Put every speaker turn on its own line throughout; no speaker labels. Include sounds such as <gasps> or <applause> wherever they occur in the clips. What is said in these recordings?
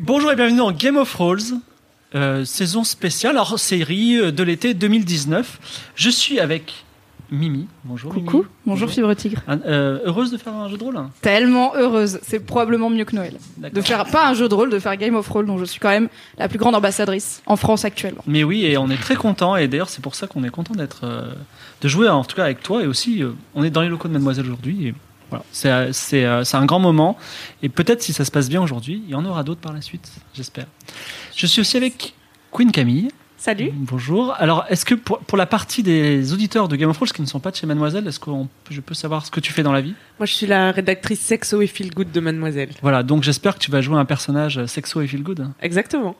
Bonjour et bienvenue dans Game of Thrones, euh, saison spéciale, hors série euh, de l'été 2019. Je suis avec Mimi. Bonjour
Coucou,
Mimi.
bonjour Fibre Tigre.
Un- euh, heureuse de faire un jeu de rôle hein
Tellement heureuse, c'est probablement mieux que Noël.
D'accord.
De faire pas un jeu de rôle, de faire Game of Thrones, dont je suis quand même la plus grande ambassadrice en France actuellement.
Mais oui, et on est très content. Et d'ailleurs, c'est pour ça qu'on est content d'être, euh, de jouer en tout cas avec toi. Et aussi, euh, on est dans les locaux de Mademoiselle aujourd'hui. et Voilà, c'est euh, c'est, euh, c'est un grand moment. Et peut-être si ça se passe bien aujourd'hui, il y en aura d'autres par la suite, j'espère. Je suis aussi avec Queen Camille.
Salut.
Bonjour. Alors, est-ce que pour, pour la partie des auditeurs de Game of Thrones qui ne sont pas de chez Mademoiselle, est-ce que je peux savoir ce que tu fais dans la vie
Moi, je suis la rédactrice sexo et feel good de Mademoiselle.
Voilà, donc j'espère que tu vas jouer un personnage euh, sexo et feel good.
Exactement.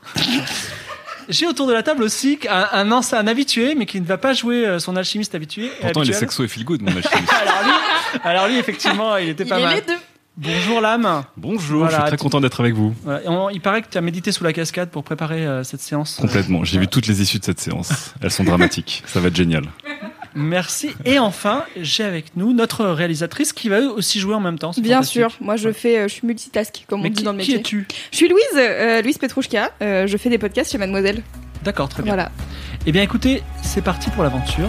J'ai autour de la table aussi un, un, anci- un habitué, mais qui ne va pas jouer euh, son alchimiste habitué.
Pourtant, il est
habituel.
sexo et feel good, mon
<laughs>
alchimiste.
Ah,
Alors lui, alors lui, effectivement, il était
Il
pas
est
mal.
les deux.
Bonjour l'âme.
Bonjour,
Voilà,
je suis très
tu-
content d'être avec vous.
Voilà, et on- il paraît que tu as médité sous la cascade pour préparer euh, cette séance.
Complètement. J'ai vu toutes les issues de cette séance. Elles sont dramatiques. Ça va être génial.
Ah,
Merci. Et enfin, j'ai avec nous notre réalisatrice qui va aussi jouer en même temps. C'est
Bien
fantastique.
sûr, moi je fais, euh, je suis multitask comme
Mais
on dit
qui,
dans le
qui
métier.
es-tu
Je suis Louise, euh, Louise Petrouchka, euh, je fais des podcasts chez Mademoiselle.
D'accord, très bien.
Voilà.
Eh bien, écoutez, c'est parti pour l'aventure.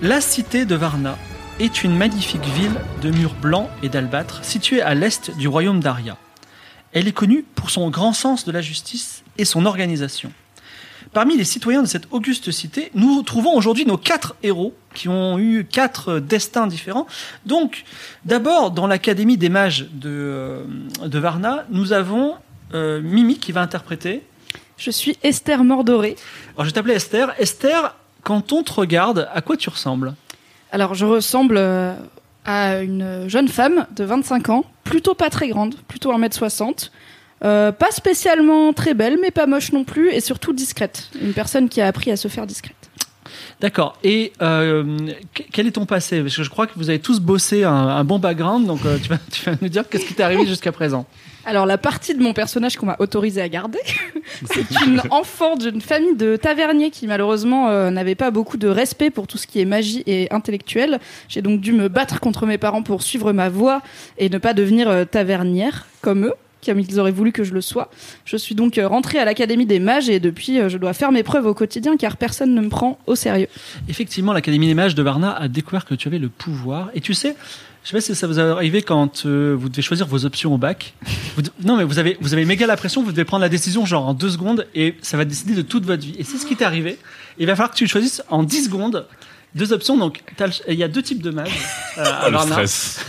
La cité de Varna est une magnifique ville de murs blancs et d'albâtre située à l'est du royaume d'Aria. Elle est connue pour son grand sens de la justice et son organisation. Parmi les citoyens de cette auguste cité, nous trouvons aujourd'hui nos quatre héros qui ont eu quatre euh, destins différents. Donc, d'abord, dans l'Académie des mages de, euh, de Varna, nous avons euh, Mimi qui va interpréter
Je suis Esther Mordoré.
alors, je vais t'appeler Esther. Esther, quand on te regarde, à quoi tu ressembles
Alors je ressemble euh, à une jeune femme de 25 ans, plutôt pas très grande, plutôt 1m60. euh, pas spécialement très belle, mais pas moche non plus, et surtout discrète. Une personne qui a appris à se faire discrète.
D'accord. Et euh, que- quel est ton passé Parce que je crois que vous avez tous bossé un, un bon background, donc euh, tu, vas, tu vas nous dire qu'est-ce qui t'est arrivé jusqu'à présent.
Alors la partie de mon personnage qu'on m'a autorisé à garder, <laughs>
<laughs>
c'est une enfant d'une famille de taverniers qui malheureusement euh, n'avait pas beaucoup de respect pour tout ce qui est magie et intellectuel. J'ai donc dû me battre contre mes parents pour suivre ma voie et ne pas devenir euh, tavernière comme eux. Comme ils auraient voulu que je le sois. Je suis donc euh, rentrée à l'Académie des Mages et depuis, euh, je dois faire mes preuves au quotidien car personne ne me prend au sérieux.
Effectivement, l'Académie des mages de Varna a découvert que tu avais le pouvoir. Et tu sais, je sais pas si ça vous est arrivé quand euh, vous devez choisir vos options au bac. Vous de- non, mais vous avez, vous avez méga la pression, vous devez prendre la décision genre en deux secondes et ça va décider de toute votre vie. Et c'est ce qui t'est arrivé. Il va falloir que tu choisisses en dix secondes deux options. Donc, t'as le- il y a deux types de mages euh, à
Ah, le
Varna.
stress.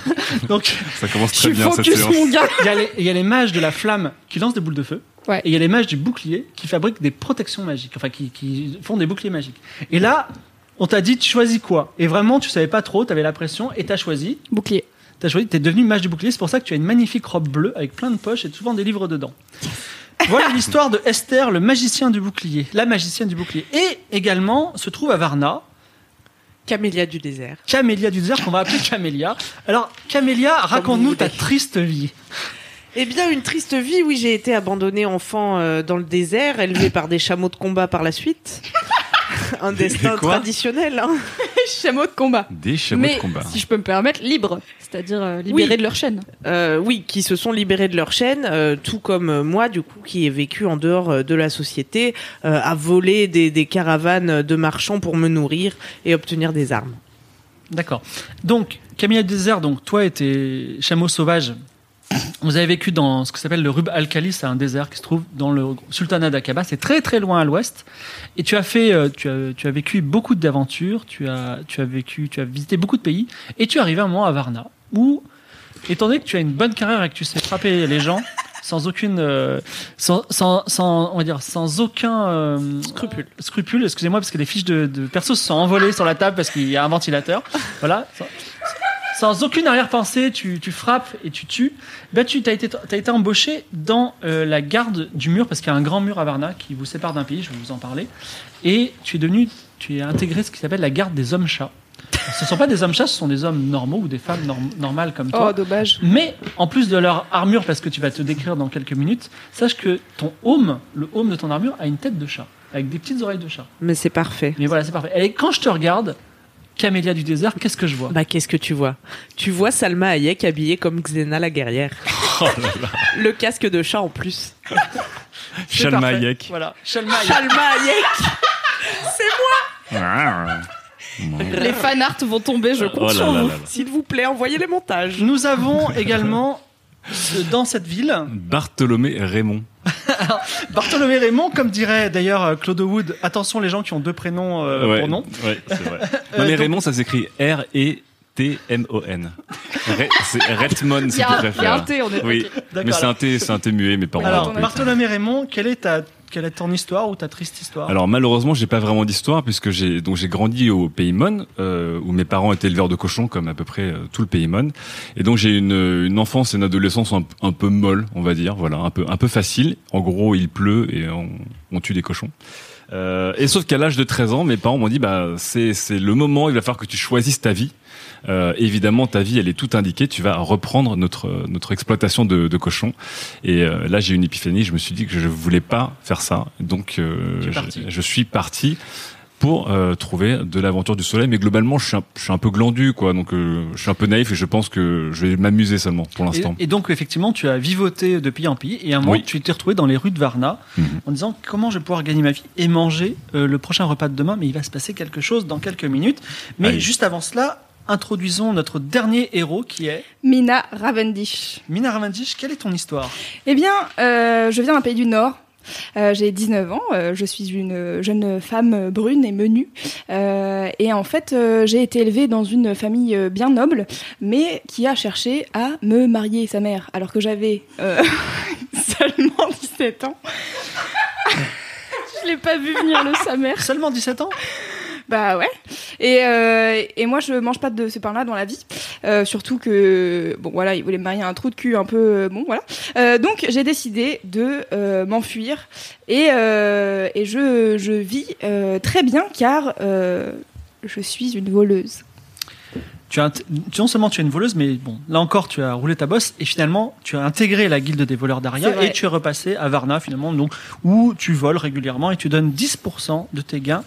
Donc,
Ça commence
Je
très
suis
bien cette
focus,
séance.
mon gars
il y, a les- il y a les mages de la flamme qui lancent des boules de feu.
Ouais.
Et il y a les mages du bouclier qui fabriquent des protections magiques, enfin qui, qui font des boucliers magiques. Et là, on t'a dit, tu choisis quoi Et vraiment, tu savais pas trop, t'avais la pression et t'as choisi.
Bouclier. <laughs>
T'as choisi, t'es devenu mage du bouclier, c'est pour ça que tu as une magnifique robe bleue avec plein de poches et souvent des livres dedans. Voilà l'histoire de Esther, le magicien du bouclier, la magicienne du bouclier. Et également se trouve à Varna,
Camélia du désert.
Camélia du désert, qu'on va appeler Camélia. Alors, Camélia, raconte-nous
vous
ta
voulez.
triste vie.
Eh bien, une triste vie. Oui, j'ai été abandonnée enfant euh, dans le désert, élevée par des chameaux de combat par la suite. Un destin
quoi
traditionnel. hein.
Chameau de combat.
Des chameaux
Mais <laughs>
de combat.
si je peux me permettre, libre. C'est-à-dire euh, libéré
Oui.
de leur chaîne.
Euh, oui, qui se sont libérés de leur chaîne, euh, tout comme euh, moi, du coup, qui ai vécu en dehors euh, de la société, euh, à voler des, des caravanes de marchands pour me nourrir et obtenir des armes.
D'accord. Donc, Camilla du Désert, donc, toi et tes chameaux sauvages Vous avez vécu dans ce que s'appelle le Rub Al-Khali, c'est un désert qui se trouve dans le sultanat d'Aqaba, c'est très très loin à l'ouest. Et tu as fait, euh, tu as, tu as vécu beaucoup d'aventures, tu as, tu as vécu, tu as visité beaucoup de pays, et tu arrives à un moment à Varna, où, étant donné que tu as une bonne carrière et que tu sais frapper les gens, sans aucune, euh, sans, sans, sans- on va dire, sans aucun euh,
Scrupule.
scrupule, excusez-moi, parce que les fiches de, de perso se sont envolées sur la table parce qu'il y a un ventilateur. Voilà. Sans, sans aucune arrière-pensée, tu, tu frappes et tu tues. Ben, tu as été, t'as été embauché dans euh, la garde du mur, parce qu'il y a un grand mur à Varna qui vous sépare d'un pays, je vais vous en parler. Et tu es devenu, tu es intégré ce qui s'appelle la garde des hommes-chats. Ce ne sont pas des hommes-chats, ce sont des hommes normaux ou des femmes norm- normales comme toi.
Oh, dommage.
Mais en plus de leur armure, parce que tu vas te décrire dans quelques minutes, sache que ton home, le home de ton armure, a une tête de chat, avec des petites oreilles de chat.
Mais c'est parfait.
Mais voilà, c'est parfait. Et quand je te regarde, Camélia du désert, qu'est-ce que je vois
Bah, qu'est-ce que tu vois Tu vois Salma Hayek habillée comme Xena la guerrière. Le casque de chat en plus.
C'est
Shalma
parfait.
Hayek.
Voilà, Shalma Hayek.
Salma Hayek
Les fanarts vont tomber, je compte
Oh là
sur
là
vous.
là là.
S'il vous plaît, envoyez les montages.
Nous avons également euh, dans cette ville
Bartholomé Raymond.
Bartholomé Raymond, comme dirait d'ailleurs euh, Claude Wood. Attention les gens qui ont deux prénoms euh,
ouais,
pour nom.
ouais,
<laughs>
c'est vrai.
Euh,
non, mais
donc-
Raymond, ça s'écrit E R-E-T-M-O-N. Ré- c'est Redmond,
Il
si
y
tu
a, il y a un
préfères.
thé, on est.
Oui,
ok.
mais c'est
D'accord.
un T, c'est un T muet, mes parents.
Alors,
l'ont appelé.
Bartholomé Raymond, quelle est ta quelle est ton histoire ou ta triste histoire
Alors malheureusement, j'ai pas vraiment d'histoire puisque j'ai donc j'ai grandi au Pays Mon euh, où mes parents étaient éleveurs de cochons comme à peu près euh, tout le Pays Mon et donc j'ai une, une enfance et une adolescence un, un peu molle, on va dire, voilà, un peu un peu facile. En gros, il pleut et on, on tue des cochons. Euh, et sauf qu'à l'âge de 13 ans, mes parents m'ont dit bah c'est c'est le moment, il va falloir que tu choisisses ta vie. Euh, évidemment, ta vie, elle est tout indiquée. Tu vas reprendre notre euh, notre exploitation de, de cochons. Et euh, là, j'ai eu une épiphanie. Je me suis dit que je voulais pas faire ça. Donc, euh,
Tu es parti.
je, je suis parti pour euh, trouver de l'aventure du soleil. Mais globalement, je suis un, je suis un peu glandu, quoi. Donc, euh, je suis un peu naïf et je pense que je vais m'amuser seulement pour
Et,
l'instant.
et donc, effectivement, tu as vivoté de pays en pays et à un moment,
Oui.
tu t'es retrouvé dans les rues de Varna
Mhm.
en disant comment je vais pouvoir gagner ma vie et manger euh, le prochain repas de demain, mais il va se passer quelque chose dans quelques minutes. Mais
Aïe.
juste avant cela, introduisons notre dernier héros qui est
Mina Ravendish.
Mina Ravendish. Quelle est ton histoire
Eh bien, euh, je viens d'un pays du Nord. Euh, j'ai 19 ans, euh, je suis une jeune femme brune et menue. Euh, et en fait, euh, j'ai été élevée dans une famille euh, bien noble, mais qui a cherché à me marier sa mère, alors que j'avais euh, <laughs> seulement 17 ans. <laughs> je l'ai pas vu venir le sa mère.
Seulement 17 ans
Bah ouais. Et, euh, et moi, je mange pas de ce pain-là dans la vie. Euh, surtout que, bon voilà, il voulait me marier à un trou de cul un peu. euh, Bon voilà. Euh, donc j'ai décidé de euh, m'enfuir. Et, euh, et je, je vis euh, très bien car euh, je suis une voleuse.
tu as, int- non seulement tu es une voleuse, mais bon, là encore, tu as roulé ta bosse et finalement, tu as intégré la guilde des voleurs
C'est
d'Aria
vrai.
et tu es repassé à Varna finalement, donc où tu voles régulièrement et tu donnes 10% de tes gains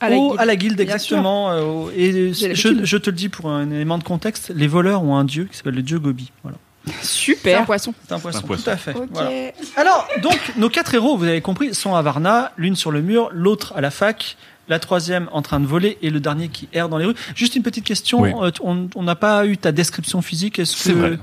Oh, À la
Au-
guilde.
à la guilde,
Bien
exactement. euh, au- et
J'ai
je,
l'habitude.
je te le dis pour un élément de contexte, les voleurs ont un dieu qui s'appelle le dieu Gobi. Voilà.
Super. C'est un poisson.
C'est un poisson,
Un poisson.
tout à fait.
<laughs> Ok.
Voilà. Alors, donc, nos quatre héros, vous avez compris, sont à Varna, l'une sur le mur, l'autre à la fac, la troisième en train de voler et le dernier qui erre dans les rues. Juste une petite question,
Oui.
euh, on on n'a pas eu ta description physique, est-ce que...
C'est vrai. Euh,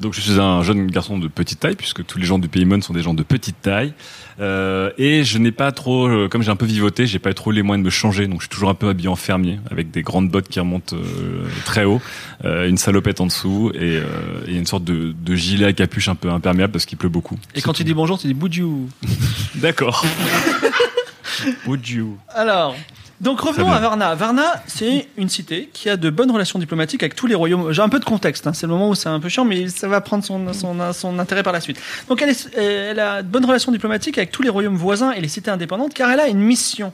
Donc je suis un jeune garçon de petite taille puisque tous les gens du Pays Mon sont des gens de petite taille Euh, et je n'ai pas trop euh, comme j'ai un peu vivoté j'ai pas trop les moyens de me changer donc je suis toujours un peu habillé en fermier avec des grandes bottes qui remontent euh, très haut euh, une salopette en dessous et, euh, et une sorte de, de gilet à capuche un peu imperméable parce qu'il pleut beaucoup
Et quand tu dis bonjour, tu dis Boudiou.
<laughs> d'accord <laughs> Would you
Alors, donc revenons
Très bien.
à Varna. Varna, c'est une cité qui a de bonnes relations diplomatiques avec tous les royaumes. J'ai un peu de contexte, hein. c'est le moment où c'est un peu chiant, mais ça va prendre son, son, son intérêt par la suite. Donc elle, est- euh, elle a de bonnes relations diplomatiques avec tous les royaumes voisins et les cités indépendantes, car elle a une mission.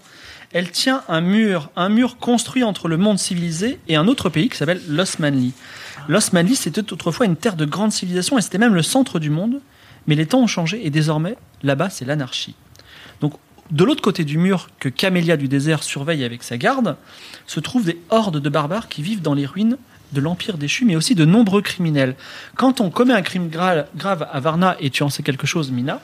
Elle tient un mur, un mur construit entre le monde civilisé et un autre pays qui s'appelle l'Osmanli. L'Osmanli, c'était autrefois une terre de grande civilisation et c'était même le centre du monde, mais les temps ont changé et désormais, là-bas, c'est l'anarchie. Donc, de l'autre côté du mur que Camélia du désert surveille avec sa garde, se trouvent des hordes de barbares qui vivent dans les ruines de l'Empire déchu, mais aussi de nombreux criminels. Quand on commet un crime gra- grave à Varna et tu en sais quelque chose, Mina,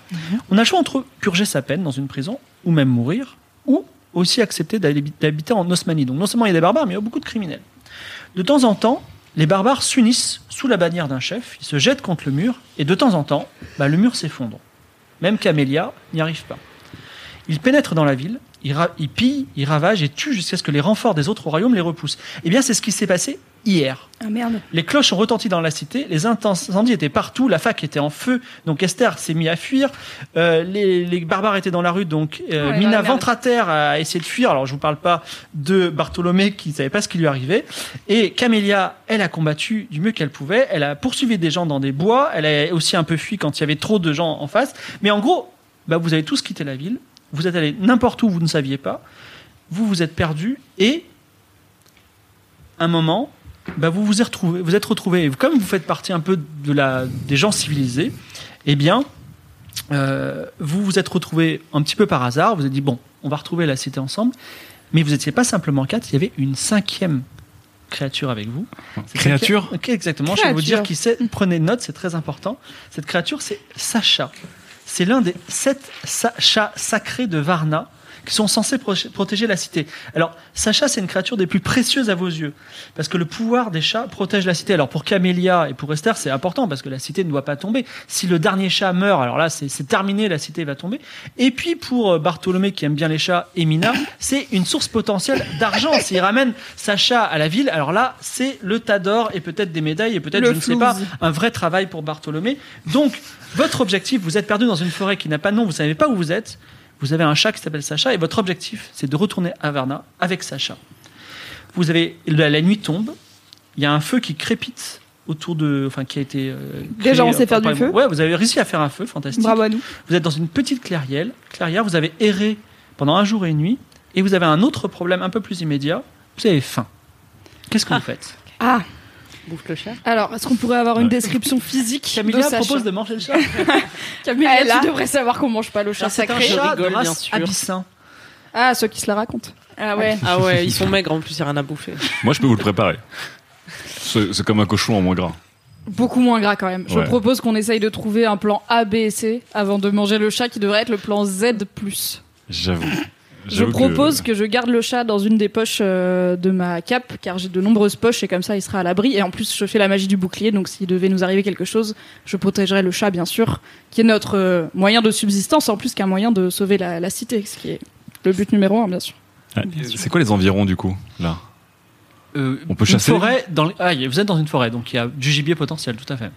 on a le choix entre purger sa peine dans une prison, ou même mourir, ou aussi accepter d'aller- d'habiter en Osmanie. Donc non seulement il y a des barbares, mais il y a beaucoup de criminels. De temps en temps, Les barbares s'unissent sous la bannière d'un chef, ils se jettent contre le mur, et de temps en temps, bah, le mur s'effondre. Même Camélia n'y arrive pas. Ils pénètrent dans la ville, ils, ra- ils pillent, ils ravagent et tuent jusqu'à ce que les renforts des autres royaumes les repoussent. Eh bien, c'est ce qui s'est passé hier.
Ah merde.
Les cloches ont retenti dans la cité, les incendies étaient partout, la fac était en feu, donc Esther s'est mis à fuir, euh, les, les barbares étaient dans la rue, donc euh,
Oh là là,
Mina
merde.
ventre à terre a essayé de fuir, alors je vous parle pas de Bartholomé qui ne savait pas ce qui lui arrivait, et Camélia, elle a combattu du mieux qu'elle pouvait, elle a poursuivi des gens dans des bois, elle a aussi un peu fui quand il y avait trop de gens en face, mais en gros, bah, vous avez tous quitté la ville, vous êtes allés n'importe où, vous ne saviez pas, vous vous êtes perdus, et un moment, bah, vous vous êtes retrouvés, vous êtes retrouvés, et comme vous faites partie un peu de la, des gens civilisés, eh bien, euh, vous vous êtes retrouvés un petit peu par hasard, vous avez dit, bon, on va retrouver la cité ensemble, mais vous n'étiez pas simplement quatre, il y avait une cinquième créature avec vous. Cette
Créature
cinquième- Ok, Exactement, je vais vous
Créature.
dire qui c'est, prenez note, c'est très important. Cette créature, c'est Sacha. C'est l'un des sept sa- chats sacrés de Varna qui sont censés pro- protéger la cité. Alors, Sacha, c'est une créature des plus précieuses à vos yeux, parce que le pouvoir des chats protège la cité. Alors, pour Camélia et pour Esther, c'est important, parce que la cité ne doit pas tomber. Si le dernier chat meurt, alors là, c'est c'est terminé, la cité va tomber. Et puis, pour euh, Bartholomé, qui aime bien les chats, et Mina, c'est une source potentielle d'argent.
<laughs>
S'il ramène Sacha à la ville, alors là, c'est le tas d'or, et peut-être des médailles, et peut-être,
Le
je ne sais pas,
flouze.
un vrai travail pour Bartholomé. Donc, votre objectif, vous êtes perdu dans une forêt qui n'a pas de nom, vous savez pas où vous êtes. Vous avez un chat qui s'appelle Sacha et votre objectif, c'est de retourner à Varna avec Sacha. Vous avez la, la nuit tombe, il y a un feu qui crépite autour de, enfin qui a été. euh, créé,
Déjà, on sait
euh, par-
faire du
par-
feu.
Ouais, vous avez réussi à faire un feu, fantastique.
Bravo à nous.
Vous êtes dans une petite clairière, clairière, vous avez erré pendant un jour et une nuit et vous avez un autre problème un peu plus immédiat. Vous avez faim. Qu'est-ce que vous faites
Ah,
Bouffe le chat.
alors, est-ce qu'on pourrait avoir
Ouais.
une description physique de
Camilla
Sacha
propose de manger le chat.
Ah,
Camilla,
Elle a-
tu devrais savoir qu'on mange pas le chat
Alors, C'est un
sacré.
Je
chat de
rigole, bien
race
sûr.
abyssin.
Ah, ceux qui se la racontent.
Ah ouais.
Ah ouais, ils sont maigres en plus, il n'y a rien à bouffer.
Moi, je peux vous le préparer. C'est c'est comme un cochon en moins gras.
Beaucoup moins gras quand même. Je
Ouais.
propose qu'on essaye de trouver un plan A, B et C avant de manger le chat qui devrait être le plan Z+.
J'avoue.
Je
J'avoue que-
propose que... je garde le chat dans une des poches euh, de ma cape, car j'ai de nombreuses poches et comme ça il sera à l'abri. Et en plus, je fais la magie du bouclier, donc s'il devait nous arriver quelque chose, je protégerai le chat, bien sûr, qui est notre euh, moyen de subsistance en plus qu'un moyen de sauver la, la cité, ce qui est le but numéro un, bien sûr.
Ah, C'est quoi les environs du coup là
Euh,
On peut
une
chasser
forêt dans le- ah, vous êtes dans une forêt, donc il y a du gibier potentiel, tout à fait.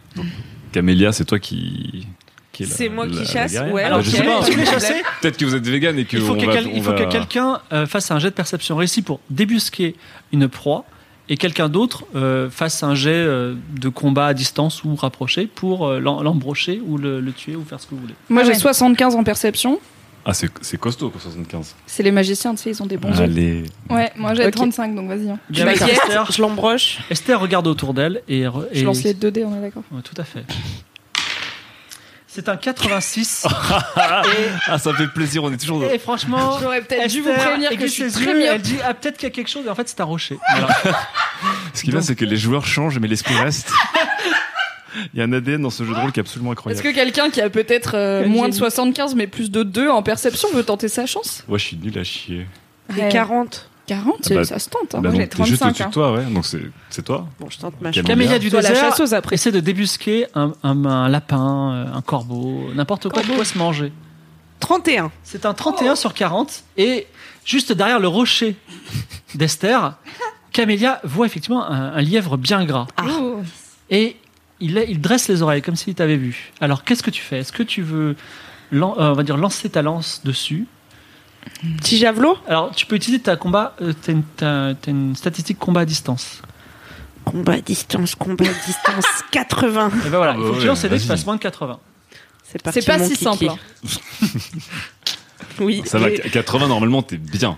Camélia, c'est toi qui. qui est la-
C'est moi qui
la- la
chasse,
guerrière
ouais,
Bah,
Alors,
ok.
je sais pas.
<laughs> si vous voulez chasser,
Peut-être que vous êtes vegan et que.
il faut
on
que,
va-
quel-
on
il faut que
va-
quelqu'un euh, fasse un jet de perception réussi pour débusquer une proie et quelqu'un d'autre euh, fasse un jet euh, de combat à distance ou rapproché pour euh, l'em- l'embrocher ou le, le tuer ou faire ce que vous voulez.
Moi
Ah
j'ai
ouais.
75 en perception,
Ah, c'est c'est costaud pour 75.
c'est les magiciens, tu sais, ils ont des bons yeux.
Allez.
Ouais, moi j'ai
Ok.
35 donc vas-y. hein.
Je
Gaëlle,
m'inquiète,
Esther,
je l'embroche.
Esther regarde autour d'elle et, re- et-
Je lance les 2 dés, on est d'accord.
Ouais, tout à fait. C'est un <laughs> 86
Ah, ça fait plaisir, on est toujours.
et Eh, franchement,
J'aurais peut-être dû vous
Esther
prévenir que je
aiguise
suis
ses
très
yeux,
myope.
Elle dit ah peut-être qu'il y a quelque chose et en fait c'est un rocher. Voilà.
Ce qui va, c'est que les joueurs changent, mais l'esprit reste. Il y a un ADN dans ce jeu de rôle qui est absolument
Est-ce
incroyable.
que quelqu'un qui a peut-être euh,
Quel
moins de
génie.
75 mais plus de 2 en perception veut tenter sa chance
Ouais, je suis nul à chier.
Ouais.
Des 40.
40,
Ah bah,
ça se tente. hein.
moi,
donc,
j'ai
t'es juste
35,
au-dessus de
hein.
toi, ouais. Donc, c'est c'est toi.
Bon, je tente ma
Quel
chance.
nom.
Camélia du
Toi, la
désert
chasseuse après.
Essaie de débusquer un, un- un lapin, euh, un corbeau, n'importe quoi qui
Corbeau.
pourrait se manger.
31.
C'est un 31 sur 40 et juste derrière le rocher d'Esther, Camélia voit effectivement un, un lièvre bien gras
Ah.
Oh.
et il, a- il dresse les oreilles comme s'il t'avait vu. Alors qu'est-ce que tu fais Est-ce que tu veux lan- euh, on va dire lancer ta lance dessus
Petit javelot
Alors tu peux utiliser ta combat, euh, t'as une, t'as- t'as une statistique combat à distance.
Combat à distance, combat à <laughs> distance. 80.
Et ben voilà, il faut
Ah
que
ouais,
tu lances et que tu
vas-y.
fasses moins de 80.
C'est
C'est pas
mon
si
kiki.
simple. hein.
<laughs> Oui.
Ça va,
et-
qu- 80, normalement, t'es bien.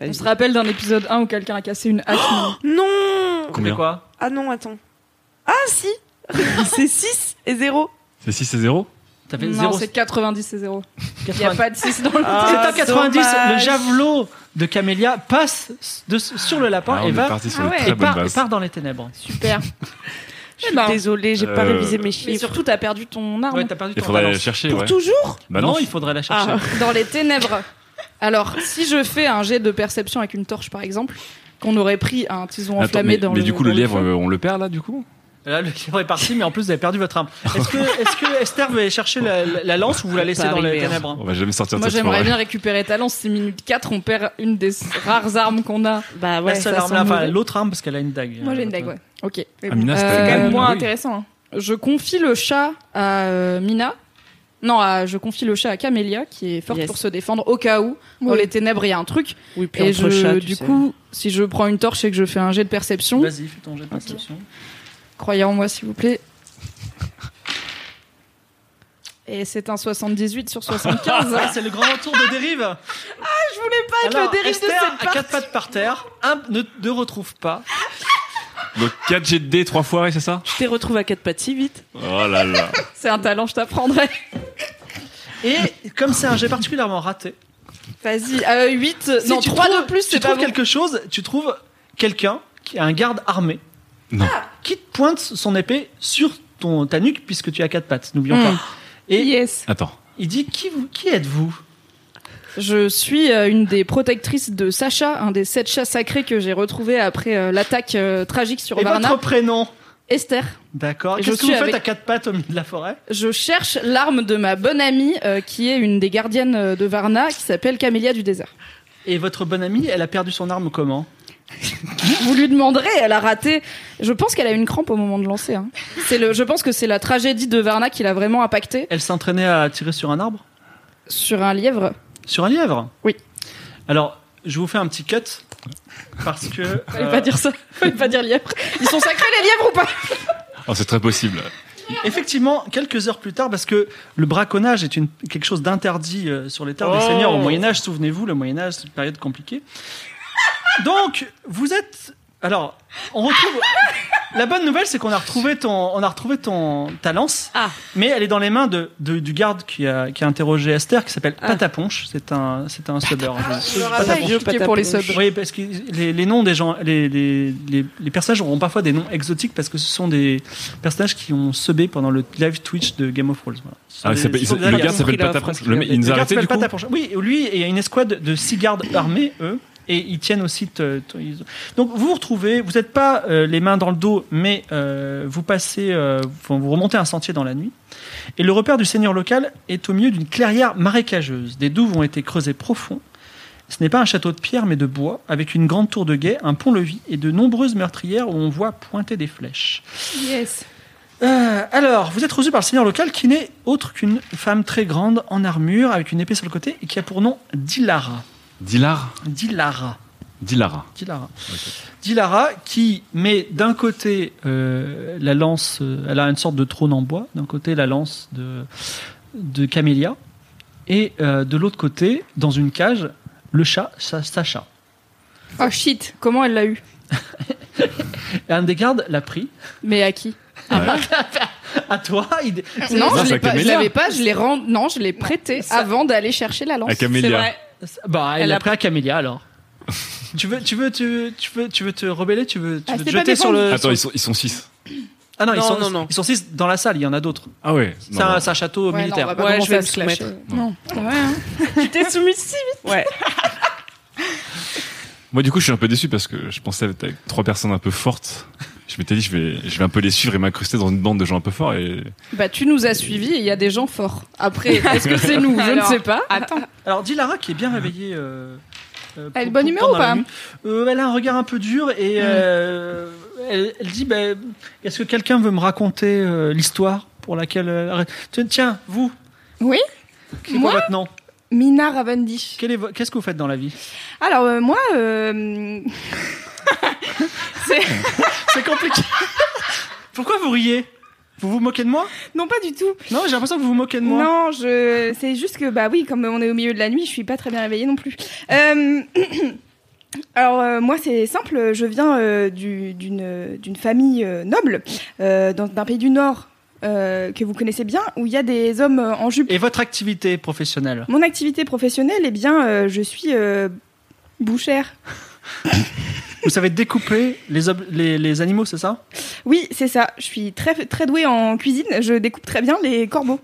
On se rappelle d'un épisode 1 où quelqu'un a cassé une hache.
Non
Combien
C'est quoi
Ah non, attends. Ah si C'est 6 et 0.
C'est 6 et 0
T'as fait
Non,
0,
c'est 90 et 0. Il n'y
80.
a pas de 6 dans le
C'est un
Ah,
90, le
dommage.
javelot de Camélia passe de- sur le lapin
Ah, on
et
est
va
parti sur
Ah
une
ouais.
très
et
bonne
part, et
base.
part dans les ténèbres.
Super.
Je suis
Eh ben.
désolée, j'ai pas
Euh,
révisé mes
Mais
chiffres.
surtout, t'as perdu ton arme.
Ouais, t'as perdu
Il
ton
faudrait aller la
balance.
chercher,
Pour
ouais.
toujours
Bah
non,
non,
il faudrait la chercher.
Dans les ténèbres. Alors, si je fais un jet de perception avec une torche, par exemple, qu'on aurait pris un tison enflammé
mais,
dans
mais
le
du coup,
dans
le lièvre,
feu.
euh, on le perd là, du coup
Là, le livre est parti, mais en plus, vous avez perdu votre arme. Est-ce que, est-ce que Esther veut aller chercher la, la- la lance ou vous la laissez
Ça
dans les
arrive, hein.
ténèbres
On va jamais sortir de
Moi,
cette
j'aimerais
forêt.
bien récupérer ta lance. C'est minute 4, on perd une des rares armes qu'on a.
Bah
La
ouais.
seule
ça
arme là,
semble
enfin,
mauvais.
l'autre arme, parce qu'elle a une dague.
Moi, j'ai une
Euh,
dague, ouais. Ok.
Ah,
Euh,
Mina,
C'est
c'était
quand
une
même
dague,
moins
oui.
intéressant. hein.
Je confie le chat à euh, Mina. Non, à- je confie le chat à Camélia, qui est forte
Yes.
pour se défendre au cas où. Dans
Oui.
les ténèbres, il y a un truc.
Oui, puis
Et
entre
je-
chats, tu
du
sais.
coup, si je prends une torche et que je fais un jet de perception,
Vas-y, fais ton jet de perception.
croyez en moi, s'il vous plaît. Et c'est un 78 sur 75.
<laughs> Ah, c'est le grand retour de dérive. Ah, je voulais pas être
le dérive de
Esther,
cette
à quatre pattes par terre, un, ne, ne retrouve pas.
Donc 4 G de D, 3 foirés, c'est ça
Je t'ai retrouvé à quatre pattes si vite.
Oh là là.
c'est un talent, je t'apprendrai.
Et comme c'est un jet particulièrement raté,
Vas-y, euh, 8,
si
non,
tu
3
trouves-
de plus,
tu
c'est pas
trouves
bon.
quelque chose, tu trouves quelqu'un qui a un garde armé.
Non.
Ah.
Qui te pointe son épée sur ton, ta nuque puisque tu as quatre pattes, n'oublions
Hmm.
pas. Et
Yes.
Attends.
il dit qui, vous- qui êtes-vous
Je suis euh, une des protectrices de Sacha, un des sept chats sacrés que j'ai retrouvé après euh, l'attaque euh, tragique sur
Et
Varna.
votre prénom
Esther,
D'accord.
Et je
Qu'est-ce que
suis
vous faites
avec-
à quatre pattes au milieu de la forêt
je cherche l'arme de ma bonne amie euh, qui est une des gardiennes euh, de Varna qui s'appelle Camélia du désert.
Et votre bonne amie, elle a perdu son arme comment
Vous lui demanderez, elle a raté. Je pense qu'elle a eu une crampe au moment de lancer. hein. C'est le, je pense que c'est la tragédie de Varna qui l'a vraiment impactée
Elle s'entraînait à tirer sur un arbre
sur un lièvre.
Sur un lièvre
Oui.
Alors, je vous fais un petit cut parce que.
Fallait
euh,
pas dire ça, fallait pas dire lièvre. Ils sont sacrés les lièvres ou pas
Oh, c'est très possible.
Effectivement, quelques heures plus tard, parce que le braconnage est une, quelque chose d'interdit euh, sur les terres des seigneurs au Moyen Âge. Souvenez-vous, le Moyen Âge, c'est une période compliquée. Donc, vous êtes. Alors, on retrouve. La bonne nouvelle, c'est qu'on a retrouvé ton, on a retrouvé ton ta lance,
Ah.
mais elle est dans les mains de, de- du garde qui a, qui a interrogé Esther, qui s'appelle Pataponche. C'est un, c'est un subber.
pas
vieux
expliqué pour les
patapon.
subs.
Oui, parce que les, les noms des gens, les, les, les, les personnages auront parfois des noms exotiques parce que ce sont des personnages qui ont sebé pendant le live Twitch de Game of Thrones. Voilà. Ce sont
Ah, il
des-
s'appelle-
ce sont
il-
des
le
aliens.
gars s'appelle
compris la
Pataponche.
phrase
Le mec,
qu'il a
Il nous a
Le gars
arrêté
s'appelle
du coup.
Pataponche. Oui, lui, et il y a une escouade de six gardes armés, eux, et ils tiennent aussi. te- te- ils- Donc vous vous retrouvez, vous n'êtes pas euh, les mains dans le dos, mais euh, vous passez, euh, enfin, vous remontez un sentier dans la nuit. Et le repère du seigneur local est au milieu d'une clairière marécageuse. Des douves ont été creusées profonds. Ce n'est pas un château de pierre, mais de bois, avec une grande tour de guet, un pont-levis et de nombreuses meurtrières où on voit pointer des flèches.
Yes.
Euh, alors, vous êtes reçu par le seigneur local qui n'est autre qu'une femme très grande en armure avec une épée sur le côté et qui a pour nom Dilara.
Dilar
Dilara.
Dilara.
Dilara. Dilara qui met d'un côté euh, la lance, euh, elle a une sorte de trône en bois, d'un côté la lance de, de Camélia, et euh, de l'autre côté, dans une cage, le chat Sa- Sacha.
Oh shit, comment elle l'a eu
Et un des gardes l'a pris.
Mais à qui
À toi, il...
Non, je
Non, c'est
l'ai
à
pas, je
Camélia.
l'avais pas, je l'ai rend... non, je l'ai prêté avant d'aller chercher la lance.
<laughs>
À Camélia.
bah, elle
Elle
l'a
a-
pris à Camélia alors. <laughs> tu veux, tu veux, tu, tu veux, tu veux te rebeller, tu veux, tu
Ah,
veux te
c'était pas
jeter sur
défendu.
le.
Attends, ils sont, ils sont 6.
Ah non, ils
Non,
sont,
non, non.
ils sont six dans la salle. Il y en a d'autres.
Ah ouais.
C'est un, c'est un château
Ouais, non, on
militaire.
va pas
Ouais,
commencer
je vais
à
me
se clasher.
soumettre.
Non, ouais, hein.
Tu t'es soumise si
<laughs> Ouais.
Moi, du coup, je suis un peu déçu parce que je pensais être avec trois personnes un peu fortes. Je m'étais dit, je vais, je vais un peu les suivre et m'incruster dans une bande de gens un peu forts. Et...
Bah, tu nous as suivis et il y a des gens forts. Après, est-ce que c'est nous Je
Alors,
ne sais pas.
Attends.
Alors, Dilara qui est bien réveillée. euh, euh,
Elle est de
pour-
bonne humeur
pendant
ou
la
pas
nuit. Euh, Elle a un regard un peu dur et euh, elle, elle dit bah, Est-ce que quelqu'un veut me raconter euh, l'histoire pour laquelle. euh, tiens, Tiens, vous
Oui
Qui est
Moi
quoi votre nom
Mina Ravendish.
Quel est vo- Qu'est-ce que vous faites dans la vie
Alors, euh, moi,
<laughs>
euh,
C'est compliqué. <laughs> Pourquoi vous riez Vous vous moquez de moi
non, pas du tout.
Non, j'ai l'impression que vous vous moquez de moi.
Non, je... c'est juste que, bah oui, comme on est au milieu de la nuit, je suis pas très bien réveillée non plus. Euh, <clears throat> Alors, euh, moi, c'est simple, je viens euh, du- d'une d'une famille euh, noble, euh, dans- d'un pays du Nord euh, que vous connaissez bien, où il y a des hommes euh, en jupe.
Et votre activité professionnelle
Mon activité professionnelle, eh bien, euh, je suis euh, bouchère.
Vous savez découper les, ob- les, les animaux, c'est ça
Oui, c'est ça, je suis très, très douée en cuisine, je découpe très bien les corbeaux.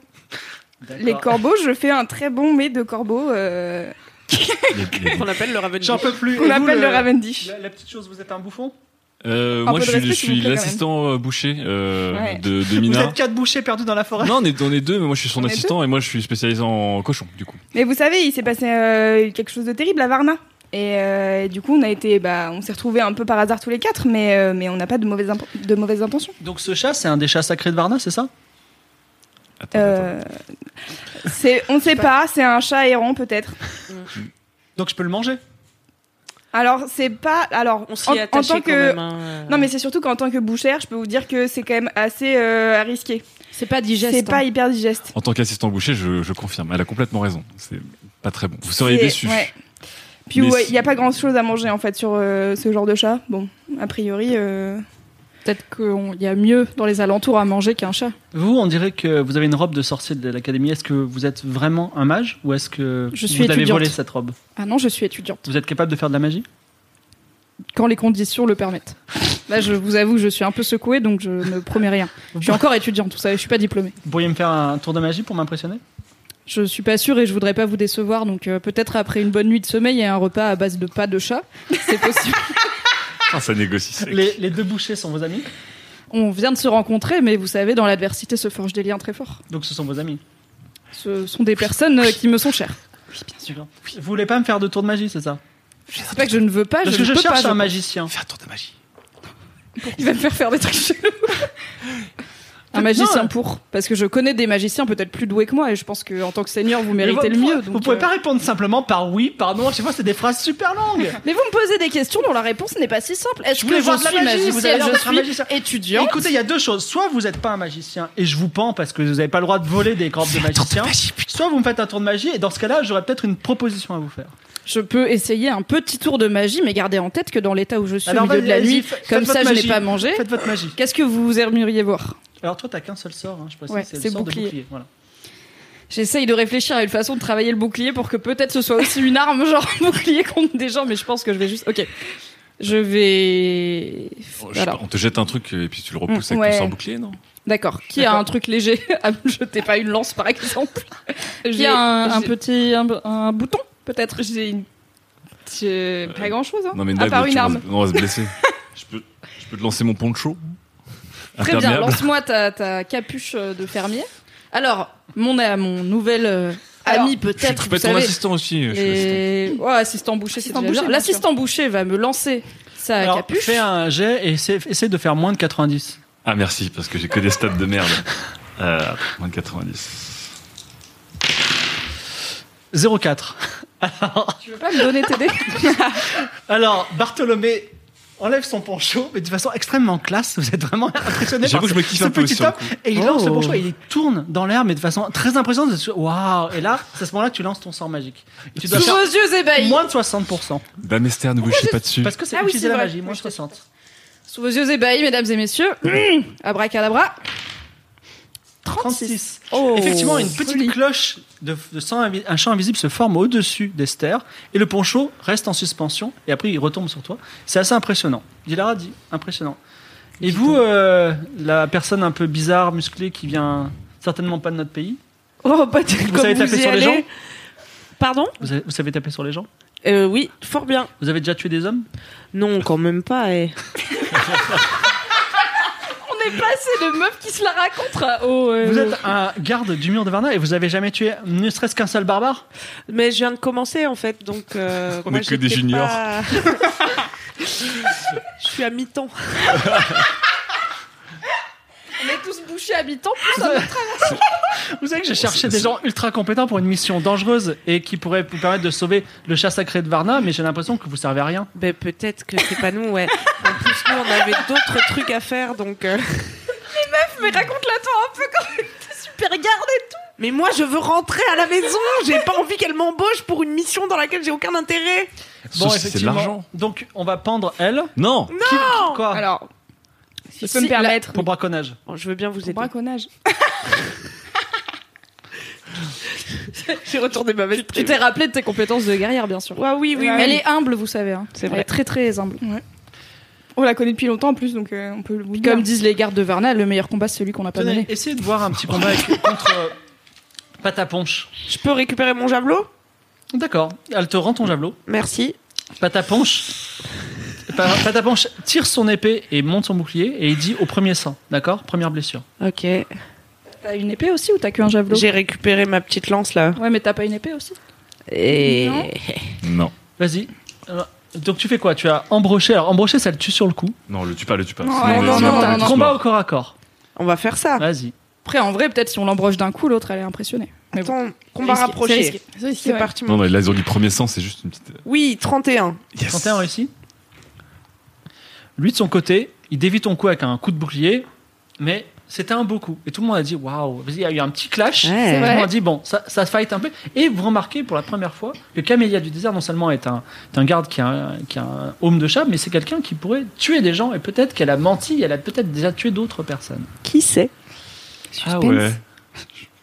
Les corbeaux, je fais un très bon mets de corbeaux. euh,
Il y a- il y a-
qu'on appelle le Raven
J'en peux plus.
qu'on
Et vous,
appelle le Ravendish.
La, la petite chose, vous êtes un bouffon
Euh,
Un
moi,
peu
je
de
suis,
respect,
je
s'il vous
suis
plaît, quand
l'assistant euh, boucher euh,
Ouais.
de, de
Vous
Mina.
êtes quatre bouchers perdus dans la forêt.
<laughs> Non, on est, on est deux, mais moi je suis son
On est
assistant et moi je suis spécialisé en cochon, du coup.
Mais vous savez, il s'est passé euh, quelque chose de terrible à Varna. Et, euh, et du coup, on a été, bah, on s'est retrouvés un peu par hasard tous les quatre, mais, euh, mais on n'a pas de mauvaises, impo- de mauvaises intentions.
Donc ce chat, c'est un des chats sacrés de Varna, c'est ça
Ah,
Attends,
Euh, c'est, on ne sait pas, c'est un chat errant peut-être.
Donc je peux le manger.
Alors c'est pas, alors
On
en-
s'y est
en
attaché
tant
quand
que,
même. hein.
non mais c'est surtout qu'en tant que bouchère, je peux vous dire que c'est quand même assez euh, à risquer.
C'est pas digeste.
C'est pas
hein.
hyper digeste.
En tant qu'assistant boucher, je, je confirme, elle a complètement raison. C'est pas très bon. Vous seriez
C'est-
déçus.
ouais. Puis
Mais
ouais, il
si-
n'y a pas grand-chose à manger en fait sur euh, ce genre de chat. Bon, a priori. euh,
Peut-être qu'il y a mieux dans les alentours à manger qu'un chat.
Vous, on dirait que vous avez une robe de sorcier de l'académie. Est-ce que vous êtes vraiment un mage ou est-ce que
Je suis
vous l'avez
étudiante.
volée cette robe
Ah non, je suis étudiante.
Vous êtes capable de faire de la magie
Quand les conditions le permettent. Là, je vous avoue, je suis un peu secouée, donc je ne promets rien. Je suis encore étudiante, vous savez, je suis pas diplômée.
Vous pourriez me faire un tour de magie pour m'impressionner
Je suis pas sûre et je voudrais pas vous décevoir, donc euh, peut-être après une bonne nuit de sommeil et un repas à base de pas de chat, c'est possible.
<laughs> Ah, ça négocie. sec.
les, les deux bouchers sont vos amis
On vient de se rencontrer, mais vous savez, dans l'adversité se forgent des liens très forts.
Donc ce sont vos amis.
Ce sont des personnes euh, qui me sont chères.
Oui, bien sûr. Vous voulez pas me faire de tour de magie, c'est ça
C'est pas que je ne veux pas,
Parce que
je ne
Ah, je
peux
cherche
pas.
un
je-
magicien.
Fais un tour de magie.
Il va me faire faire des trucs chelous. Un magicien
Non.
pour. Parce que je connais des magiciens peut-être plus doués que moi et je pense que en tant que seigneur, vous
Mais
méritez le
vous-
mieux.
Vous
donc,
pouvez
euh,
pas répondre simplement par oui, par non. Je sais pas, c'est des phrases super longues.
Mais vous me posez des questions dont la réponse n'est pas si simple.
Je
Est-ce que
voulais
je
voir de la
suis
magie, vous avez
magicienne
l'air
Je
d'être un
suis
magicien.
étudiante.
Écoutez, il y a deux choses. Soit vous n'êtes pas un magicien et je vous pends parce que vous n'avez pas le droit de voler des cordes de magicien. Soit vous me faites un tour de magie et dans ce cas-là, j'aurais peut-être une proposition à vous faire.
Je peux essayer un petit tour de magie, mais gardez en tête que dans l'état où je suis,
Alors,
au milieu de la
vas-y,
nuit,
faites
comme
votre
ça, je n'ai
magie.
pas mangé.
Faites votre magie.
Qu'est-ce que vous aimeriez voir
Alors toi, t'as qu'un seul sort. hein, Je précise,
Ouais,
c'est le
c'est
sort
bouclier.
de bouclier. Voilà.
J'essaye de réfléchir à une façon de travailler le bouclier pour que peut-être ce soit aussi une arme, <laughs> genre un bouclier contre des gens, mais je pense que je vais juste. Ok. Je vais.
Oh, je sais
Alors,
pas, on te jette un truc et puis tu le repousses avec
ouais.
ton sort bouclier, non
d'accord. Qui a un truc léger à me jeter Pas une lance, par exemple. <laughs> Qui
j'ai-
a un, un
j'ai-
petit. un, un bouton, peut-être
J'ai une-
euh,
j'ai pas grand chose,
Euh,
hein,
Oh,
Non, mais
à
Nag,
part
tu
une
vas-
arme.
on va se blesser. je, peux, je peux te lancer mon poncho
Très bien,
Imperméable.
lance-moi ta, ta capuche euh, de fermier. Alors, mon, euh, mon nouvel euh,
Alors,
ami
Je,
peut-être,
je
vous
peux être ton
savez...
assistant aussi. je suis assistant.
les- Ouais, assistant boucher, c'est
Assistant
déjà bien.
boucher, bien
L'assistant boucher va me lancer sa
Alors,
capuche.
fais un jet et essaie, essaie de faire moins de 90.
Ah, merci, parce que j'ai que des stats de merde. Euh, moins de 90.
0,4.
Tu veux pas me donner
<laughs>
tes dés
Alors, Bartholomé enlève son poncho, mais de façon extrêmement classe. Vous êtes vraiment impressionné par
J'avoue, je
ce,
me kiffe
ce
un peu
petit
sur le
homme. Et il lance
Oh.
le poncho et il tourne dans l'air, mais de façon très impressionnante. Vous êtes sûr, Waouh Et là, c'est à ce moment-là que tu lances ton sort magique. Et tu dois
Sous
faire
vos yeux ébahis.
moins de 60%.
Damester, ne bouchez pas dessus.
Parce que c'est
Ah oui,
utiliser
c'est
la
vrai.
magie, moins de
Oui, je sais.
60.
Sous vos yeux ébahis, mesdames et messieurs. Mmh. <clears throat> Abracadabra.
36.
Oh,
Effectivement, une petite
joli.
cloche de, de sang invi- un champ invisible se forme au-dessus d'Esther et le poncho reste en suspension et après il retombe sur toi. C'est assez impressionnant. Dilara dit impressionnant. Et vous, euh, la personne un peu bizarre, musclée qui vient certainement pas de notre pays,
Oh, pas du tout.
savez taper sur les gens
Pardon
vous, avez- vous savez taper sur les gens
Euh, Oui, fort bien.
Vous avez déjà tué des hommes
Non, quand même pas. eh.
On est passé de meuf qui se la raconte. à- Oh, euh,
Vous êtes un garde du mur de Varna et vous avez jamais tué ne serait-ce qu'un seul barbare
Mais je viens de commencer en fait, donc. euh,
<laughs> On
moi,
est que des
j'étais
juniors.
pas- <laughs> Je suis à mi-temps.
On est tous bouchés habitants.
Vous savez que j'ai cherché des gens ultra compétents pour une mission dangereuse et qui pourraient vous permettre de sauver le chat sacré de Varna, mais j'ai l'impression que vous servez à rien.
Ben peut-être que c'est pas nous, ouais. En plus, nous, on avait d'autres trucs à faire, donc. euh.
Mais raconte-la toi un peu quand même. T'es super garde et tout.
Mais moi, je veux rentrer à la maison. J'ai pas envie qu'elle m'embauche pour une mission dans laquelle j'ai aucun intérêt.
Bon,
Sauf si c'est de
effectivement.
l'argent.
Donc, on va pendre elle.
Non
Qui- qui- quoi
Alors, si je peux
Si,
me permettre,
Pour braconnage.
Bon, je veux bien vous
pour
aider.
braconnage.
J'ai retourné ma veste.
Tu t'es rappelé de tes compétences de guerrière, bien sûr.
Ouais, oui, oui, oui.
Elle est humble, vous savez. hein.
C'est
Elle
vrai.
est très très humble.
On la connaît depuis longtemps en plus, donc euh, on peut le vous dire.
Comme disent les gardes de Varna, le meilleur combat c'est celui qu'on n'a pas
Tenez,
mené.
essayez de voir un petit combat avec- contre euh, Pataponche.
Je peux récupérer mon javelot
D'accord. Elle te rend ton javelot.
Merci.
Pataponche. Pa- Pataponche tire son épée et monte son bouclier et il dit au premier sang. D'accord Première blessure.
Ok.
T'as une épée aussi ou t'as qu'un javelot
J'ai récupéré ma petite lance là.
Ouais, mais t'as pas une épée aussi
Et.
Non.
Non.
Vas-y. Alors, Donc tu fais quoi Tu as embroché. Alors embroché, ça le tue sur le coup.
Non, le tue pas, le tue pas.
Non,
Sinon,
ouais,
on est-
non,
on est
non,
complètement
non, Ah. non.
Combat
mort.
au corps à corps.
On va faire ça.
Vas-y.
Après, en vrai, peut-être si on l'embroche d'un coup, l'autre elle est impressionnée. Mais bon.
Attends, combat
C'est risqué, c'est
rapproché.
risqué. C'est risqué,
C'est
ouais.
parti.
Non, non, là, ils ont dit premier sang, c'est juste une petite. euh,
Oui, 31.
31 réussi. Lui, de son côté, il dévie ton coup avec un coup de bouclier, mais c'était un beau coup. Et tout le monde a dit waouh. Vas-y, Il y a eu un petit clash.
Ouais.
Tout le
vrai.
monde a dit bon, ça, ça fight un peu. Et vous remarquez pour la première fois que Camélia du désert, non seulement est un, est un garde qui a un, qui a un homme de chat, mais c'est quelqu'un qui pourrait tuer des gens. Et peut-être qu'elle a menti, elle a peut-être déjà tué d'autres personnes.
Qui c'est
Ah
Ouais.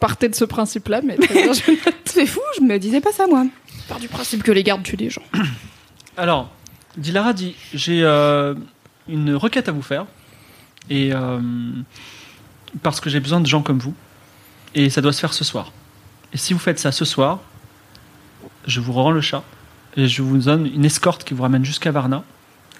Partez de ce principe-là, mais
<laughs>
très bien, je
C'est fou, je me disais pas ça moi.
pars du principe que les gardes tuent des gens.
Alors, Dilara dit j'ai euh, une requête à vous faire. Et euh, parce que j'ai besoin de gens comme vous. Et ça doit se faire ce soir. Et si vous faites ça ce soir, je vous rends le chat. Et je vous donne une escorte qui vous ramène jusqu'à Varna.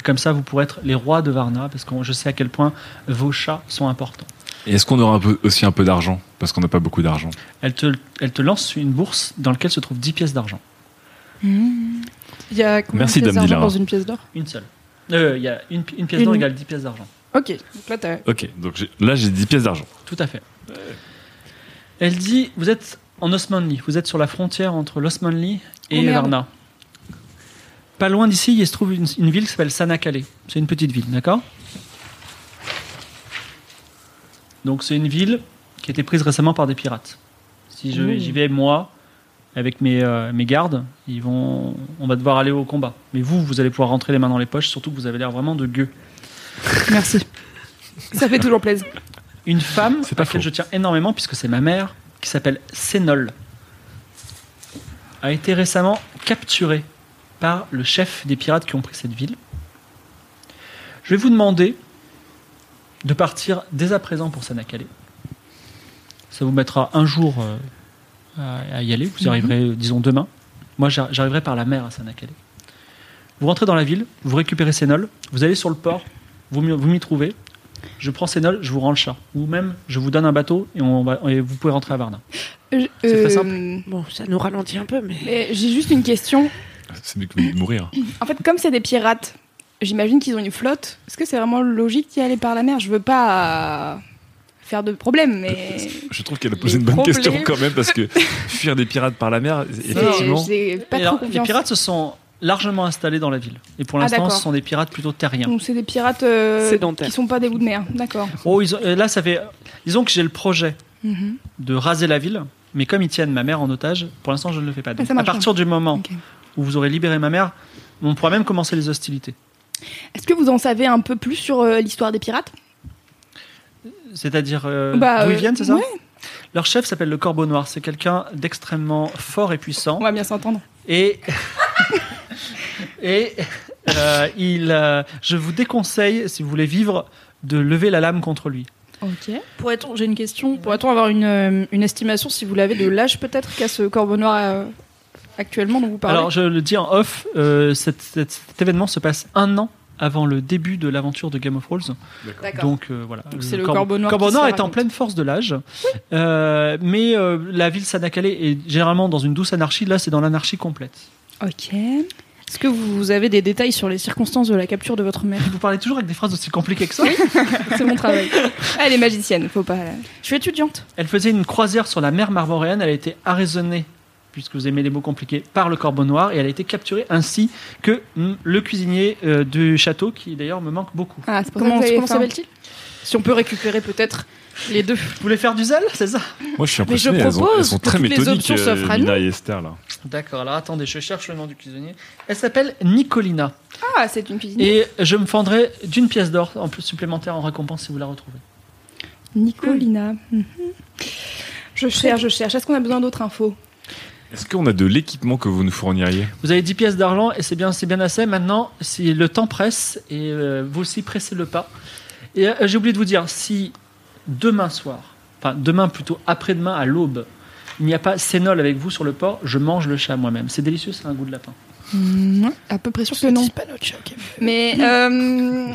Comme ça, vous pourrez être les rois de Varna. Parce que je sais à quel point vos chats sont importants.
Et est-ce qu'on aura un peu- aussi un peu d'argent Parce qu'on n'a pas beaucoup d'argent.
Elle te, elle te lance une bourse dans laquelle se trouvent 10 pièces d'argent.
Il y a combien
Merci,
de pièces
Dame
d'argent
Dilara.
dans une pièce d'or
Une seule. Euh, Il y a une, pi- une pièce d'or
Une.
égale 10 pièces d'argent.
Ok, donc là t'as.
Ok, donc j'ai- là, j'ai 10 pièces d'argent.
Tout à fait. Elle dit Vous êtes en Osmanli, vous êtes sur la frontière entre l'Osmanli
Oh,
et
merde.
Varna. Pas loin d'ici, il se trouve une, une ville qui s'appelle Sanakale. C'est une petite ville, d'accord Donc c'est une ville qui a été prise récemment par des pirates. Si je-
Oh.
Ouh.
j'y vais, moi, avec mes, euh, mes gardes, ils vont, on va devoir aller au combat. Mais vous, vous allez pouvoir rentrer les mains dans les poches, surtout que vous avez l'air vraiment de gueux.
Merci.
Ça fait toujours plaisir.
Une femme
C'est
à
pas
laquelle
faux.
je tiens énormément, puisque c'est ma mère, qui s'appelle Sénol, a été récemment capturée par le chef des pirates qui ont pris cette ville. Je vais vous demander de partir dès à présent pour Sanakale. Ça vous mettra un jour euh, à- à y aller. Vous y arriverez, euh, disons, demain. Moi, j'ar- j'arriverai par la mer à Sanakale. Vous rentrez dans la ville, vous récupérez Sénol, vous allez sur le port, vous m'y- vous m'y trouvez, je prends Sénol, je vous rends le chat. Ou même, je vous donne un bateau et, on va, et vous pouvez rentrer à Varna. C'est très simple.
Bon, ça nous ralentit un peu, mais.
Euh, Mais j'ai juste une question.
C'est mieux que
<laughs>
de mourir.
En fait, comme c'est des pirates, j'imagine qu'ils ont une flotte. Est-ce que c'est vraiment logique d'y aller par la mer Je veux pas euh, faire de problème, mais
Je trouve qu'elle a posé une
Les
bonne
problèmes.
question quand même,
<laughs>
parce que fuir des pirates par la mer, <laughs> effectivement.
j'ai j'ai pas
Et
trop
alors, les
confiance.
pirates se sont largement installés dans la ville. Et pour
Ah,
l'instant,
d'accord.
ce sont des pirates plutôt terriens.
Donc c'est des pirates euh,
Sédentaires.
qui sont pas des bouts de mer, d'accord.
Oh, ils ont- euh, là, ça fait. Disons que j'ai le projet
Mhm.
de raser la ville, mais comme ils tiennent ma mère en otage, pour l'instant, je ne le fais pas. Donc,
ça
à
marche
partir du moment
Ok.
où vous aurez libéré ma mère, on pourra même commencer les hostilités.
Est-ce que vous en savez un peu plus sur euh, l'histoire des pirates
C'est-à-dire euh,
Bah,
d'où ils
euh,
viennent, c'est ça
ouais.
Leur chef s'appelle le Corbeau Noir. C'est quelqu'un d'extrêmement fort et puissant.
On va bien s'entendre.
Et. <laughs> et. euh, il, euh, je vous déconseille, si vous voulez vivre, de lever la lame contre lui.
Ok. Pourrait-on, j'ai une question, pourrait-on avoir une, euh, une estimation, si vous l'avez, de l'âge peut-être qu'a ce corbeau noir euh, actuellement dont vous parlez
Alors, je le dis en off, euh, cet, cet- cet événement se passe un an avant le début de l'aventure de Game of Thrones. Donc, euh, voilà.
c'est le Corbeau Noir qui se
est en
raconte.
pleine force de l'âge. Euh, mais euh, la ville Sanakale est généralement dans une douce anarchie. Là, c'est dans l'anarchie complète.
Ok.
Est-ce que vous avez des détails sur les circonstances de la capture de votre mère
Vous parlez toujours avec des phrases aussi compliquées que ça.
C'est mon
<laughs>
travail. Elle est magicienne, faut pas.
Je suis étudiante.
Elle faisait une croisière sur la mer Marmoréenne, elle a été arraisonnée, puisque vous aimez les mots compliqués, par le corbeau noir, et elle a été capturée ainsi que mm, le cuisinier euh, du château, qui d'ailleurs me manque beaucoup.
Ah, c'est pour
Comment,
ça que vous avez
comment
faim.
s'appelle-t-il Si on peut récupérer peut-être les deux.
Vous voulez faire du zèle, c'est ça
Moi, je suis
Mais je
impressionné. Elles, ont- elles
propose
sont
que
très
toutes les
méthodiques,
options s'offrent à
euh, Mina et Esther, là.
D'accord, alors attendez, je cherche le nom du cuisinier. Elle s'appelle Nicolina,
Ah, c'est une cuisine.
et je me fendrai d'une pièce d'or en plus supplémentaire en récompense si vous la retrouvez.
Nicolina. Mhm. Je cherche, je cherche. Est-ce qu'on a besoin d'autres infos
Est-ce qu'on a de l'équipement que vous nous fourniriez
Vous avez 10 pièces d'argent, et c'est bien, c'est bien assez. Maintenant, si le temps presse, et euh, vous aussi pressez le pas. Et euh, j'ai oublié de vous dire, si demain soir, enfin demain plutôt après-demain à l'aube, il n'y a pas sénol avec vous sur le port, je mange le chat moi-même. C'est délicieux, c'est un goût de lapin.
Mmh, à peu près sûr que non.
pas notre chat qui
Mais euh,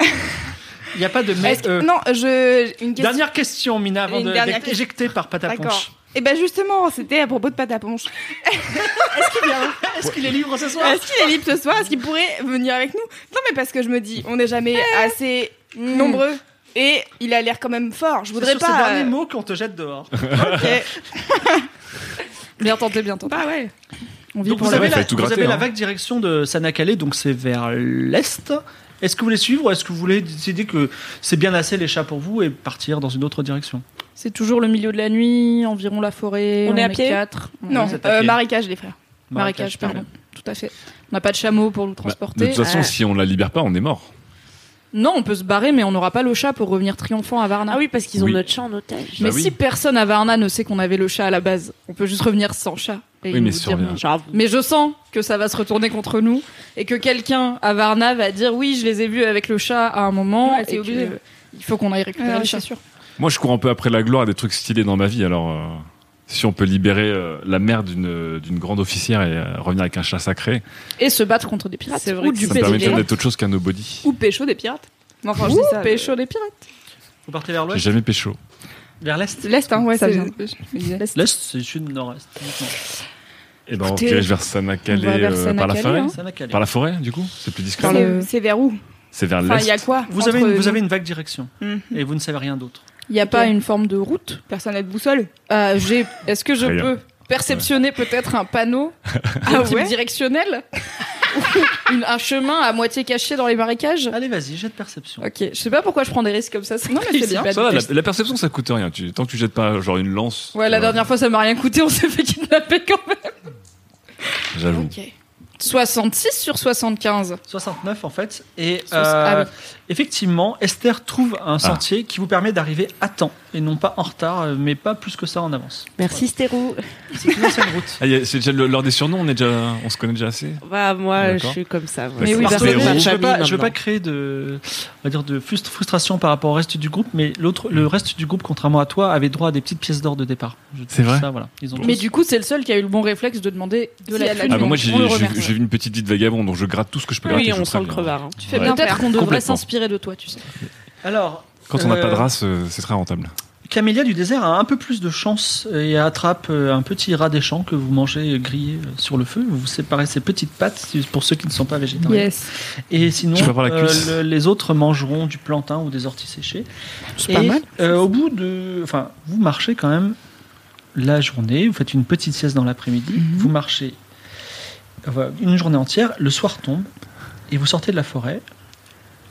Il n'y a pas de mais.
est-ce que-
euh,
non, je une question.
dernière question, Mina, avant
Une
de-
dernière
d'être
question.
éjectée par Pataponche.
D'accord. Et ben justement, c'était à propos de pâte à ponche. Est-ce qu'il vient
Est-ce qu'il est libre ce soir
Est-ce qu'il est libre ce soir Est-ce qu'il pourrait venir avec nous Non, mais parce que je me dis, on n'est jamais assez nombreux. Et il a l'air quand même fort. Je voudrais
C'est sur ces
pas. euh,
derniers mots qu'on te jette dehors.
Bien tenté, bien tenté.
Bah ouais.
On vit
Donc
pour
vous
le
avez,
Faut
la,
tout
vous
gratter,
avez la
hein.
vague direction de Sanakale, donc c'est vers l'est. Est-ce que vous voulez suivre ou est-ce que vous voulez décider que c'est bien assez les chats pour vous et partir dans une autre direction
C'est toujours le milieu de la nuit, environ la forêt.
On est à pied
quatre.
Non,
vous êtes à
euh,
pied.
marécage, les frères.
Marécage, pardon. Tout à fait. On n'a pas de chameau pour le
Bah,
transporter.
de toute façon,
Euh,
si on la libère pas, on est mort.
Non, on peut se barrer, mais on n'aura pas le chat pour revenir triomphant à Varna.
Ah oui, parce qu'ils ont
Oui.
notre chat en otage.
Bah
mais
oui.
si personne à Varna ne sait qu'on avait le chat à la base, on peut juste revenir sans chat. et
Oui, mais
nous
si
dire
on revient-
non.
J'avoue.
Mais je sens que ça va se retourner contre nous et que quelqu'un à Varna va dire oui, je les ai vus avec le chat à un moment.
Ouais, c'est
et
obligé.
que Il faut qu'on aille récupérer
Ouais,
le
Euh, c'est
chat.
sûr.
Moi, je cours un peu après la gloire et des trucs stylés dans ma vie. Alors, euh, si on peut libérer euh, la mère d'une d'une grande officière et euh, revenir avec un chat sacré,
Et se battre contre des pirates.
C'est vrai
Ou
que
du
ça me permettrait
péril.
d'être autre chose qu'un nobody.
Ou pécho des pirates. Mais enfin, je
Ouh,
dis ça.
pécho des pirates.
Vous partez vers
J'ai
l'ouest
jamais pécho.
Vers l'est
L'Est, hein, ouais,
Ça
c'est-
vient.
je me disais.
L'est, c'est sud-nord-est. uniquement.
Et ben, on se
Écoutez,
dirige vers
on
Sanakale
va vers
euh, par la
Sanakale,
forêt.
hein.
Sanakale.
Par la forêt, du coup C'est plus discret.
Par
C'est- euh,
le-
C'est vers où
C'est vers
Enfin, il y a
l'est.
quoi
Vous
entre
avez, une, vous
nous
avez une vague direction
Mhm.
et vous ne savez rien d'autre.
Il n'y a pas
Ok.
une forme de route.
Personne n'a de boussole.
Euh, j'ai- Est-ce que je
Rien.
peux perceptionner peut-être un
<laughs>
panneau de
Ah
type
ouais
directionnel Ou une- Un chemin à moitié caché dans les marécages
Allez, vas-y, jet de perception.
Ok, je sais pas pourquoi je prends des risques comme ça. Non,
mais c'est bien.
Ça va, la, la perception, ça coûte rien. Tu- tant que tu jettes pas genre une lance. euh,
Ouais, la dernière fois ça m'a rien coûté, on s'est fait kidnapper quand même.
fois. J'avoue.
66 sur 75.
69 en fait. Et
Soix- ah
euh,
oui.
effectivement, Esther trouve un
Ah.
sentier qui vous permet d'arriver à temps et non pas en retard, euh, mais pas plus que ça en avance.
Merci, Stérou.
Voilà. C'est une ancienne route.
Ah, y a- c'est déjà le- l'heure des surnoms, on, est déjà, on se connaît déjà assez
Bah, moi, je
D'accord.
suis comme ça. moi.
Mais oui,
Parce que
Barthélemy,
ma
je veux
famille,
pas, je veux pas
maintenant.
créer de, on va dire de frust- frustration par rapport au reste du groupe, mais l'autre,
Mm.
le reste du groupe, contrairement à toi, avait droit à des petites pièces d'or de départ. Je te
C'est
dis
vrai
ça, voilà. Ils ont
Mais
tous-
du coup, c'est le seul qui a eu le bon réflexe de demander de
S'il y a
la
de
thune,
la
Ah bah
donc
moi j'ai
on le
j'ai-
remercie.
j'ai une petite dite vagabonde donc je gratte tout ce que je peux gratter.
Oui,
je
on
vous
sent le
préviens.
crevard. hein.
Tu fais
Ouais.
bien Peut-être qu'on devrait
Complètement.
s'inspirer de toi, tu sais.
Alors.
Quand on n'a pas de
euh,
race, euh, c'est très rentable.
Camélia du désert a un peu plus de chance et attrape euh, un petit rat des champs que vous mangez euh, grillé euh, sur le feu. Vous vous séparez ses petites pattes si- pour ceux qui ne sont pas végétariens.
Yes.
Et sinon,
Je peux avoir la
euh,
cuisse.
le- les autres mangeront du plantain ou des orties séchées.
C'est pas
Et,
mal.
euh, au bout de, enfin, vous marchez quand même la journée. Vous faites une petite sieste dans l'après-midi.
Mhm.
Vous marchez enfin, une journée entière. Le soir tombe et vous sortez de la forêt.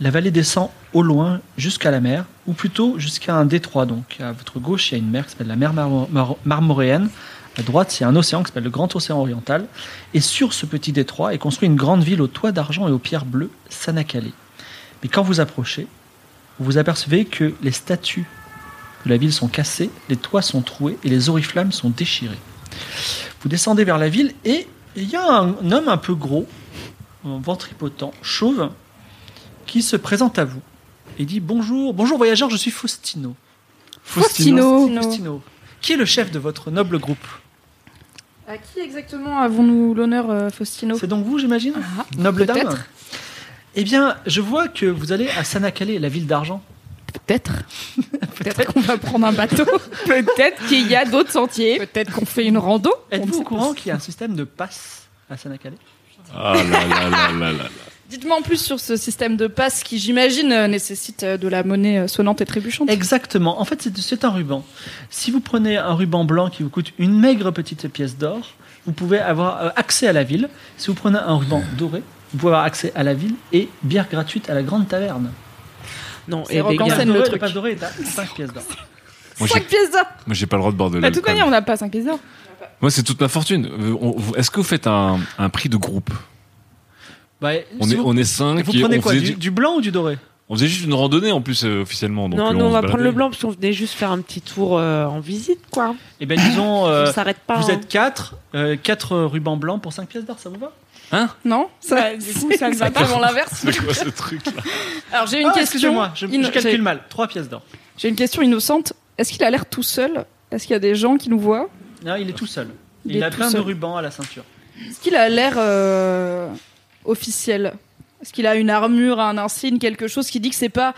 La vallée descend au loin jusqu'à la mer, ou plutôt jusqu'à un détroit. Donc, à votre gauche, il y a une mer qui s'appelle la mer Marmo- Mar- Marmoréenne. À droite, il y a un océan qui s'appelle le Grand Océan Oriental. Et sur ce petit détroit est construite une grande ville aux toits d'argent et aux pierres bleues, Sanakale. Mais quand vous approchez, vous vous apercevez que les statues de la ville sont cassées, les toits sont troués et les oriflammes sont déchirés. Vous descendez vers la ville et il y a un, un homme un peu gros, en ventripotent, chauve, qui se présente à vous et dit Bonjour, bonjour voyageur, je suis Faustino.
Faustino.
Faustino. Qui est le chef de votre noble groupe
À qui exactement avons-nous l'honneur, euh, Faustino
C'est donc vous, j'imagine Noble dame
peut-être.
Eh bien, je vois que vous allez à Sanakale, la ville d'argent.
Peut-être. Peut-être qu'on va prendre un bateau.
<laughs> Peut-être qu'il y a d'autres sentiers.
Peut-être qu'on fait une rando. On ne
Êtes-vous
sait
au
pas.
courant qu'il y a un système de passe à Sanakale
Ah là là là là là.
Dites-moi en plus sur ce système de passe qui, j'imagine, euh, nécessite euh, de la monnaie euh, sonnante et trébuchante.
Exactement. En fait, c'est- c'est un ruban. Si vous prenez un ruban blanc qui vous coûte une maigre petite pièce d'or, vous pouvez avoir euh, accès à la ville. Si vous prenez un ruban doré, vous pouvez avoir accès à la ville et bière gratuite à la grande taverne.
Non,
C'est
et les
Rock en
gars,
scène.
doré,
le
le
truc.
passe doré est à 5 pièces d'or.
Moi
5
j'ai-
pièces d'or.
moi, j'ai pas le droit de boire de
Bah,
l'alcool.
De toute manière, on n'a pas 5 pièces d'or.
Moi c'est toute ma fortune. Euh, on- vous- Est-ce que vous faites un, un prix de groupe
Bah,
On
si
est
vous,
on est cinq.
vous
et
prenez
on
quoi
faisait
du, du blanc ou du doré
On faisait juste une randonnée en plus euh, officiellement. Donc, euh,
non, nous, on
se
va
baladait.
prendre le blanc parce qu'on venait juste faire un petit tour euh, en visite, quoi.
Eh bien, disons, <laughs> euh,
on s'arrête pas.
vous
hein.
êtes 4, 4 rubans blancs pour 5 pièces d'or, ça vous va
Hein
Non Bah,
Ça, du coup, ça ne va pas.
exactement l'inverse.
C'est quoi ce truc là
Alors j'ai une
Ah,
question.
Excusez-moi, je,
ino-
je calcule
j'ai-
mal. 3 pièces d'or.
J'ai une question innocente. Est-ce qu'il a l'air tout seul Parce qu'il y a des gens qui nous voient.
Non, Ah, il est tout seul.
Il
Il,
est
a
tout
plein
seul.
de rubans à la ceinture.
Est-ce qu'il a l'air euh, officiel Est-ce qu'il a une armure, un insigne, quelque chose qui dit que c'est pas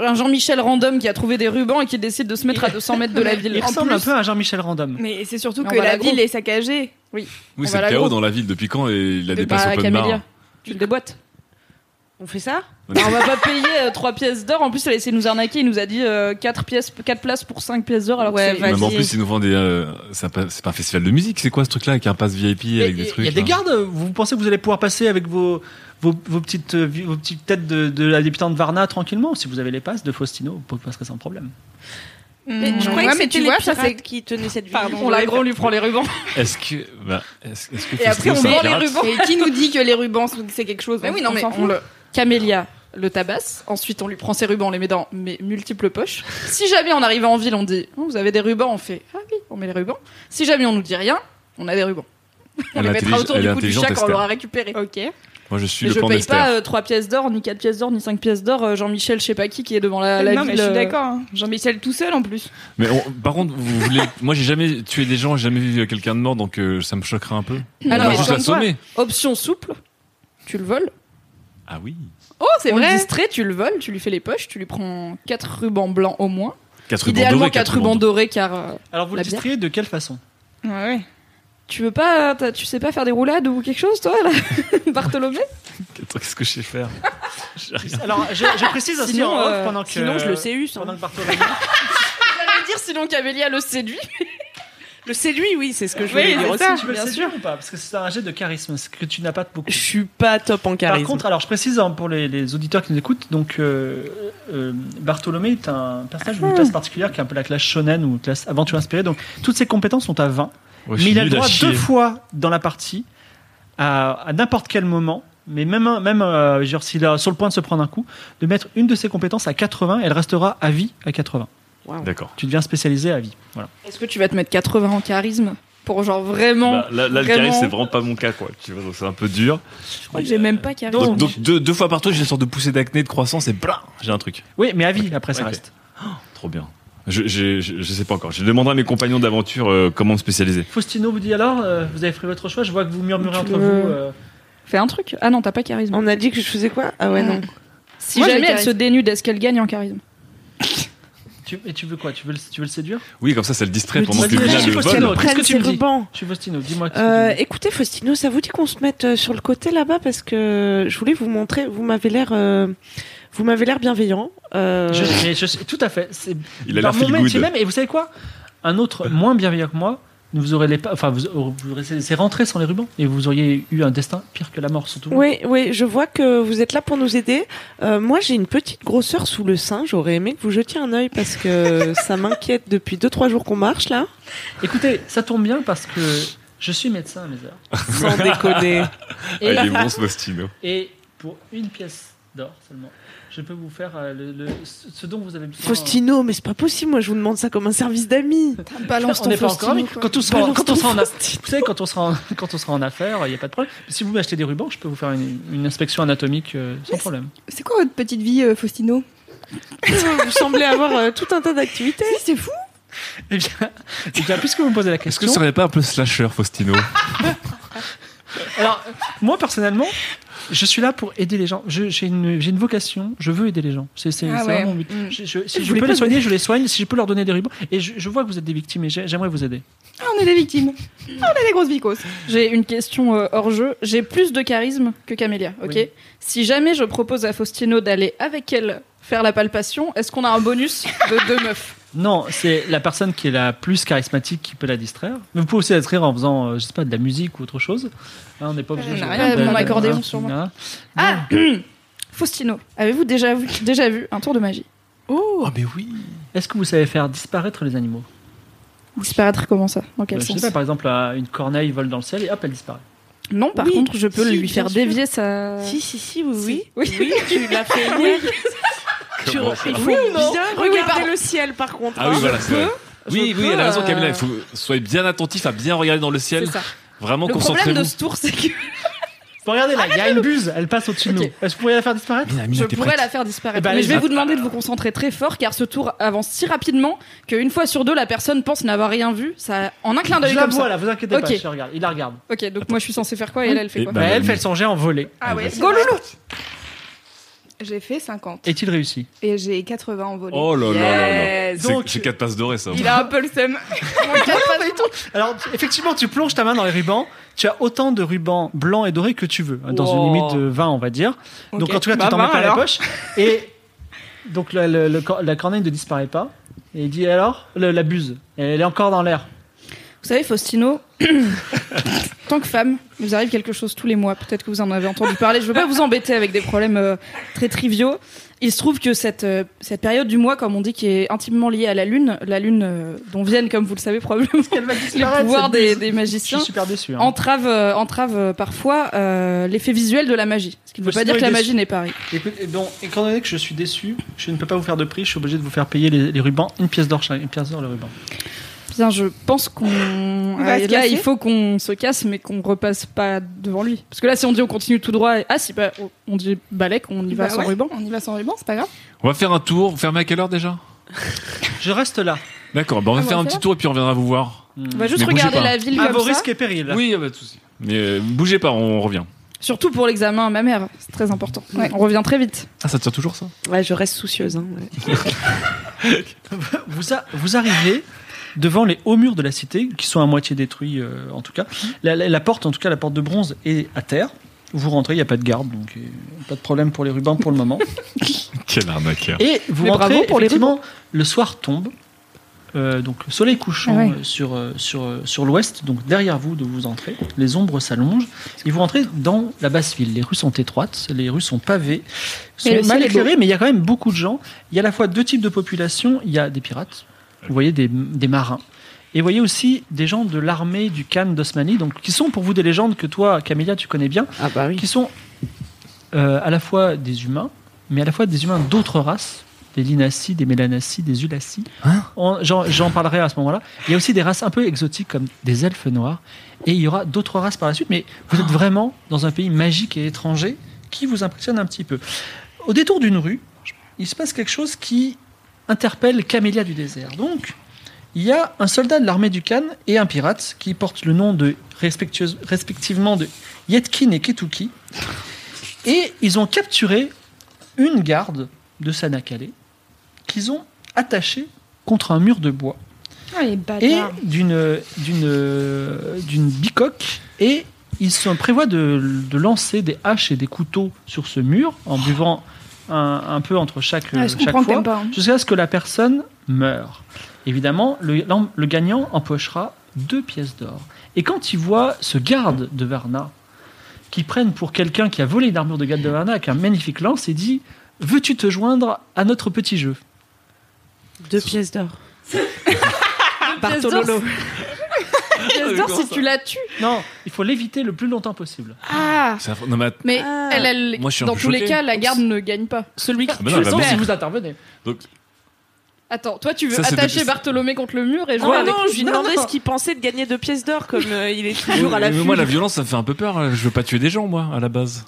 un Jean-Michel random qui a trouvé des rubans et qui décide de se mettre à 200
<laughs>
mètres de la ville
Il
En
ressemble
plus,
un peu à Jean-Michel Random.
Mais c'est surtout
Mais
que
on va à
la
la
ville
groupe.
est saccagée.
On
Oui,
va
c'est
à
le
la
chaos
groupe.
dans la ville depuis quand et la
de-
dépasse
bah,
open
Camélia,
bar.
tu le déboîtes.
On fait ça
Ah, on va pas payer 3 pièces d'or. En plus, il a essayé de nous arnaquer. Il nous a dit 4 pièces, quatre places pour 5 pièces d'or. Alors que
Ouais,
c'est-
vas-y.
Non, mais en plus, ils nous vendent des. euh, c'est pas c'est pas un festival de musique, c'est quoi ce truc-là avec un pass VIP avec
Mais
des
Il
trucs hein
y a des
là
gardes. Vous pensez que vous allez pouvoir passer avec vos, vos, vos petites, euh, vos petites têtes de, de la députante Varna tranquillement Si vous avez les passes de Faustino, vous passerez sans problème.
Mais
Mmh.
je croyais
Ouais,
que
mais
c'était
tu
les
vois, ça,
pirates
c'est-
qui tenaient cette ville.
Pardon, on l'a gros, on lui prend les rubans.
Est-ce que. Bah, est-ce est-ce
<laughs>
que
Et après,
Faustino,
on
c'est un
vend les
pirate
rubans.
Et qui nous dit que les rubans, sont- c'est quelque chose hein.
Mais oui, non,
on
mais
s'en
on
fout.
le- Camélia le tabasse. Ensuite, on lui prend ses rubans, on les met dans mes multiples poches. Si jamais on arrive en ville, on dit Oh, Vous avez des rubans On fait Ah oui, on met les rubans. Si jamais on nous dit rien, on a des rubans. On
Elle
les
est
mettra
intelligente-
autour
elle
du
est
cou du
intelligente,
chat quand on
Esther.
l'aura récupéré.
Ok.
Moi, je suis
Mais
le
je
plan
paye
d'Esther.
pas 3 pièces d'or, ni 4 pièces d'or, ni 5 pièces d'or. euh, Jean-Michel, je sais pas qui, qui est devant la, la
non,
ville.
mais je suis
euh,
d'accord. hein. Jean-Michel tout seul en plus.
Mais on- par contre, vous voulez. Moi, j'ai jamais tué des gens, j'ai jamais vu quelqu'un de mort, donc euh, ça me choquerait un peu.
Alors,
on va juste
comme toi.
l'assommer.
Option souple, tu le voles.
Ah oui.
Oh,
c'est
On
vrai.
le distrait, tu le voles, tu lui fais les poches, tu lui prends 4 rubans blancs au moins.
4
Idéalement 4 rubans dorés car euh,
Alors vous
La
le
bière
distriez de quelle façon
Ouais, ouais.
tu veux pas euh, t'as- tu sais pas faire des roulades ou quelque chose toi là <laughs> Bartholomé
Qu'est-ce que je sais faire
Alors je, je précise aussi
Sinon,
en off
euh,
pendant que
Sinon, je le sais hein. eu.
pendant que <laughs> Bartholomew-
J'allais dire sinon Camélia le séduit.
Le séduit, oui, c'est ce que je
Oui,
voulais
c'est
dire
ça.
aussi.
tu veux le
bien
séduire ou pas Parce que c'est un jet de charisme, ce que tu n'as pas beaucoup.
Je suis pas top en
Par
charisme.
contre, alors je précise hein, pour les, les auditeurs qui nous écoutent, donc euh, euh, Bartholomé est un personnage
Ah.
d'une classe particulière qui est un peu la classe shonen ou classe aventure inspirée. Donc toutes ses compétences sont à 20,
Oh,
mais il a le droit deux fois dans la partie à, à n'importe quel moment. Mais même, un- même euh, genre, s'il est sur le point de se prendre un coup, de mettre une de ses compétences à 80, elle restera à vie à 80.
D'accord.
Tu deviens spécialisé à vie. Voilà.
Est-ce que tu vas te mettre 80 en charisme pour genre vraiment
Bah, là, là, le
Vraiment.
charisme, c'est vraiment pas mon cas, quoi. Tu vois, donc c'est un peu dur.
je crois que j'ai même pas charisme.
Donc, donc, deux, deux fois par tour, j'ai une sorte de poussée d'acné, de croissance et blah, j'ai un truc.
Oui, mais à vie, après ça
Ok.
reste.
Trop bien. Je, je, je, je sais pas encore. Je demanderai à mes compagnons d'aventure euh, comment me spécialiser.
Faustino vous dit alors, euh, vous avez pris votre choix, je vois que vous murmurez
Tu
entre
veux-
vous. euh,
Fais un truc. Ah non, t'as pas charisme.
On a dit que je faisais quoi Ah ouais, non.
Si
Moi, j'ai
jamais elle
charisme.
se dénude, est-ce qu'elle gagne en charisme
tu, et tu veux quoi tu veux, le, tu veux le séduire
Oui, comme ça, ça le distrait
Le
pendant que
distrait,
Lina
je
le
suppose qu'il y a
vole.
d'autres. Qu'est-ce que tu me dis
rubans.
Je suis Faustino, dis-moi. qu'est-ce que
Euh,
tu dis.
écoutez, Faustino, ça vous dit qu'on se mette euh, sur le côté là-bas parce que je voulais vous montrer. Vous m'avez l'air, euh, vous m'avez l'air bienveillant. euh,
Je- mais je sais- tout à fait. c'est-
Il a
par
l'air
mon
feel
métier
good.
même, et vous savez quoi Un autre moins bienveillant que moi, vous aurez les, pa- enfin, vous, vous aurez- c'est rentré sans les rubans et vous auriez eu un destin pire que la mort, surtout. vous.
Oui, oui, je vois que vous êtes là pour nous aider. Euh, moi, j'ai une petite grosseur sous le sein. J'aurais aimé que vous jetiez un œil parce que ça m'inquiète depuis deux trois jours qu'on marche là.
Écoutez, ça tombe bien parce que je suis médecin à mes heures.
Sans déconner.
Ah,
Et,
il est bon, ce Faustino.
et pour une pièce d'or seulement, je peux vous faire euh, le, le- ce ce dont vous avez besoin.
Faustino, mais c'est pas possible. Moi, je vous demande ça comme un service d'amis.
Balance
on
ton
n'est pas encore.
Faustino,
mais
quoi.
Quand on sera,
Balance
quand
ton
on sera en, a-
Faustino.
vous savez, quand on sera, en, <laughs> quand on sera en affaires, il n'y a pas de problème. Si vous m'achetez des rubans, je peux vous faire une, une inspection anatomique euh, sans
Oui,
problème.
C'est quoi votre petite vie, euh, Faustino
vous semblez avoir euh, tout un tas d'activités.
C'est fou.
Eh bien, eh bien, puisque vous me posez la
Est-ce
question,
que ça serait pas un peu slasher, Faustino
alors moi personnellement, je suis là pour aider les gens. Je- J'ai une, j'ai une vocation. Je veux aider les gens. C'est c'est-
Ah
c'est
ouais.
vraiment mon but.
Mm.
Je- je- si
Je
je,
voulais
peux
pas-
les soigner, je les soigne. Si je peux leur donner des rubans, et je, je vois que vous êtes des victimes, et j'ai- j'aimerais vous aider.
Ah, on est des victimes. Ah, on a des grosses vicoses.
J'ai une question euh, hors jeu. J'ai plus de charisme que Camélia, ok
Oui.
Si jamais je propose à Faustino d'aller avec elle faire la palpation, est-ce qu'on a un bonus de deux meufs
Non, c'est la personne qui est la plus charismatique qui peut la distraire. Mais vous pouvez aussi la distraire en faisant, euh, je sais pas, de la musique ou autre chose. Hein, on n'est pas obligé.
Euh,
de-
rien,
de-
mon
de-
accordéon,
hein,
sûrement.
hein.
Ah Faustino, avez-vous déjà vu, déjà vu un tour de magie
Oh,
mais oui
Est-ce que vous savez faire disparaître les animaux
Disparaître comment ça Dans quel
Euh, Je sais
sens
pas, par exemple, euh, une corneille vole dans le ciel et hop, elle disparaît.
Non, par
Oui,
contre, je peux
si,
lui
bien
faire
sûr.
dévier sa.
Si, si, si, oui, oui.
Oui.
tu l'as fait hier. Tu
Comment
re-
ça
il faut
Oui ou non
bien
Oui, oui,
regarder
pardon.
le ciel, par contre.
Ah oui,
hein.
voilà, c'est vrai.
Je
Oui, oui,
peux,
elle a raison,
euh,
Camilla. Il faut soyez bien attentif à bien regarder dans le
C'est
ciel.
ça.
Vraiment
Le problème de
concentrez-vous.
ce tour, c'est que.
Bon, regardez là, il y a une buse, elle passe au-dessus de
Ok.
nous. Est-ce que vous pourriez la faire disparaître
Je pourrais la faire disparaître.
Eh ben,
mais je vais
allez-y.
vous demander de vous concentrer très fort car ce tour avance si rapidement qu'une fois sur deux, la personne pense n'avoir rien vu. Ça, en un clin d'œil
Je la
comme
vois
ça.
là, vous inquiétez pas,
Ok.
je la regarde. Il la regarde.
Ok, donc moi je suis censée faire quoi et elle, elle fait
Et
quoi
Bah,
Bah, elle
oui.
fait son jet en volée.
Ah ouais, c'est
Go
vrai.
loulou
J'ai fait 50
Est-il réussi
et j'ai 80 en volée.
Oh là là là là.
Yes.
C'est-
Donc-
C'est 4 passes dorées, ça.
Il a un peu le seum.
Alors, tu- effectivement, tu plonges ta main dans les rubans. Tu as autant de rubans blancs et dorés que tu veux, hein, dans
Wow.
une limite de 20, on va dire. Donc,
Ok.
en tout cas, tu
Bah,
t'en mets
20,
pas la
alors.
poche. Et donc, le- le- le cor- la corneille ne disparaît pas. Et il dit alors le- La buse, elle est encore dans
<laughs>
l'air.
Vous savez, Faustino, <coughs> tant que femme, il vous arrive quelque chose tous les mois. Peut-être que vous en avez entendu parler. Je veux pas vous embêter avec des problèmes euh, très triviaux. Il se trouve que cette, euh, cette période du mois, comme on dit, qui est intimement liée à la Lune, la Lune euh, dont viennent, comme vous le savez probablement, les pouvoirs des, des
Je suis
magiciens,
super déçu. hein.
entrave, euh, entrave euh, parfois euh, l'effet visuel de la magie. Ce qui ne veut
Faustino
pas dire que
est
la
déçu.
magie n'est pas ré-
Écoute, eh bon, étant donné que je suis déçu, je ne peux pas vous faire de prix, je suis obligé de vous faire payer les, les rubans, une pièce d'or, chaque- une pièce d'or le ruban.
Bien, je pense qu'on.
va
Ah,
se
là,
casser.
il faut qu'on se casse, mais qu'on repasse pas devant lui. Parce que là, si on dit on continue tout droit, et- ah si, bah, on- on dit balèque, on y va
Bah
sans
ouais,
ruban.
On y va sans ruban, c'est pas grave.
On va faire un tour. Fermé à quelle heure déjà
Je reste là.
D'accord, bah on va
Ah, on
faire
va
un
faire
petit tour et puis on reviendra vous voir.
On va Bah, juste
Mais bougez
regarder
pas.
la ville
À
comme
vos
ça.
risques et périls.
Oui, pas de souci. Mais euh, bougez pas, on revient.
Surtout pour l'examen, ma mère, c'est très important. On revient très vite.
Ah, ça tire toujours ça
Ouais, je reste soucieuse. Hein, ouais.
Vous, a- vous arrivez devant les hauts murs de la cité, qui sont à moitié détruits euh, en tout cas. La, la- la porte, en tout cas la porte de bronze, est à terre. Vous rentrez, il n'y a pas de garde, donc euh, pas de problème pour les rubans pour le moment.
Quel arnaqueur.
Et vous
Mais
rentrez,
bravo pour les
effectivement, le soir tombe. Euh, donc le soleil couchant
Ah ouais.
euh, sur, euh, sur, euh, sur l'ouest, donc derrière vous de vous entrez, les ombres s'allongent et vous rentrez dans la basse ville. Les rues sont étroites, les rues sont pavées, sont
Mais le
mal
ciel est
éclairées, mais il y a quand même beaucoup de gens. Il y a à la fois deux types de populations, il y a des pirates, vous voyez des, des marins, et vous voyez aussi des gens de l'armée du Khan d'Osmanie, donc qui sont pour vous des légendes que toi, Camélia, tu connais bien,
Ah bah oui.
qui sont euh, à la fois des humains, mais à la fois des humains d'autres races, des linacies, des mélanacies, des ulacies. On- J'en j'en parlerai à ce moment-là. Il y a aussi des races un peu exotiques comme des elfes noirs, et il y aura d'autres races par la suite, mais vous êtes vraiment dans un pays magique et étranger qui vous impressionne un petit peu. Au détour d'une rue, il se passe quelque chose qui interpelle Camélia du désert. Donc, il y a un soldat de l'armée du Khan et un pirate qui portent le nom de respectueuse- respectivement de Yetkin et Ketuki. Et ils ont capturé une garde de Sanakale qu'ils ont attachée contre un mur de bois
Ah, les
et
bâtards.
d'une d'une d'une bicoque et ils se prévoient de, de lancer des haches et des couteaux sur ce mur en buvant un, un peu entre chaque,
Ouais, je
Euh, chaque
comprends que
fois
t'aimes pas. hein.
jusqu'à ce que la personne meure. Évidemment, le, l'en- le gagnant empochera deux pièces d'or. Et quand il voit ce garde de Varna, qui prennent pour quelqu'un qui a volé une armure de garde de Varna avec un magnifique lance, il dit Veux-tu te joindre à notre petit jeu
Deux pièces d'or.
Bartololo.
mais
<laughs> J'adore
Ah, comment
si
ça
tu la tues.
Non, il faut l'éviter le plus longtemps possible.
Ah
C'est affreux. Non, mais att-
Mais
Ah.
elle, elle-
Moi, je suis un
dans
peu
tous les
choqué.
cas, la garde ne gagne pas. Celui qui.
Ah, bah
Je
non, elle va
sens
bien.
si vous intervenez.
Donc,
Attends, toi tu veux
Ça, c'est
attacher
des-
Bartholomé contre le mur et jouer
Ouais,
avec-
Oh non, je lui
Non,
demandais
non.
ce qu'il pensait de gagner deux pièces d'or, comme euh, il est toujours à
mais
la
moi, la violence, ça me fait un peu peur. hein. Je veux pas tuer des gens, moi, à la base.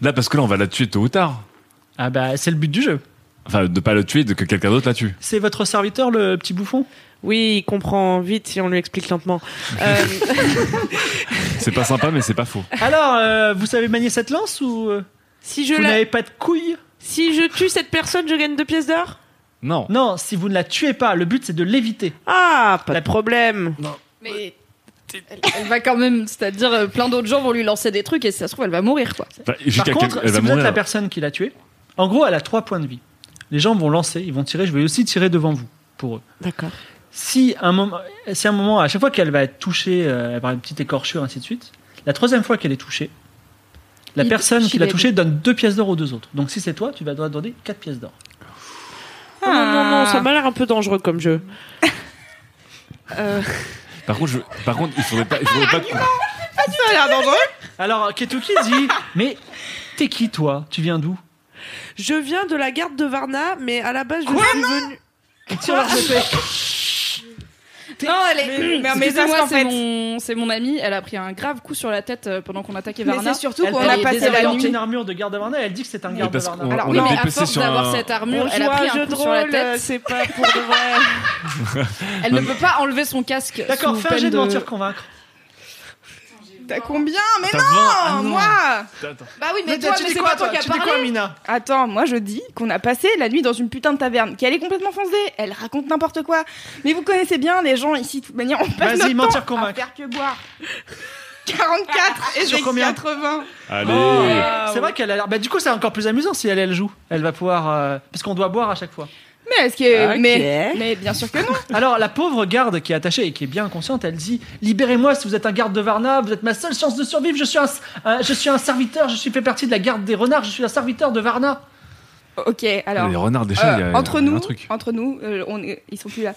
Là, parce que là, on va la tuer tôt ou tard.
Ah bah, c'est le but du jeu.
Enfin, de pas la tuer, de que quelqu'un d'autre la tue.
C'est votre serviteur, le petit bouffon
Oui, il comprend vite si on lui explique lentement. Euh,
C'est pas sympa, mais c'est pas faux.
<laughs> Alors, euh, vous savez manier cette lance ou euh,
si, je
vous
la-
n'avez pas de couilles
si je tue cette personne, je gagne deux pièces d'or
Non.
Non, si vous ne la tuez pas, le but c'est de l'éviter.
Ah, pas
La-
de problème.
Mais elle, elle va quand même, c'est-à-dire euh, plein d'autres gens vont lui lancer des trucs et si ça se trouve elle va mourir quoi.
Enfin, jusqu'à
Par contre,
quel-
si
elle va
vous êtes
mourir.
la personne qui l'a tué, en gros, elle a trois points de vie. Les gens vont lancer, ils vont tirer. Je vais aussi tirer devant vous pour eux.
D'accord.
Si un moment, si un moment, à chaque fois qu'elle va être touchée euh, par une petite écorchure, ainsi de suite, la troisième fois qu'elle est touchée, la
Il-
personne qui
il
l'a
est-
touchée donne deux pièces d'or aux deux autres. Donc si c'est toi, tu vas devoir donner quatre pièces d'or.
Oh non, non, non, ça m'a l'air un peu dangereux comme jeu.
Par contre, je... par contre, il faudrait pas, il faudrait
Ah,
pas. que-
Ça a l'air dangereux
Alors Ketuki
<laughs>
dit, mais t'es qui toi Tu viens d'où
Je viens de la garde de Varna, mais à la base, je suis venue...
Il tire leurs épées.
Non, elle est. Mais, mais, mais
Excusez-moi,
en
c'est
fait.
mon, c'est mon amie, elle a pris un grave coup sur la tête euh, pendant qu'on attaquait
Mais
Varna.
c'est surtout
Elle
qu'on
fait
a
des
passé la
désorientées.
nuit.
une armure de garde de Varna, elle dit que c'est un
Mais
garde de
parce
Varna.
qu'on-
Alors,
Alors
Ah, on
oui,
avait
mais à
passé
force
sur
d'avoir
un-
cette armure,
On
elle
joue
a
à
pris
un
un
jeu
coup sur la
de rôle,
tête.
c'est pas pour de vrai.
Elle ne peut pas enlever son casque.
D'accord,
sous
fais un
peine
jet de mentir convaincre.
T'as combien Mais
T'as ah, 20
non, moi
Bah oui, mais
Mais
toi,
tu
mais
dis
c'est
quoi,
pas toi
toi
qui as
Tu dis quoi,
parlé.
Mina
Attends, moi je dis qu'on a passé la nuit dans une putain de taverne, qu'elle est complètement foncée, elle raconte n'importe quoi. Mais vous connaissez bien les gens ici, de toute manière, on passe
Vas-y,
notre
mentir,
temps à
convaincre.
faire que boire. <laughs> 44 et
Sur
j'ai
combien
80.
Allez
Ah,
C'est vrai qu'elle a l'air. Bah, du coup, c'est encore plus amusant si elle, elle joue. Elle va pouvoir. euh, Parce qu'on doit boire à chaque fois.
Mais est-ce
Ah,
que
Ok.
Euh, mais, mais bien sûr que non.
Alors, la pauvre garde qui est attachée et qui est bien inconsciente, elle dit Libérez-moi si vous êtes un garde de Varna, vous êtes ma seule chance de survivre, je suis un, un- je suis un serviteur, je suis fait partie de la garde des renards, je suis un serviteur de Varna.
OK, alors
Les renards, déjà,
euh,
il y a
entre,
il y a
nous,
un truc.
entre nous, euh, on est- ils sont plus là.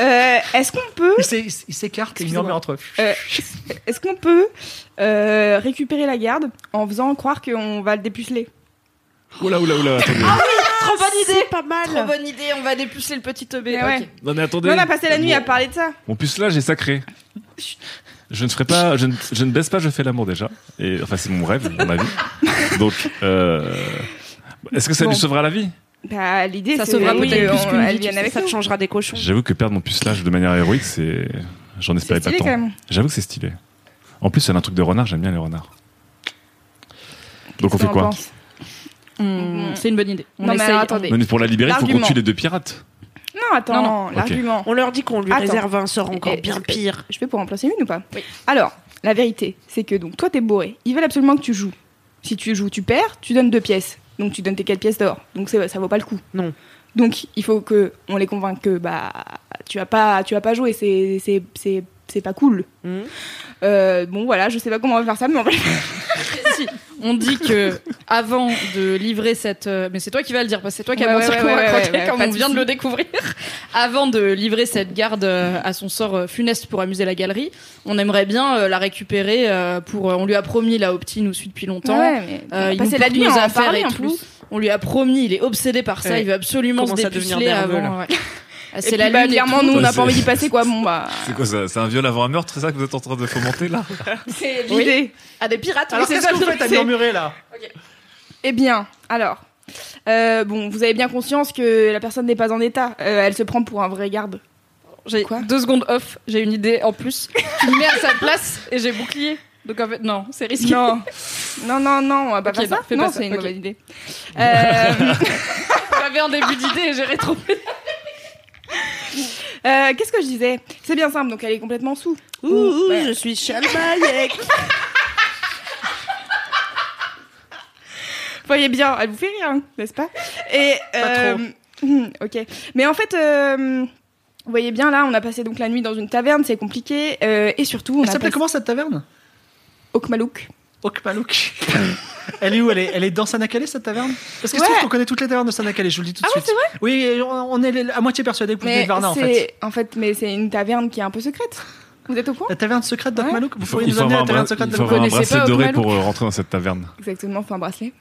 Euh, est-ce qu'on
<laughs>
peut
Il s'é- il s'écarte et il murmure entre eux.
euh, est-ce qu'on peut euh, récupérer la garde en faisant croire qu'on va le dépuceler
Oula, oula, oula, attendez.
Ah.
Trop bonne idée.
Pas
Trop
mal.
bonne idée, on va dépuceler le petit teubé.
Mais ouais.
Ok.
Non, mais attendez.
Mais On a passé la nuit à
Bon.
Ah,
parler de ça.
Mon pucelage est sacré. Je ne ferai pas, je ne, je ne baisse pas, je fais l'amour déjà. Et enfin, c'est mon rêve, mon avis.
<laughs>
Donc, euh, est-ce que ça lui
Bon.
sauvera la vie
Bah, l'idée,
Ça
c'est
sauvera
oui,
peut-être
on-
plus qu'une vie,
Elle
tu
vienne
sais,
avec
Ça
nous.
te changera des cochons.
J'avoue que perdre mon pucelage de manière héroïque, c'est, j'en
C'est
espérais pas
stylé quand
tant.
même.
J'avoue que c'est stylé. En plus, elle a un truc de renard. J'aime bien les renards. Donc on fait
T'en
quoi
penses
Hmm, C'est une bonne idée. On
Non, mais
essaye.
alors, attendez.
Non, mais pour la libérer, il faut qu'on
L'argument.
tue les deux pirates.
Non,
Non,
attends,
non.
l'argument.
On leur dit qu'on lui
Attends.
réserve un sort encore
Et-
bien pire.
Je peux pour remplacer une ou pas Alors, la vérité, c'est que donc toi, t'es bourré. Ils veulent absolument que tu joues. Si tu joues, tu perds, tu donnes deux pièces. Donc tu donnes tes quatre pièces d'or. Donc ça, ça vaut pas le coup.
Non.
Donc il faut que on les convainque que bah tu vas pas tu vas pas jouer c'est c'est c'est c'est pas cool.
Mhm.
Euh, bon voilà, je sais pas comment on va faire ça mais on va le faire.
<laughs> Si, on dit que avant de livrer cette, euh, mais c'est toi qui vas le dire parce que c'est toi qui as
Ouais,
pensé
ouais,
qu'on
ouais,
va
ouais,
croquer
ouais, ouais,
comme
pas
on
de
vient de
souci.
le découvrir. <laughs> Avant de livrer cette garde euh, à son sort euh, funeste pour amuser la galerie, on aimerait bien euh, la récupérer euh, pour. euh, on lui a promis là, Opti nous suit depuis longtemps. Euh, il nous
passer Bah, la
porte
nuit
nos
à en
affaires
parler
et
en
tout.
plus.
On lui a promis, il est obsédé par ça,
Ouais.
il veut absolument se
Commence à devenir
dépuceler
nerveux,
avant. ouais. Ah,
Et
C'est la
puis, bah,
lune. et
clairement,
tout.
nous, on n'a
Ouais,
<laughs>
pas envie d'y
c'est-
passer, quoi. Bon, bah.
ça C'est un viol avant un meurtre, c'est ça que vous êtes en train de fomenter là
C'est
Oui.
l'idée.
Ah, des pirates.
Alors,
oui,
qu'est-ce
ça,
que vous
je-
faites à
c'est-
murmurer là
Eh bien, alors. euh, bon, vous avez bien conscience que la personne n'est pas en état. Euh, elle se prend pour un vrai garde.
J'ai
Quoi
deux secondes off, j'ai une idée en plus. Tu me mets à sa place et j'ai bouclier. Donc en fait, non, c'est risqué.
Non, non, non, non, on va pas
Ok,
faire
non,
ça.
fais
non,
pas ça,
c'est une
ok. <laughs>
mauvaise idée. Euh,
J'avais un début d'idée et j'ai rétropé.
euh, Qu'est-ce que je disais C'est bien simple, donc elle est complètement sous.
Ouh, ouh,
Ouais.
je suis Chalmayek.
Voyez bien, elle vous fait rire, hein, n'est-ce pas Et euh, <laughs> hmm, ok. Mais en fait, euh, vous voyez bien là, on a passé donc la nuit dans une taverne, c'est compliqué, euh, et surtout on
Elle
a
s'appelait
passé
comment cette taverne
Okmalouk.
Okmalouk. <laughs> elle est où elle est, elle est dans Sanakale cette taverne Parce qu'il se
Ouais.
trouve qu'on connaît toutes les tavernes de Sanakale, je vous le dis tout de
Ah ouais,
suite. oui, on on est à moitié persuadé que vous venez
Mais
de Varna en fait.
c'est en fait, mais c'est une taverne qui est un peu secrète. Vous êtes au courant
La taverne secrète
Ouais.
d'Okmalouk Vous pourriez
Il
nous
faut
amener à
avoir
la
un, bra-
taverne secrète
il faut avoir un
d'Okmalouk
connaissez pas,
bracelet doré
Okmalou
pour euh, rentrer dans cette taverne.
Exactement, enfin un bracelet.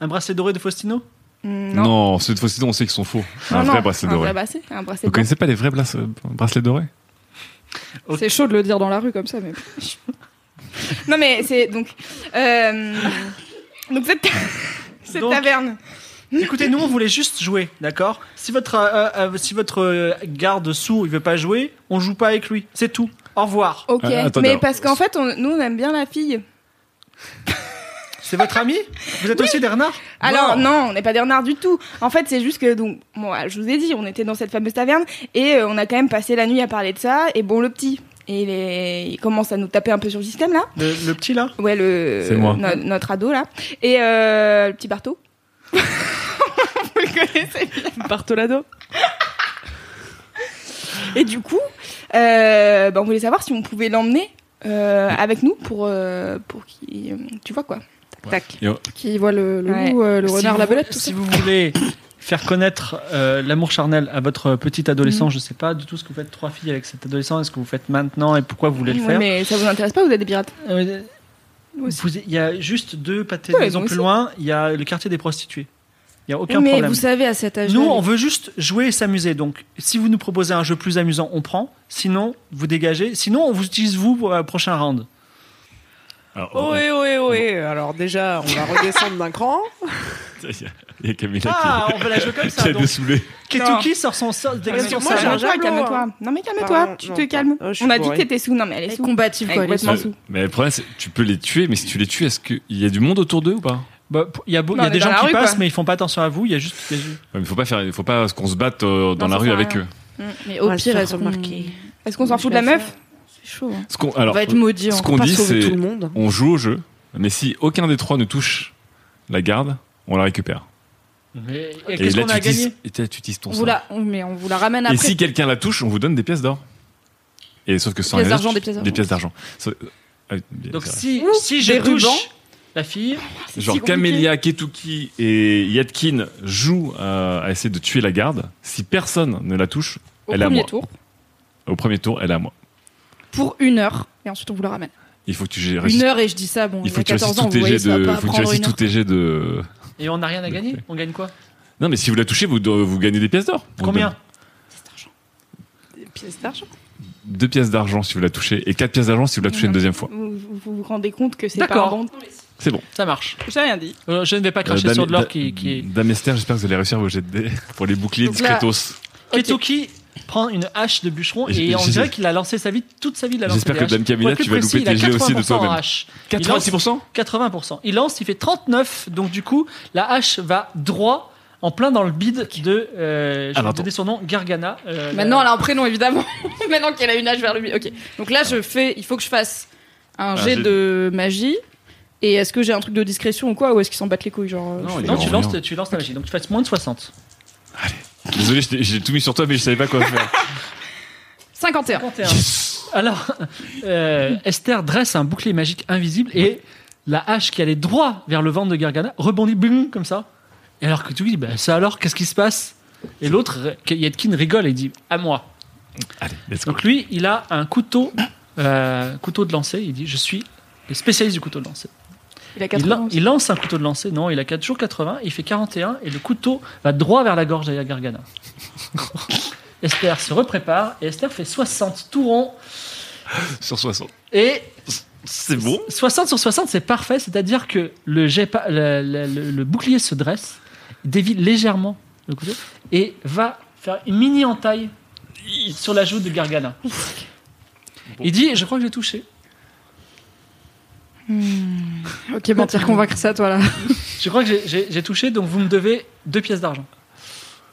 Un bracelet doré de Faustino
Hmm,
Non, ceux de Faustino, on sait qu'ils sont faux. un vrai
Non, non, Ah, bah,
bracelet
un
doré.
vrai bracelet, un bracelet
Vous
blanc.
connaissez pas les vrais blace- bracelets dorés
Ok.
C'est chaud de le dire dans la rue comme ça, mais.
Non mais c'est donc <laughs> euh, donc cette, cette
Donc-
taverne.
Écoutez, nous on voulait juste jouer, d'accord Si votre, euh, euh, si votre euh, garde sourd il veut pas jouer, on joue pas avec lui, c'est tout. Au revoir.
Ok,
Euh, attendez,
mais
alors.
parce qu'en fait, on- nous on aime bien la fille.
C'est votre ami Vous êtes aussi des renards
Alors
Bon.
non, on n'est pas des renards du tout. En fait, c'est juste que donc moi, je vous ai dit, on était dans cette fameuse taverne et euh, on a quand même passé la nuit à parler de ça. Et bon, le petit, il, est- il commence à nous taper un peu sur le système là.
Le, le petit là
Ouais, le
C'est moi.
no- notre ado là et euh, le petit <laughs> Barto. Vous le connaissez
Bartolado.
Et du coup, euh, bah, on voulait savoir si on pouvait l'emmener euh, avec nous pour, euh, pour qu'il. euh, Tu vois quoi
Tac.
Qui voit le, le
Ouais.
loup, euh, le
Si
renard,
vous-
la belette, tout
Si
ça.
vous voulez faire connaître euh, l'amour charnel à votre petit
Mm.
adolescent, je sais pas du tout ce que vous faites trois filles avec cet adolescent, est-ce que vous faites maintenant et pourquoi vous voulez le
Ouais,
faire
Mais ça vous intéresse pas, vous êtes des pirates
Euh,
Nous aussi.
vous- Il y a juste deux pâtés de
Ouais,
maison
nous
plus
aussi.
loin, il y a le quartier des prostituées. Il n'y a aucun
mais
problème.
vous savez, à cet âge-là.
Nous,
les-
on veut juste jouer et s'amuser. Donc, si vous nous proposez un jeu plus amusant, on prend. Sinon, vous dégagez. Sinon, on vous utilise vous pour le prochain round.
Alors, on-
Ohé, ohé, ohé. Alors déjà, on va redescendre d'un <laughs> cran.
<laughs> Il y a Camilla
Ah,
qui,
on veut la jouer comme
qui
ça.
a
Donc,
des saoulés.
Ketuki sort son sort.
Parce
dégage
que
son
moi, j'ai un
sort.
calme-toi,
tableau,
calme-toi. Non mais calme-toi,
Ah, Pardon,
tu
non,
te calmes.
oh, je suis
On a dit que
bourré.
t'étais sous. Non mais elle
Elle
est
est
sous.
combative,
Elle
quoi.
est
les
complètement
gens.
Euh,
sous.
mais le problème, c'est que tu peux les tuer, mais si tu les tues, est-ce qu'il y a du monde autour d'eux ou pas
Bah, pour- Il y a, beau- il y
Non,
a
on
des
est dans
gens
la
qui
rue,
passent,
quoi.
mais ils font pas attention à vous. Il y a juste. il y a juste-
Ouais, mais faut pas faire, faut pas qu'on se batte euh, dans
Non,
la
ça
rue
sert à
avec
rien.
eux.
Mais au
Ouais,
pire,
ça Hmm.
est-ce qu'on
remarqué.
Est-ce qu'on s'en fout de la
Je vais
meuf
C'est chaud. hein.
Ce qu'on,
on
alors,
va être maudit.
ce
on
qu'on
va pas
dit,
sauver
c'est-
Tout le monde.
on joue au jeu, mais si aucun des trois ne touche la garde, on la récupère.
Mais- et
Et
Qu'est-ce
là,
qu'on a
tu
gagné
dis, et là, tu utilises ton
On vous
sort.
Ah,
la, on- mais on vous la ramène
Et
après.
si quelqu'un la touche, on vous donne des pièces d'or. Et sauf que sans
Pièces
rien
d'argent,
dire,
des pièces d'argent.
Des pièces d'argent. Ça- euh, ah oui, bien,
Donc
c'est vrai.
si, si je
des
touche
rubans.
la fille,
c'est si
Genre
compliqué.
Camélia, Ketuki et Yatkin jouent euh, à, à essayer de tuer la garde. Si personne ne la touche,
Au
elle est à
premier
moi.
tour,
Au premier tour, elle est à moi.
pour une heure, et ensuite on vous la ramène.
Il faut que tu gères-
Une heure, et je dis ça, bon,
Il
y
faut
a
que tu
14
réussisses
ans,
tous
vous
tes
voyez,
jets
ça
de.
va pas
faut que tu
prendre
réussisses
une
tous
heure.
tes jets de.
et on n'a rien à gagner, on gagne quoi
Non, mais si vous la touchez, vous, do- vous gagnez des pièces d'or. On
Combien
donne
Des pièces d'argent.
Deux pièces d'argent si vous la touchez et quatre pièces d'argent si vous la touchez une deuxième fois.
Vous, vous vous rendez compte que c'est pas un
D'accord.
bon.
C'est bon.
Ça marche.
J'ai rien dit.
Euh, Je ne vais pas cracher
Euh, Dame-
sur de l'or
Da-
qui, qui est...
Dame Esther, j'espère que vous allez réussir vos jets de dés <laughs> pour les boucliers
Donc là-
discretos.
Ketoki prend une hache de bûcheron
J-
et on
j'essaie-
dirait qu'il a lancé sa vie, toute sa vie, il a lancé
J'espère
des
que
haches.
Dame Camilla,
Pour être plus
tu vas
précis,
louper
il a
tes jets aussi
80%
de
en
toi-même.
hache. Il lance-
86%
80%. Il lance, il fait 39, donc du coup, la hache va droit en plein dans le bide de. Euh, je
Alors,
vais donner son nom, Gargana. euh,
Maintenant,
la-
elle a un prénom, évidemment. Maintenant qu'elle a une âge vers le lui. Ok. Donc là, je fais, il faut que je fasse un jet
jet.
de magie. Et est-ce que j'ai un truc de discrétion ou quoi Ou est-ce qu'ils s'en battent les couilles genre, euh,
Non,
je-
il est
non, tu,
en
lances,
rien.
tu lances ta magie, donc tu fasses moins de 60.
Désolé, je t'ai- j'ai tout mis sur toi, mais je savais pas quoi faire.
51.
51. Alors, euh, Esther dresse un bouclier magique invisible et la hache qui allait droit vers le ventre de Gargana rebondit bing, comme ça. Et alors que tu dis, bah, ça alors, qu'est-ce qui se passe Et l'autre, Yetkin rigole et dit, à moi.
<laughs> Allez, let's go.
Donc lui, il a un couteau, euh, couteau de lancer. Il dit, je suis le spécialiste du couteau de lancer.
Il a
Il,
80.
lan- il lance un couteau de lancer. Non, il a 4 jours 80. Il fait 41 et le couteau va droit vers la gorge de Gargana. <laughs> Esther se reprépare et Esther fait 60 tout rond
Sur 60.
et
C'est bon.
60 sur 60, c'est parfait. C'est-à-dire que le, jet pa- le, le- le- le bouclier se dresse, dévie légèrement le couteau et va faire une mini entaille sur la joue de Gargana. Il dit Je crois que j'ai touché.
Ok, mentir, convaincre ça, toi là.
Je crois que j'ai- j'ai j'ai touché, donc vous me devez deux pièces d'argent.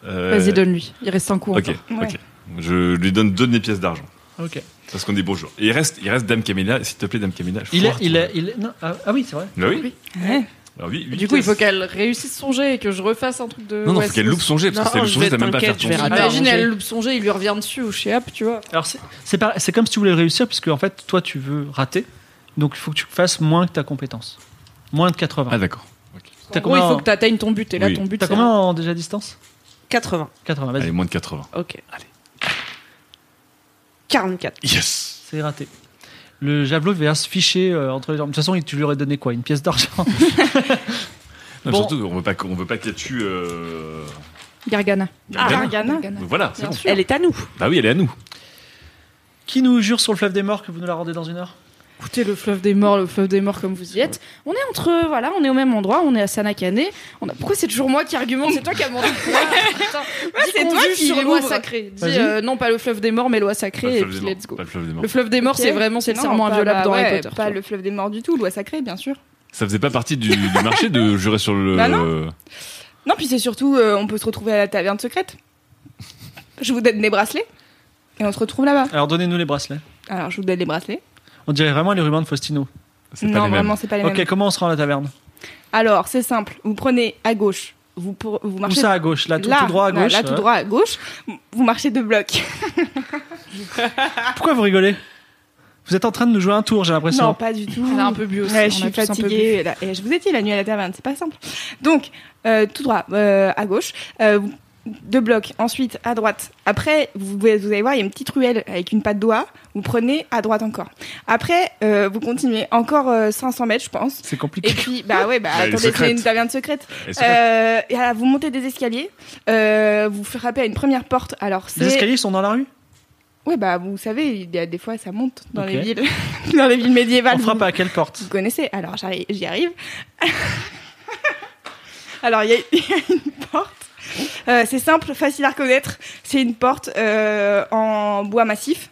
Euh,
Vas-y, donne-lui. Il reste un coup.
Ok,
encore.
Ouais.
ok. Je lui donne deux de mes pièces d'argent.
Ok.
Parce qu'on dit bonjour. Et il reste, il reste Dame Camélia, s'il te plaît, Dame Camélia. je
Il est.
crois
Il
que-
est, il est- non, ah, ah oui, c'est vrai.
Bah oui.
Ouais.
Alors, oui, oui,
Du coup, il faut
pièces.
qu'elle réussisse son jet et que je refasse un truc de.
Non, non,
ouais,
faut qu'elle
c'est-
loupe son jet, parce que si
Non,
elle loupe
je
son jet,
vais-
t'as même pas à faire
t'inquiète,
ton
je vais
jet.
rater.
Imagine,
Alors,
elle loupe son jet, il lui revient dessus ou je sais hop, tu vois.
Alors c'est- c'est pas- c'est comme si tu voulais réussir, puisque en fait, toi, tu veux rater. Donc il faut que tu fasses moins que ta compétence. Moins de 80.
Ah, d'accord.
En gros, il faut que tu atteignes ton but. Et là,
Oui.
ton but,
T'as
c'est-
combien en déjà distance
80.
80, vas-y.
Allez, moins de 80.
Ok. Allez. 44.
Yes
C'est raté. Le javelot va se ficher euh, entre les jambes. De toute façon, il- tu lui aurais donné quoi Une pièce d'argent
non, mais
Bon.
Surtout, on veut pas, qu'on- on veut pas qu'elle tue. Euh...
Gargana.
Ah,
Gargana.
Gargana.
Gargana.
Donc Voilà, c'est
Bien
bon.
sûr.
Elle est à nous.
Bah oui, elle est à nous.
Qui nous jure sur le fleuve des morts que vous nous la rendez dans une heure
Écoutez, le fleuve des morts, le fleuve des morts, comme vous y êtes. On est entre, euh, voilà, on est au même endroit, on est à Sanakane. On a... Pourquoi c'est toujours moi qui argumente C'est toi qui as <laughs> demandé. Putain. Dis
c'est
qu'on
toi
juge
qui
sur loi
l'ouvre.
sacrée. Dis
Vas-y.
euh, non, pas le fleuve des morts, mais loi
Pas le
sacrée. Et
fleuve des
puis
morts.
let's go.
Pas le fleuve des morts.
Le fleuve des morts, c'est vraiment, c'est le serment inviolable dans Harry Potter. tu
bah Pas
vois.
le fleuve des morts du tout, loi sacrée, bien sûr.
Ça faisait pas partie du, du marché
<laughs>
de jurer sur le.
Bah Non, puis c'est surtout, euh, on peut se retrouver à la taverne secrète. Je vous donne des bracelets et on se retrouve là-bas.
Alors donnez-nous les bracelets.
Alors, je vous donne des bracelets.
On dirait vraiment les rubans de Faustino.
C'est pas
Non,
les mêmes.
vraiment, c'est pas les
Ok,
mêmes.
comment on se rend à la taverne
Alors, c'est simple. Vous prenez à gauche. Vous, pour- vous
Où
marchez
ça à gauche Là, tout,
là,
tout droit à
là,
gauche hein. euh.
Là, tout
ouais.
droit à gauche. Vous marchez deux blocs.
Pourquoi vous rigolez Vous êtes en train de nous jouer un tour, j'ai
Non,
l'impression.
pas du tout.
On a un peu bu aussi.
Ouais,
on
je
a
suis
tous un peu bu.
fatiguée. là. Et je vous ai dit, la nuit à la taverne, c'est pas simple. Donc, euh, tout droit, euh, à gauche. Euh, vous- deux blocs, ensuite à droite. Après, vous, vous allez voir, il y a une petite ruelle avec une patte d'oie. Vous prenez à droite encore. Après, euh, vous continuez encore euh, 500 mètres, je pense.
C'est
Et
compliqué.
puis, bah ouais, bah
Bah,
<laughs>
elle est
attendez, c'est
secrète.
une taverne secrète.
Et c'est vrai.
Euh, et alors, vous montez des escaliers, euh, vous frappez à une première porte. Alors,
Les
c'est.
escaliers sont dans la rue
Ouais, bah vous savez, il y a des fois ça monte dans
Ok.
les villes, <laughs> dans les villes médiévales.
On frappe
vous,
à quelle porte
vous connaissez. Alors, j'arrive- j'y arrive. <laughs> alors, il y, a- <laughs> il y a une porte. Euh, c'est simple, facile à reconnaître. C'est une porte euh, en bois massif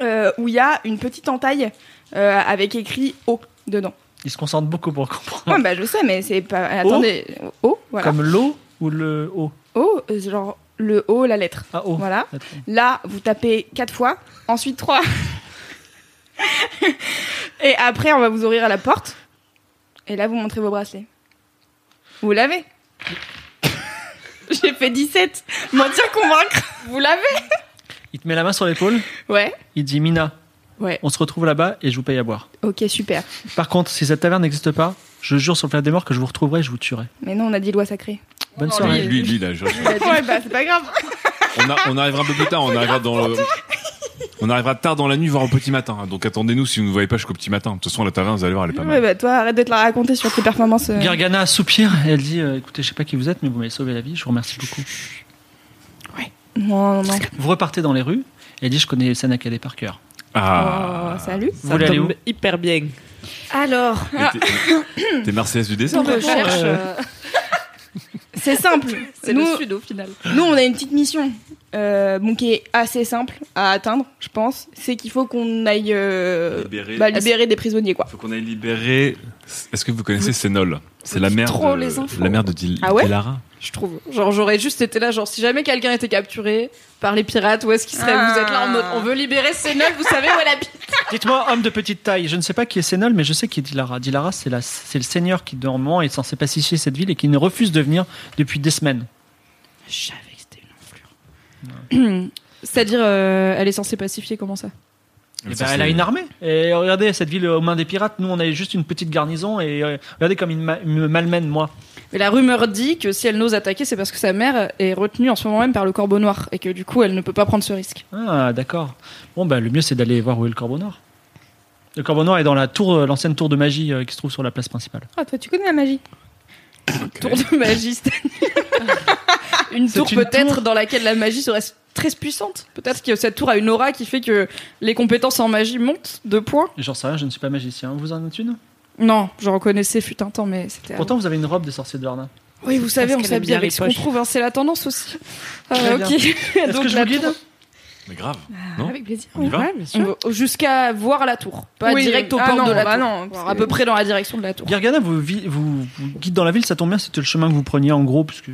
euh, où il y a une petite entaille euh, avec écrit eau dedans.
Ils se concentrent beaucoup pour comprendre.
Ouais, bah je sais, mais c'est pas. Attendez, eau, voilà.
Ah. Comme l'eau ou le O
O, euh, genre le O, la lettre.
Ah, O.
Voilà.
Attends.
Là, vous tapez quatre fois, ensuite trois. et après, on va vous ouvrir à la porte. Et là, vous montrez vos bracelets. Vous l'avez <laughs> J'ai fait 17. Mentir, convaincre. Vous l'avez
Il te met la main sur l'épaule,
Ouais.
il dit Mina,
Ouais.
on se retrouve là-bas et je vous paye à boire.
Ok, super.
Par contre, si cette taverne n'existe pas, je jure sur le flamme des morts que je vous retrouverai et je vous tuerai.
Mais non, on a dit loi sacrée.
Bonne
Oh,
soirée.
Lui, lui, lui, là, je-
<laughs> ouais, bah c'est pas grave.
on, a- on arrivera un peu plus tard. On arrivera dans le- On arrivera tard dans la nuit, voire au petit matin. hein. Donc attendez-nous si vous ne voyez pas jusqu'au petit matin. De toute façon, la taverne, vous allez voir, elle est pas
Ouais,
mal.
bah toi, arrête de te la raconter sur tes performances. euh.
Gargana soupire et elle dit euh, Écoutez, je sais pas qui vous êtes, mais vous m'avez sauvé la vie, je vous remercie beaucoup.
Non, non, non.
Vous repartez dans les rues et elle dit Je connais Sanakade par cœur.
Ah.
Oh, salut.
Vous
Ça
voulez aller où
tombe hyper bien.
Alors,
Mais t'es- T'es Marseillaise du désert.
Sans recherche.
euh,
euh,
c'est simple.
<laughs> c'est
Nous,
le sud au final.
Nous, on a une petite mission, euh, bon, qui est assez simple à atteindre, je pense. C'est qu'il faut qu'on aille euh,
Libéré.
bah, libérer des prisonniers, quoi.
Faut qu'on aille libérer. Est-ce que vous connaissez Sénol C'est la mère
trop,
de
les enfants.
la mère de Dil-
Ah ouais
Dilara.
Je trouve. Genre, j'aurais juste été là, genre, si jamais quelqu'un était capturé par les pirates, où est-ce qu'il serait
Ah.
Vous êtes là en mode, on veut libérer Sénol, vous savez où elle habite
Dites-moi, homme de petite taille, je ne sais pas qui est Sénol, mais je sais qui est Dilara. Dilara, c'est la- c'est le seigneur qui, dans un moment, est censé pacifier cette ville et qui ne refuse de venir depuis des semaines.
Je savais que c'était une enflure.
C'est-à-dire, euh, elle est censée pacifier, comment ça
Eh
Ça,
ben, elle
c'est-
a une armée. Et regardez, cette ville aux mains des pirates, nous on avait juste une petite garnison et euh, regardez comme ils ma- me malmènent, moi.
Mais la rumeur dit que si elle n'ose attaquer, c'est parce que sa mère est retenue en ce moment même par le corbeau noir et que du coup, elle ne peut pas prendre ce risque.
Ah, d'accord. Bon, bah, le mieux c'est d'aller voir où est le corbeau noir. Le corbeau noir est dans la tour, euh, l'ancienne tour de magie euh, qui se trouve sur la place principale.
Ah, toi, tu connais la magie.
Tour de
<laughs>
magie, c'est- une
C'est
tour
une tour.
peut-être dans laquelle la magie serait très puissante. Peut-être que cette tour a une aura qui fait que les compétences en magie montent de points.
J'en sais rien, je ne suis pas magicien. Vous en êtes une
Non, je reconnaissais fut un temps, mais c'était. avant.
Pourtant, vous avez une robe de sorcier de Varna.
Oui, vous savez, on
qu'elle aime
s'habille
bien
avec
les
ce qu'on
poches.
trouve, hein, c'est la tendance aussi.
Très
Ah,
bien.
ok. <laughs>
Est-ce que je vous
la
guide
tour-
Mais grave. Non
Avec plaisir.
On y va
Ouais, bien
on
sûr.
va Jusqu'à voir la tour, pas
Oui,
direct au
ah
port
non,
de la
bah
tour.
non, parce
Alors, à
que-
peu près dans la direction de la tour.
Gargana, vous, vi- vous, vous guide dans la ville, ça tombe bien, c'était le chemin que vous preniez en gros, puisque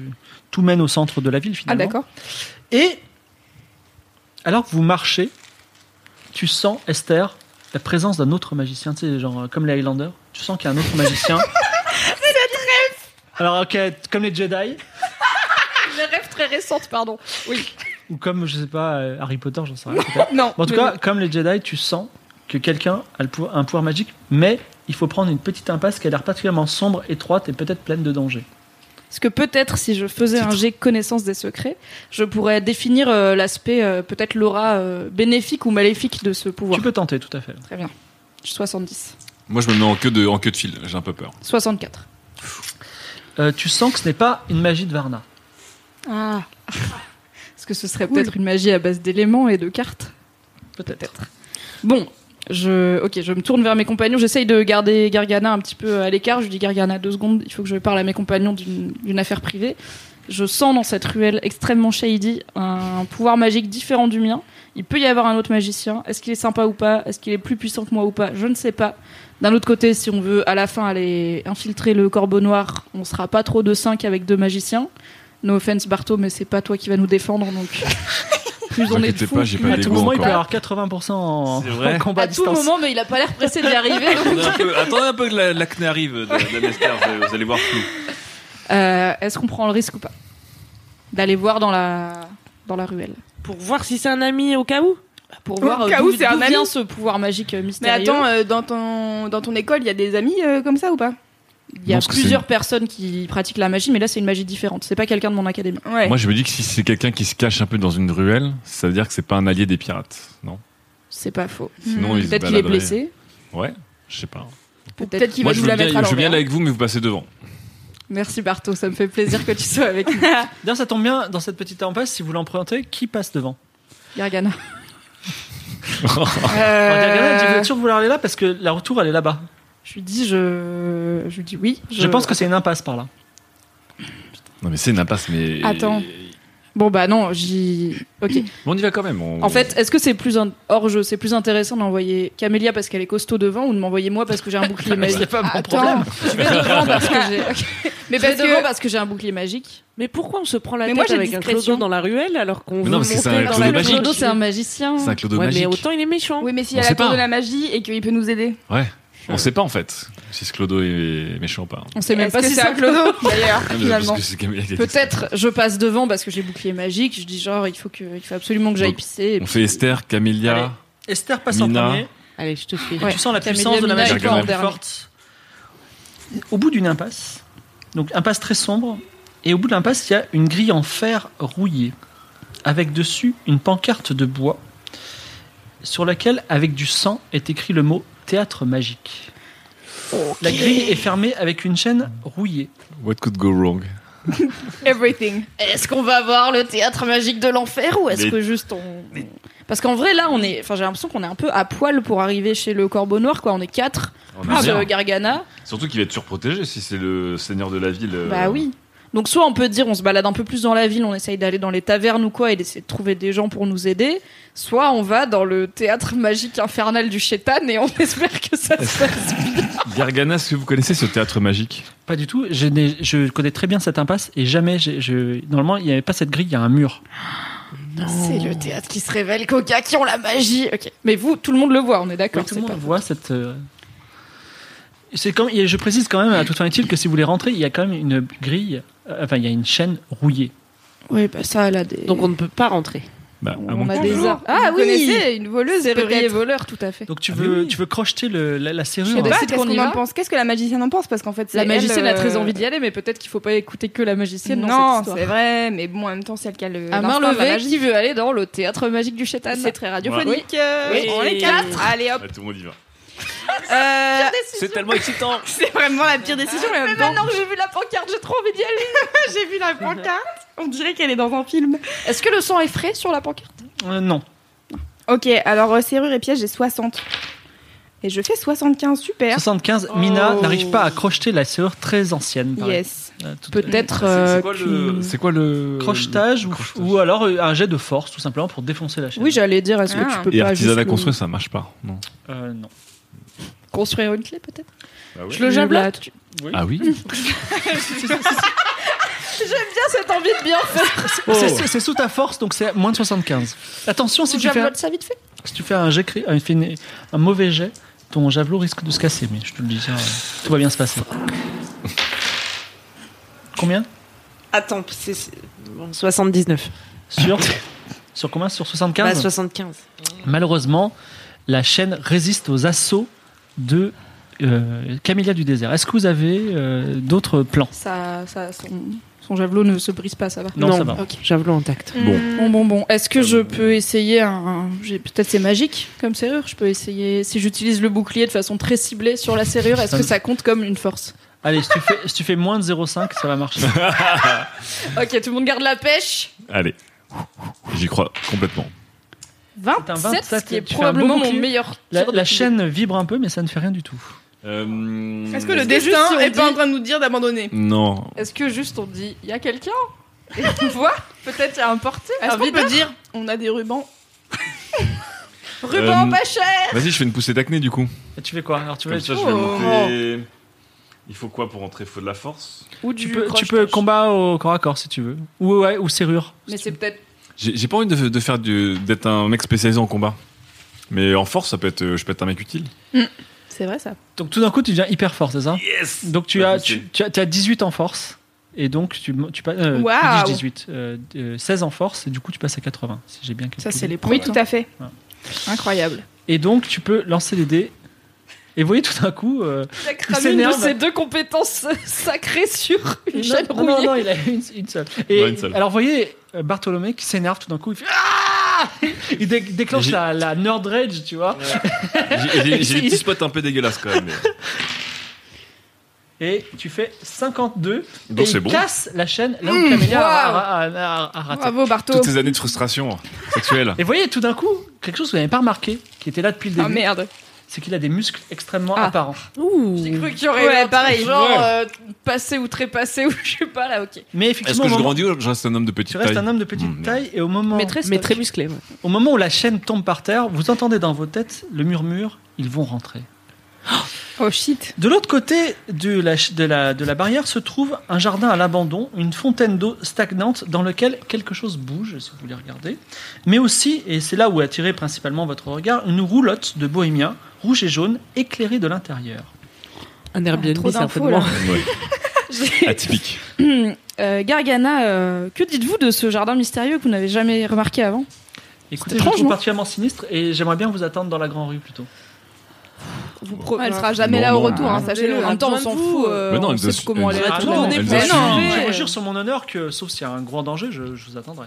tout mène au centre de la ville
Ah
finalement.
d'accord.
Et alors que vous marchez, tu sens, Esther, la présence d'un autre magicien, tu sais, genre euh, comme les Highlanders, tu sens qu'il y a un autre
<laughs>
magicien. Alors, ok, comme les Jedi,
Les rêves très récentes, pardon. Oui.
ou comme, je sais pas, euh, Harry Potter, j'en
<laughs>
sais rien. peut-être.
Non.
Bon, en tout cas, comme les Jedi, tu sens que quelqu'un a le pouvoir- un pouvoir magique, mais il faut prendre une petite impasse qui a l'air particulièrement sombre, étroite et peut-être pleine de danger.
Parce que peut-être si je faisais un jet connaissance des secrets, je pourrais définir euh, l'aspect, euh, peut-être l'aura euh, bénéfique ou maléfique de ce pouvoir.
Tu peux tenter, tout à fait.
Très bien. 70.
Moi, je me mets en queue de, en queue de fil. J'ai un peu peur.
64.
Euh, tu sens que ce n'est pas une magie de Varna.
Ah Parce que ce serait peut-être une magie à base d'éléments et de cartes.
Peut-être.
Bon, je, ok, je me tourne vers mes compagnons. J'essaye de garder Gargana un petit peu à l'écart. Je dis Gargana, deux secondes, il faut que je parle à mes compagnons d'une d'une affaire privée. Je sens dans cette ruelle extrêmement shady un pouvoir magique différent du mien. Il peut y avoir un autre magicien. Est-ce qu'il est sympa ou pas Est-ce qu'il est plus puissant que moi ou pas Je ne sais pas. D'un autre côté, si on veut à la fin aller infiltrer le corbeau noir, on sera pas trop de 5 avec deux magiciens. No offense Barto, mais c'est pas toi qui va nous défendre
<laughs>
donc. plus
Vous
on est
inquiétez
de fous,
pas, j'ai
plus
À
pas
on
tout
d'ego
moment, il peut
encore.
avoir 80% en,
C'est vrai.
en combat à
à tout
distance.
moment, mais il a pas l'air pressé d'y arriver. donc.
Attendez un peu que la, cnée arrive de, Vous allez voir flou.
Euh, Est-ce qu'on prend le risque ou pas d'aller voir dans la dans la ruelle
Pour voir si c'est un ami au cas où.
pour
Au
voir euh,
cas
d'où
où c'est un
d'où vient
ami.
ce pouvoir magique euh,
Mais
mystérieux
attends, euh, dans, ton, dans ton école, il y a des amis euh, comme ça ou pas
Il y a
Non, parce que c'est
plusieurs
une-
personnes qui pratiquent la magie, mais là c'est une magie différente. C'est pas quelqu'un de mon académie.
Ouais.
Moi, je me dis que si c'est quelqu'un qui se cache un peu dans une ruelle, ça veut dire que c'est pas un allié des pirates, non
C'est pas faux.
Sinon, ils se
Peut-être qu'il est
baladeraient.
blessé.
Ouais, je sais pas.
Peut-être qu'il
Moi,
va
je
nous
veux
la
bien,
mettre à
je veux bien
l'envers.
aller avec vous, mais vous passez devant.
Merci Barto, ça me fait plaisir que tu sois avec nous.
D'ailleurs, ça tombe bien, dans cette petite impasse, si vous l'empruntez, qui passe devant
Gargana.
Euh,
Alors, Gargana, elle dit, Vous
Euh,
êtes sûr que vous voulez aller là Parce que la retour, elle est là-bas.
Je lui dis, je, je lui dis oui.
Je... pense que c'est une impasse par là.
Non, mais c'est une impasse, mais.
Attends. Bon bah non, j'y. Ok.
Bon, on y va quand même. on-
En fait, est-ce que c'est plus un... hors jeu, c'est plus intéressant d'envoyer Camélia parce qu'elle est costaud devant ou de m'envoyer moi parce que j'ai un
<laughs>
bouclier
Mais c'est
magique
pas mon
Attends,
problème.
Je vais devant parce que j'ai. <laughs> ok.
Mais
Je vais
parce
devant
que
parce que j'ai un bouclier magique.
Mais pourquoi on se prend la
Mais
tête
moi, j'ai
avec un
discrétion.
clodo dans la ruelle alors qu'on
Mais
veut
non, parce que c'est un
monter dans
clodo
la
Le
magique.
clodo, c'est un magicien.
c'est un clodo
Ouais, mais
magique.
autant il est méchant.
Oui, mais s'il
On
y a
sait
la tour
pas.
de la magie et qu'il peut nous aider.
Ouais. On sait pas en fait si ce clodo est méchant ou pas.
On sait même
Est-ce
pas
que
si
c'est
c'est un clodo.
D'ailleurs,
<laughs> Non, mais
finalement.
parce que c'est Camilla qui a dit ça.
Ah, Peut-être je passe devant parce que j'ai bouclier magique. Je dis genre il faut que il faut absolument que j'aille
Donc,
pisser. et
On
puis-
fait Esther,
Allez.
Camélia.
Esther passe en
Mina.
premier.
Allez, je te fais.
Et Tu sens la
Camélia
puissance de la
Mina
magie
est pas en
plus
dernier.
forte. Au bout d'une impasse, donc impasse très sombre, et au bout de l'impasse, il y a une grille en fer rouillé, avec dessus une pancarte de bois, sur laquelle, avec du sang, est écrit le mot théâtre magique. La grille est fermée avec une chaîne rouillée.
What could go wrong
Everything.
Est-ce qu'on va voir le théâtre magique de l'enfer ou est-ce
Mais-
que juste on Parce qu'en vrai là on est enfin j'ai l'impression qu'on est un peu à poil pour arriver chez le Corbeau Noir quoi, on est quatre
On a
plus
bien.
euh, Gargana.
Surtout qu'il va être surprotégé si c'est le seigneur de la ville. euh,
Bah oui. Donc soit on peut dire on se balade un peu plus dans la ville, on essaye d'aller dans les tavernes ou quoi et d'essayer de trouver des gens pour nous aider, soit on va dans le théâtre magique infernal du chétan et on <laughs> espère que ça se passe.
<laughs>
Gargana, est-ce que vous connaissez ce théâtre magique
Pas du tout, je, n'ai- je connais très bien cette impasse, et jamais, j'ai- je, normalement, il n'y avait pas cette grille, il y a un mur.
C'est le théâtre qui se révèle qu'aux gars qui ont la magie. Ok. Mais vous, tout le monde le voit, on est
Oui,
d'accord.
tout
c'est
le monde
pas-
voit cette. euh, C'est quand et je précise quand même à toute fin utile que si vous voulez rentrer, il y a quand même une grille, euh, enfin il y a une chaîne rouillée.
Oui, bah ça, elle a des.
Donc on ne peut pas rentrer.
Bah, ah
on
bon
a
Bonjour.
des arts. Ah
Vous
oui,
connaissez une voleuse
serrurier et
peut-être.
voleur, tout à fait.
Donc tu
Ah, mais
veux,
oui.
tu veux crocheter le- la, la
Je
serrure.
sais
Bah,
pas,
c'est
qu'est-ce
qu'on y
qu'on en
va.
pense Qu'est-ce que la magicienne en pense Parce qu'en fait, c'est
La magicienne
elle,
a très
euh,
envie d'y aller, mais peut-être qu'il faut pas écouter que la magicienne dans
Non,
cette
c'est
histoire.
vrai, mais bon, en même temps, c'est elle qui a le.
À main
l'instinct de la
levée,
<laughs> magie.
qui veut aller dans le théâtre magique du chétan
C'est très radiophonique.
radiophonique,
Oui.
On est quatre. Allez hop.
Ah, tout le monde y va.
Euh,
C'est tellement excitant
c'est vraiment la pire décision.
Ah,
Mais, en même temps,
que j'ai vu la pancarte, j'ai trop envie d'y aller.
<laughs> j'ai vu la pancarte. On dirait qu'elle est dans un film.
Est-ce que le sang est frais sur la pancarte
Euh, non.
Ok, alors euh, serrure et piège, j'ai 60. Et je fais 75, super.
75, Mina
Oh.
n'arrive pas à crocheter la serrure très ancienne. par
Yes.
exemple. Euh, tout-
Peut-être.
C'est
euh,
quoi,
qu'une-
le... c'est quoi le.
Crochetage,
le
ou,
crochetage.
ou alors euh, un jet de force tout simplement pour défoncer la chaîne.
Oui, j'allais dire, est-ce que
Ah.
tu peux
Et
pas juste
artisanat
le-
construit, ça marche pas. Non.
Euh, non.
construire une clé peut-être
Bah
Ah
Je le jablote
Ah <laughs> oui
Tiens, cette envie de bien faire.
C'est- C'est c'est sous ta force donc c'est moins de 75. Attention si tu,
Tu
fais un,
jablote ça vite fait.
si tu fais un jet cré- un, fin- un mauvais jet, ton javelot risque de se casser mais je te le dis ça, euh, tout va bien se passer. Combien
Attends, c'est c'est- bon, 79.
Sur, sur combien Sur 75
Bah, 75.
Malheureusement, la chaîne résiste aux assauts de euh, Camélia du désert. Est-ce que vous avez euh, d'autres plans
Ça, ça, son, son javelot ne se brise pas, ça va.
Non, ça va.
Ok.
Javelot intact.
Bon.
Bon, bon, bon. Est-ce que je peux essayer un. j'ai- Peut-être c'est magique comme serrure. Je peux essayer. Si j'utilise le bouclier de façon très ciblée sur la serrure, est-ce que ça compte comme une force
Allez, si tu, fais, si tu fais moins de 0,5, ça va <laughs> marcher.
Ok, tout le monde garde la pêche.
Allez. J'y crois complètement.
27,
un 27,
ce qui est
tu fais un
probablement
bon
mon
bouclier. La,
meilleur. tir de
la
bouclier.
chaîne vibre un peu, mais ça ne fait rien du tout.
Euh,
Est-ce que le
que juste si
destin
on
est
dit-
pas en train de nous dire d'abandonner
Non.
Est-ce que juste on dit, il y a quelqu'un <laughs> Et on voit, peut-être il y a un porté.
Est-ce
un
qu'on peut
videur.
dire on a des rubans
Ruban
Euh,
pas cher
Vas-y, je fais une poussée d'acné du coup.
Et tu fais quoi Alors, tu,
Comme
veux-
ça,
tu-
je vais
Oh.
monter. Il faut quoi pour entrer Faut de la force
Ou
tu
du
peux, tu
crochetage.
peux combat au corps à corps si tu veux. Ou, ouais, ou serrure.
Mais c'est peut-être.
J'ai j'ai pas envie de, de faire du- d'être un mec spécialisé en combat. Mais en force, ça peut être, euh, je peux être un mec
<laughs>
utile.
C'est vrai ça.
Donc tout d'un coup, tu deviens hyper fort, c'est ça
Yes
Donc tu
Bah,
as,
je sais.
tu, tu as, tu as 18 en force. Et donc tu, tu passes. euh,
Waouh.
10, 18. euh, euh, 16 en force, et du coup, tu passes à 80, si j'ai bien calculé.
Ça, c'est les
Oui,
premiers. <laughs>
tout à fait.
Voilà.
Incroyable.
Et donc, tu peux lancer les dés. Et vous voyez tout d'un coup. euh,
Il a
Il
cramé une de
s'énerve.
ses deux compétences <laughs> sacrées sur une chaîne
non, non,
rouillée.
non, il a une, une seule. Et
Ouais, une seule.
alors, vous voyez, euh, Bartholomé qui s'énerve tout d'un coup, il fait Ah Il dé- déclenche
J'ai-
la, la nerd rage, tu vois.
J'ai- J'ai j'ai des petits spots un peu dégueulasses quand même. mais-
Et tu fais 52.
Bon,
et
c'est
il
bon.
casse la chaîne là où
Mmh,
Camélia a, a- a- a- a raté.
Bravo Barto.
Toutes ces années de frustration sexuelle.
Et vous voyez, tout d'un coup, quelque chose que vous n'avez pas remarqué, qui était là depuis le
Ah
début,
merde.
c'est qu'il a des muscles extrêmement
Ah.
apparents.
Ouh.
J'ai cru qu'il y aurait
Ouais,
eu un truc
pareil.
genre
Ouais.
euh, passé ou trépassé ou je sais pas là, ok.
Mais
Est-ce
effectivement,
que
au
je
moment-
grandis ou je reste un homme de petite
tu restes
taille
un homme de petite
Mmh, merde.
taille, et au moment,
Mais très
Mais
stock.
très musclé. ouais.
au moment où la chaîne tombe par terre, vous entendez dans vos têtes le murmure ils vont rentrer.
Oh shit.
De l'autre côté de la, ch- de, la, de la barrière se trouve un jardin à l'abandon, une fontaine d'eau stagnante dans lequel quelque chose bouge, si vous voulez regarder. Mais aussi, et c'est là où attirer principalement votre regard, une roulotte de bohémien, rouge et jaune, éclairée de l'intérieur.
Un Airbnb,
trop d'infos,
certainement.
Ouais. Atypique.
Euh, Gargana, euh, que dites-vous de ce jardin mystérieux que vous n'avez jamais remarqué avant
Écoutez, je
étrange,
le trouve
non
particulièrement sinistre et j'aimerais bien vous attendre dans la grande rue plutôt.
Vous pro-
Elle
elle
sera jamais
Non,
là au
non,
retour,
non.
hein, sachez-le. En même temps, on s'en fout. euh,
Mais non,
on
elle
sait
doit-
comment
elle
elle est
Ah,
doit-
tout le monde est
elle doit
prêt.
suivre.
Non,
je
mais-
vous jure sur mon honneur que, sauf s'il y a un grand danger, je, je vous attendrai.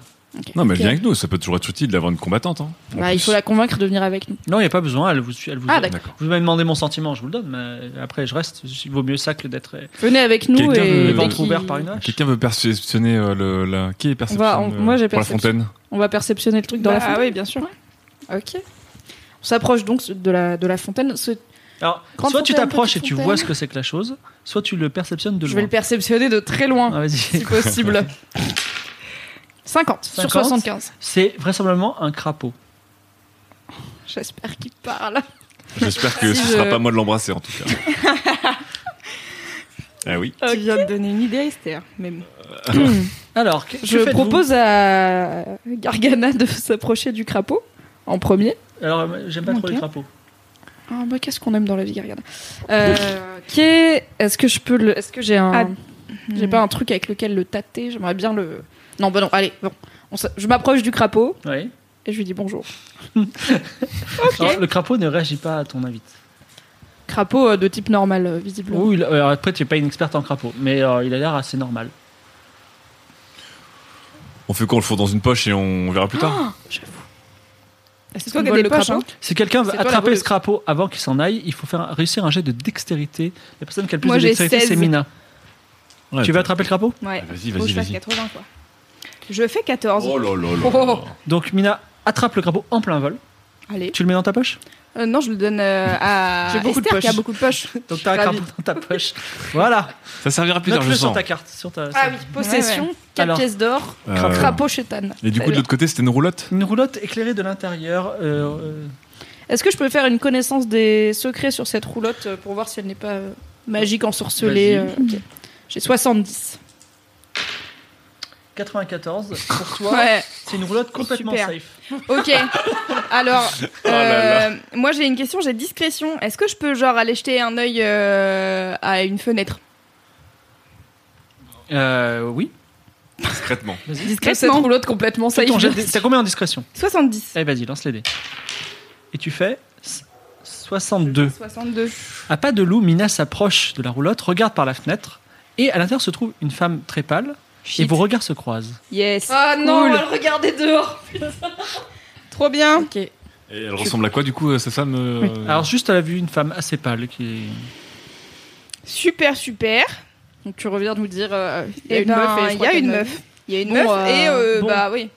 Non, mais viens avec nous, ça peut toujours être utile d'avoir une combattante. Hein. En
Bah, il
plus.
faut la convaincre de venir avec nous.
Non, il n'y a pas besoin, elle vous suit. Elle vous
Ah,
D'accord.
vous m'avez demandé mon sentiment, je vous le donne, mais après je reste. Il vaut mieux ça que d'être euh,
Venez avec nous
Quelqu'un
et
veut-
dès
ventre
qu'il-
ouvert par une hache.
Quelqu'un veut perceptionner euh, le, la... Qui est perception
va- on-
euh,
moi, j'ai
Pour la
perception.
fontaine
on va perceptionner le truc dans la
Bah,
fontaine.
oui, bien sûr.
Ok. On s'approche donc de la, de la fontaine. Ce-
Alors,
Grande
soit tu
fontaine,
t'approches et
petite
tu
fontaine.
vois ce que c'est que la chose, soit tu le perceptionnes de
Je vais
loin.
le perceptionner de très loin,
Ah, vas-y.
si
<laughs>
possible. 50, sur
50.
75.
C'est vraisemblablement un crapaud.
J'espère qu'il parle.
J'espère que
Si
ce
je-
sera pas moi de l'embrasser en tout cas. ah oui.
Tu viens de donner une idée, Esther. Mais bon.
Alors, que- que
Je
faites-vous
propose à Gargana de s'approcher du crapaud en premier.
Alors, euh, j'aime pas trop
Ok.
les crapauds.
Ah, bah, qu'est-ce qu'on aime dans la vie, Gargana Euh, <laughs> ok, Est-ce que je peux le. Est-ce que j'ai un.
Ah,
J'ai pas un truc avec lequel le tâter J'aimerais bien le. Non, bah non, allez, bon. On s- je m'approche du crapaud
Oui.
et je lui dis bonjour.
Alors, le crapaud ne réagit pas à ton invite.
Crapaud euh, de type normal, euh,
Oh.
visiblement.
Oui, il- euh, après, tu n'es pas une experte en crapaud, mais euh, il a l'air assez normal.
On fait quoi On le fout dans une poche et on verra plus tard
C'est
toi qui as des poches, hein.
Si quelqu'un veut
C'est toi la
attraper
voleuse.
ce crapaud avant qu'il s'en aille, il faut faire, réussir un jet de dextérité. La personne qui a le plus
Moi,
de
j'ai
dextérité,
16.
c'est Mina.
Ouais,
tu veux attraper le crapaud
Ouais.
Ah, Vas-y,
Faut que
vas-y,
je fasse
vas-y.
80, quoi. Je fais 14.
Oh là là là.
Oh.
Donc, Mina attrape le crapaud en plein vol.
Allez.
Tu le mets dans ta poche
Euh, non, je le donne euh, à
J'ai beaucoup de
Esther qui a
poches.
beaucoup de poches.
Donc, t'as un crapaud dans ta poche. <laughs> Voilà.
Ça servira plus tard, je
Note-le sur
sens.
ta carte. Sur ta,
Ah
sur-
oui, possession,
Ouais,
4
Alors.
pièces d'or,
Euh,
crapaud chétane.
Et du coup, de l'autre côté, c'était une roulotte
Une roulotte éclairée de l'intérieur. euh, euh,
Est-ce que je peux faire une connaissance des secrets sur cette roulotte euh, pour voir si elle n'est pas euh, magique, ensorcelée
Vas-y.
euh, ok. J'ai 70.
94 pour toi.
Ouais.
C'est une roulotte complètement
Super.
safe.
<laughs>
Ok. Alors,
Oh
là
euh, moi j'ai une question, j'ai discrétion. Est-ce que je peux genre aller jeter un œil euh, à une fenêtre
Euh, oui.
Discrètement.
Sur cette
Discrètement.
roulotte complètement
Fais
safe.
ton jet de- T'as combien en discrétion
70.
Allez, Eh, vas-y, lance les dés. Et tu fais s- 62.
62.
À Ah, pas de loup, Mina s'approche de la roulotte, regarde par la fenêtre, et à l'intérieur se trouve une femme très pâle, et vos regards se croisent.
Yes.
Ah non, on
Cool.
va le regarder dehors. <laughs>
Trop bien.
Ok.
Et elle ressemble à quoi, du coup, euh, cette femme euh,
Alors, juste, elle a vu une femme assez pâle qui est.
Super, super.
Donc tu reviens nous dire. euh, Il y a
Et
une meuf.
ben,
et je
il y
crois
a
qu'elle
une
m'a
meuf.
vu.
Il y a une
Bon,
meuf.
euh,
Et euh,
bon.
bah oui.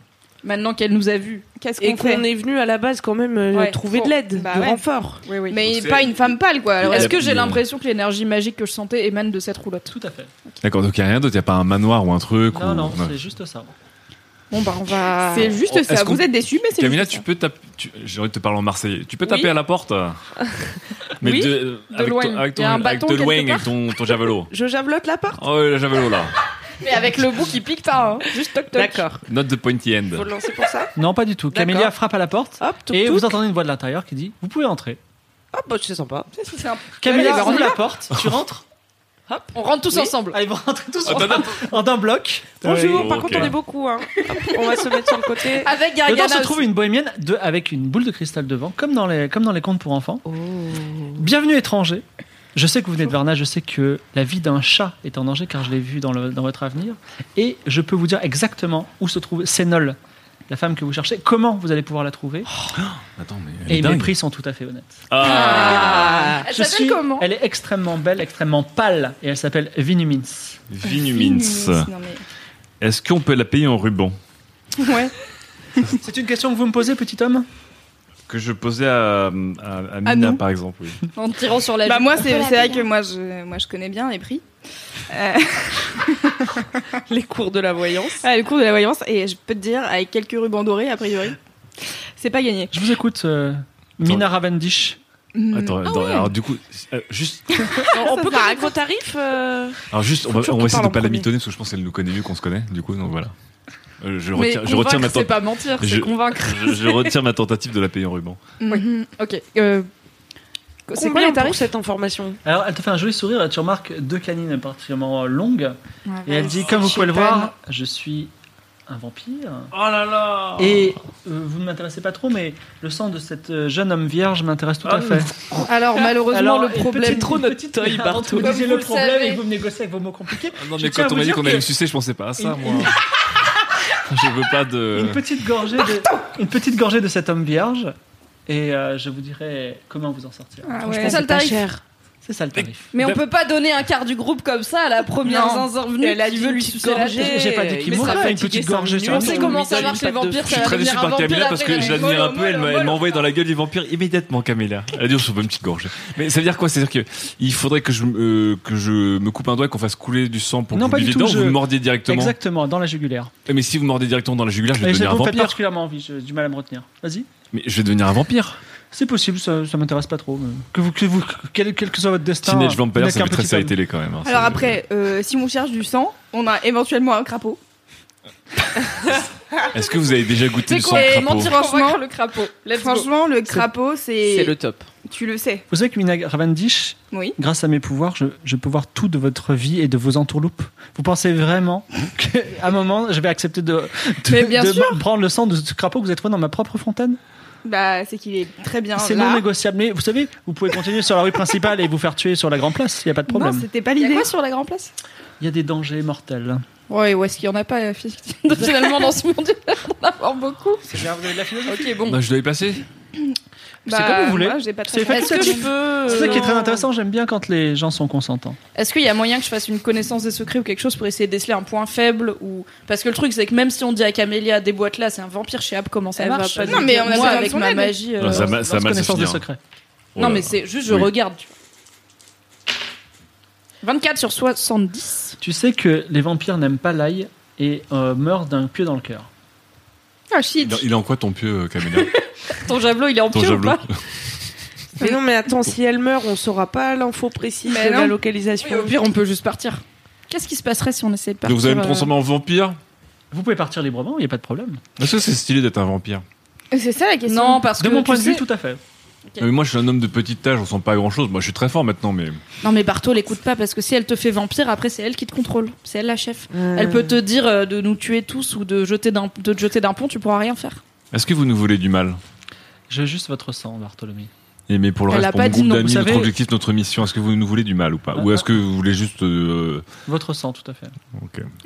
Maintenant qu'elle nous a vus.
Qu'est-ce
Et
qu'on fait
qu'on est venu à la base quand même euh,
Ouais.
trouver
Faut-
de l'aide,
bah
du
ouais.
renfort.
Oui, oui.
Mais
Donc, c'est-
pas une femme pâle quoi. Alors,
Ouais.
Est-ce
est-ce
que j'ai
Il-
l'impression que l'énergie magique que je sentais émane de cette roulotte
Tout à fait.
D'accord, donc il n'y a rien d'autre, il n'y a pas un manoir ou un truc
Non,
ou...
non,
Ouais.
c'est juste ça.
Bon bah on va.
que- C'est juste
Oh, Est-ce
ça.
qu'on-
Vous êtes déçus, mais c'est
Camilla,
juste
tu
ça.
peux taper. tu- J'ai envie de te parler en marseillais. Tu peux
Oui.
taper à la porte euh,
Oui,
de, avec,
loin.
Ton, avec
Il y a un
ton, avec
bâton
ton
quelque
loing,
part.
avec ton, ton javelot.
Je javelote la part.
Oh, le javelot là.
Mais avec le bout qui pique pas. hein. Juste toc toc.
D'accord.
Not the pointy end.
Faut le lancer pour ça.
Non, pas du tout.
D'accord.
Camélia frappe à la porte,
Hop, tout.
et vous entendez une voix de l'intérieur qui dit Vous pouvez entrer.
Hop, bah, c'est sympa.
C'est un- Allez,
Camélia
bah, on
ouvre
y
la porte, tu rentres,
On rentre tous
Oui.
ensemble.
allez, vous rentrez tous
Attends, attends.
en en un bloc.
Bonjour, par
Ok.
contre, on est beaucoup. Hein. Hop, on va se mettre sur le côté.
Avec Gargana.
Dedans se
aussi.
trouve une bohémienne de, avec une boule de cristal devant, comme dans les, comme dans les contes pour enfants. Bienvenue étranger. Je sais que vous venez de Varna, je sais que la vie d'un chat est en danger car je l'ai vu dans, le- dans votre avenir. Et je peux vous dire exactement où se trouve Sénol, la femme que vous cherchez, comment vous allez pouvoir la trouver.
Attends, mais. elle est
Et mes
dingue.
prix sont tout à fait honnêtes.
Ah,
Je suis- Elle est extrêmement belle, extrêmement pâle et elle s'appelle Vinumins.
Vinumins.
Non, mais-
Est-ce qu'on peut la payer en ruban
Ouais.
C'est une question que vous me posez, petit homme
Que je posais à, à, à Mina,
nous.
par exemple. oui.
En tirant sur la
Bah
joue.
moi c'est
Voilà,
c'est vrai
bien.
que moi je moi je connais bien les prix.
Les cours de la voyance.
Ah, le cours de la voyance et je peux te dire avec quelques rubans dorés a priori, c'est pas gagné. Hmm.
Je vous écoute, euh, Mina Ravendish.
Attends, attends, alors du coup, euh, juste,
on
Ça
peut
sert à
connaître vos tarifs euh,
alors juste, on va,
Faut
on va
toujours
essayer
qu'on
de
parle en
pas la
premier.
mitonner parce que je pense qu'elle nous connaît mieux qu'on se connaît. Du coup, donc voilà. Euh, je
Mais
retire, je retire ma
convaincre, c'est
tentative.
pas mentir,
Je-
c'est convaincre.
<laughs> Je, je retire ma tentative de la payer en ruban.
Mhm.
Ok. euh,
C'est
combien
quoi les
pour-
tarifs cette information
Alors, elle te fait un joli sourire et tu remarques deux canines particulièrement longues.
Ouais,
Et elle
vas-y,
dit, comme vous pouvez le
chipane.
voir, je suis un vampire. Oh là là Et euh, vous ne m'intéressez pas trop, mais le sang de cette euh, jeune homme vierge m'intéresse tout à fait.
Alors, malheureusement,
Alors,
le
une
problème.
petite- une petite- <laughs>
œil
avant que
partout.
Vous disiez
Comme
le
vous le
problème
savez.
et que vous me négociez avec vos mots compliqués.
Non,
Je
mais
tiens à
quand on
vous
m'a dit
dire
qu'on
que-
allait me sucer, je pensais pas à ça,
Une-
moi. <laughs> je veux pas de.
Une petite gorgée de, une petite gorgée de cet homme vierge. Et euh, je vous dirai comment vous en sortir.
Ah
C'est
ouais.
ça le tarif.
C'est ça le tarif.
Mais on peut pas donner un quart du groupe comme ça à la première
Non.
zinzorvenue
Elle a
qui
dit
veut
une
lui
petite
sucer la
gorgée.
tête.
J'ai pas dit qu'il
Mais ça
mourrait,
va
une petite
fatiguer
gorgée.
cinq
c'est
minutes.
On
un
sait
peu-
comment ça
lui
marche
donne
les
une patte de
vampires,
fou.
euh,
ça
Je suis
va
très déçu
devenir un
par
vampire
Camilla
après,
parce que
elle
je
va
l'admire
mollo,
un peu. Elle m'a-
mollo,
elle m'a
mollo.
envoyé dans la gueule du vampire immédiatement, Camilla. Elle a dit on se fait une petite gorgée. Mais ça veut dire quoi C'est-à-dire qu'il faudrait que je, euh, que je me coupe un doigt et qu'on fasse couler du sang pour
Non,
Non,
pas
que vous
du
buviez
tout.
dedans
je-
ou vous mordiez directement Eh,
Exactement, dans la jugulaire.
Mais si vous mordez directement dans la jugulaire, je vais
Et ça
devenir un
vous me fait
vampire.
particulièrement envie, j'ai du mal à me retenir. Vas-y.
Mais je vais devenir un vampire.
C'est possible, ça, ça m'intéresse pas trop. mais Que vous, que vous, quel, quel que soit votre destin.
Teenage
vous
Vampire,
n'êtes
ça
qu'un
fait très
petit
série
homme.
télé quand même.
<laughs>
hein.
Alors
C'est-
après euh, si on cherche du sang, on a éventuellement un crapaud.
Est-ce que vous avez déjà goûté
C'est
le sang
quoi
de
et
crapaud
mentir
Franchement,
franchement le crapaud. Let's go.
Franchement le crapaud c'est
C'est le top.
tu le sais.
Vous savez que Mina Ravendish,
Oui.
grâce à mes pouvoirs, je, je peux voir tout de votre vie et de vos entourloupes. Vous pensez vraiment <laughs> qu'à un moment, je vais accepter de, de-
Mais bien
de
sûr.
prendre le sang de ce crapaud que vous avez trouvé dans ma propre fontaine
Bah c'est qu'il est très bien
C'est
là.
non négociable. Mais vous savez, vous pouvez continuer sur la rue principale et vous faire tuer sur la grande place. Il n'y a pas de
non,
problème.
c'était pas
Il y a
l'idée.
quoi sur la grande place
Il y a des dangers mortels.
Ouais, où est-ce qu'il y en a pas euh, <laughs> finalement dans ce monde On a avoir beaucoup.
C'est bien, vous avez de la philosophie.
Ok, bon.
Bah, je dois y passer.
C'est comme vous voulez.
Bah, moi, j'ai pas très
C'est
faim.
fait.
Est-ce que je peux
C'est ça qui est très
euh,
intéressant. J'aime bien quand les gens sont consentants.
Est-ce qu'il y a moyen que je fasse une connaissance des secrets ou quelque chose pour essayer de déceler un point faible ou parce que le truc c'est que même si on dit à Camélia déboîte là c'est un vampire chez Ab comment ça
Elle va
marche
pas nous Non, mais dire. on a
moi
besoin de
avec
son
ma
aide.
magie euh,
Non, ça m'a- ça
Lance
m'a
connaissance
fini,
des
hein.
secrets.
Oh
Non
là
mais
là.
c'est juste je
Oui.
regarde. tu vois. 24 sur 70.
Tu sais que les vampires n'aiment pas l'ail et euh, meurent d'un pieu dans le cœur.
Ah shit.
Il est- Il est en quoi ton pieu, euh, Camilla
Ton javelot il est en
Ton
pied ou
javelot
pas
Mais non, mais attends, si elle meurt, on saura pas l'info précise
Mais
de la
non.
localisation.
Oui, Au pire on peut juste partir. Qu'est-ce qui se passerait si on essayait de partir
Donc vous allez me
euh,
transformer en vampire
Vous pouvez partir librement, il n'y a pas de problème.
Est-ce que c'est stylé d'être un vampire
C'est ça la question.
euh, Non parce
De
que
mon
tu
point de
sais-
vue, tout à fait.
Mais moi, je suis un homme de petite taille, on sent pas grand-chose. Moi, je suis très fort maintenant, mais
Non mais Bartol écoute pas parce que si elle te fait vampire après c'est elle qui te contrôle, c'est elle la chef. Elle peut te dire euh, de nous tuer tous ou de jeter d'un de te jeter d'un pont, tu pourras rien faire.
est-ce que vous nous voulez du mal
J'ai juste votre sang, Bartholomew.
Et mais pour le
Elle a
reste, pour
pas
mon
dit
groupe
non, vous
d'amis, notre
savez-
objectif, notre mission, est-ce que vous nous voulez du mal ou pas
Ah,
Ou est-ce que vous voulez juste euh,
Votre sang, tout à fait.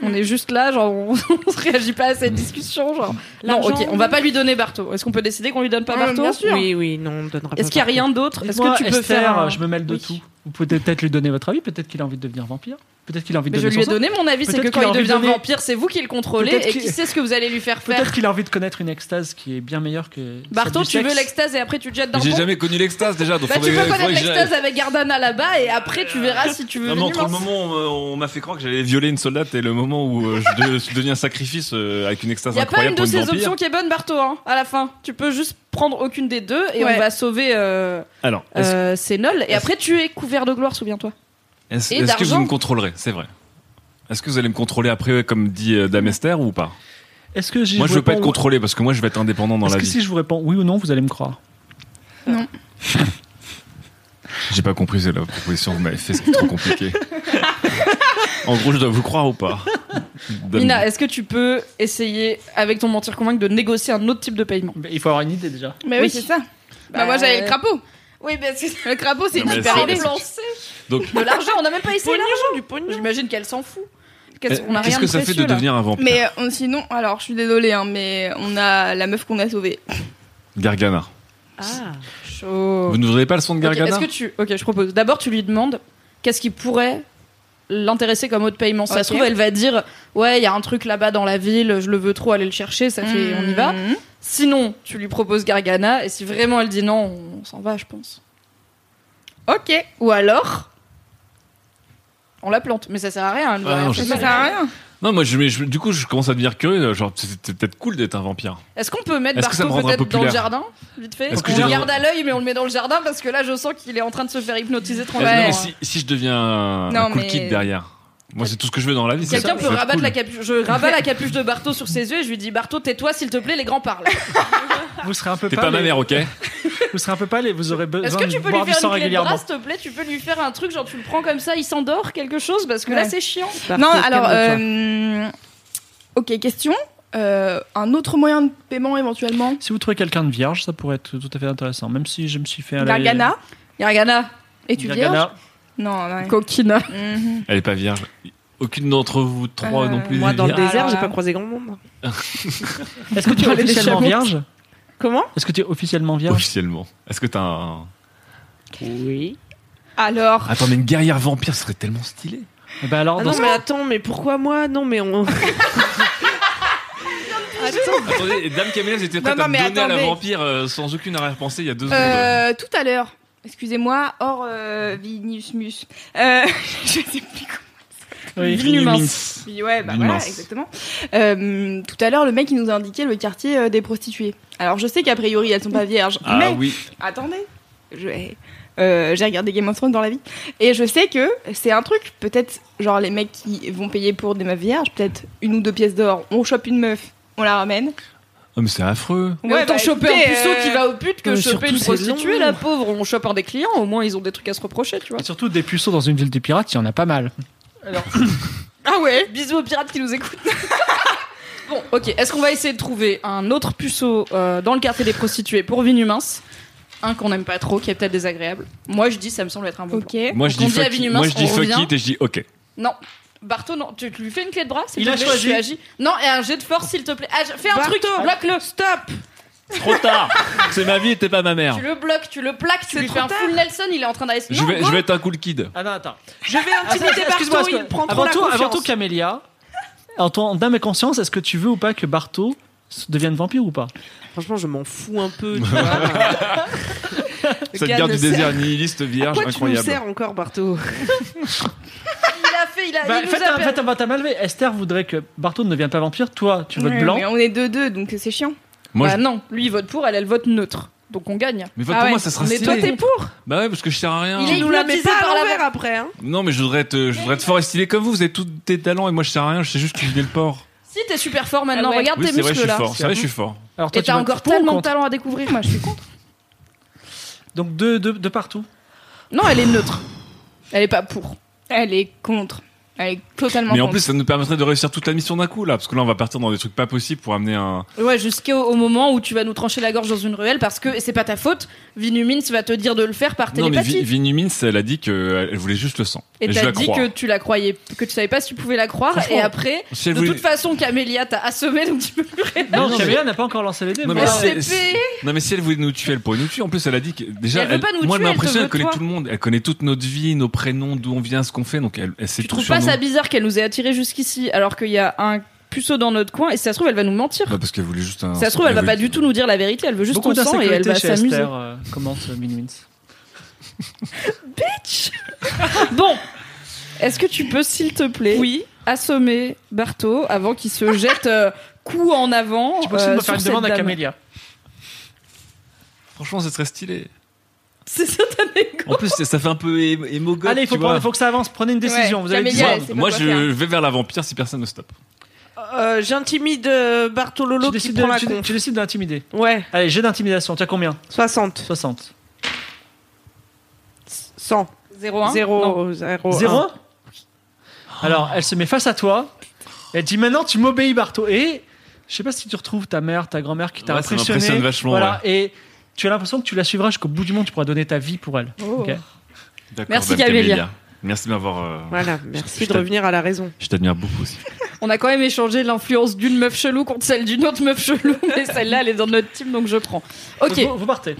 On est juste là, genre on, <laughs> on se réagit pas à cette discussion, genre. Non,
L'argent.
ok, on va pas lui donner Barto. Est-ce qu'on peut décider qu'on lui donne pas
Ah,
Ouais,
Barto
bien sûr.
Oui, Ah, oui, non, on ne donnera
bah,
pas.
Est-ce qu'il y a
par
rien d'autre Est-ce
Dites-moi,
que tu peux
Esther,
faire un-
Je me mêle de
Oui.
tout. Vous pouvez peut-être lui donner votre avis. Peut-être qu'il a envie de devenir vampire. Peut-être qu'il a envie de
Mais je
donner
lui ai
son sang.
donné mon avis, c'est
Peut-être
que
qu'il
quand
a
il
envie de
devient
donner-
vampire, c'est vous qui le contrôlez
Peut-être
et
qu'il-
qui sait ce que vous allez lui faire
Peut-être
faire.
qu'il a envie de connaître une extase qui est bien meilleure que.
Barto,
celle
tu
du
veux
sexe.
l'extase et après tu te jettes d'un
Mais J'ai
pont
jamais connu l'extase déjà, donc
Bah tu peux
faudrait- faudrait
connaître
que j'aille-
l'extase avec Gardana là-bas et après tu verras si tu veux
Non, mais entre
venir.
le moment où on m'a- on m'a fait croire que j'allais violer une soldate et le moment où euh, je, de- <laughs> je deviens un sacrifice euh, avec une extase
Il y a pas
incroyable
une de
pour une
ces
vampire.
options qui est bonne, Barto, hein, à la fin. Tu peux juste prendre aucune des deux et
Ouais.
on va sauver euh,
Alors, est-ce
euh, Sénol. Et
est-ce-
après, tu es couvert de gloire, souviens-toi.
est-ce-
et
est-ce que vous
d'argent
me contrôlerez C'est vrai. Est-ce que vous allez me contrôler après, comme dit euh, Damester, ou pas
Est-ce que j'ai.
Moi, je veux pas être contrôlé parce que moi, je vais être indépendant dans
Est-ce
la
que
vie.
si je vous réponds oui ou non, vous allez me croire
J'ai pas compris c'est la proposition, vous m'avez fait, c'est
<laughs>
trop compliqué. en gros, je dois vous croire ou pas Dame-
Mina, est-ce que tu peux essayer, avec ton mentir convaincre, de négocier un autre type de paiement
Il faut avoir une idée déjà.
Mais oui,
Oui.
c'est ça. Bah,
Bah,
moi j'avais le crapaud.
Oui, parce que
Le crapaud, c'est
Non, mais
une super
c'est-
idée.
c'est- Donc,
de l'argent, on n'a même pas essayé l'argent.
du pognon.
J'imagine qu'elle s'en fout.
euh,
Qu'est-ce qu'on a
qu'est-ce
rien
que
de
ça fait
précieux,
de
là.
devenir un vampire
Mais euh, on- sinon, alors je suis désolée, hein, mais on a la meuf qu'on a sauvée.
Gargana.
Ah.
Chaud.
Vous ne voudriez pas le son de
Oh. Ok,
Gargana
Est-ce que tu. Ok, je propose. D'abord, tu lui demandes qu'est-ce qui pourrait l'intéresser comme autre paiement. Ça
Ok.
se trouve, elle va dire Ouais, il y a un truc là-bas dans la ville, je le veux trop, aller le chercher, ça fait. On y va.
Mmh.
Mhm.
Sinon, tu lui proposes Gargana, et si vraiment elle dit non, on s'en va, je pense.
Ok.
Ou alors. On la plante, mais ça sert à rien. Elle
Ah,
va rien
non,
faire.
je
Ça sert à rien.
Non, moi, je, mais je- du coup, je commence à devenir curieux. Genre, c'était peut-être cool d'être un vampire.
Est-ce qu'on peut mettre
Est-ce que ça me
Barto
rendra
peut-être dans le
populaire
jardin, vite fait
Est-ce que
On
j'ai-
le garde à l'œil, mais on le met dans le jardin parce que là, je sens qu'il est en train de se faire hypnotiser
Eh, non, mais
tranquillement.
si, si je deviens un,
Non,
un cool
mais-
kid derrière, moi, c'est tout ce que je veux dans la vie. c'est-
Quelqu'un
ça
peut
va être
rabattre
cool.
la capuche. Je rabats la capuche de Barto sur ses yeux et je lui dis Barto, tais-toi s'il te plaît, les grands parlent.
Vous serez un peu
T'es pas ma
les-
mère, ok
Vous serez un peu pâle et vous aurez besoin
Est-ce que tu
de
peux lui
boire du
faire
sang
une clé de bras,
régulièrement.
s'il te plaît Tu peux lui faire un truc, genre tu le prends comme ça, il s'endort, quelque chose Parce que là,
Ouais.
c'est chiant.
Bah,
Non, alors, euh, ok, question. Euh, un autre moyen de paiement éventuellement
Si vous trouvez quelqu'un de vierge, ça pourrait être tout à fait intéressant. Même si je me suis fait un.
Gargana
Gargana,
Et tu vierge
Gargana.
Non, ouais.
coquina.
Mhm.
Elle est pas vierge. Aucune d'entre vous trois
Euh,
non plus.
Moi,
est
dans le
vierge.
désert,
Alors
j'ai
là.
pas croisé grand monde.
Est-ce que tu es
Parler des
officiellement
chameaux.
vierge
Comment
Est-ce que tu es officiellement vierge
<laughs> Officiellement. Est-ce que t'as un.
Oui.
Alors,
Attends, mais une guerrière vampire, ce serait tellement stylé.
Eh ben alors,
Ah
dans
non,
ce-
mais attends, mais pourquoi moi Non, mais <laughs> on. Attends.
Attendez, et Dame Camilla, c'était prête
Non, non,
à me
mais
donner à la
attendez.
vampire euh, sans aucune arrière-pensée il y a deux secondes.
euh, tout à l'heure, excusez-moi, hors euh, Vinicius, euh, <laughs> je sais plus comment.
Oui,
Vinumens.
Vinumens.
Oui, ouais, bah
Une
voilà,
mince.
exactement. Euh, tout à l'heure, le mec, il nous a indiqué le quartier euh, des prostituées. Alors, je sais qu'a priori, elles sont pas vierges.
Ah
mais,
oui.
attendez, je- eh, euh, j'ai regardé Game of Thrones dans la vie. Et je sais que c'est un truc, peut-être, genre, les mecs qui vont payer pour des meufs vierges, peut-être une ou deux pièces d'or, on chope une meuf, on la ramène.
Oh, mais c'est affreux.
Ouais, autant
bah,
choper
écoutez,
un puceau
euh,
qui va au pute que
euh,
choper
surtout,
une
c'est
prostituée,
long.
la pauvre. On chope un des clients, au moins ils ont des trucs à se reprocher, tu vois.
Et surtout, des puceaux dans une ville des pirates, il y en a pas mal.
Ah ouais Bisous aux pirates qui nous écoutent. <laughs> bon, ok. Est-ce qu'on va essayer de trouver un autre puceau euh, dans le quartier des prostituées pour Vinumens Un qu'on n'aime pas trop, qui est peut-être désagréable. Moi, je dis, ça me semble être un bon plan.
Ok.
Moi, je
Donc, on
dis
dit à
fuck it.
Vinumens,
Moi, je dis
on
fuck
revient.
it et je dis ok.
Non. Barto, non, tu, tu lui fais une clé de bras s'il
Il
te
a
plaît,
choisi.
tu agis. Non, et un jet de force, s'il te plaît. Ah, je- fais un
Barto,
truc, bloque-le. Stop
Trop tard. C'est ma vie et t'es pas ma mère.
Tu le bloques, tu le plaques, tu
C'est
lui
trop
fais un full Nelson, il est en train d'aller se
Je vais, je vais être un cool
<laughs>
kid.
Ah non, attends.
Je vais intimider
Excuse-moi,
Barto,
est-ce que-
il prend trop
avant,
la
tout, avant tout,
confiance.
Camélia, en ton âme et conscience, est-ce que tu veux ou pas que Barto se- devienne vampire ou pas
Franchement, je m'en fous un peu. Tu vois.
Cette
gars
guerre
ne
du
sert-
désert nihiliste vierge,
Pourquoi tu nous
incroyable.
sers encore, Barto
Il a fait, il a.
Bah,
il nous
Faites
a
un,
fait-
faites un vote à main levée. Esther voudrait que Barto ne devienne pas vampire. Toi, tu votes
Ouais,
blanc.
mais on est deux-deux, donc c'est chiant.
Moi,
Bah
je-
non, lui il vote pour, elle, elle vote neutre. Donc on gagne.
Mais vote
Ah
pour moi,
ouais.
ça sera
Mais toi,
stylé.
t'es pour
Bah ouais, parce que je sers à rien.
Il est
Tu nous la mets
hypnotisé
pas
par
à
la
l'envers après, hein
Non, mais je voudrais être, je voudrais être fort et stylé comme vous. Vous avez tous des talents et moi, je sers à rien. Je sais juste cuisiner le porc.
Si, t'es super fort maintenant,
Ah ouais.
regarde
Oui,
tes
c'est vrai, je
muscles
suis
là.
fort. C'est vrai, je suis fort.
Alors, toi,
Et
tu
t'as
votes
encore
pour ou
tellement de
contre
talent à découvrir, moi je suis contre.
Donc, deux deux- de partout.
Non, elle est neutre. Elle est pas pour.
Elle est contre. Elle est totalement
Mais en
contre.
plus, ça nous permettrait de réussir toute la mission d'un coup, là. Parce que là, on va partir dans des trucs pas possibles pour amener un.
Ouais, jusqu'au au moment où tu vas nous trancher la gorge dans une ruelle parce que, et c'est pas ta faute, Vinumins va te dire de le faire par
Non, mais Vi-
télépathie.
Vinumins, elle a dit qu'elle voulait juste le sang.
et
je
t'as
la
dit
crois.
que tu la croyais, que tu savais pas si tu pouvais la croire,
Franchement,
et après,
Si elle
de
voulait-
toute façon, Camélia t'a assommé, donc tu peux plus rien.
Non,
non,
Camélia n'a pas encore lancé les dés.
Non, mais
mais-
c'est-
si-
SCP.
si- non, mais si elle voulait nous tuer, elle pourrait nous tuer. En plus, elle a dit que déjà,
Elle veut pas nous
moi,
tuer, elle te
l'impression,
veut,
elle connaît
toi.
tout le monde. Elle connaît toute notre vie, nos prénoms, d'où on vient, ce qu'on fait. Donc, elle, elle sait
Tu
tout
trouves
sur
pas
nous.
ça bizarre qu'elle nous ait attirés jusqu'ici alors qu'il y a un puceau dans notre coin, et si ça se trouve, elle va nous <laughs> mentir.
Bah, parce qu'elle voulait juste un.
Si ça se trouve, elle va
voulait-
pas du tout nous dire la vérité, elle veut juste
Beaucoup
ton sang et elle
d'insécurité
va
chez Esther,
s'amuser.
euh, commente Minwins.
Bon, est-ce que tu peux, s'il te plaît,
Oui.
assommer Barto avant qu'il se jette euh, coup en avant
Tu peux aussi
euh,
me
sur
faire une
cette
demande à
dame.
Camélia.
Franchement, c'est très stylé.
C'est ça ta négo.
En plus, ça- ça fait un peu émo émo goth,
Allez, il faut,
tu vois.
prendre- faut que ça avance. Prenez une décision. vous avez
Camélia,
dit-
Moi,
elle sait pas
moi,
quoi
je
faire.
vais vers la vampire si personne ne stoppe.
Euh, J'intimide euh, Bartololo
Tu
qui
décides
prend
de-
la
tu dé-
conf.
tu décides de l'intimider.
Ouais,
Allez, j'ai d'intimidation. Tu as combien
60.
60.
100. hein.
0-1.
0,
Oh,
0,
0 Alors, elle se met face à toi. Elle dit maintenant, tu m'obéis, Barto. Et je sais pas si tu retrouves ta mère, ta grand-mère qui t'a
Ouais, ça
impressionné.
m'impressionne vachement,
Voilà. Et tu as l'impression que tu la suivras jusqu'au bout du monde, tu pourras donner ta vie pour elle.
Oh.
Ah,
Ok.
D'accord,
Merci,
Madame
Camélia.
Merci de m'avoir. euh,
Voilà,
je
merci de
t'a-
revenir à la raison.
Je t'admire beaucoup aussi.
On a quand même échangé l'influence d'une meuf chelou contre celle d'une autre meuf chelou, <laughs> mais celle-là, elle est dans notre team, donc je prends. Ok,
Vous, vous partez.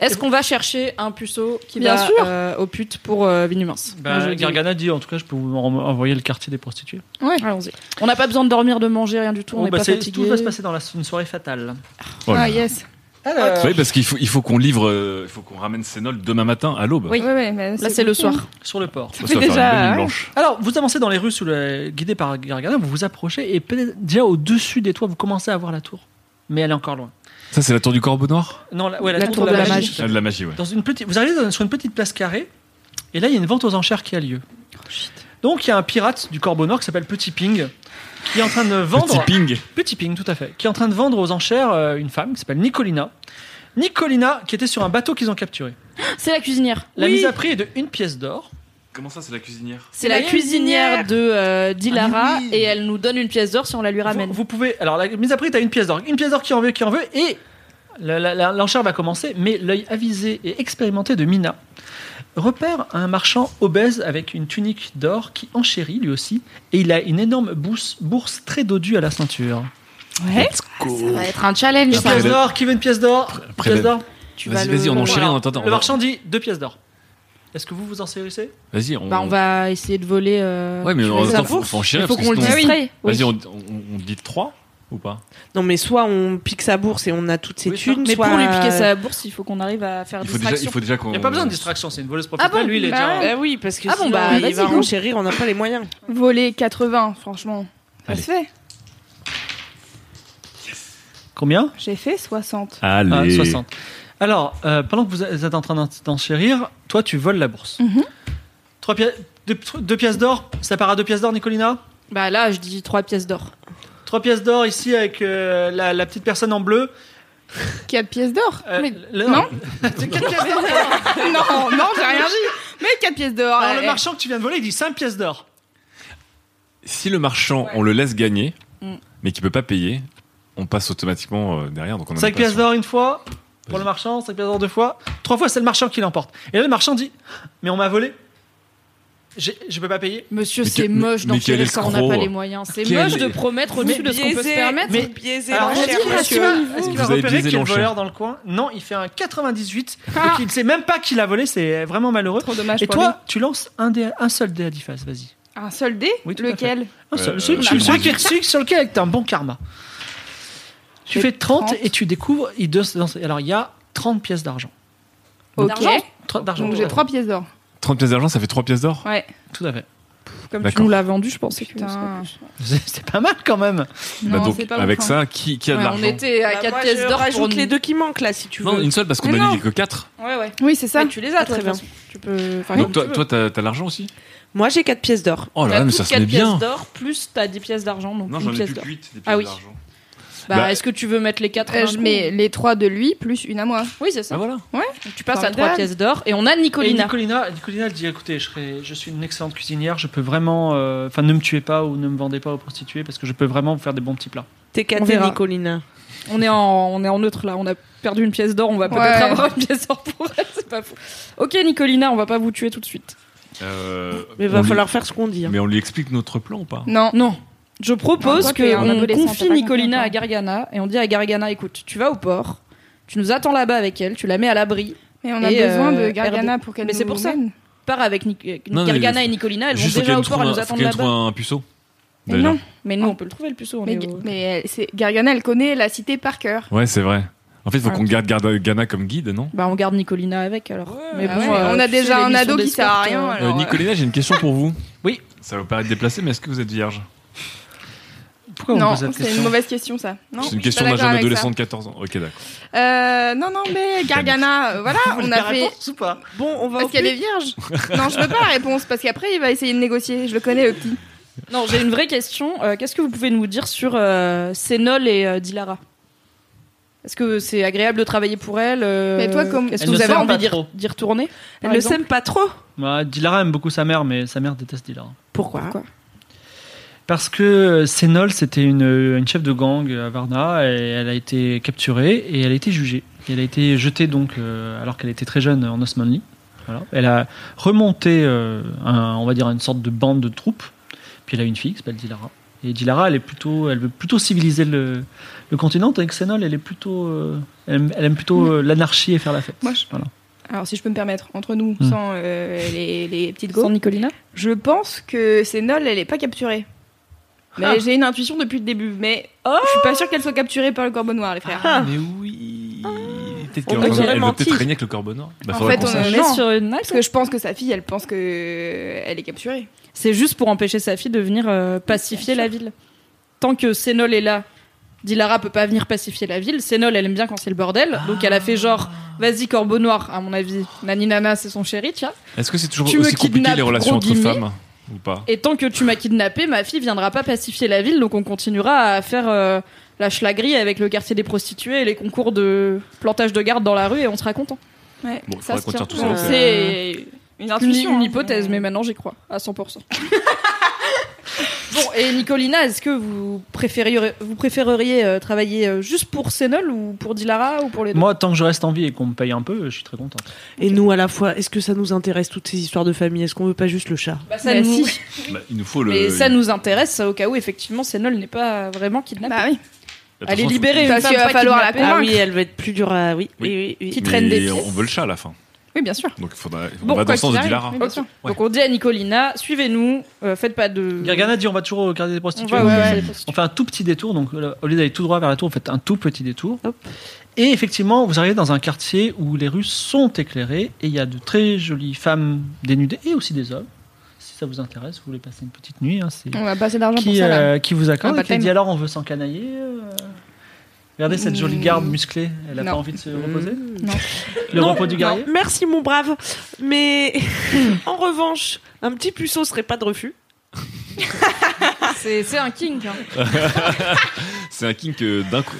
est-ce qu'on va chercher un puceau qui
Bien
va
sûr.
euh, au pute pour euh, Vinumens
Bah,
Moi, je dis oui.
Gargana dit en tout cas, je peux vous en- envoyer le quartier des prostituées.
Allons-y. On n'a pas besoin de dormir, de manger, rien du tout. on
Bon,
n'est
bah,
pas
c'est-
fatigué.
tout va se passer dans la, une soirée fatale.
Oh là là.
Ah, yes.
Oui, parce qu'il faut, il faut qu'on livre, euh, il faut qu'on ramène Sénol demain matin à l'aube.
Oui.
Ouais, ouais, mais
Là, c'est le soir.
Sur le port.
Ça,
fait
va faire une
déjà-
bonne nuit
ouais.
blanche.
Alors, vous avancez dans les rues sous le- guidé par Gargana, vous vous approchez et peut-être déjà au-dessus des toits, vous commencez à voir la tour. Mais elle est encore loin.
Ça, c'est la tour du Corbeau Noir
Non, la, ouais, la
La
tour, de la, magie.
Ah, De la magie, ouais.
Dans une petite, vous arrivez dans- sur une petite place carrée et là, il y a une vente aux enchères qui a lieu. Donc, il y a un pirate du Corbeau Nord qui s'appelle Petit Ping qui est en train de
Petit
vendre.
ping.
Petit Ping, tout à fait. Qui est en train de vendre aux enchères euh, une femme qui s'appelle Nicolina. Nicolina, qui était sur un bateau qu'ils ont capturé.
C'est la cuisinière.
La
Oui.
mise à prix est de une pièce d'or.
Comment ça, c'est la cuisinière
C'est la
La
cuisinière
cuisinière.
de euh, Dilara
Ah oui.
et elle nous donne une pièce d'or si on la lui ramène.
Vous, vous pouvez. Alors, la mise à prix, t'as une pièce d'or. Une pièce d'or qui en veut, qui en veut. Et la- la- la- l'enchère va commencer. Mais l'œil avisé et expérimenté de Mina repère un marchand obèse avec une tunique d'or qui enchérit lui aussi. Et il a une énorme bourse, bourse très dodue à la ceinture.
Ça va être un challenge.
Une
ça.
pièce d'or, qui veut une pièce d'or Une
prélève.
pièce d'or
Tu
Vas-y,
vas le-
vas-y, on
le-
enchaîne
voilà.
en attendant.
Le marchand dit deux pièces d'or. Est-ce que vous vous en saisissez
Vas-y, on.
Bah, on va essayer de voler. euh,
Ouais, mais
tu
en
vois,
même temps,
ça.
faut, faut enchaîner.
Il faut
parce
qu'on
que
le
sinon- Ah
dise. distraie. Oui.
Vas-y, on, on, on dit 3 ou pas
Non, mais soit on pique sa bourse et on a toutes ses
Oui,
thunes,
Mais
soit. Euh,
pour lui piquer sa bourse, il faut qu'on arrive à faire
Il faut déjà,
distraction.
il faut déjà qu'on.
Il n'y a pas besoin de distraction, c'est une voleuse professionnelle. lui, il est
bah
déjà.
Bah oui, parce que
Ah bon,
sinon,
bah, vas-y,
il va
go.
renchérir, on n'a pas les moyens.
Voler 80, franchement. Ça
Allez.
se fait.
Combien
J'ai fait 60.
Allez.
Ah, 60. Alors, euh, pendant que vous êtes en train d'en- d'enchérir, toi, tu voles la bourse.
Mhm.
Trois pi- deux, tr- deux pièces d'or, ça part à deux pièces d'or, Nicolina
Bah là, je dis trois pièces d'or.
Trois pièces d'or ici avec euh, la, la petite personne en bleu.
4 pièces d'or
Euh,
Mais-
le-
non.
<laughs> Quatre pièces d'or.
<laughs> Non, non, j'ai rien dit. Mais 4 pièces d'or.
Alors,
eh,
le marchand que tu viens de voler, il dit 5 pièces d'or.
Si le marchand, on le laisse gagner,
Mm.
mais qu'il peut pas payer, on passe automatiquement euh, derrière. Donc on a
5
même pas
pièces d'or une fois pour
Vas-y.
le marchand, 5 pièces d'or deux fois. Trois fois, c'est le marchand qui l'emporte. Et là, le marchand dit Mais on m'a volé. J'ai- Je peux pas payer.
Monsieur,
Mais
c'est
que-
moche
mais- mais quel
d'enquêter quand on n'a
escroc.
pas les moyens. C'est
Quel-
moche de promettre au-dessus de ce qu'on peut se permettre.
mais-
biaiser
Alors,
l'enchère,
est-ce qu'il va-
monsieur.
Est-ce qu'il va
Vous avez
repérer
biaisé
qu'il y a le
l'enchère.
voleur dans le coin Non, il fait un 98. Donc
Ah,
il ne sait même pas qui l'a volé, c'est vraiment malheureux.
Trop dommage
Et
pour
toi, tu lances un, dé, un seul dé à 10 faces, vas-y.
lui. Un seul dé
Oui, tout à
Lequel
Un seul.
Euh,
celui,
euh,
celui- celui
98.
qui est- celui sur lequel tu as un bon karma. Tu fais 30,
30.
et tu découvres. il doit se lancer- Alors il y a 30 pièces d'argent.
Ok.
D'argent
30 d'argent.
Donc j'ai 3 pièces d'or.
30 pièces d'argent, ça fait 3 pièces d'or
Ouais.
Tout à fait.
Comme tu
D'accord.
nous l'as vendu, je pensais que
Putain.
C'est c'est pas mal quand même.
Bah
Non,
donc,
c'est pas
avec
bon,
ça, qui, qui a de
hein. Ouais, on
l'argent
était à
Bah,
4
moi,
pièces
je
d'or pour
rajoute
nous-
les deux qui manquent là, si tu veux.
Non, une seule parce qu'on
Mais
a
non.
dit que 4.
Ouais, ouais.
Oui, c'est ça.
Ouais, tu les as,
Toi,
Ah, très
de toute
bien. Tu peux. Enfin,
Donc
tu
toi,
veux.
toi, t'as t'as de l'argent aussi
Moi, j'ai 4 pièces d'or.
Oh là
T'as
là, mais
toutes
ça se
quatre
met bien
pièces d'or, plus t'as 10 pièces d'argent, donc
Non,
une
j'en ai
pièce
plus
d'or.
que 8 des
Ah oui.
pièces d'argent.
Bah,
Bah,
est-ce que tu veux mettre les 4
Euh, je mets les 3 de lui plus une à moi.
Oui, c'est ça.
Ah voilà
Donc, tu passes à
Formidable.
3 pièces d'or et on a
Et
Nicolina.
Nicolina, Nicolina elle dit écoutez, je, serai- je suis une excellente cuisinière, je peux vraiment. euh, Enfin, ne me tuez pas ou ne me vendez pas aux prostituées parce que je peux vraiment vous faire des bons petits plats.
T'es
On
caté,
verra.
Nicolina.
On est, en, on est en neutre là, on a perdu une pièce d'or, on va peut-être
Ouais.
avoir une pièce d'or pour elle, c'est pas fou. Ok, Nicolina, on va pas vous tuer tout de suite.
Euh,
Mais va
on lui-
falloir faire ce qu'on dit. hein.
Mais on lui explique notre plan ou pas
Non.
Non. Je propose
Non, toi, t'es un
qu'on
adolescent,
confie
t'as pas
Nicolina
compris
à
encore.
Gargana et on dit à Gargana écoute, tu vas au port, tu nous attends là-bas avec elle, tu la mets à l'abri,
Mais on a
Et,
besoin
euh,
de Gargana pour qu'elle
Mais c'est
nous
pour ça.
mène.
pars avec Nic-
Non, mais
Gargana
faut-
et Nicolina, elles
Juste
vont
faut qu'elle
déjà au
nous
port,
trouve
elles
un-
nous
faut
attendent
qu'elle nous
là-bas. Ah.
trouve un puceau.
Mais
D'ailleurs.
non.
Mais nous, on peut le trouver le puceau. On
Mais,
est au-
mais elle- c'est Gargana, elle connaît la cité par cœur.
Ouais, c'est vrai. En fait, il faut
Ouais.
qu'on garde Garda- Ghana comme guide, non
Bah, on garde Nicolina avec alors. mais euh,
Ah ouais, on a
tu sais,
déjà
les
un
missions
ado qui sert à
d'escorte,
rien,
euh,
alors.
Euh, Nicolina, j'ai une question pour vous.
Oui.
Ça va vous paraître déplacé, mais est-ce que vous êtes vierge
Pourquoi Oh, on
non,
pose cette
c'est une
question
mauvaise question ça.
C'est une
Non, je suis
question
pas
d'un
d'accord
jeune
avec
adolescent de 14 ans. Ok, d'accord.
ça. Euh, non, non, mais Gargana,
<laughs>
euh, voilà,
Vous
on
voulez
a
la
fait.
réponse ou pas
Bon, on va.
Parce qu'elle
<laughs>
est vierge. non, je veux pas la réponse parce qu'après il va essayer de négocier. Je le connais le petit.
Non, j'ai une vraie question. Euh, Qu'est-ce que vous pouvez nous dire sur euh, Sénol et euh, Dilara Est-ce que c'est agréable de travailler pour elle euh,
Mais toi, comme-
Est-ce
Elle
que
ne
vous avez
s'aime
envie
pas
d'y
trop.
d'y retourner
Elle
par
ne
exemple
s'aime pas trop.
Bah, Dilara aime beaucoup sa mère, mais sa mère déteste Dilara.
Pourquoi,
Parce que Sénol, c'était une, une chef de gang à Varna, et elle a été capturée et elle a été jugée. Et elle a été jetée donc euh, alors qu'elle était très jeune en Osmanli. Voilà. Elle a remonté, euh, un- on va dire, une sorte de bande de troupes. Puis elle a une fille qui s'appelle Dilara. Et Dilara, elle est plutôt, elle veut plutôt civiliser le, le continent. Avec Xenol, elle est plutôt, euh, elle, aime, elle aime plutôt euh, l'anarchie et faire la fête.
Moi, je-
Voilà.
Alors, si je peux me permettre, entre nous,
Hmm.
sans euh, les, les petites
Sans
go,
Nicolina
je pense que Sénol, elle est pas capturée. Mais j'ai une intuition depuis le début, mais oh, je suis pas sûre qu'elle soit capturée par le corbeau noir, les frères.
Ah.
Mais oui. Peut-être
On
qu'elle
nous
va-
aurait
elle va
menti.
peut-être régner avec le corbeau noir. Bah,
En
faudrait
fait,
qu'on
on
sache.
est
met sur une
Parce que je pense que sa fille, elle pense que euh, elle est capturée.
C'est juste pour empêcher sa fille de venir euh, pacifier la ville. Tant que Sénol est là, Dilara peut pas venir pacifier la ville. Sénol, elle aime bien quand c'est le bordel. Donc elle a fait genre, vas-y, corbeau noir, à mon avis. Nani Nana, c'est son chéri, tiens.
Est-ce que c'est toujours
Tu me
aussi compliqué
kidnappes,
les
gros
relations entre
guillemets.
femmes ou pas
Et tant que tu m'as kidnappé, ma fille viendra pas pacifier la ville. Donc on continuera à faire euh, la schlagerie avec le quartier des prostituées et les concours de plantage de garde dans la rue et on sera content.
Ouais.
Bon, il
Ça
faudrait
se
qu'on
tient.
tire tout ça. au clair.
C'est une
Une,
intuition.
une
hein.
hypothèse, mais maintenant j'y crois, à
<laughs>
100%. bon, et Nicolina, est-ce que vous préféreriez, vous préféreriez euh, travailler euh, juste pour Sénol ou pour Dilara ou pour les deux
Moi, tant que je reste en vie et qu'on me paye un peu, je suis très content.
Et nous, à la fois, est-ce que ça nous intéresse toutes ces histoires de famille Est-ce qu'on veut pas juste le chat
Bah, ça
Mais
nous-
si.
Bah, il nous faut le.
Mais ça nous intéresse au cas où effectivement Sénol n'est pas vraiment kidnappé.
Bah oui.
Elle est
Attention,
libérée, une
Parce
femme
qu'il va
pas
falloir la
kidnappée.
convaincre.
Ah oui, elle va être plus dure à. Oui, oui,
Oui.
oui.
Qui
oui.
mais
traîne des pieds.
On veut le chat à la fin.
Oui, bien sûr.
Donc faudra, on
Bon,
va dans
quoi
le
qu'il arrive,
sens de Bah, Dilara. hein,
mais bien sûr.
Donc on dit à Nicolina, suivez-nous, euh, faites pas de.
Gargana dit on va toujours au quartier des
on
prostituées.
va, ouais,
<laughs>
ouais, les prostituées.
On fait un tout petit détour, donc euh, au lieu d'aller tout droit vers la tour, vous faites un tout petit détour.
Hop.
Et effectivement, vous arrivez dans un quartier où les rues sont éclairées et il y a de très jolies femmes dénudées et aussi des hommes. Si ça vous intéresse, vous voulez passer une petite nuit, hein, c'est
On va passer d'argent pour
qui,
ça. là.
euh, qui vous accorde
Un
et qui
baptême.
dit alors on veut s'encanailler. euh, Regardez cette jolie
Mm.
garde musclée, elle a
Non.
pas envie de se reposer.
Non.
Le
Non,
repos du
non.
guerrier.
Merci, mon brave. Mais <laughs> en revanche, un petit puceau serait pas de refus.
C'est c'est un kink. hein.
C'est un kink euh, d'un coup-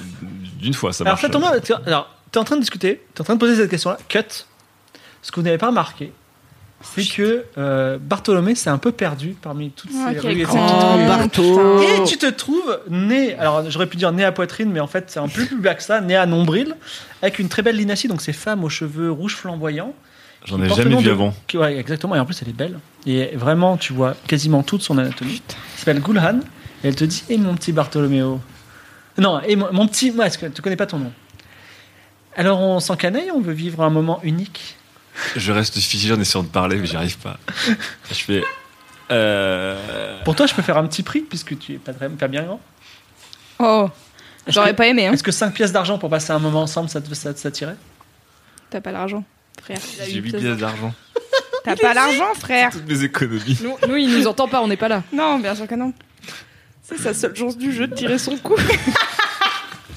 d'une fois, ça
Alors,
marche.
ça tombe bien, tu- alors, t'es en train de discuter, t'es en train de poser cette question-là. Cut. Ce que vous n'avez pas remarqué, c'est que euh, Bartholomé s'est un peu perdu parmi toutes
Ah,
ces
quel
rues et
con.
ces
Oh,
rues.
Bartho.
Et tu te trouves né, alors j'aurais pu dire né à poitrine, mais en fait c'est un peu plus bas que ça, né à nombril, avec une très belle linacie, donc ces femmes aux cheveux rouges flamboyants.
J'en
qui
ai
portent le
jamais
nom
vu
de-
avant.
qui- ouais, exactement, et en plus elle est belle. Et vraiment, tu vois quasiment toute son anatomie. Elle s'appelle Gulhan, et elle te dit Et mon petit Bartholoméo Non, et mon, mon petit. Moi, est-ce que tu connais pas ton nom Alors on s'encanaille, on veut vivre un moment unique.
Je reste figé en essayant de parler, mais j'y arrive pas. Je fais. Euh...
Pour toi, je peux faire un petit prix, puisque tu es pas, très- pas bien grand.
Oh,
Est-ce
j'aurais
que-
pas aimé. Hein.
Est-ce que 5 pièces d'argent pour passer un moment ensemble, ça te ça, ça t'irait
T'as pas l'argent, frère.
J'ai 8 pièces d'argent.
T'as pas l'argent,
Ah.
frère.
Toutes mes économies.
Nous, nous, il nous entend pas, on n'est pas là.
Non, bien sûr que non.
C'est sa seule chance du jeu de tirer son coup.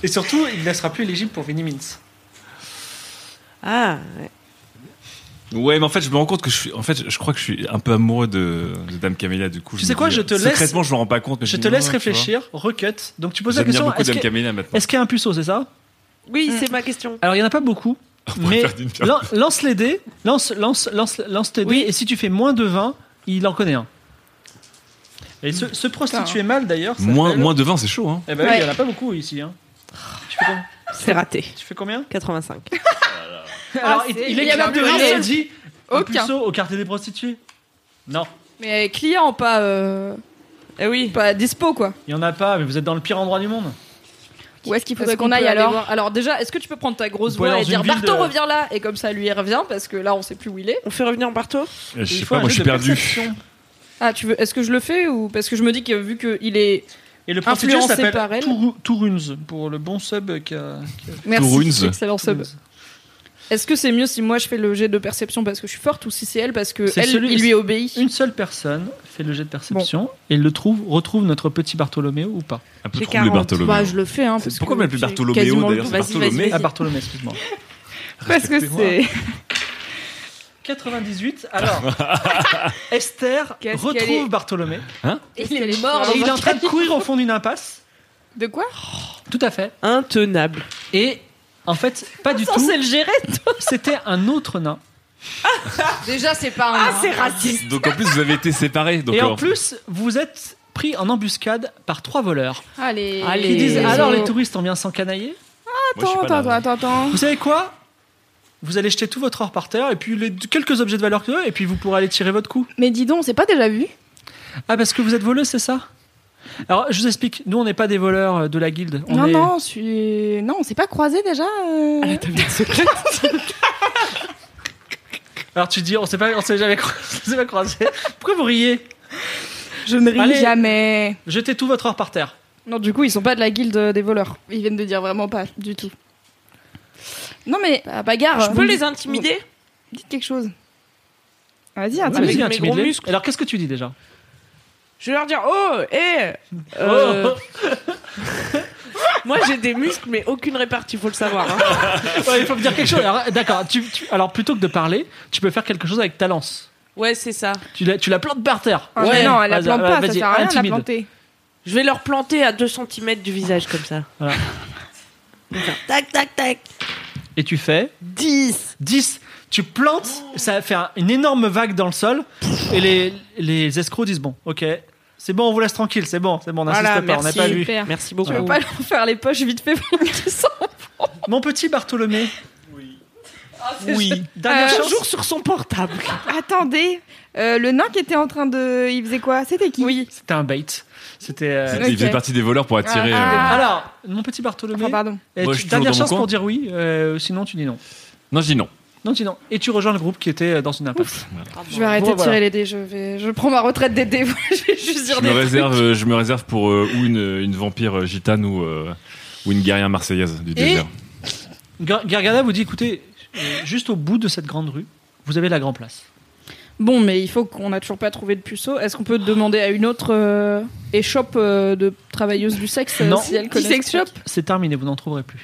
Et surtout, il ne sera plus éligible pour Vinimins.
Ah,
Ouais, mais en fait, je me rends compte que je suis. En fait, je crois que je suis un peu amoureux de, de Dame Camélia, du coup.
Tu
me
sais quoi,
dis,
je te laisse-
Secrètement, je me rends pas compte. mais
Je
me
te
dis,
laisse
ouais, tu
réfléchir, recut. Donc tu
vois.
poses la question
J'admire beaucoup
est-ce
Dame
que-
Camélia maintenant.
est-ce qu'il y a un puceau, c'est ça
oui, c'est ma question.
Alors il y en a pas beaucoup,
On pourrait
mais
faire d'une pierre-
lan- lance les dés, lance, lance, lance, lance tes dés,
Oui.
et si tu fais moins de 20, il en connaît un. Et se, se prostituer mal d'ailleurs, ça
Moins,
s'appelle-
moins de 20, c'est chaud, hein.
Eh ben oui,
Ouais.
il y en a pas beaucoup ici. Hein. Tu, fais com-
C'est raté.
tu fais combien
85.
Alors il,
Ah, c'est-
il
il y en a
éclate de
plus
rire
un
et
seul.
il dit Au
Aucun.
puceau, au quartier des prostituées. Non,
Mais client, pas, euh,
Eh oui.
pas dispo, quoi.
il y en a pas, mais vous êtes dans le pire endroit du monde.
Où est-ce qu'il faudrait
Est-ce
qu'on
peut
aille
aller
alors
voir Alors, déjà, est-ce que tu peux prendre ta grosse
On peut
voix
aller
et
dans une
dire Barton
ville de-
revient là Et comme ça, lui, il revient, parce que là, on sait plus où il est.
On fait revenir Barto
Je sais
Il faut
pas,
un
moi, je
jeu
suis
de
perdu.
perception.
Ah, tu veux. Est-ce que je le fais ou. Parce que je me dis que vu qu'il est.
Et le prostitué
Influencé par
s'appelle
elle.
Touru- Touruns, pour le bon sub qui a...
Touruns.
excellent sub. Est-ce que c'est mieux si moi je fais le jet de perception parce que je suis forte ou si c'est elle parce que
C'est
elle,
celui-
il lui obéit
Une seule personne fait le jet de perception et le trouve, retrouve notre petit Bartholoméo ou pas
Un peu
J'ai
troublé,
40.
Bah,
Bartholoméo.
je le fais, hein.
C'est-
parce
pourquoi
que
on m'appelle
j'ai
Bartholoméo,
quasiment le-
d'ailleurs, c'est
Vas-y, vas-y,
Bartholomé.
vas-y.
Ah, Bartholomé, excuse-moi.
Parce que c'est.
98, alors <laughs> Esther
Qu'est-ce qu'elle
retrouve
est-
Bartholomé
Il est
Ah,
mort.
et il est en train de courir au fond d'une impasse.
De quoi
Tout à fait.
Intenable.
Et en fait, pas du tout.
Censé le gérer
C'était un autre nain.
Déjà, c'est pas un.
raciste.
Donc, en plus, vous avez été séparés. Donc,
Ah, et en
alors,
plus, vous êtes pris en embuscade par trois voleurs
Allez.
Allez.
qui disent
Et-
alors les touristes ont bien s'encanaillé
Moi, je suis
Attends,
pas là.
attends, Oh, attends, attends.
Vous savez quoi Vous allez jeter tout votre or par terre et puis les quelques objets de valeur que et puis vous pourrez aller tirer votre coup.
Mais dis donc, on s'est pas déjà vu
Ah, parce que vous êtes voleux, c'est ça Alors, je vous explique. Nous, on n'est pas des voleurs euh, de la guilde. On
Non,
est-
non, je suis... non, on s'est pas croisés déjà. euh.
Alors, tu dis, on s'est pas, on s'est jamais cro- on s'est pas croisés. Pourquoi vous riez
Je ne ris
Allez.
jamais.
Jetez tout votre or par terre.
Non, du coup, ils sont pas de la guilde euh, des voleurs.
Ils viennent de dire vraiment pas du tout. Non mais
Bah, bagarre.
Je peux les intimider
dites quelque chose. Vas-y,
Ah,
intimide.
vas-y,
mes
intimide-les.
gros muscles.
Alors, qu'est-ce que tu dis déjà
Je vais leur dire Oh, hé euh,
Oh.
<laughs> Moi j'ai des muscles, mais aucune répartie, faut le savoir. hein.
Ouais, Il faut me dire quelque chose. Alors, D'accord. tu- tu- alors, plutôt que de parler, tu peux faire quelque chose avec ta lance.
Ouais, c'est ça.
Tu la, tu la plantes par terre.
Ah, mais non, elle la
Vas-y,
plante pas, ça
vas-y,
sert à rien de la
intimide.
planter.
Je vais leur planter à 2 cm du visage comme ça.
Voilà.
Tac, tac, tac.
Et tu fais
10
10. Tu plantes, ça fait un- une énorme vague dans le sol. Et les, les escrocs disent Bon, ok, c'est bon, on vous laisse tranquille, c'est bon, c'est bon, on n'insiste
Voilà,
pas, on n'a
merci.
pas vu.
Super.
Merci beaucoup.
Je peux pas leur faire les poches vite fait pendant qu'ils sont.
Mon petit Bartholomé.
Ah,
Oui. Oui. Dernière
Euh,
chance.
Toujours sur son portable.
<laughs>
Attendez, <laughs> euh, le nain qui était en train de... Il faisait quoi C'était qui Oui.
C'était un bait. C'était. euh,
Il faisait
Ok.
partie des voleurs pour attirer.
Ah,
euh,
Alors, mon petit Bartholomé.
Ah,
Enfin, Oh,
bah.
pardon.
eh,
Moi,
tu-
je suis toujours
dernière
dans mon
chance
coin.
pour dire oui, euh, sinon tu dis non.
Non, je dis non.
Non, tu dis non. Et tu rejoins le groupe qui était euh, dans une impasse.
Je vais arrêter
Bon,
de
voilà.
tirer les dés. Je vais, je prends ma retraite des
<laughs>
dés. je vais juste dire
Je me
des
réserve, euh, je me réserve pour euh, ou une, une vampire euh, gitane ou, euh, ou une guerrière marseillaise du désert.
Gar- Gargada vous dit écoutez, euh, juste au bout de cette grande rue, vous avez la grande place.
Bon, mais il faut qu'on n'a toujours pas trouvé de puceau. Est-ce qu'on peut demander à une autre euh, échoppe euh, de travailleuse du sexe euh,
Non.
si elle
Qui
connaît
sex Oh.
ce truc
C'est terminé, vous n'en trouverez plus.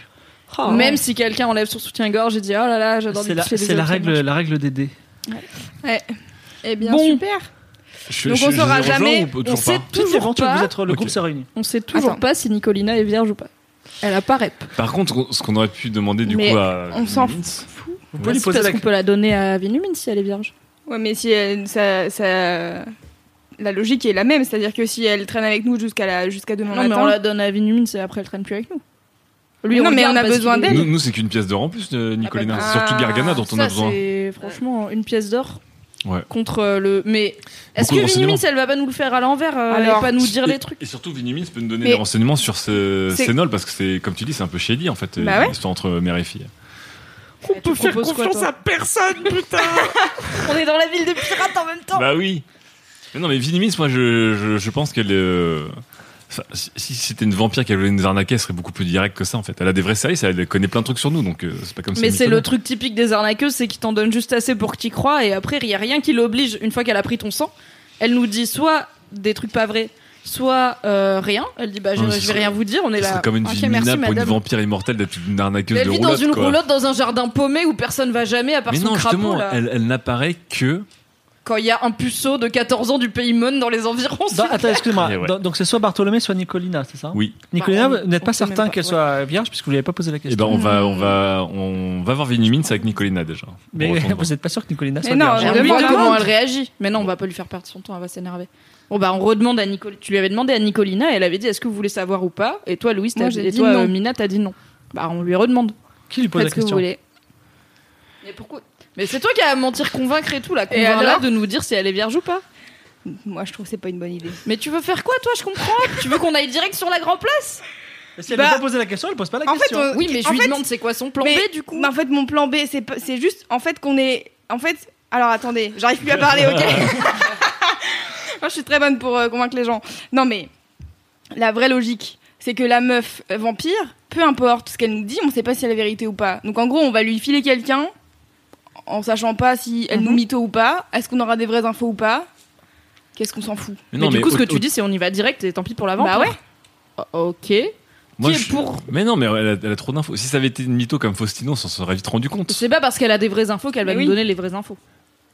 Même si quelqu'un enlève son soutien-gorge et dit oh là là, j'adore
C'est
des
la,
pieds des
c'est la
autres,
règle, la règle des dés.
Eh bien,
Bon.
super.
Je-
Donc
je-
on
je
saura
les rejoins
jamais,
ou p-
on
toujours
sait
pas
toujours
éventuel, vous
pas.
êtes le groupe
Ok.
s'est réuni.
On sait toujours
Attends.
pas si Nicolina est vierge ou pas. Elle a pas rep.
Par contre, on- ce qu'on aurait pu demander du
Mais
coup à.
On s'en
Vince,
fout.
Vous
C'est parce qu'on peut la donner à Vinumine si elle est vierge.
Ouais, mais si elle, ça, ça- la logique est la même, c'est-à-dire que si elle traîne avec nous jusqu'à la, jusqu'à demain
non, mais
matin.
on la donne à Vinumine, c'est après elle traîne plus avec nous.
Non, mais
garde
on a
parce
besoin
qu'il est-
d'elle.
Nous, nous, c'est qu'une pièce d'or en plus, euh, Nicolina.
bah,
c'est surtout
ah,
Gargana dont on a
Ça,
besoin.
c'est franchement une pièce d'or.
Ouais.
Contre euh, le. Mais est-ce
Beaucoup de
que
renseignements.
Vinumine, elle va pas nous le faire à l'envers euh, Elle va
Alors.
pas nous dire
et,
les trucs
Et surtout, Vinimis peut nous donner
Mais-
des renseignements sur ce,
C'est-
ces nolles, parce que c'est, comme tu dis, c'est un peu shady en fait,
Bah ouais.
l'histoire entre mère et fille.
On peut faire
proposes quoi,
confiance
toi
à personne, putain
On est dans la ville des pirates en même temps
Bah oui. Mais non, mais Vinimis, moi, je, je, je pense qu'elle. euh, enfin, si si c'était une vampire qui voulait nous arnaquer, elle serait beaucoup plus directe que ça en fait. Elle a des vrais services, elle connaît plein de trucs sur nous, donc euh, c'est pas comme ça.
Mais c'est le truc typique des arnaqueuses, c'est qu'ils t'en donnent juste assez pour que t'y crois, et après, il y a rien qui l'oblige, une fois qu'elle a pris ton sang, elle nous dit soit des trucs pas vrais, soit euh, rien. Elle dit, bah, je,
Ouais, ce
je vais
serait-
rien vous dire, on est
C'est
là.
comme une
Ok,
vie
merci,
minable pour une
madame.
vampire immortelle d'être une arnaqueuse
Mais elle
de
vit
roulotte.
dans une
quoi.
roulotte dans un jardin paumé où personne va jamais à part
mais
son
non,
crapaud.
justement,
là.
elle, elle n'apparaît que.
Quand il y a un puceau de 14 ans du pays Mon dans les environs.
Dans-
Bah,
attends, excuse-moi.
Et ouais.
Dans- Donc c'est soit Bartholomé, soit Nicolina, c'est ça
Oui.
Nicolina,
Bah, on-
vous n'êtes
on
pas
sait même
certain
pas,
qu'elle
ouais.
soit vierge puisque vous l'avez pas posé la
Et
question.
ben on va, on va, on va voir Vinimin, c'est avec Nicolina déjà. On
mais <laughs>
<laughs>
retourne
vous n'êtes pas sûr que Nicolina soit
Mais non,
vierge.
on
On
lui
demande
demande.
comment elle réagit. Ah, Mais non, on va pas lui faire perdre son temps, elle va s'énerver. Bon bah on redemande à Nicole. Tu lui avais demandé à Nicolina, elle avait dit est-ce que vous voulez savoir ou pas Et toi Louise, t'as-
Moi, j'ai
et
dit
toi
non.
euh, Mina, t'as dit non. Bah on lui redemande.
Qui lui pose la
Faites ce que vous
question
voulez. Mais pourquoi Mais c'est toi qui as à mentir, convaincre et tout là.
Et
Convainc là
alors
de nous dire si elle est vierge ou pas.
Moi, je trouve que c'est pas une bonne idée.
Mais tu veux faire quoi toi Je comprends. <laughs> tu veux qu'on aille direct sur la grand place
Mais Si elle
Bah,
n'a pas posé la question, elle pose pas la
en fait,
question.
on-
Oui, mais je
en
lui
fait-
demande c'est quoi son plan
Mais-
B du coup.
Mais en fait, mon plan B, c'est pas- c'est juste en fait qu'on est. En fait, alors attendez, j'arrive plus à parler, ok <laughs> Moi, je suis très bonne pour euh, convaincre les gens. Non, mais la vraie logique, c'est que la meuf euh, vampire, peu importe ce qu'elle nous dit, on sait pas si elle est la vérité ou pas. Donc en gros, on va lui filer quelqu'un en sachant pas si elle nous mytho ou pas. Est-ce qu'on aura des vraies infos ou pas Qu'est-ce qu'on s'en fout
Mais
Mais
non,
du
mais
coup, ce
au-
que tu
au-
dis, c'est on y va direct et tant pis pour l'avant.
Bah ouais.
Ok.
moi,
qui est
je-
pour-
Mais non, mais elle a, elle a trop d'infos. Si ça avait été une mytho comme Faustino, on s'en serait vite rendu compte.
C'est pas parce qu'elle a des vraies infos qu'elle va
Mais
nous
oui.
donner les vraies infos.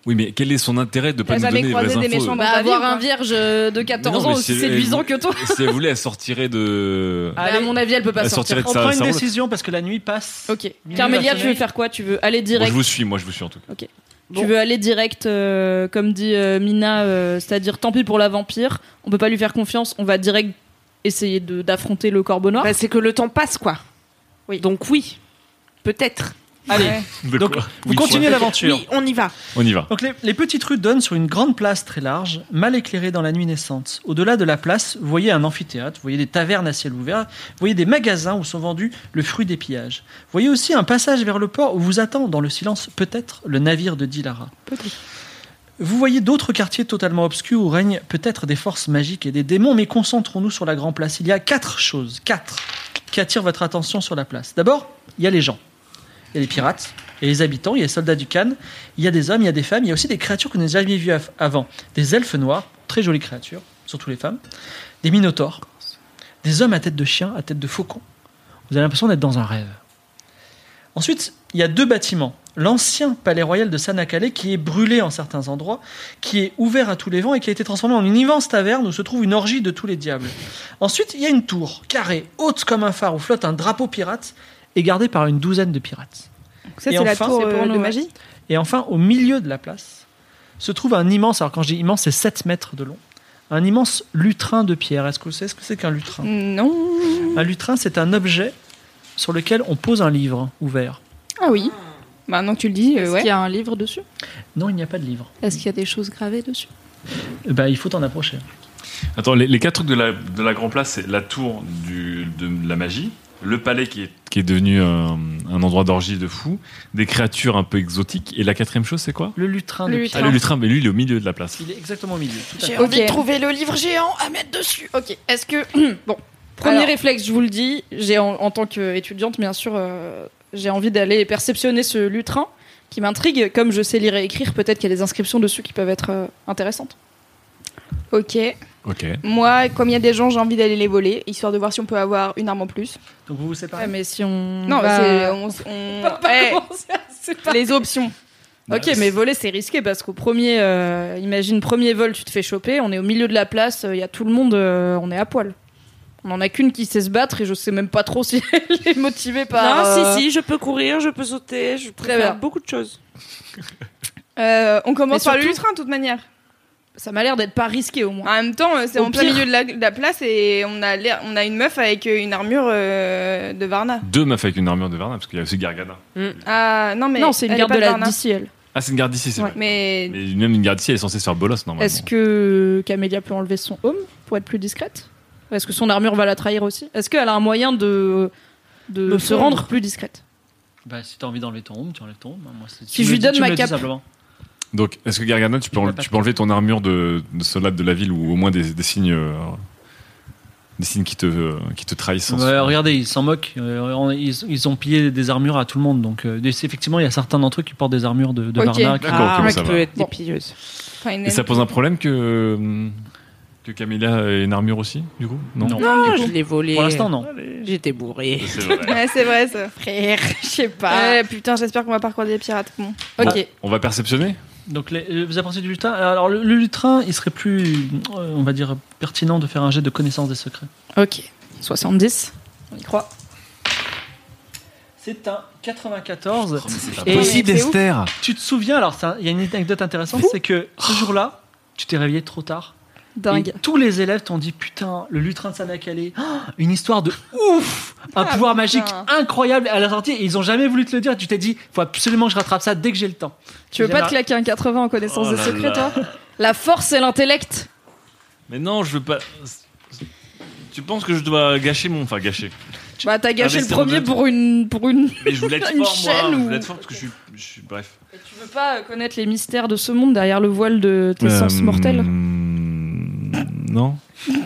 Oui, mais quel est son intérêt de pas
Elle
nous
a jamais
donner les vraies
croisé des
infos euh,
méchants
Bah,
Bah,
avoir
oui,
un
quoi.
vierge euh, de 14
Mais non,
ans
mais
aussi
c'est-
séduisant
elle-
que toi.
Si elle voulait, elle sortirait de.
Bah, à mon avis, elle peut pas
Elle
sortir.
sortirait de
on
sa-
prend
sa
une
roulotte.
décision parce que la nuit passe.
Ok.
Minuit
Carmélia,
va
tu veux
sonner.
faire quoi Tu veux aller
Moi,
direct
je vous suis, moi, je vous suis en <laughs> tout cas.
Tu veux aller direct, euh, comme dit euh, Mina, euh, c'est-à-dire tant pis pour la vampire. On peut pas lui faire confiance. On va direct essayer de- d'affronter le corbeau noir.
Bah, C'est que le temps passe, quoi.
Oui.
Donc oui, peut-être.
Allez,
De
donc
quoi
vous
Oui,
continuez l'aventure.
Oui, on y va.
On y va.
Donc les, les petites rues donnent sur une grande place très large, mal éclairée dans la nuit naissante. Au-delà de la place, vous voyez un amphithéâtre, vous voyez des tavernes à ciel ouvert, vous voyez des magasins où sont vendus le fruit des pillages. Vous voyez aussi un passage vers le port où vous attend, dans le silence peut-être, le navire de Dilara. Vous voyez d'autres quartiers totalement obscurs où règnent peut-être des forces magiques et des démons, mais concentrons-nous sur la grande place. Il y a quatre choses, quatre, qui attirent votre attention sur la place. D'abord, il y a les gens. Il y a les pirates, il y a les habitants, il y a les soldats du Khan, il y a des hommes, il y a des femmes, il y a aussi des créatures que vous n'avez jamais vues av- avant. Des elfes noirs, très jolies créatures, surtout les femmes. Des minotaures. Des hommes à tête de chien, à tête de faucon. Vous avez l'impression d'être dans un rêve. Ensuite, il y a deux bâtiments. L'ancien palais royal de Sanakale, qui est brûlé en certains endroits, qui est ouvert à tous les vents et qui a été transformé en une immense taverne où se trouve une orgie de tous les diables. Ensuite, il y a une tour, carrée, haute comme un phare, où flotte un drapeau pirate et gardée par une douzaine de pirates.
Ça,
Et
c'est la
enfin,
tour
c'est
euh,
pour
de
nous, ouais.
magie
Et enfin, au milieu de la place, se trouve un immense, alors quand je dis immense, c'est 7 mètres de long, un immense lutrin de pierre. Est-ce que vous savez ce que c'est qu'un lutrin
Non.
Un lutrin, c'est un objet sur lequel on pose un livre ouvert.
Ah oui. Maintenant que tu le dis, euh,
Est-ce qu'il
ouais.
y a un livre dessus
Non, il n'y a pas de livre.
Est-ce qu'il y a des choses gravées dessus
Eh ben, il faut t'en approcher.
Attends, les, les quatre trucs de la, de la Grand Place, c'est la tour du, de la magie, le palais qui est, qui est devenu un, un endroit d'orgie de fou, des créatures un peu exotiques, et la quatrième chose, c'est quoi
Le lutrin
Le
de
lutrin.
Ah, le lutrin, Ah, mais lui, il est au milieu de la place.
pierre. Il est exactement au milieu. tout à fait.
Ok.
envie de trouver le livre géant à mettre dessus. Ok, est-ce
<clears throat>
que. bon, premier
Alors-
réflexe, je vous le dis, j'ai en, en tant qu'étudiante, bien sûr, euh, j'ai envie d'aller perceptionner ce lutrin qui m'intrigue. Comme je sais lire et écrire, peut-être qu'il y a des inscriptions dessus qui peuvent être euh, intéressantes.
Ok.
Ok.
Moi, comme il y a des gens, j'ai envie d'aller les voler, histoire de voir si on peut avoir une arme en plus.
Donc vous vous séparez.
mais si on.
Non,
va-
c'est on, s- <laughs> on-
on va pas
Eh,
commencer à se <laughs> séparer.
les options.
Ok, mais voler, c'est risqué parce qu'au premier, euh, imagine, premier vol, tu te fais choper, on est au milieu de la place, il y a tout le monde, euh, on est à poil. On en a qu'une qui sait se battre et je sais même pas trop <laughs> si elle est motivée par.
non,
euh,
si, si, je peux courir, je peux sauter, je peux
Très
faire
bien.
beaucoup de choses.
Euh, on commence
Mais
par le
surtout-
lutrin, de toute manière.
Ça m'a l'air d'être pas risqué au moins.
En même temps, euh, c'est
Au
en plein
pire.
milieu de la, de la place et on a, l'air- on a une meuf avec euh, une armure euh, de Varna.
Deux meufs avec une armure de Varna, parce qu'il y a aussi Gargana.
Ah non, mais.
non, c'est une
elle est
garde
pas
de la
Varna.
DCL.
Ah, c'est une garde d'ici, c'est
Ouais.
vrai.
Mais.
Mais même une garde d'ici, elle est censée se faire bolos, normalement.
Est-ce que Camélia peut enlever son home pour être plus discrète Est-ce que son armure va la trahir aussi Est-ce qu'elle a un moyen de, de
Me
se
fondre.
rendre plus discrète
Bah, si t'as envie d'enlever ton home, tu enlèves ton home. Moi, c'est-
Si
tu
je
me
lui
le-
donne
tu me
ma
le dis
cape.
simplement.
Donc, est-ce que Gargana, tu peux,
Il
enle-
va pas
tu peux
faire.
enlever ton armure de, de soldat de la ville, ou au moins des, des signes... euh, des signes qui te, euh, qui te trahissent. sans-
Ouais, Bah, regardez, ils s'en moquent. Euh, on- ils, ils ont pillé des armures à tout le monde. Donc, euh, c'est- effectivement, il y a certains d'entre eux qui portent des armures de, de
Ok.
Varna. qui-
D'accord, ok, bon,
ah,
ça
qui
va.
peut être
Bon.
des pilleuses.
Enfin, une-
Et ça pose un problème que, euh, que Camilla ait une armure aussi, du coup Non.
Non,
du
Ah, je
coup,
l'ai Bah, volé.
Pour l'instant, non.
J'étais bourré.
C'est vrai.
Ouais, c'est vrai <laughs> ça.
Frère, <laughs> je sais pas.
Ouais, putain, j'espère qu'on va pas croiser les pirates. Bon.
Eh, ok,
On va perceptionner
Donc, les- euh, vous apportez du lutrin. Alors, le, le lutrin, il serait plus, euh, on va dire, pertinent de faire un jet de connaissance des secrets.
ok. 70, on y croit.
C'est un 94.
Et
Et
possible,
d'Esther
tu te souviens, alors, ça- il y a une anecdote intéressante c'est que ce jour-là, tu t'es réveillé trop tard.
Dingue.
Et tous les élèves t'ont dit Putain, le lutrin de Sanakale, <gasps> une histoire de ouf
Ah,
Un pouvoir magique incroyable à la sortie, et ils ont jamais voulu te le dire. Tu t'es dit Faut absolument que je rattrape ça dès que j'ai le temps.
Tu veux pas te
Jamais-
claquer un 80 en connaissance
Oh
des
là
secrets,
là.
toi La force et l'intellect
Mais non, je veux pas... Tu penses que je dois gâcher mon... Enfin, gâcher. Ah,
Bah, t'as gâché le
Investir
premier
dans-
pour une. Pour une...
Mais je voulais être
<laughs> Une
fort, moi.
chaîne
Je
ou-
voulais être fort parce que je suis... je suis- Bref.
Tu veux pas euh, connaître les mystères de ce monde derrière le voile de
Euh,
tes sens mortels
Euh,
<laughs>
Non. je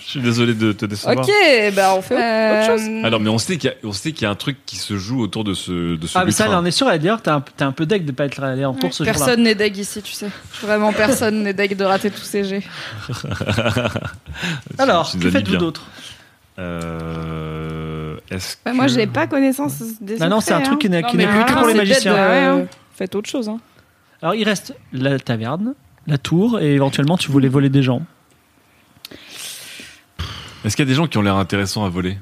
suis désolé de te décevoir.
Ok, bah on fait autre chose.
Euh,
Alors, mais on sait qu'il y, a- on sait qu'il y a un truc qui se joue autour de ce, de ce
Ah, mais ça, elle
lutrin.
en est sûre. Et D'ailleurs, t'es un, t'es un peu deg de pas être allé en cours ce jour-là.
Mmh, Personne n'est deg ici, tu sais. Vraiment personne n'est deg de rater tous ces jets.
Tu-
Alors,
tu nous
que
as mis
faites-vous
bien.
d'autre
Euh, Est-ce
bah, moi,
que-
j'ai pas connaissance des
Non, non,
secrets, hein.
c'est un truc qui n'est
Bah hein. Non,
qui
mais
n'est plus que
vraiment,
pour les
c'est
magiciens.
dead, euh,
Ouais, hein.
Faites autre chose. Hein.
Alors, il reste la taverne, la tour, et éventuellement, tu voulais voler des gens.
Est-ce qu'il y a des gens qui ont l'air intéressants à voler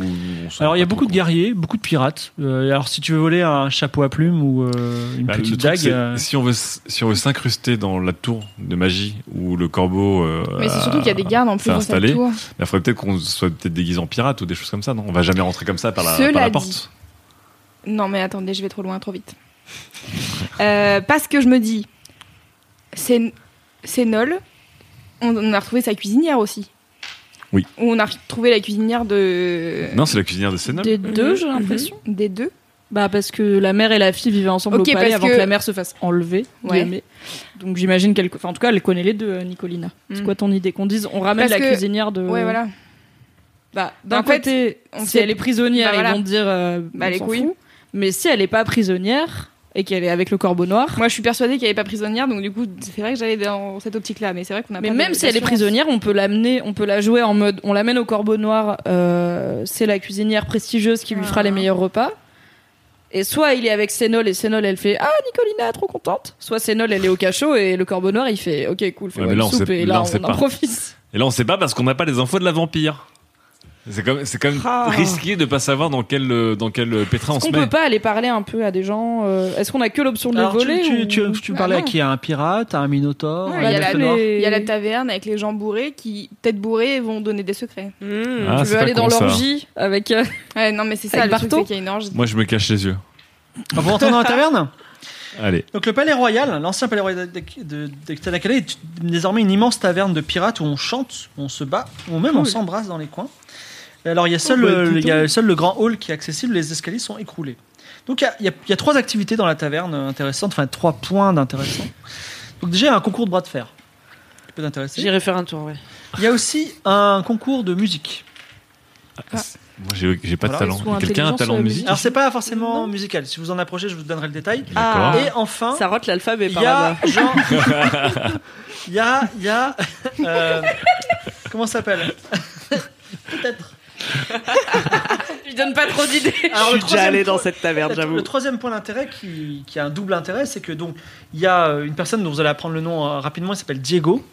Ou on s'en
Alors il y a
rend
beaucoup de
pas trop
guerriers, beaucoup de pirates. Euh, alors si tu veux voler un chapeau à plumes ou euh, une
compte. Bah, le
petite
truc,
dague,
c'est,
euh,
si on veut s- si on veut s'incruster dans la tour de magie où le corbeau euh,
Mais c'est surtout qu'il y a des gardes en plus
s'est
dans cette
installé,
tour.
il faudrait peut-être qu'on soit peut-être déguisé en pirate ou des choses comme ça non on va jamais rentrer comme ça par la,
Cela
par la
dit.
porte
Non, mais attendez, je vais trop loin, trop vite. <laughs> Euh, parce que je me dis, c'est c'est Nol. On, on a retrouvé sa cuisinière aussi.
Oui.
Ou on a retrouvé la cuisinière de.
non c'est la cuisinière de Sénat
Des
Mm-hmm.
deux, j'ai l'impression.
Des deux.
Bah parce que la mère et la fille vivaient ensemble
Ok,
au palais
parce
avant
que-
que... la mère se fasse enlever.
Ouais.
guillemets. Donc j'imagine qu'elle, enfin en tout cas elle connaît les deux, euh, Nicolina. C'est
Mm.
quoi ton idée qu'on dise On ramène
Parce
la
que-
cuisinière de.
Ouais, voilà.
Euh. Bah, d'un
En fait,
côté,
on
si
sait-
elle est prisonnière,
Bah, voilà.
ils vont te dire euh,
Bah,
on
les
s'en
couilles.
fout. Mais si elle est pas prisonnière et qu'elle est avec le corbeau noir,
Moi, je suis persuadée qu'il n'y avait pas prisonnière, donc du coup, c'est vrai que j'allais dans cette optique-là, mais c'est vrai qu'on a
mais
pas
même
de-
si elle est
d'assurance.
prisonnière, on peut l'amener, on peut la jouer en mode on l'amène au corbeau noir, euh, c'est la cuisinière prestigieuse qui lui fera les
Ah.
meilleurs repas. Et soit il est avec Sénol et Sénol elle fait Ah Nicolina trop contente, soit Sénol elle est au cachot et le corbeau noir il fait Ok cool, fais
Ouais, mais là, on
soupe
sait-
et
là,
là,
on sait
on, en
pas.
profite.
et là on sait pas parce qu'on n'a pas les infos de la vampire c'est quand même, c'est quand même
Ah.
risqué de pas savoir dans quel euh, dans quel pétrin on
Est-ce
se
qu'on
met
peut pas aller parler un peu à des gens euh, Est-ce qu'on a que l'option de le
alors, tu,
voler
tu,
ou-
tu, tu
Ah,
parlais à
non.
qui À un pirate, à un minotaure,
Ouais,
à un
il y a
elfe
la-
noir
Il y a la taverne avec les gens bourrés qui, peut-être bourrés, vont donner des secrets.
Mmh.
Ah,
Tu
c'est
Hmm, veux
pas
aller dans
con, ça.
l'orgie avec euh,
Ouais, non, mais c'est ça,
Avec
le truc,
Barto
c'est qu'il y a
<laughs>
une orgie.
moi je me cache les yeux
Ah, Vous entendez dans la taverne
allez
Donc le palais royal, l'ancien palais royal d'Ec- de- d'Ectanacalé est désormais une immense taverne de pirates où on chante, où on se bat, ou même on s'embrasse dans les coins. Et Alors il y, a seul,
bah,
le-
dis
il y a seul le grand hall qui est accessible, les escaliers sont écroulés. Donc il y a- il y, a- il y a trois activités dans la taverne euh, intéressantes, enfin trois points d'intéressants. Donc déjà il y a un concours de bras de fer qui peut t'intéresser.
J'irai faire un tour, ouais.
Il y a aussi un concours de musique.
Ah.
moi j'ai j'ai pas de
Voilà.
talent
Soit
quelqu'un a un
intelligence,
talent en
euh,
musique
Alors c'est pas forcément musical, si vous en approchez je vous donnerai le détail.
d'accord
Et enfin...
Ça rote l'alphabet
Il
par
y
là-bas.
a genre.
<laughs>
Il y a. Il y a euh, comment ça s'appelle Peut-être.
Je lui donne pas trop d'idées. <laughs>
Alors, le
Je suis déjà
troisième
allé
point-
dans cette taverne, j'avoue.
Le troisième point d'intérêt qui, qui a un double intérêt, c'est que donc il y a euh, une personne dont vous allez apprendre le nom euh, rapidement, il s'appelle Diego.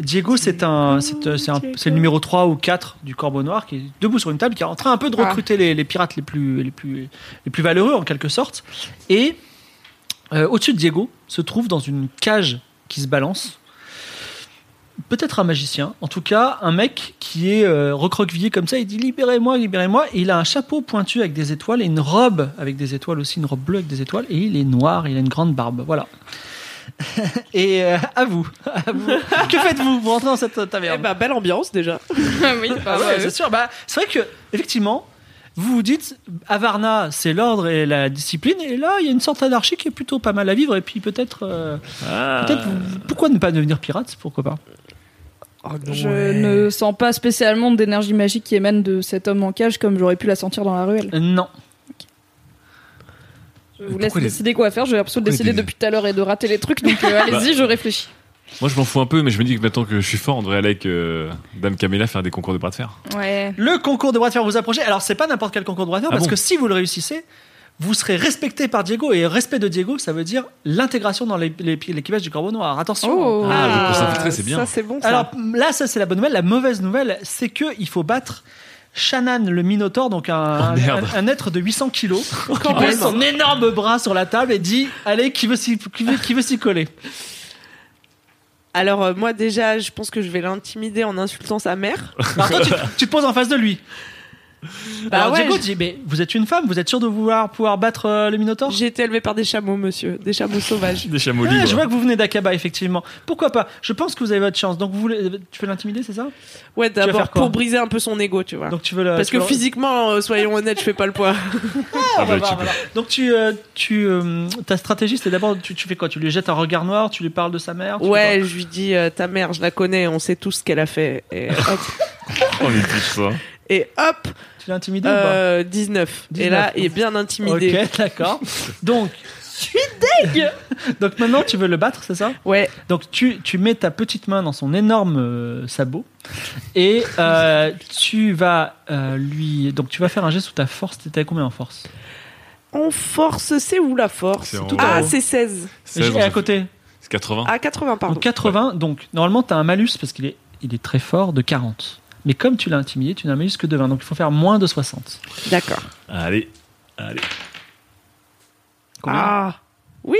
Diego, c'est un, c'est, euh, c'est un- c'est le numéro 3 ou 4 du Corbeau Noir qui est debout sur une table, qui est en train un peu de recruter les, les pirates les plus, les, plus, les plus valeureux en quelque sorte. Et euh, au-dessus de Diego se trouve dans une cage qui se balance. Peut-être un magicien, en tout cas un mec qui est euh, recroquevillé comme ça, il dit libérez-moi, libérez-moi, et il a un chapeau pointu avec des étoiles et une robe avec des étoiles aussi, une robe bleue avec des étoiles, et il est noir, il a une grande barbe, voilà. <laughs> et euh, à vous, <laughs> à vous. que faites-vous Vous rentrez dans cette
Eh
taverne
bah, belle ambiance déjà.
oui,
<laughs>
ah ouais, c'est sûr. Bah, c'est vrai que effectivement, vous vous dites, Avarna, c'est l'ordre et la discipline, et là, il y a une sorte d'anarchie qui est plutôt pas mal à vivre. Et puis peut-être, euh,
Ah.
peut-être, vous- pourquoi ne pas devenir pirate Pourquoi pas
Je ne sens pas spécialement d'énergie magique qui émane de cet homme en cage comme j'aurais pu la sentir dans la ruelle.
Euh, Non.
Je vous laisse
Pourquoi les-
décider quoi faire. J'ai l'impression de
Pourquoi
décider
les dés- Bah.
depuis tout à l'heure et de rater les trucs. Donc
<laughs>
euh, allez-y, je réfléchis.
Moi, je m'en fous un peu, mais je me dis que maintenant que je suis fort, on devrait aller avec euh, Dame Camilla faire des concours de bras de fer.
Ouais.
Le concours de bras de fer, vous approchez. Alors, c'est pas n'importe quel concours de bras de fer,
Ah
parce
bon
que si vous le réussissez, vous serez respecté par Diego. Et respect de Diego, ça veut dire l'intégration dans les- les- l'équipage du Corbeau Noir. Attention. hein.
Oh.
Ah, donc pour s'infiltrer, c'est bien.
Ça, c'est bon. Ça.
Alors là, ça c'est la bonne nouvelle. La mauvaise nouvelle, c'est que il faut battre Shannon le Minotaure, donc un,
Oh, merde.
un, un être de 800 kilos,
<laughs>
qui pose son énorme bras sur la table et dit Allez, qui veut s'y qui veut, qui veut s'y coller
Alors, euh, moi, déjà, je pense que je vais l'intimider en insultant sa mère.
Alors toi, tu, tu te poses en face de lui.
Bah
Alors
ouais,
Diego
je-
dit Mais vous êtes une femme, vous êtes sûre de vouloir pouvoir battre euh, le Minotaure
J'ai été élevée par des chameaux, monsieur. Des chameaux sauvages.
Des chameaux
Ouais,
libres.
je vois que vous venez d'Akaba, effectivement. Pourquoi pas Je pense que vous avez votre chance. Donc, vous voulez, tu veux l'intimider, c'est ça
Ouais,
vas
d'abord
faire quoi
pour briser un peu son ego, tu vois.
Donc, tu veux le-
Ah. Parce
Euh, tu
que
veux-
physiquement, euh, soyons honnêtes, je fais pas le poids.
Ah, bah,
Voilà,
tu peux.
voilà. Donc tu, euh, tu, euh, ta stratégie, c'est d'abord, tu, tu fais quoi Tu lui jettes un regard noir, tu lui parles de sa mère tu fais
Ouais, je lui dis, euh, ta mère, je la connais, on sait tous ce qu'elle a fait. Et hop,
On est tous forts.
et hop
quoi Tu l'as intimidé
euh, 19. Et
19.
là, il est bien
ou pas
intimidé.
bah. Ok, <laughs>
<laughs>
d'accord. Donc. Je suis deg <laughs> Donc maintenant, tu veux le battre, c'est ça
Ouais,
Donc tu, tu mets ta petite main dans son énorme euh, sabot et euh, tu vas euh, lui. Donc tu vas faire un geste sous ta force. T'étais à combien en force
on force, c'est où la force
C'est en-
Ah, c'est 16.
C'est
Et à côté.
C'est 80.
Ah, 80, pardon.
Donc 80, donc normalement tu as un malus parce qu'il est, il est très fort de 40. mais comme tu l'as intimidé, tu n'as un malus que de 20. Donc il faut faire moins de 60.
D'accord.
Allez, allez.
Combien
Ah Oui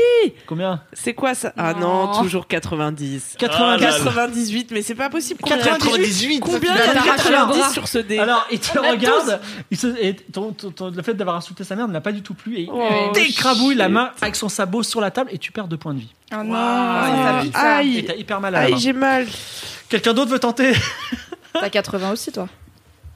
Combien
C'est quoi ça Ah non,
Non.
toujours 90.
Ah là là.
98, mais c'est pas possible. Combien
98, ça,
Combien
tu
il y
vas
a de
t'arracher la
90
bras.
sur ce dé
Alors, il te regarde, il se- et ton- ton- ton- le fait d'avoir insulté sa mère ne l'a pas du tout plu, et il
Oh,
t'écrabouille la
shit.
main avec son sabot sur la table, et tu perds deux points de vie.
Ah non,
Ah,
ça pique, ça.
Et
aïe,
t'as hyper mal à la
aïe,
main.
j'ai mal.
Quelqu'un d'autre veut tenter <laughs>
T'as 80 aussi, toi.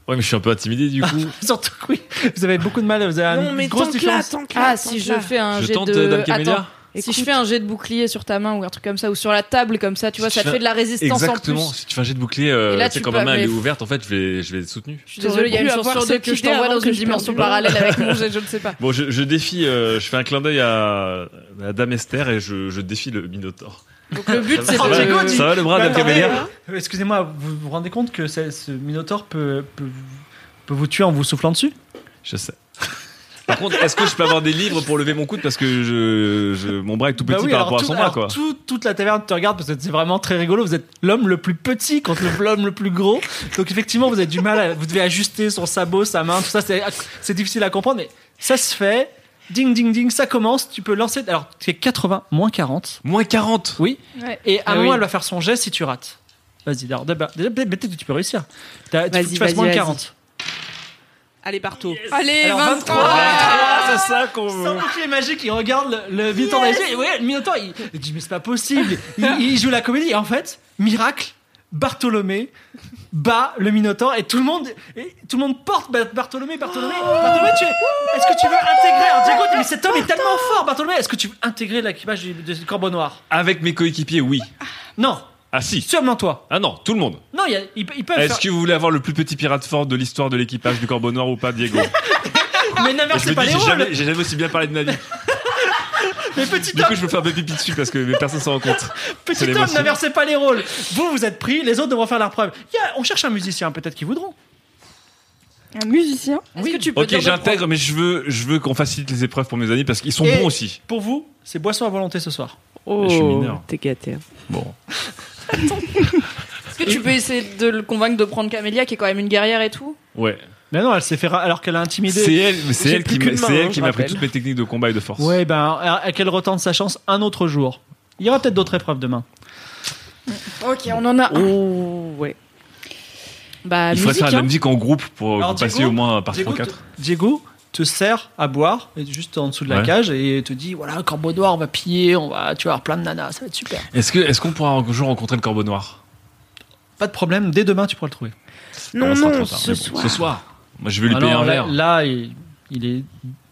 Ouais, mais je suis un peu intimidé du coup.
Surtout que oui, vous avez beaucoup de mal, vous avez
Non,
une
mais
grosse
tente là,
différence.
tente là.
Ah, si je fais un
je
jet
tente,
de.
euh, Dame Camélia
Attends, si je fais un jet de bouclier sur ta main ou un truc comme ça, ou sur la table comme ça, tu vois,
Si
ça
tu
te fait de la résistance en
Exactement.
plus.
Si tu fais un jet de bouclier,
Et
euh,
là,
tu sais,
tu
quand
peux
ma main elle est
appeler-
ouverte, en fait, je vais, je vais être soutenu.
Je suis désolée, il y a
T'aurais
une
pu
chance
avoir
sur deux
cette
que je
idée
t'envoie
avant
dans
que
une
je perde
dimension
du blanc.
parallèle <laughs> avec mon jet, je ne sais pas.
Bon, je, je défie, euh, je fais un clin d'œil à, à Dame Esther et je, je défie le Minotaur.
Donc le but,
Ça
c'est
va,
de- Diego, dis-
ça va le bras
Mais
Ah, Dame
attendez,
Camélia
euh, Excusez-moi, vous vous rendez compte que c'est- ce Minotaur peut, peut, vous- peut vous tuer en vous soufflant dessus
Je sais. Par contre, est-ce que je peux avoir des livres pour lever mon coude parce que je, je- mon bras est tout petit
Bah oui,
par
alors
rapport à
tout-
son bras
alors
quoi.
tout- toute la taverne te regarde parce que c'est vraiment très rigolo. Vous êtes l'homme le plus petit contre le- l'homme le plus gros. Donc effectivement, vous avez du mal. à- vous devez ajuster son sabot, sa main, tout ça. C'est c'est difficile à comprendre, mais ça se fait. Ding ding ding, ça commence. Tu peux lancer. Alors tu fais 80 moins 40.
Moins 40
Oui.
Ouais.
Eh
Et à
Ah
un moment,
oui.
elle va faire son geste si tu rates. Vas-y. Alors d'abord- déjà, peut-être que tu peux réussir. T'as- Il faut que
Vas-y,
tu fasses
vas-y,
moins de
vas-y.
40.
Allez, partout.
Allez,
Alors,
23.
C'est ça qu'on
Sans bouclier magique, il regarde le, le Minotaur dans les yeux, et ouais, le Minotaur, il, il dit, mais c'est pas possible. Il, il joue la comédie. Et en fait, miracle, Bartholomé bat le Minotaur, et tout le monde, et tout le monde porte Ba- Bartholomé, Bartholomé. Bartholomé, tu es- est-ce que tu veux intégrer, alors, Diego, mais cet homme est tellement fort, Bartholomé, est-ce que tu veux intégrer l'équipage du, du Corbeau Noir?
Avec mes coéquipiers, oui.
Non,
Ah si.
sûrement toi.
Ah non, tout le monde.
Non, il y a- ils, ils peuvent
Est-ce
faire-
que vous voulez avoir le plus petit pirate fort de l'histoire de l'équipage du Corbeau Noir ou pas, Diego
mais
Je
n'inversez
me
pas les
dis, j'ai
rôles.
jamais, j'ai jamais aussi bien parlé de ma vie.
Mais petit
Du
homme,
coup, je peux faire des pipis dessus parce que les personnes s'en
<laughs>
rendent compte. c'est
petit homme,
l'émotion.
n'inversez pas les rôles. Vous, vous êtes pris, les autres devront faire leur preuve. Il y a- on cherche un musicien, peut-être qu'ils voudront.
Un musicien.
Est-ce que tu peux
Ok,
dire de
j'intègre, mais je veux, je veux qu'on facilite les épreuves pour mes amis parce qu'ils sont
Et-
bons aussi.
Pour vous, c'est boisson à volonté ce soir.
Oh,
suis mineur.
t'es gâté. hein.
Bon.
prendre- Est-ce que tu peux essayer de le convaincre de prendre Camélia, qui est quand même une guerrière et tout
Ouais.
Mais non, elle s'est fait ra- alors qu'elle a intimidé.
C'est elle, mais c'est
J'ai
elle
plus
qui
qu'une
m'a
main,
c'est elle
hein,
qui
je
m'a appris
rappelle.
toutes mes techniques de combat et de force.
Ouais, ben à, à qu'elle retente sa chance un autre jour. Il y aura peut-être d'autres épreuves demain.
Ok, on en a
Oh, ouais.
Bah,
Il faudrait
musique,
faire de la
hein.
musique en groupe pour
Alors,
pour passer
Diego,
au moins par
Diego,
3-4.
te- Diego te sert à boire et juste en dessous de la
Ouais.
cage et te dit voilà corbeau noir on va piller on va tu vas avoir plein de nanas ça va être super
Est-ce que est-ce qu'on pourra un jour rencontrer le Corbeau Noir
pas de problème dès demain tu pourras le trouver
Ah,
Non,
ce sera
non,
trop tard,
ce
mais bon.
soir.
Ce soir. Moi, je vais lui
Ah
payer
non,
un
là,
verre.
là, il, il est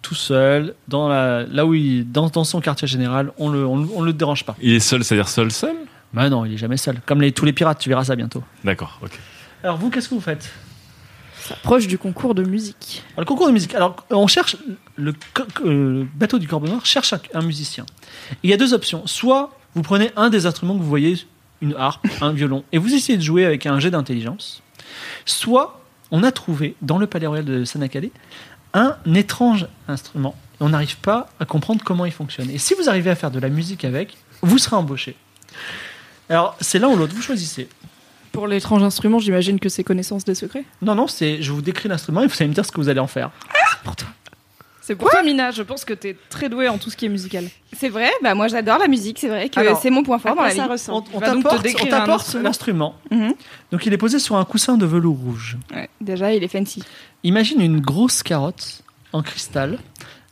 tout seul dans la là où il dans, dans son quartier général on le on, le- on le dérange pas
Il est seul, c'est-à-dire seul, seul
bah non il est jamais seul comme les, tous les pirates tu verras ça bientôt
D'accord, ok.
alors vous qu'est-ce que vous faites
Proche du concours de musique.
Alors, le concours de musique. Alors, on cherche. Le, co- co- euh, bateau du Corbeau Noir cherche un, un musicien. Il y a deux options. Soit vous prenez un des instruments que vous voyez, une harpe, un violon, et vous essayez de jouer avec un jet d'intelligence. Soit on a trouvé dans le palais royal de Sanacalé un étrange instrument. Et on n'arrive pas à comprendre comment il fonctionne. Et si vous arrivez à faire de la musique avec, vous serez embauché. Alors, c'est l'un ou l'autre, vous choisissez.
Pour l'étrange instrument, j'imagine que c'est connaissance des secrets.
Non, non, c'est, je vous décris l'instrument et vous allez me dire ce que vous allez en faire.
C'est pour toi, Mina. Je pense que t'es très douée en tout ce qui est musical.
C'est vrai, bah moi j'adore la musique, c'est vrai que
Alors,
c'est mon point fort dans la vie.
On,
ressemble
on
vas donc te
t'apporte on
décrire un
t'apporte
instrument.
l'instrument.
Mhm.
Donc il est posé sur un coussin de velours rouge.
Ouais, déjà, il est fancy.
Imagine une grosse carotte en cristal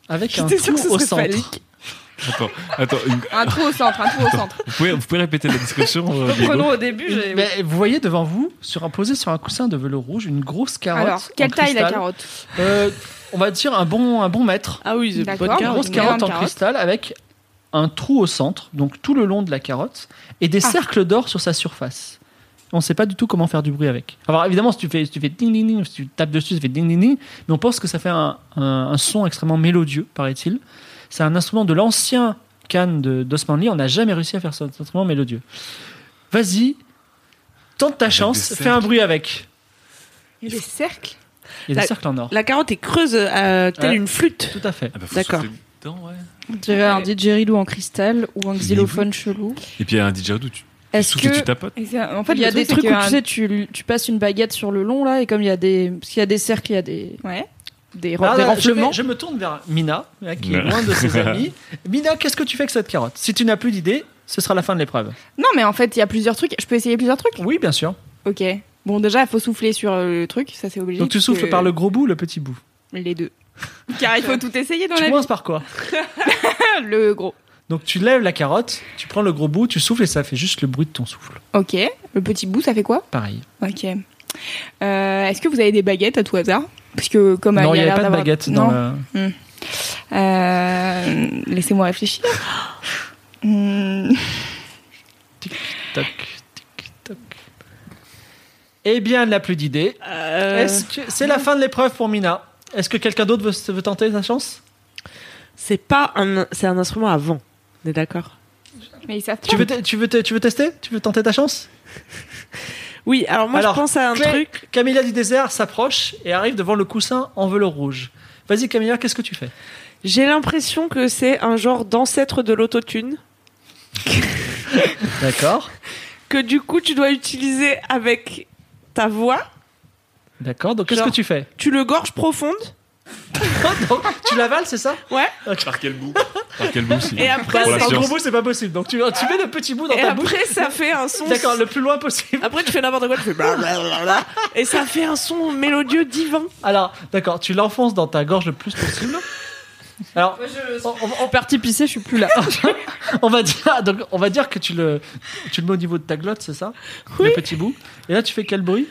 avec un
J'étais sûre que
trou
ce
au
serait
centre.
phallique.
Attends, attends, une-
Un trou au centre, un trou au centre.
vous, pouvez, vous pouvez répéter la description, euh, Diego
Reprenons au début, j'ai-
Mais vous voyez devant vous, sur un, posé sur un coussin de velours rouge, une grosse carotte.
Alors, quelle
en
taille la
cristal.
carotte
Euh, On va dire un bon, un bon mètre.
Ah oui, c'est
D'accord.
bonne
Une
carte.
grosse
une
carotte en
grande carotte.
cristal avec un trou au centre, donc tout le long de la carotte, et des cercles d'or sur sa surface. On ne sait pas du tout comment faire du bruit avec. Alors évidemment, si tu fais, si tu fais ding ding ding, si tu tapes dessus, ça fait ding ding ding, mais on pense que ça fait un, un- un son extrêmement mélodieux, paraît-il. C'est un instrument de l'ancien canne d'Osmanli, on n'a jamais réussi à faire cet instrument mélodieux. Vas-y, tente ta
Avec
chance,
des
fais un
cercles.
bruit avec.
Et des cercles
Il y a des
La-
cercles en or.
La carotte est creuse, euh, telle
Ouais.
une flûte.
Tout à fait.
Ah bah, faut
D'accord.
sauter dedans, ouais.
J'avais un didgeridoo en cristal ou un xylophone chelou.
Et puis il y a un DJ où tu
Est-ce
Surtout,
que
tu tapotes.
Et c'est- en fait,
il y a
le truc,
des trucs
c'est
où
que-
tu sais, tu, tu passes une baguette sur le long là, et comme il y a des, parce qu'il y a des cercles, il y a des,
Ouais.
des,
Alors,
des
je vais-
renflements.
Ah, Je, me tourne vers Mina, là, qui est
Ouais.
loin de ses amis. Mina, qu'est-ce que tu fais avec cette carotte Si tu n'as plus d'idée, ce sera la fin de l'épreuve.
Non, mais en fait, il y a plusieurs trucs. Je peux essayer plusieurs trucs
Oui, bien sûr.
Ok. Bon, déjà, il faut souffler sur euh, le truc, ça c'est obligé.
Donc tu
parce
souffles
que-
par le gros bout ou le petit bout
Les deux. <laughs> Car il faut tout essayer dans
Tu
la vie.
commences par quoi
Le gros.
Donc tu lèves la carotte, tu prends le gros bout, tu souffles et ça fait juste le bruit de ton souffle.
Ok. Le petit bout, ça fait quoi
Pareil.
Ok. Euh, Est-ce que vous avez des baguettes à tout hasard Parce que comme
non,
il
il
y a
n'y
l'air
avait pas de
d'avoir-
baguette
non.
dans la...
Euh, Laissez-moi réfléchir. <gasps> Hmm.
Toc, tic, toc. Eh bien, elle n'a plus d'idée.
Euh,
Est-ce que- C'est la fin de l'épreuve pour Mina. Est-ce que quelqu'un d'autre veut, veut tenter sa chance
C'est pas un, c'est un instrument à vent. On est d'accord
Mais ils savent
tu
pas.
veux, te- tu, veux te- tu veux tester Tu veux tenter ta chance
Oui, alors moi
Alors,
je pense à un
Claire-
truc.
Camilla du désert s'approche et arrive devant le coussin en velours rouge. Vas-y Camilla, qu'est-ce que tu fais
J'ai l'impression que c'est un genre d'ancêtre de l'autotune
D'accord,
que du coup tu dois utiliser avec ta voix.
d'accord. Donc qu'est-ce
Genre-
que tu <laughs> fais
Tu le gorges profonde
Oh, Donc, Tu l'avales, c'est ça
Par quel bout Par quel bout si
et après,
Pour la
ça,
En
science.
gros bout, c'est pas possible. Donc tu, tu mets le petit bout dans
et
ta bouche.
après ça fait un son.
D'accord, le plus loin possible.
Après tu fais n'importe quoi, tu fais blablabla, et ça fait un son mélodieux divin.
Alors, d'accord, tu l'enfonces dans ta gorge le plus possible. Alors, on, on- on-
Parti pisser, je suis plus là.
<laughs> on va dire, ah, donc, on va dire que tu le, tu le mets au niveau de ta glotte, c'est ça Le petit bout. Et là, tu fais quel
<laughs>
bruit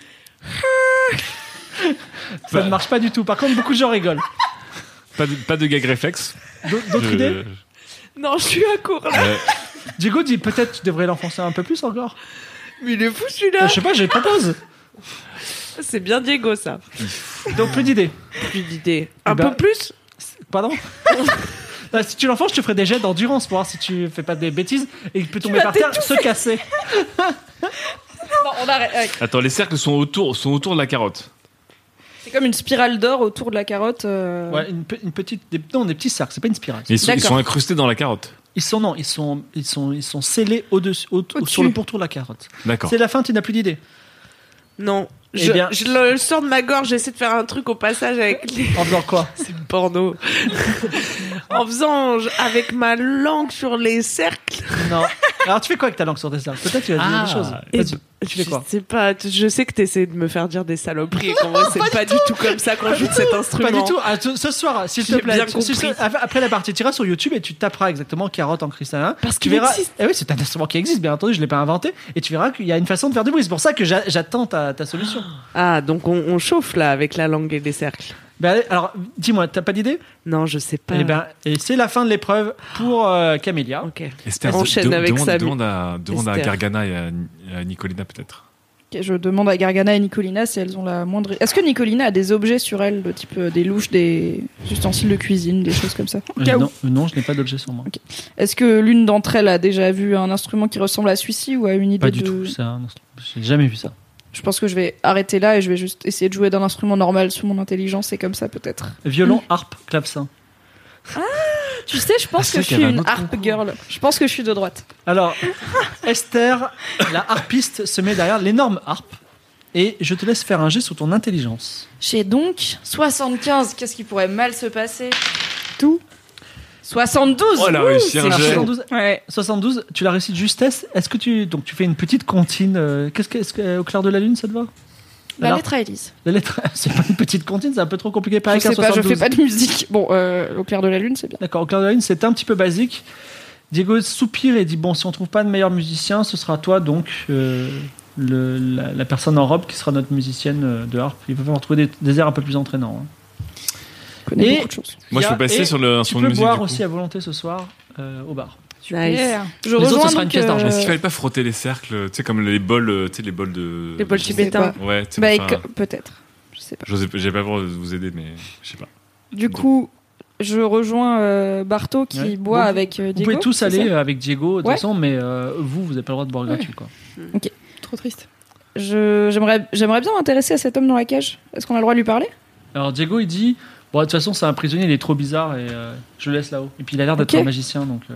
Ça ne marche pas du tout. Par contre, beaucoup de gens rigolent.
Pas de, pas de gag réflexe.
D'au- D'autres
Je-
idées
Non, je suis à court là.
Euh,
Du coup, dis peut-être tu devrais l'enfoncer un peu plus
<laughs>
encore.
Mais il est fou
Je
celui-là.
sais pas, je propose.
C'est bien Diego ça.
Donc plus d'idées.
Plus d'idées. Un
Eh ben-
peu plus
<laughs>
Pardon Bah, Si tu l'enfonces, je te ferai des jets d'endurance pour voir si tu fais pas des bêtises et il peut tomber par terre, se casser.
non, on arrête. Ouais.
Attends, les cercles sont autour, sont autour de la carotte.
C'est comme une spirale d'or autour de la carotte. euh,
Ouais, une, pe- une petite, des, non, des petits cercles, c'est pas une spirale.
Ils sont, ils
D'accord.
sont incrustés dans la carotte.
Ils sont non, ils sont ils sont ils sont scellés au dessus
Au-dessus.
sur le pourtour de la carotte.
D'accord.
C'est la fin, tu n'as plus d'idée.
Non.
Eh
Je,
bien-
je le sors de ma gorge, j'essaie de faire un truc au passage avec les <laughs>
En faisant quoi <laughs>
porno. en faisant je- avec ma langue sur les cercles.
Non. Alors tu fais quoi avec ta langue sur tes cercles Peut-être tu vas dire des choses.
eh
Vas-y,
ben,
tu fais quoi
Je sais pas, tu- je sais que t'essaies de me faire dire des saloperies et qu'en vrai, c'est pas, du tout comme ça qu'on joue de cet instrument.
Pas du tout. Ah, ce ce soir, s'il te
J'ai
plaît.
bien
s'il te-
compris.
av- après la partie, tu iras sur YouTube et tu taperas exactement carotte en cristallin.
Parce
tu
qu'il
verras.
existe.
Eh oui, c'est un instrument qui existe, bien entendu. Je l'ai pas inventé. Et tu verras qu'il y a une façon de faire du bruit. C'est pour ça que j'a- j'attends ta, ta solution.
Ah, donc on, on chauffe là avec la langue et les cercles.
Ben, allez, alors, dis-moi, t'as pas d'idée
Non, je sais pas.
Eh ben, et c'est la fin de l'épreuve pour euh, Camélia.
Ok.
Esther,
Enchaîne
de-
avec
demande,
Samy.
demande à, demande à
Esther.
Gargana et à, et à Nicolina peut-être.
ok, Je demande à Gargana et Nicolina si elles ont la moindre. Est-ce que Nicolina a des objets sur elle, de type euh, des louches, des ustensiles de cuisine, des choses comme ça
Euh,
Cas où.
non, euh, non, je n'ai pas d'objet sur moi.
Est-ce que l'une d'entre elles a déjà vu un instrument qui ressemble à celui-ci ou à une idée
Pas du
de...
tout. Ça, non, j'ai jamais vu ça.
Je pense que je vais arrêter là et je vais juste essayer de jouer d'un instrument normal sous mon intelligence et comme ça peut-être. <laughs>
Violon, harpe, clavecin.
Tu sais, je pense
Ah,
que
c'est vrai
je
qu'il
suis
y avait un
une
autre
harp
concours.
girl. Je pense que je suis de droite.
Alors, Esther, la harpiste, se met derrière l'énorme harpe. Et je te laisse faire un jet sur ton intelligence.
J'ai donc 75. Qu'est-ce qui pourrait mal se passer Tout. 72
Oh, elle a
Ouh,
réussi un
c'est
jet.
chaud.
72, 72, tu l'as réussi de justesse. Est-ce que tu donc tu fais une petite comptine euh, Qu'est-ce que, est-ce que, euh, au clair de la lune ça te va
La
Alors,
lettre à Elise.
la lettre, <laughs> c'est pas une petite comptine, c'est un peu trop compliqué. Pareil
je
qu'un
sais pas, je
72.
fais pas de musique. Bon, euh, au clair de la lune, c'est bien.
D'accord, au clair de la lune, c'est un petit peu basique. Diego soupire et dit Bon, si on trouve pas de meilleur musicien, ce sera toi, donc euh, le- la, la personne en robe qui sera notre musicienne euh, de harpe. Il va falloir trouver des, des airs un peu plus entraînants. hein.
Je connais
Et-
beaucoup de choses.
Moi,
Il y
je
a-
peux passer
et
sur le
Tu
sur
peux
une musique.
boire
du coup.
aussi à volonté ce soir euh, au bar.
Nice.
Je
autres, ce
rejoins
sera une
donc,
pièce d'argent.
euh,
Est-ce qu'il fallait pas frotter les cercles, tu sais, comme les bols, euh, tu sais, les bols de.
Les bols
de-
tibétains.
Ouais, tu sais,
bah,
enfin,
éc- peut-être. Je sais pas.
j'osais- j'ai pas pour vous aider, mais je sais pas.
Du coup, je rejoins euh, Barto qui
Ouais.
boit
Vous-
avec euh,
Vous
Diego.
pouvez tous
c'est
aller
ça
euh, avec Diego, de toute
Ouais.
façon, mais euh, vous, vous n'avez pas le droit de boire gratuit. Quoi.
Trop triste.
Je- J'aimerais j'aimerais bien m'intéresser à cet homme dans la cage. Est-ce qu'on a le droit de lui parler
Alors Diego, il dit Bon, de toute façon, c'est un prisonnier, il est trop bizarre et euh, je le laisse là-haut. Et puis il a l'air d'être
Ok.
un magicien, donc. euh,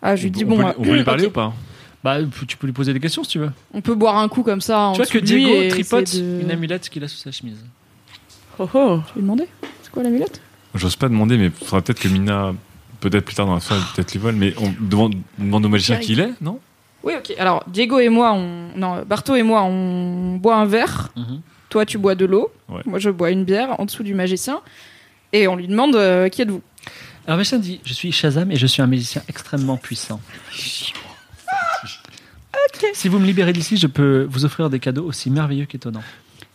Ah, je lui
On
dis
peut- on
bon.
peut,
euh, <laughs>
on peut lui parler
ok.
ou pas
Bah, tu peux lui poser des questions si tu veux.
On peut boire un coup comme ça. en
tu vois que
dessous de lui
Diego
et
tripote
essayer de-
une amulette qu'il a sous sa chemise.
Oh, oh.
Je vais demander. C'est quoi l'amulette
J'ose pas demander, mais il faudra peut-être que Mina, peut-être plus tard dans la soirée, peut-être lui vole, mais on demande, on demande au magicien qui il est, non
Oui, ok. Alors, Diego et moi, on... non, Barto et moi, on boit un verre.
Mhm.
Toi, tu bois de l'eau.
Ouais.
Moi, je bois une bière en dessous du magicien. Et on lui demande euh, qui êtes-vous
Alors, Machin dit Je suis Shazam et je suis un magicien extrêmement puissant. Si vous me libérez d'ici, je peux vous offrir des cadeaux aussi merveilleux qu'étonnants.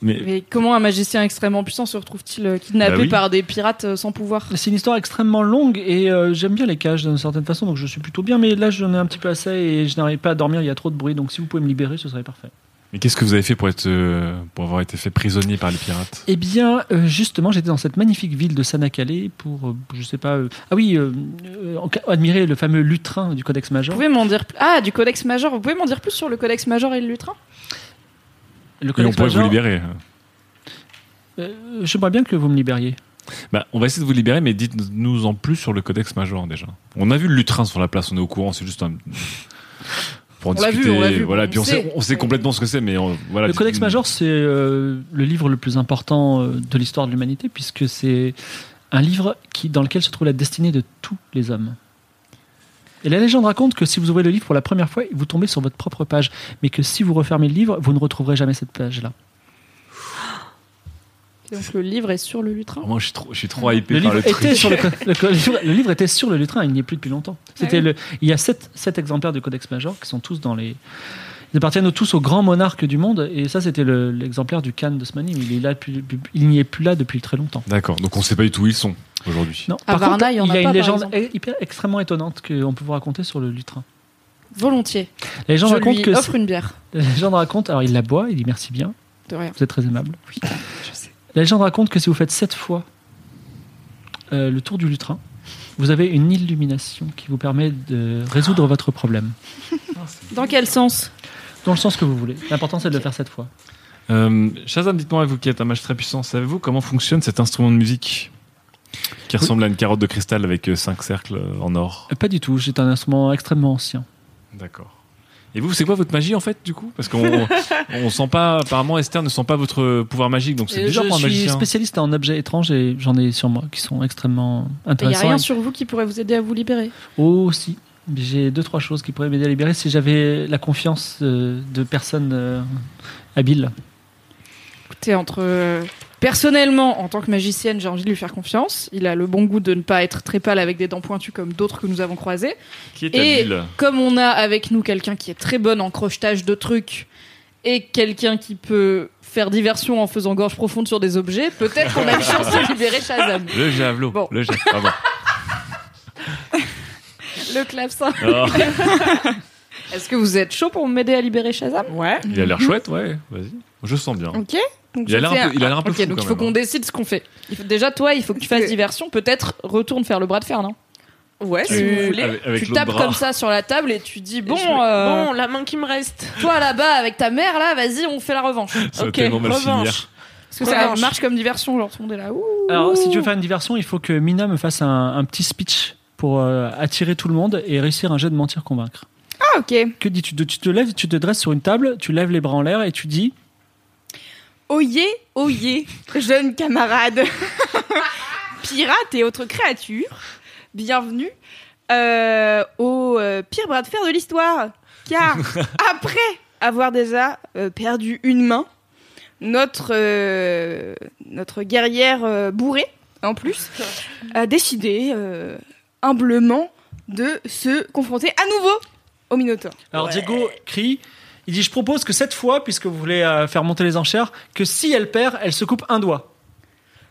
Mais
Mais comment un magicien extrêmement puissant se retrouve-t-il euh, kidnappé
Bah oui.
par des pirates euh, sans pouvoir
C'est une histoire extrêmement longue et euh, j'aime bien les cages d'une certaine façon, donc je suis plutôt bien. Mais là, j'en ai un petit peu assez et je n'arrive pas à dormir, il y a trop de bruit. Donc, si vous pouvez me libérer, ce serait parfait.
Mais qu'est-ce que vous avez fait pour, être, euh, pour avoir été fait prisonnier par les pirates
Eh bien, euh, justement, j'étais dans cette magnifique ville de Sanacalé pour, euh, je sais pas, euh, ah oui, euh, euh, en- admirer le fameux lutrin du Codex
Vous
Major.
pouvez m'en dire plus Ah, du Codex Major. Vous pouvez m'en dire plus sur le Codex Major et le lutrin
Le
Et on
Codex
pourrait vous
Major.
libérer.
euh, J'aimerais bien que vous me libériez.
Bah, on va essayer de vous libérer, mais dites-nous en plus sur le Codex Major déjà. On a vu le lutrin sur la place, on est au courant, c'est juste un. Pour en
On l'a vu,
discuter,
on l'a vu,
voilà,
on
puis on
sait.
sait, on sait complètement ce que c'est, mais on- voilà.
le
dites-
Codex Major, c'est euh, le livre le plus important euh, de l'histoire de l'humanité, puisque c'est un livre qui, dans lequel se trouve la destinée de tous les hommes. Et la légende raconte que si vous ouvrez le livre pour la première fois, vous tombez sur votre propre page, mais que si vous refermez le livre, vous ne retrouverez jamais cette page-là.
Donc le livre est sur le lutrin.
Oh, moi, je suis trop, je suis trop hypé
Le
par
livre,
le truc.
était sur le, co- le
<laughs>
co- le livre- le livre était sur le lutrin, il n'y est plus depuis longtemps. C'était
Ah oui.
le, il y a sept, sept exemplaires du Codex Major qui sont tous dans les. Ils appartiennent tous aux grands monarques du monde, et ça, c'était le- l'exemplaire du Khan de Smanim. Il est là depuis- depuis- il n'y est plus là depuis très longtemps.
<laughs> D'accord, donc on sait pas du tout où ils sont aujourd'hui.
Non,
À
par
Varna,
contre,
il y
il
en
y
a
a
pas,
une
par
légende
exemple.
e- hyper extrêmement étonnante qu'on peut vous raconter sur le lutrin.
Volontiers.
La légende
je
raconte
lui
que. <laughs>
offre une bière.
La légende raconte, alors il la boit, il dit merci bien,
De rien.
vous êtes très aimable.
Oui, je sais.
La légende raconte que si vous faites sept fois euh, le tour du lutrin, vous avez une illumination qui vous permet de résoudre votre problème.
Dans quel sens
Dans le sens que vous voulez. L'important, c'est de le faire cette fois.
Euh, Shazam, dites-moi, vous qui êtes un mage très puissant, savez-vous comment fonctionne cet instrument de musique qui ressemble à une carotte de cristal avec euh, cinq cercles euh, en or
Euh, Pas du tout. C'est un instrument extrêmement ancien.
D'accord. Et vous, c'est quoi votre magie en fait, du coup Parce qu'on on sent pas, apparemment Esther ne sent pas votre pouvoir magique, donc c'est
Euh, je
bizarre pour un
suis
magicien.
spécialiste en objets étranges et j'en ai sur moi qui sont extrêmement
Il n'y a
intéressants.
rien sur vous qui pourrait vous aider à vous libérer.
Oh, si. J'ai deux, trois choses qui pourraient m'aider à libérer si j'avais la confiance euh, de personnes euh, habiles.
Écoutez, entre. euh, Personnellement, en tant que magicienne, j'ai envie de lui faire confiance. Il a le bon goût de ne pas être très pâle avec des dents pointues comme d'autres que nous avons croisés.
Qui est
Et-
habile
Comme on a avec nous quelqu'un qui est très bonne en crochetage de trucs et quelqu'un qui peut faire diversion en faisant gorge profonde sur des objets, peut-être qu'on a une chance <laughs> de libérer Shazam.
Le javelot.
Bon.
Le ah javelot.
<laughs>
Pardon.
Le clavecin.
Ah,
Est-ce que vous êtes chaud pour m'aider à libérer Shazam
Ouais.
il a l'air chouette, ouais, vas-y. Je sens bien.
Ok. Donc
Il a
je
l'air
fais
un peu, il a l'air un peu
Ok,
fou
donc
quand
il faut
même, hein.
qu'on décide ce qu'on fait. Il faut- déjà, toi, il faut que tu fasses
Que-
diversion. Peut-être retourne faire le bras de fer, non
Ouais, si
Tu-
vous voulez.
Avec, avec
Tu
l'autre
tapes
bras.
comme ça sur la table et tu dis bon,
Je me-
euh,
bon, la main qui me reste.
toi là-bas avec ta mère là, vas-y, on fait la
<laughs>
revanche.
Ça va
Ok,
tellement mal
revanche.
finir.
Parce que ça
Revanche.
marche comme diversion, genre tout le monde est là. Ouh.
Alors, si tu veux faire une diversion, il faut que Mina me fasse un, un petit speech pour euh, attirer tout le monde et réussir un jeu de mentir convaincre.
Ah, ok.
Que dis-tu Tu te lèves, tu te dresses sur une table, tu lèves les bras en l'air et tu dis
Oyez, oyez, jeunes camarades, <laughs> pirates et autres créatures, bienvenue euh, au euh, pire bras de fer de l'histoire.
<laughs>
Car après avoir déjà euh, perdu une main, notre, euh, notre guerrière euh, bourrée, en plus, a décidé euh, humblement de se confronter à nouveau au Minotaure.
Alors Diego crie, il dit je propose que cette fois, puisque vous voulez euh, faire monter les enchères, que si elle perd, elle se coupe un doigt.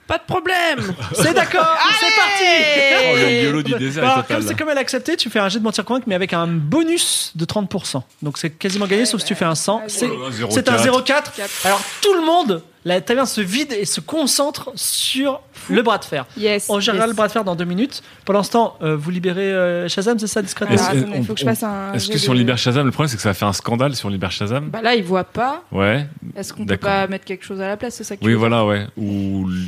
Pas de problème.
C'est
<laughs>
d'accord, c'est parti
Oh, le violo du désert,
Ah bah,
il
Ah,
Alors, comme,
s'appelle.
c'est comme elle a accepté, tu fais un jet de mentir convaincre, mais avec un bonus de 30%. Donc c'est quasiment gagné, sauf si tu fais un
Ah
100. C'est,
Oh là là,
c'est un
0,4.
0,4. Alors tout le monde, la taverne se vide et se concentre sur le bras de fer.
Yes.
On gérera
yes.
le bras de fer dans deux minutes. Pour l'instant, euh, vous libérez euh, Shazam, c'est ça discrètement
Est-ce-
Alors, Bah, attendez,
on-
faut que je
on-
fasse un
Est-ce
jet
que si on
de-
libère Shazam, le problème c'est que ça va faire un scandale si on libère Shazam
Bah là, il voit pas.
Ouais.
Est-ce qu'on peut
D'accord.
pas mettre quelque chose à la place C'est ça que tu
Oui,
veux
voilà, ouais. Ou l-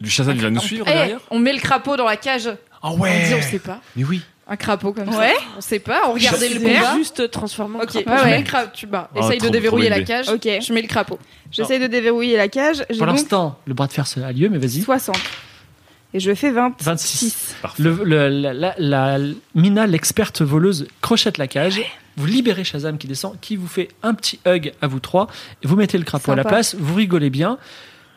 du Shazam, il va nous
dire
suivre
Eh,
derrière
on met le crapaud dans la cage.
Ah
On dit on sait pas.
Mais oui
Un crapaud comme ça.
Ouais.
On sait pas, on regardait le
Super.
combat.
Juste transformant.
Ok,
ouais.
je mets le crapaud. Tu bah,
Oh,
Ah,
essaye
trop-
de déverrouiller
trop
la
idée.
cage.
Ok.
Je mets le crapaud.
J'essaye de déverrouiller la cage. J'ai
Pour
donc
l'instant, le bras de fer se- a lieu, mais vas-y.
60. Et je fais 20.
26.
Parfait.
Le, le- la, la- la- Mina, l'experte voleuse, crochette la cage. Vous libérez Shazam qui descend, qui vous fait un petit hug à vous trois. Et vous mettez le crapaud à la
Sympa.
place, vous rigolez bien.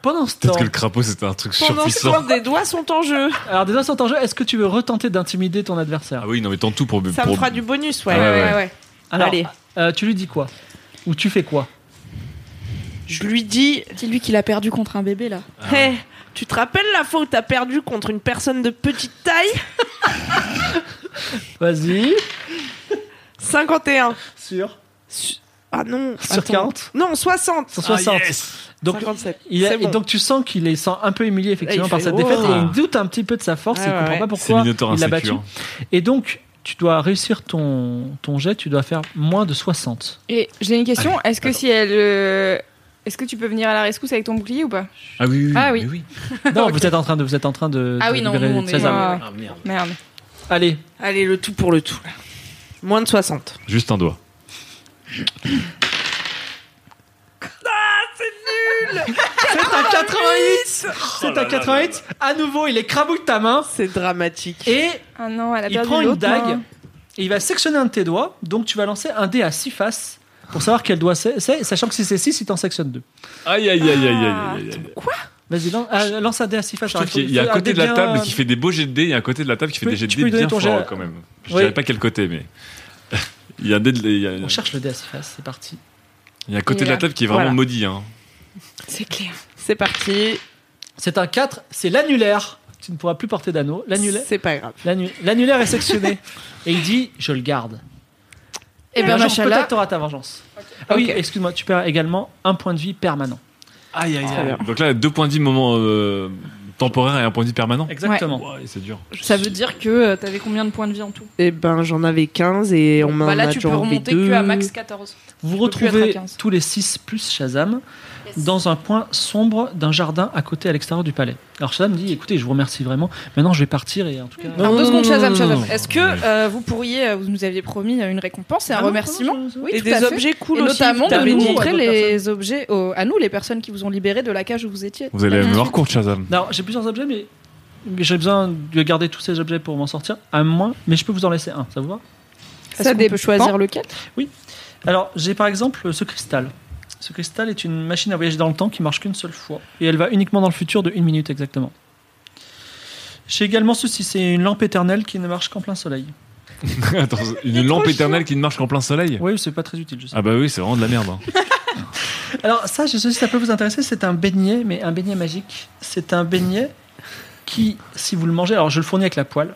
Pendant ce temps,
Peut-être que le crapaud, c'était un truc
Pendant ce temps,
surpuissant.
des doigts sont en jeu.
alors déjà c'est en jeu, est-ce que tu veux retenter d'intimider ton adversaire
Ah oui, non, mais tant tout pour.
Ça me
pour-
fera du bonus, ouais.
Ah ouais, ouais.
Alors,
Allez.
euh, tu lui dis quoi Ou tu fais quoi
Je lui dis,
C'est lui qui l'a perdu contre un bébé là.
hé, tu te rappelles la fois où t'as perdu contre une personne de petite taille
Vas-y.
51.
Sur
Su- Ah non.
Sur
attends.
40
Non, 60.
Sur 60.
Ah,
Donc,
57.
il a-
C'est
et
bon.
donc tu sens qu'il est sent un peu humilié effectivement
Et il
par
fait,
cette défaite
oh.
et il doute un petit peu de sa force,
Ouais,
il
ouais,
comprend
ouais.
pas
C'est
pourquoi
Minotaur
il l'a battu.
insécure.
Et donc tu dois réussir ton, ton jet, tu dois faire moins de 60.
Et j'ai une question. Est-ce que
attends.
si elle. euh, Est-ce que tu peux venir à la rescousse avec ton bouclier ou pas
Ah oui, oui,
Ah oui.
mais oui.
<laughs>
Non, vous êtes en train de vous êtes en train de,
Ah
de
oui, non,
libérer
nous, on est-
Shazam.
Ah,
Ah merde.
Merde.
Allez,
Allez, le tout pour le tout. là. Moins de 60.
Juste un doigt.
c'est
Ah,
à
bah,
88.
Oh
C'est à 88. À nouveau, il écraboute ta main
C'est dramatique.
et
Ah non, elle a
il
perdu
prend une
l'autre hein.
dague
main.
et il va sectionner un de tes doigts. Donc tu vas lancer un dé à 6 faces pour savoir quel doigt c'est, c'est, sachant que si c'est 6, il t'en sectionne 2.
Aïe, aïe, aïe, aïe, aïe, aïe, aïe.
Vas-y, lan- ah, lance un dé à 6 faces.
Je trouve
Alors,
qu'il y a un
faut- faut un
côté
dé
de la
bien,
table
euh,
qui fait des beaux jets de dés, il y a un côté de la table qui fait
peux-
des jets de
tu peux lui
dés
donner
bien
ton
forts
jet.
quand même. Je
Oui.
dirais pas quel côté, mais. <laughs> Il y a un dé de- il y a-
On cherche le dé à 6 faces, c'est parti.
il y a un côté de la table qui est
Voilà.
vraiment maudit. hein.
C'est clair. C'est parti.
C'est un 4, c'est l'annulaire. Tu ne pourras plus porter d'anneau. L'annulaire,
C'est pas grave.
l'annu- l'annulaire est sectionné. et il dit Je le garde.
Et ben,
Un jour,
machallah.
Peut-être t'auras ta vengeance. Ah oui,
Ok.
excuse-moi, tu perds également un point de vie permanent.
Aïe, aïe,
Très bien.
Donc là, deux points de vie, moment euh, temporaire et un point de vie permanent.
Exactement.
Ouais, c'est dur.
Ça veut dire que euh, t'avais combien de points de vie en tout
Eh ben, j'en avais 15 et on m'en
Bah là,
a
tu peux
déjà enlevé
remonter
deux.
que à max 14.
Vous vous
Je peux plus être à
retrouvez
15.
tous les 6 plus Shazam dans un point sombre d'un jardin à côté à l'extérieur du palais. Alors Shazam dit Écoutez, je vous remercie vraiment. Maintenant, je vais partir et en tout cas.
Alors,
non,
deux secondes,
non,
Shazam,
non,
Shazam.
non.
Est-ce que euh, vous pourriez, euh, vous nous aviez promis une récompense et un
Ah non,
remerciement Oui,
Et
tout à
des
fait.
objets cool
Et
aussi.
notamment de
t'avais
nous
dit.
montrer
à d'autres
les objets au- à nous, les personnes qui vous ont libéré de la cage où vous étiez.
Vous avez la mémoire courte, Shazam.
Non, j'ai plusieurs objets, mais, mais j'ai besoin de garder tous ces objets pour m'en sortir. À moins, mais je peux vous en laisser un, ça vous va
Est-ce qu'on peut choisir lequel
Alors, j'ai par exemple euh, ce cristal. Ce cristal est une machine à voyager dans le temps qui marche qu'une seule fois. Et elle va uniquement dans le futur de une minute exactement. J'ai également ceci, c'est une lampe éternelle qui ne marche qu'en plein soleil.
<laughs> Attends, une lampe éternelle qui ne marche qu'en plein soleil
Oui, c'est pas très utile, je sais.
Ah bah oui, c'est vraiment de la merde. hein.
Alors ça, je sais si ça peut vous intéresser, c'est un beignet, mais un beignet magique. C'est un beignet qui, si vous le mangez, alors je le fournis avec la poêle,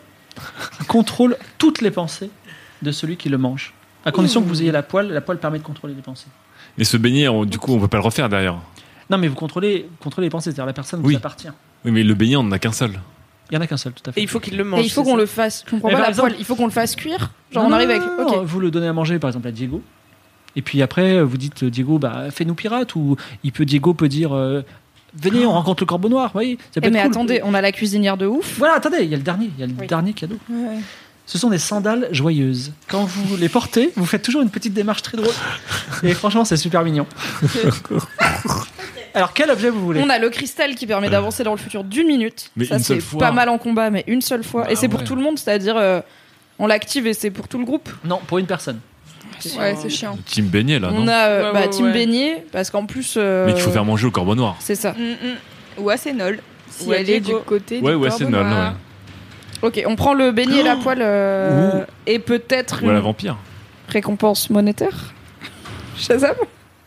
contrôle toutes les pensées de celui qui le mange. À condition que vous ayez la poêle, la poêle permet de contrôler les pensées.
Mais ce beignet, on- du coup, on peut pas le refaire derrière.
Non, mais vous contrôlez, vous contrôlez les pensées, c'est-à-dire la personne
Oui.
vous appartient.
Oui, mais le beignet, on en a qu'un seul.
Il y en a qu'un seul, tout à fait.
Et il faut qu'il le mange.
Et il faut
c'est
qu'on
ça
le fasse. Je comprends
Mais
pas
par
la
exemple-
poêle. Il faut qu'on le fasse cuire. Genre,
Non,
on
non,
arrive avec.
non,
Ok.
non, Vous le donnez à manger, par exemple, à Diego. Et puis après, vous dites euh, Diego, bah, fais-nous pirate. Ou il peut, Diego peut dire euh, Venez, on rencontre le corbeau noir. Voyez, ça peut
Ah. Eh,
être
mais
cool.
attendez, on a la cuisinière de ouf.
Voilà, attendez, il y a le dernier, il y a le
Oui.
dernier cadeau. Ce sont des sandales joyeuses. Quand vous les portez, vous faites toujours une petite démarche très drôle. Et franchement, c'est super
<laughs>
mignon. Alors, quel objet vous voulez
On a le cristal qui permet d'avancer dans le futur d'une minute.
Mais
ça,
une seule
c'est
fois.
pas mal en combat, mais une seule fois.
Bah
et c'est pour
ouais.
tout le monde, c'est-à-dire euh, on l'active et c'est pour tout le groupe.
Non, pour une personne.
Ah,
Ouais, c'est chiant.
Le team beignet, là,
on
non
a euh,
Ouais,
bah,
ouais,
Team
ouais.
Beignet, parce qu'en plus. euh,
Mais qu'il faut faire manger au corbeau noir.
C'est ça.
Mm, mm. Ou à Sénol. Si
Ou à
elle est du
Diego.
côté
Ouais,
du
ouais,
corbeau
c'est nul.
noir.
Ouais.
Ok, on prend le beignet et
Oh.
la poêle euh, et peut-être
Ou à
une
la vampire.
récompense monétaire. <laughs> Shazam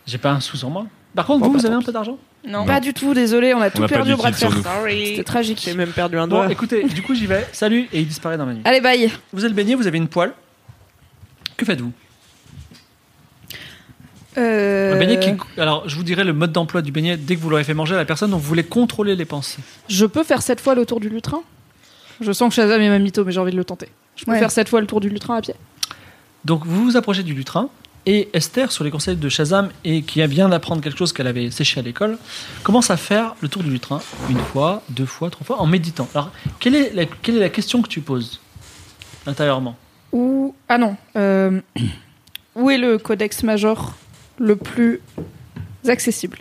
J'ai pas un sous en main. Par contre,
Bon,
vous,
bah,
vous avez
tant
un peu d'argent
Non.
Pas du tout, désolé, on a tout
a pas
perdu au bras de
d'utile
fer.
sur
C'était
Sorry.
tragique.
J'ai même perdu un
Bon,
doigt.
écoutez, du coup, j'y vais. Salut, et il disparaît dans la nuit.
Allez, bye.
Vous avez le beignet, vous avez une poêle. Que faites-vous
Euh,
Un beignet qui. Alors, je vous dirai le mode d'emploi du beignet dès que vous l'aurez fait manger à la personne dont vous voulez contrôler les pensées.
Je peux faire cette fois le tour du lutrin Je sens que Shazam est ma mytho, mais j'ai envie de le tenter. Je peux
Ouais.
faire cette fois le tour du lutrin à pied
Donc, vous vous approchez du lutrin et Esther, sur les conseils de Shazam et qui vient d'apprendre quelque chose qu'elle avait séché à l'école, commence à faire le tour du lutrin une fois, deux fois, trois fois en méditant. Alors, quelle est la, quelle est la question que tu poses intérieurement.
Ou ah non, euh, <clears throat> où est le codex major le plus accessible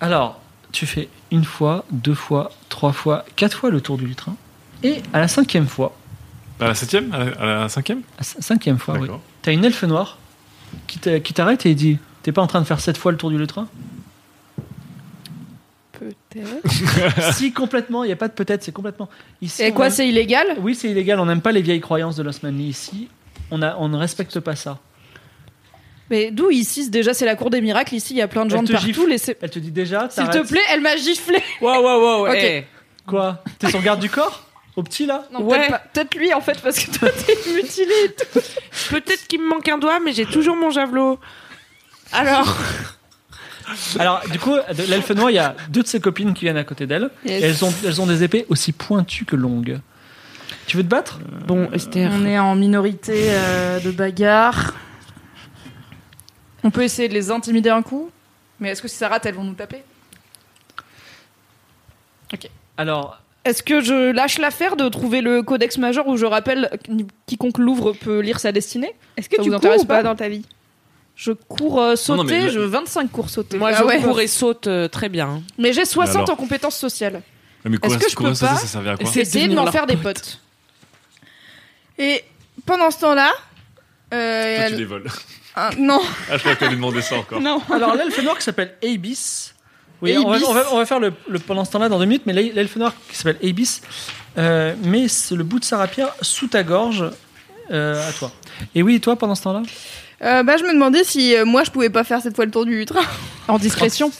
Alors, tu fais une fois, deux fois, trois fois, quatre fois le tour du train. Et à la cinquième fois,
À la septième À la, à la cinquième
à la cinquième fois, oui,
D'accord.
t'as une elfe noire qui t'a- qui t'arrête et dit T'es pas en train de faire sept fois le tour du train
Peut-être.
Si, complètement, il n'y a pas de peut-être, c'est complètement. Ici,
Et
on
quoi,
aime-
c'est illégal
Oui, c'est illégal, on n'aime pas les vieilles croyances de l'Osmanli ici. On, a, on ne respecte pas ça.
Mais d'où ici Déjà, c'est la cour des miracles. Ici, il y a plein de gens
Elle
de
Bah, te
partout.
gifle.
laissez-
Elle te dit déjà,
S'il te
t'arrêtes.
plaît, elle m'a giflé.
Waouh, waouh, waouh.
Ok.
eh.
Quoi T'es sur garde du corps Au petit là
Non,
Ouais.
peut-être pas.
Peut-être lui, en fait, parce que toi, t'es mutilé.
Peut-être qu'il me manque un doigt, mais j'ai toujours mon javelot. Alors,
Alors, du coup, de l'elfe noire, il y a deux de ses copines qui viennent à côté d'elle.
Yes.
Et Elles ont, elles ont des épées aussi pointues que longues. Tu veux te battre
bon, Esther.
On est en minorité euh, de bagarre.
On peut essayer de les
Intimider un coup Mais est-ce que si ça rate, elles vont nous taper
Alors,
Est-ce que je lâche l'affaire de trouver le codex major où je rappelle que quiconque l'ouvre peut lire sa destinée
Est-ce que
Ça
tu
vous
cours
intéresse
ou pas
pas
dans ta vie
Je cours euh, sauter,
Non, non, mais-
je 25 cours sauter.
Moi,
Ah
je
ouais.
cours et saute euh, très bien.
Mais j'ai 60
Mais alors
en compétences sociales.
Ah, Mais courir-
que je
courir,
peux
ça,
pas
ça, ça servait à quoi
C'est
Essayez de
devenir
m'en
leur
faire des
pote.
potes.
Et pendant ce temps-là, euh,
Toi, tu les voles. <laughs>
un- non,
Ah, je crois que t'allais demander ça encore.
non,
<laughs> alors l'elfe noire qui s'appelle Abis. Oui, On, va,
Abis.
on va- on va faire le, le- pendant ce temps-là dans deux minutes, mais l'el- l'elfe noire qui s'appelle Abis euh, met ce- le bout de sa rapière sous ta gorge euh, à toi. Et oui, et toi pendant ce temps-là
Euh, bah je me demandais si euh, moi je pouvais pas faire cette fois le tour du train.
En discrétion.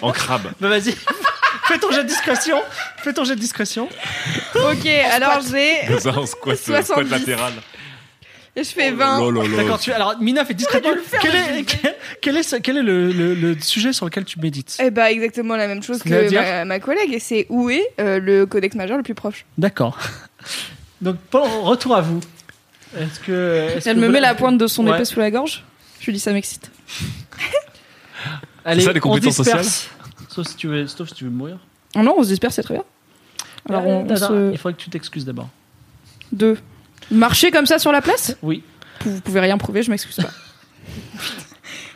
En crabe.
Bah vas-y, <laughs> fais ton jet de discrétion. Fais ton jet de discrétion.
<laughs> ok, alors j'ai,
Comme ça, en squat, euh, squat
70.
latéral.
je fais 20.
Oh là là là.
D'accord, tu- alors Mina fait discrètement. Quel est, quel, quel est, ce- quel est le, le- le sujet sur lequel tu médites
Eh bah exactement la même chose que
C'est-à-dire
ma, ma collègue. Et c'est où est euh, le codex majeur le plus proche
D'accord. Donc, Paul, retour à vous. Est-ce que. est-ce
<laughs> Elle
que
me
vous-
met la pointe de son
Ouais.
épée sous la gorge. Je lui dis ça m'excite.
Allez,
C'est ça,
on
les compétences
disperse. Sauf si tu veux, sauf si tu veux mourir.
Ah
Oh non, on se disperse, c'est très bien. Alors
Euh,
on, on
Attends,
se...
Il faudrait que tu t'excuses d'abord.
Deux. Marcher comme ça sur la place
Oui.
Vous pouvez rien prouver, je m'excuse pas.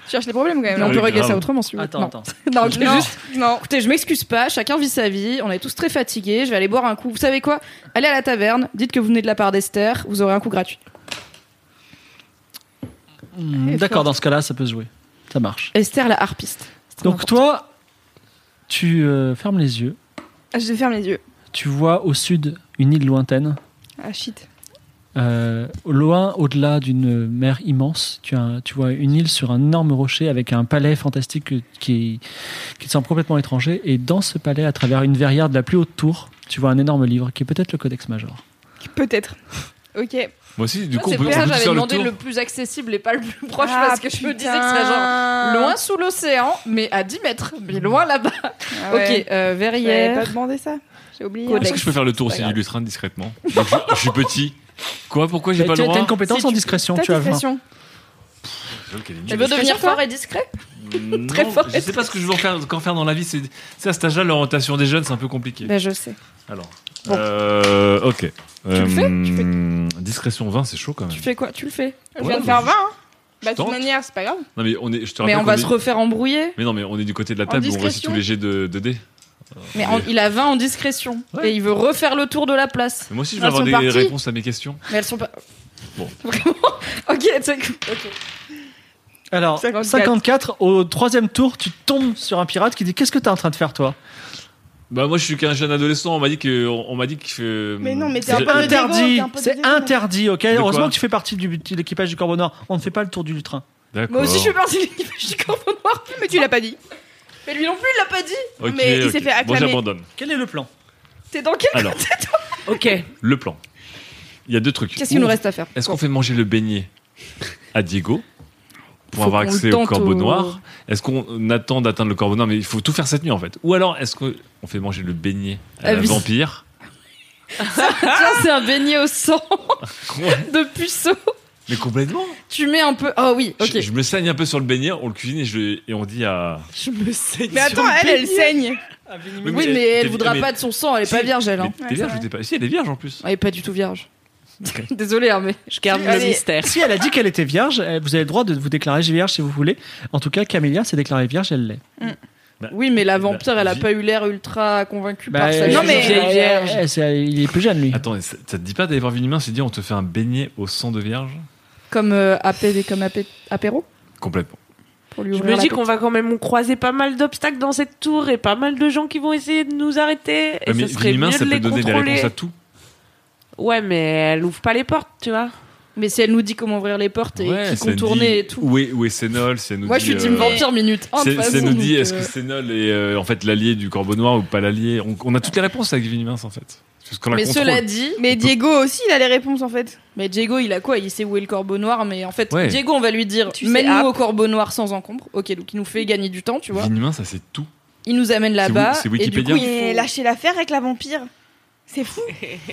Je cherche les problèmes quand
Eh
même.
Mais on
oui,
peut régler
grave.
ça autrement si vous voulez.
Attends,
Non. <laughs>
attends.
Non, je-
Non,
juste-
<laughs>
non.
Écoutez, je m'excuse pas, chacun vit sa vie, on est tous très fatigués, je vais aller boire un coup. Vous savez quoi Allez à la taverne, dites que vous venez de la part d'Esther, vous aurez un coup gratuit.
Hmm,
Et
D'accord,
fort.
dans ce cas-là, ça peut se jouer. Ça marche.
Esther la harpiste. C'est très
Donc,
important.
toi, tu euh, fermes les yeux.
Ah, Je ferme les yeux.
Tu vois au sud une île lointaine.
Ah shit.
Euh, au loin, au-delà d'une mer immense, tu, as, un- tu vois une île sur un énorme rocher avec un palais fantastique que- qui, qui te semble complètement étranger. Et dans ce palais, à travers une verrière de la plus haute tour, tu vois un énorme livre qui est peut-être le Codex Major.
Peut-être. Ok.
Moi aussi, du
Ah,
coup, on
c'est
peut,
pour
on
ça que
peut tous
j'avais
faire le
demandé
tour.
le, plus accessible et pas le plus proche
Ah,
parce que je me disais que ce serait genre
putain.
loin sous l'océan, mais à 10 mètres, mais loin là-bas.
Ah ouais.
Ok, euh,
J'avais
verrière.
pas demandé ça. J'ai oublié.
Codex.
Est-ce que je peux faire le tour
C'est
aussi
pas
du lutrin discrètement Donc, je, je suis petit. Quoi Pourquoi j'ai
Mais
pas
tu as
le
une
droit
compétence
Si
en
Bah, tu-
discrétion,
Ta
tu as 20.
discrétion.
Tu veux devenir
toi
fort et discret
Mm,
Très
non,
fort
Je sais pas ce que je veux en faire, qu'en faire dans la vie. C'est c'est à cet âge-là, l'orientation des jeunes, c'est un peu compliqué.
Bah,
Ben je sais.
Alors. Euh, ok. Euh,
le fais Tu
Discrétion 20, c'est chaud quand même.
Tu fais quoi Tu le fais.
Je
Ouais,
viens de
bah,
faire
je-
20. hein. Bah, de
tente.
toute manière, c'est pas grave.
Non, mais on est, je te
Mais
rappelle
on va
qu'on
se
est-
refaire embrouiller.
Mais non, mais on est du côté de la
En
table où on réussit
discrétion.
tous les jets de, de dés. Euh,
Mais en-
mais-
il a 20 en discrétion.
Ouais.
Et il veut refaire le tour de la place.
mais moi aussi, je
Elles
veux avoir
sont
des
parties.
réponses à mes questions.
Mais elles sont pas.
Bon.
<laughs> Vraiment Ok, c'est ok.
Alors, 54.
54.
au troisième tour, tu tombes sur un pirate qui dit Qu'est-ce que t'es en train de faire, toi
Bah, moi, je suis qu'un jeune adolescent. On m'a dit que. On, on m'a dit que. euh,
Mais non, mais t'es
j'ai-
un peu
j'ai-
dégo,
Interdit
t'es un peu
C'est
dégo.
interdit, ok
quoi
Heureusement que tu fais partie du- de l'équipage du Corbeau Noir. On ne fait pas le tour du lutrin.
D'accord.
Moi aussi, je fais partie de l'équipage du Corbeau Noir. Mais tu l'as pas dit.
Mais lui non plus, il l'a pas dit
Ok,
mais il s'est
ok.
fait acclamer.
<laughs>
Bon, j'abandonne.
Quel est le plan
T'es dans quel
Alors,
Ok.
le plan. Il y a deux trucs.
Qu'est-ce qu'il nous reste à faire
Est-ce qu'on fait manger le beignet à Diego pour
Faut
avoir
qu'on
accès
le
au
tente
corbeau
au-
noir Est-ce qu'on attend d'atteindre le corbeau noir Mais il faut tout faire cette nuit en fait. Ou alors est-ce qu'on fait manger le beignet à
Ah
la
oui.
vampire Ah
Tiens, c'est un beignet au sang
Quoi
de puceau.
Mais complètement
Tu mets un peu. Oh oui, ok.
je, je me saigne un peu sur le beignet, on le cuisine et, je, et on dit à.
Je me saigne.
Mais
sur
attends,
le
elle, elle
beignet.
saigne.
Avignon.
Oui,
Oui,
mais
mais elle
t'es-
voudra
mais-
pas de son sang, elle est pas
Si,
vierge, elle. hein.
Mais T'es
Ouais, c'est
vierge
vrai.
ou t'es pas Si, elle est vierge en plus.
Elle est pas du tout vierge. <laughs> Désolée, hein, mais
Je garde
Allez.
le mystère.
Eh, Si elle a dit qu'elle était vierge, euh, vous avez le droit de vous déclarer vierge si vous voulez. En tout cas, Camélia s'est déclarée vierge, elle l'est.
oui, mais la
Bah,
vampire, elle a
vi-
pas eu l'air ultra convaincue
Bah,
par sa
elle-
Non,
vie.
mais-
vieille vierge.
Eh, c'est- il est plus jeune, lui.
Attends, et ça ça te dit pas d'aller voir Vinhumain, c'est dire on te fait un beignet au sang de vierge
Comme euh, APV, comme apé- apéro
Complètement.
pour lui
Je
ouvrir
me
la
dis
porte.
qu'on va quand même croiser pas mal d'obstacles dans cette tour et pas mal de gens qui vont essayer de nous arrêter. Et
Ouais, mais
ça serait
Vinhumain,
mieux
ça
de
peut
les
donner des
contrôler.
réponses à tout.
Ouais, mais elle ouvre pas les portes, tu vois.
Mais si elle nous dit comment ouvrir les portes et
Ouais,
qui
ça nous dit
contourner et tout.
Où est, où est Sénol si elle nous
Moi,
dit,
je suis
euh,
team vampire minute. un, de
C'est-
toute
ça
façon,
nous dit
donc,
est-ce
euh,
que Sénol est euh, en fait l'allié du Corbeau Noir ou pas l'allié on, on a toutes les réponses avec Vinnie Mince en fait. Parce qu'on la
Mais
contrôle.
cela dit,
Mais Diego aussi, il a les réponses en fait.
mais Diego, il a quoi Il sait où est le corbeau noir, mais en fait,
Ouais.
Diego, on va lui dire
Tu sais,
mène-nous
hop.
au corbeau noir sans encombre. Ok, donc il nous fait gagner du temps, tu vois.
Vinnie Mince, ça c'est tout.
Il nous amène
C'est
là-bas.
Wik- c'est
et du
Wikipédia.
coup, il
Mais
faut-
lâcher l'affaire avec la vampire,
<laughs>
c'est fou.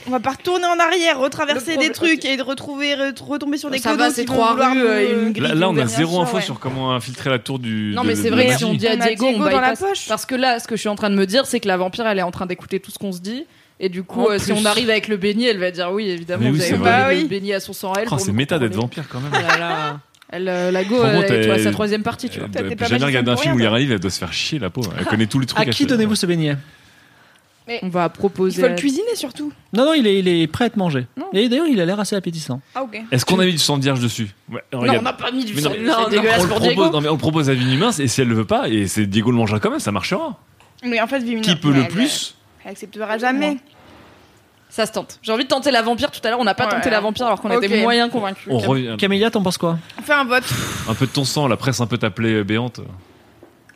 On va pas retourner en arrière,
Le
retraverser
problème-
des trucs et de retrouver, re- retomber sur des
Ça
codos
va,
qui
c'est
vont
trois
vouloir
rues,
nous-
euh, une
Là,
grille
là, on a
d'ouverture,
zéro info
ouais.
sur comment infiltrer la tour du.
Non,
de-
mais
de
c'est vrai,
magie.
si on dit à
On a
Diego,
Diego
on
dans la
bypass.
poche.
Parce que là, ce que je suis en train de me dire, c'est que la vampire, elle est en train d'écouter tout ce qu'on se dit. Et du coup,
En
euh, si
plus.
on arrive avec le beignet, elle va dire oui, évidemment,
Mais oui,
vous
c'est
avez
vrai.
pas
Bah
le
oui.
beignet à son sang à elle.
Oh,
pour
c'est
nous
méta d'être
contrôler.
vampire quand même.
Oh
Elle, euh, la go,
Franchement,
elle, est- tu vois,
t'es-
sa troisième partie, tu vois.
T'as- t'es
J'ai
pas
jamais
magicien
regardé un
pour
film où
rien,
il arrive, elle doit se faire chier la pauvre. Elle connaît tous les trucs.
À qui
faire.
donnez-vous ce beignet
On va
Il
proposer.
faut le
à-
cuisiner surtout.
Non, non, il est, il est prêt à être mangé.
Non.
Et d'ailleurs, il a l'air assez appétissant.
Ah ok.
Est-ce qu'on a mis du sang de vierge dessus Ouais,
Non,
regarde.
on n'a pas mis du
Mais
sang.
non,
C'est
mais- non,
dégueulasse
on le
pour
propose,
Diego.
non, mais on le propose à Vinnie Mince et si elle le veut pas, et c'est Diego le mangera quand même, ça marchera.
Mais en fait, Vimina,
Qui peut
elle-
le plus
Elle acceptera jamais.
Ça se tente. J'ai envie de tenter la vampire tout à l'heure. On n'a pas
Ouais.
tenté la vampire alors qu'on
Ok.
était moyen convaincus.
On revient.
Camélia, t'en penses quoi
On fait un vote.
Un peu de ton sang, la presse un peu t'appelait béante.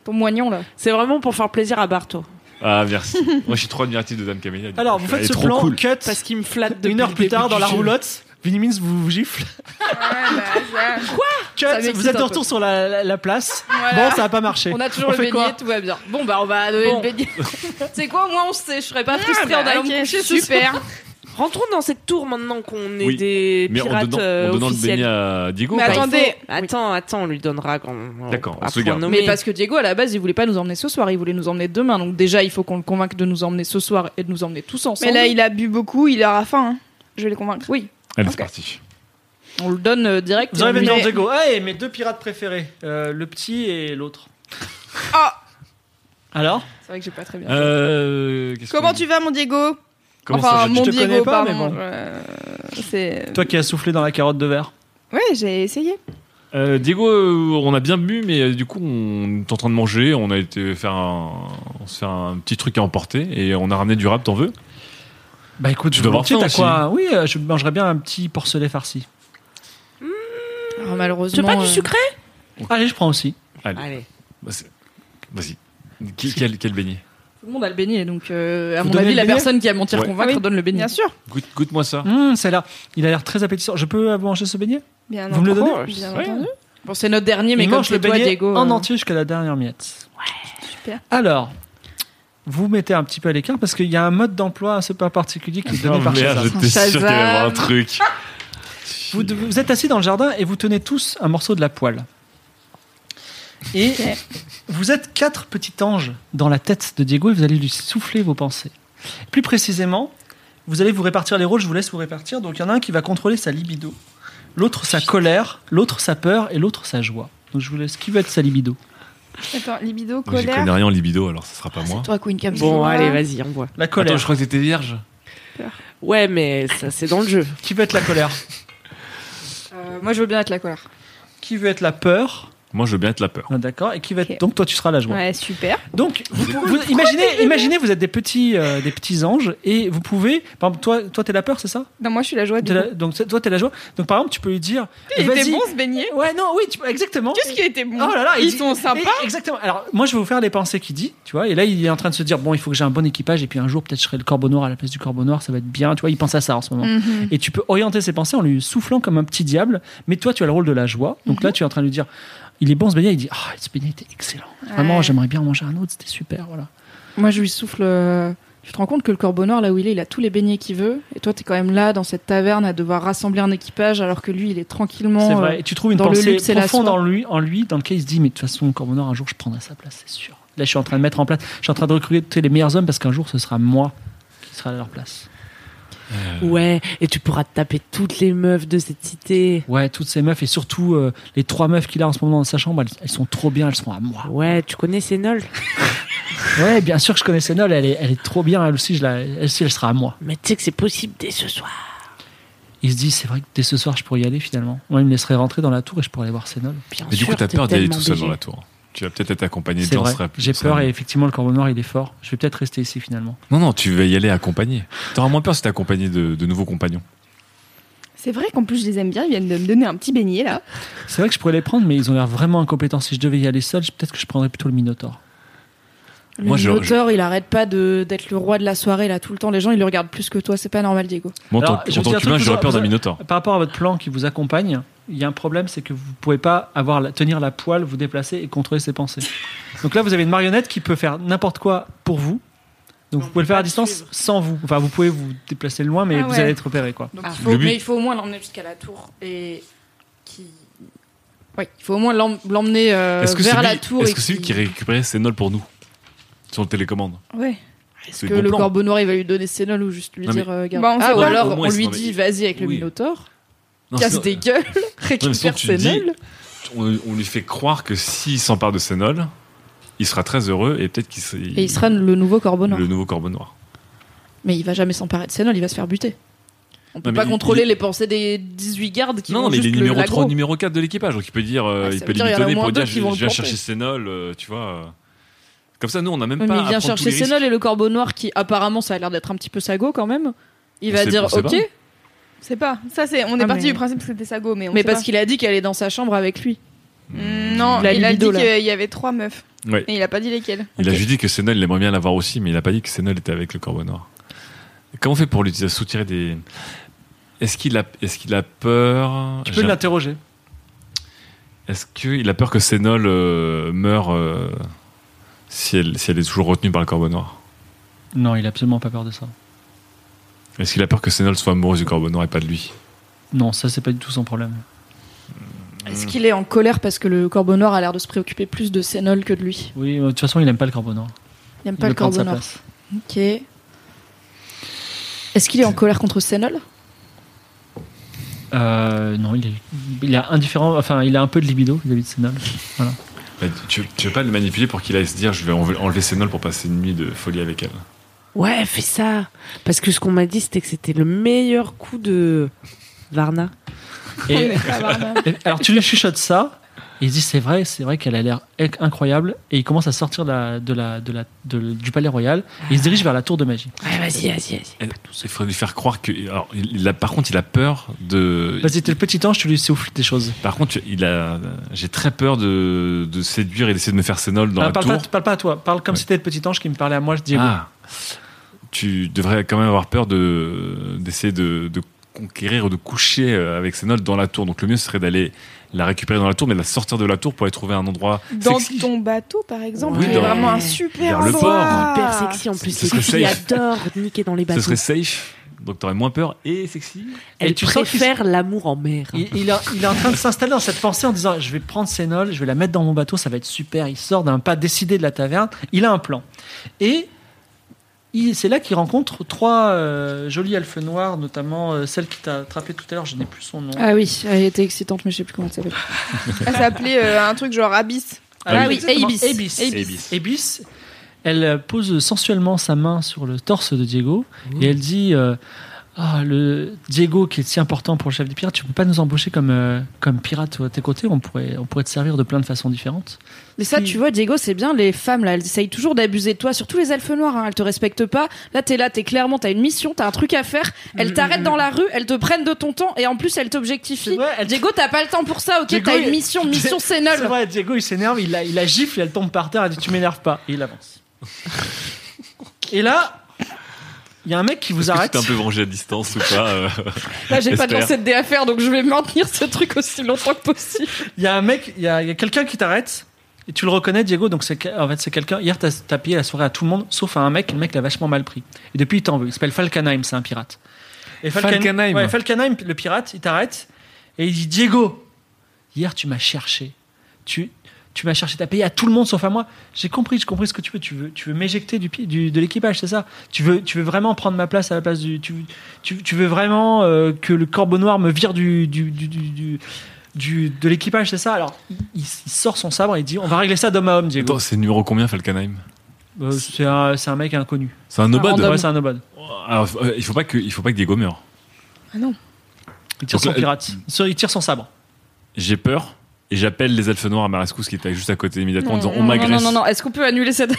Ton moignon, là.
C'est vraiment pour faire plaisir à Barto.
Ah, merci. <laughs> Moi, je suis trop admiratif de Dame Camélia. du
Alors,
coup,
vous
elle
faites
est
ce
trop
plan
cool.
cut.
Parce qu'il me flatte depuis
Une heure
le
plus
début
tard, dans
du
la
jeu.
roulotte, Vinimins vous, vous gifle.
bah, <laughs> Ah,
Ça
Cut,
m'excite
vous êtes de
un
retour sur la, la- la place.
Voilà.
Bon, ça n'a pas marché.
On a toujours le
fait quoi
beignet, tout va bien. Bon, Ah, bah, on va donner
Bon.
le <laughs> beignet. C'est quoi, au moins, on sait. Je serais pas frustrée
bah,
en allant
ok,
me coucher ce soir.
super. Rentrons dans cette tour maintenant qu'on est
Oui,
des
Mais en
pirates
donnant,
euh,
en donnant le
officiels.
beignet à Diego.
Bah,
Mais
ou pas
attendez,
Attends, attends, on lui donnera quand.
D'accord, on
à
se
point
garde.
nommé.
Mais parce que Diego, à la base, il voulait pas nous emmener ce soir, il voulait nous emmener demain. Donc déjà, il faut qu'on le convainque de nous emmener ce soir et de nous emmener tous ensemble.
Mais là, il a bu beaucoup, il aura faim. hein. Je vais les convaincre.
Oui,
Allez,
Ok.
c'est parti.
on le donne euh, direct.
Vous avez mis
Mais-
dans Diego. Ah, et mes deux pirates préférés, euh, le petit et l'autre.
Ah.
Alors
C'est vrai que j'ai pas très bien.
Euh, qu'est-ce
Comment
que-
tu vas, mon Diego
comment ça
Enfin,
va
mon
te
Diego,
connais pas, mais
pardon.
bon.
Euh, c'est.
Toi qui as soufflé dans la carotte de verre.
Ouais, j'ai essayé.
Euh, Diego, euh, on a bien bu, mais euh, du coup, on est en train de manger. On a été faire un, on se fait un petit truc à emporter et on a ramené du rap, t'en veux
Bah écoute,
Tu dois avoir
volontiers,
faim
t'as quoi Oui, euh, je mangerais bien un petit porcelet farci.
Alors,
Tu veux
malheureusement.
pas du
euh,
sucré
Allez, je prends aussi.
Allez.
Bah, c'est- Vas-y. Qui- Quel, quel beignet
Tout le monde a le beignet, donc euh, à
Vous
mon
donnez
avis,
le
la
beignet
personne qui a menti à
Ouais.
convaincre
Ah oui.
donne le beignet.
Bien sûr.
Goûte- Goûte-moi ça.
Hum, celle-là, il a l'air très appétissant. Je peux euh, manger ce beignet
Bien
Vous me le
entendu,
donnez
Bien
Ouais.
entendu.
Bon, c'est notre dernier, mais
Il
comme
mange
c'est
le
toi,
beignet
Diego.
en
euh,
entier jusqu'à la dernière miette. Ouais,
super.
Alors, vous mettez un petit peu à l'écart parce qu'il y a un mode d'emploi assez peu particulier qui est
Oh,
donné par Shazam.
Oh, j'étais sûr qu'il y avait un truc.
Vous, de- vous êtes assis dans le jardin et vous tenez tous un morceau de la poêle. Et vous êtes quatre petits anges dans la tête de Diego et vous allez lui souffler vos pensées. Plus précisément, vous allez vous répartir les rôles, je vous laisse vous répartir. Donc il y en a un qui va contrôler sa libido, l'autre sa colère, l'autre sa peur et l'autre sa joie. Donc je vous laisse, qui veut être sa libido
Attends, libido,
Moi, J'y
colère.
connais rien en libido, alors ça sera pas moi.
Toi, Queen Cam.
<laughs> Bon, allez, vas-y, on voit.
La colère.
Attends, je crois que t'étais vierge.
Ouais, mais ça, c'est dans le jeu.
Qui veut être la colère
Euh, moi, je veux bien être la colère.
Qui veut être la peur
Moi, je veux bien être la peur.
Ah, D'accord. Et qui va être...
Ok.
Donc toi tu seras la joie.
Ouais, super.
Donc, vous, pouvez- vous- imaginez, imaginez, vous êtes des petits, euh, des petits anges et vous pouvez. Par exemple, toi, toi, t'es la peur, c'est ça
Non, moi, je suis la joie.
T'es
du
la- Donc, c'est- toi, t'es la joie. Donc, par exemple, tu peux lui dire.
Il était
vas-y.
bon ce beignet.
Ouais, non, oui, tu peux- exactement.
Qu'est-ce qui était bon
Oh là là, il
Ils
dit-
sont sympas.
Et- Exactement. Alors, moi, je vais vous faire les pensées qu'il dit, tu vois. Et là, il est en train de se dire bon, il faut que j'ai un bon équipage, et puis un jour, peut-être, je serai le corbeau noir à la place du corbeau noir, ça va être bien. Tu vois, il pense à ça en ce moment.
Mhm.
Et tu peux orienter ses pensées en lui soufflant comme un petit diable. Mais toi, tu as le rôle de la joie. Donc
Mm-hmm.
là, tu es en train de lui dire il est bon ce beignet. Il dit ah, ce beignet était excellent. Vraiment,
Ouais.
j'aimerais bien en manger un autre, c'était super. Voilà.
Moi, je lui souffle. euh, Tu te rends compte que le corbeau noir, là où il est, il a tous les beignets qu'il veut. Et toi, t'es quand même là, dans cette taverne, à devoir rassembler un équipage, alors que lui, il est tranquillement.
C'est
euh,
vrai. Et tu trouves une
dans le
pensée
luxe et la
profonde
soie.
en lui, en lui, dans lequel il se dit, mais de toute façon, Corbeau Noir, un jour, je prendrai sa place, c'est sûr. Là, je suis en train de mettre en place. Je suis en train de recruter les meilleurs hommes parce qu'un jour, ce sera moi qui sera à leur place.
Euh.
Ouais, et tu pourras te taper toutes les meufs de cette cité.
Ouais, toutes ces meufs et surtout euh, les trois meufs qu'il a en ce moment dans sa chambre, elles, elles sont trop bien, elles sont à moi.
Ouais, tu connais ces nolles
Ouais, bien sûr que je connais Sénol, elle est, elle est trop bien, elle aussi, je la, elle aussi, elle sera à moi.
Mais tu sais que c'est possible dès ce soir.
Il se dit, c'est vrai que dès ce soir, je pourrais y aller finalement. Moi, il me laisserait rentrer dans la tour et je pourrais aller voir Sénol.
Bien
Mais du coup,
sûr,
t'as
t'es
peur d'y aller
tellement
tout seul
BG.
dans la tour. Tu vas peut-être être accompagné
C'est
de gens.
vrai,
ce sera plus-
j'ai
ça-
peur et effectivement, le corbeau noir, il est fort. Je vais peut-être rester ici finalement.
Non, non, tu vas y aller accompagné. T'auras moins peur si t'es accompagné de, de nouveaux compagnons.
C'est vrai qu'en plus, je les aime bien. Ils viennent de me donner un petit beignet, là.
C'est vrai que je pourrais les prendre, mais ils ont l'air vraiment incompétents. Si je devais y aller seul, je- peut-être que je prendrais plutôt le Minotaur.
Le
Moi, je-
Minotaure, il arrête pas de- d'être le roi de la soirée là tout le temps. Les gens, ils le regardent plus que toi. C'est pas normal, Diego.
Moi, en
Alors,
tant-
je
en
vous
tant
dis un
qu'humain,
truc,
j'aurais
vous-
peur d'un
vous-
minotaure.
Par rapport à votre plan qui vous accompagne, il y a un problème, c'est que vous ne pouvez pas avoir la- tenir la poêle, vous déplacer et contrôler ses pensées. Donc là, vous avez une marionnette qui peut faire n'importe quoi pour vous. Donc vous pouvez le faire à distance sans vous. Enfin, vous pouvez vous déplacer loin, mais
Ah
vous
ouais.
allez être repéré, quoi.
Donc,
Ah.
il faut,
Le but-
mais il faut au moins l'emmener jusqu'à la tour et qui. Oui, il faut au moins l'em- l'emmener euh,
Est-ce que c'est
vers la
lui,
tour.
est-ce
et
que c'est lui qui récupérait ses nolles pour nous Sur le télécommande
Ouais.
Est-ce
C'est
que
bon
le
plan.
corbeau noir, il va lui donner ses nolles ou juste lui
Non, mais-
dire euh, garde
Bah, on sait
Ah, ou
pas.
alors
Au moins,
on
il
lui
se-
dit vas-y avec le
Oui.
Minotaure,
Non,
casse
sinon-
des gueles,
Non, mais sinon,
récupère
tu
ses
dis-
nolles.
on, on lui fait croire que s'il s'empare de ses nolles, il sera très heureux et peut-être qu'il se-
Et il sera le nouveau corbeau noir.
le nouveau corbeau noir.
Mais il va jamais s'emparer de ses nolles, il va se faire buter. On peut
mais
pas
il-
contrôler
il-
les pensées des 18 gardes qui
non,
vont
mais il est
juste
numéro
le
3,
l'aggro.
numéro 4 de l'équipage, donc il peut dire, euh,
Ouais, ça
il
veut
peut
dire, il y en a
l'émitonner
au moins
pour dire
deux qui
je,
vont
je
le
viens
planter.
chercher ses nolles, euh, tu vois. euh. Comme ça, nous, on n'a même
Oui,
pas.
mais
à
il vient
prendre tous
chercher
les
ses
risques.
nolles et le corbeau noir qui apparemment ça a l'air d'être un petit peu sago quand même. Il
On
va
sait- on
dire
sait
ok,
pas.
C'est pas. Ça, c'est. On est
Ah,
parti
mais-
du principe que c'était Sago, mais on
mais
sait
parce
pas.
qu'il a dit qu'elle est dans sa chambre avec lui.
Mm, Non,
La
il a dit
libido,
qu'il
là.
y avait trois meufs.
Ouais.
Et il a pas dit lesquelles.
Il a juste dit que ses nolles, il aimerait bien l'avoir aussi, mais il n'a pas dit que ses nolles était avec le corbeau noir. Comment on fait pour lui soutirer des. Est-ce qu'il a, est qu'il a peur
Tu peux
J'ai-
l'interroger.
Est-ce qu'il a peur que Sénol euh, meure euh, si, elle, si elle est toujours retenue par le corbeau noir
Non, il a absolument pas peur de ça.
Est-ce qu'il a peur que Sénol soit amoureuse du corbeau noir et pas de lui
Non, ça, c'est pas du tout son problème.
Hmm.
Est-ce qu'il est en colère parce que le corbeau noir a l'air de se préoccuper plus de ses nolles que de lui
Oui, euh, de toute façon, il n'aime pas le corbeau noir.
Il n'aime
Il
pas
veut
le
prendre
corbeau
sa
noir.
place.
Ok. Est-ce qu'il est en colère contre ses nolles
Euh, non, il est, il a indifférent. Enfin, il a un peu de libido vis-à-vis de ses nolles.
Mais Bah, tu, tu veux pas le manipuler pour qu'il aille se dire je vais enle- enlever Sénol pour passer une nuit de folie avec elle
Ouais, fais ça. Parce que ce qu'on m'a dit, c'était que c'était le meilleur coup de Varna.
Et-
On est pas Varna.
Et- Alors tu lui chuchotes ça, et il se dit c'est vrai, c'est vrai qu'elle a l'air inc- incroyable, et il commence à sortir de la, de la, de la, de- du palais royal, et il se dirige vers la tour de magie.
Ouais, vas-y, vas-y, vas-y.
Il faudrait lui faire croire que. alors, il il a, par contre, il a peur de.
Vas-y, t'es le petit ange, tu lui souffles des choses.
Par contre, il a, j'ai très peur de, de séduire et d'essayer de me faire Sénol dans
Ah,
la
parle,
tour.
Pas, parle pas à toi, parle comme
Ouais.
si t'étais le petit ange qui me parlait à moi, je dis
Ah. Tu devrais quand même avoir peur de d'essayer de, de conquérir ou de coucher euh, avec ses notes dans la tour. Donc le mieux serait d'aller la récupérer dans la tour, mais de la sortir de la tour pour aller trouver un endroit
Dans
sexy.
ton bateau, par exemple,
Oui,
c'est
dans-
vraiment un
vers
super
le
endroit.
Hyper sexy en plus.
Ah. ce
Les
serait
filles
safe.
adorent niquer dans les
Ce
bateaux.
serait safe, donc t'aurais moins peur et sexy.
Elles
Et tu sens qu'ils-
préfèrent l'amour en mer.
Il, il a- il est en train de s'installer dans cette pensée en disant je vais prendre Sénol, je vais la mettre dans mon bateau, ça va être super. Il sort d'un pas décidé de la taverne, il a un plan. Et il- c'est là qu'il rencontre trois euh, jolies elfes noires, notamment euh, celle qui t'a attrapé tout à l'heure, je n'ai plus son nom.
Ah oui, elle était excitante, mais je sais plus comment elle s'appelle.
Elle s'appelait euh, un truc genre Abyss.
Ah oui,
exactement.
Ibis.
Ibis.
Ibis.
Ibis, elle euh, pose sensuellement sa main sur le torse de Diego et elle dit euh, Ah, le Diego qui est si important pour le chef des pirates, tu peux pas nous embaucher comme, euh, comme pirate à tes côtés, on pourrait, on pourrait te servir de plein de façons différentes.
Mais ça,
Si.
tu vois, Diego, c'est bien, les femmes, là, elles essayent toujours d'abuser de toi, surtout les elfes noirs, hein, elles te respectent pas. Là, t'es là, t'es clairement, t'as une mission, t'as un truc à faire, elles t'arrêtent dans la rue, elles te prennent de ton temps, et en plus, elles
Hmm. C'est
t'objectifient.
vrai, elle-
Diego, t'as pas le temps pour ça, ok,
Diego,
t'as
il-
une mission, mission c'est
C'est
nul.
vrai, Diego il s'énerve, il la, il la gifle et elle tombe par terre, elle dit Tu m'énerves pas, et il
<laughs>
avance. et là, il y a un mec qui vous
Est-ce que tu
arrête.
t'es un peu vengé à distance ou pas euh,
Là, j'ai pas de
J'espère.
lancer de dé à faire, donc je vais maintenir ce truc aussi longtemps que possible.
Il y a un mec, il y a, il y a quelqu'un qui t'arrête. Et tu le reconnais, Diego, donc c'est que- en fait c'est quelqu'un. Hier, t'as t'as payé la soirée à tout le monde, sauf à un mec. Le mec l'a vachement mal pris. Et depuis, il t'en veut. Il s'appelle Falkenheim, c'est un pirate. Et
Falkenheim.
ouais, Falkenheim, le pirate, il t'arrête et il dit Diego, hier tu m'as cherché. Tu, tu vas chercher ta paye à tout le monde sauf à moi. J'ai compris, j'ai compris ce que tu veux. Tu veux, tu veux m'éjecter du, pi- du- de l'équipage, c'est ça tu veux, tu veux vraiment prendre ma place à la place du. Tu, tu, tu veux vraiment euh, que le corbeau noir me vire du, du, du, du- du- du- de l'équipage, c'est ça Alors, il, il- il sort son sabre et il dit On va régler ça d'homme à homme, Diego.
Attends, c'est numéro combien, Falkenheim
Euh, c'est un, c'est un mec inconnu.
C'est un nobad
Ouais, c'est un nobad.
Alors, euh, il faut pas que, il faut pas que Diego meure.
Il tire
Donc,
son
euh,
pirate. Sur- Il tire son sabre.
J'ai peur et j'appelle les elfes noirs à ma rescousse qui étaient juste à côté immédiatement en disant on
non, non,
m'agresse.
non, non, non. Est-ce qu'on peut annuler cette.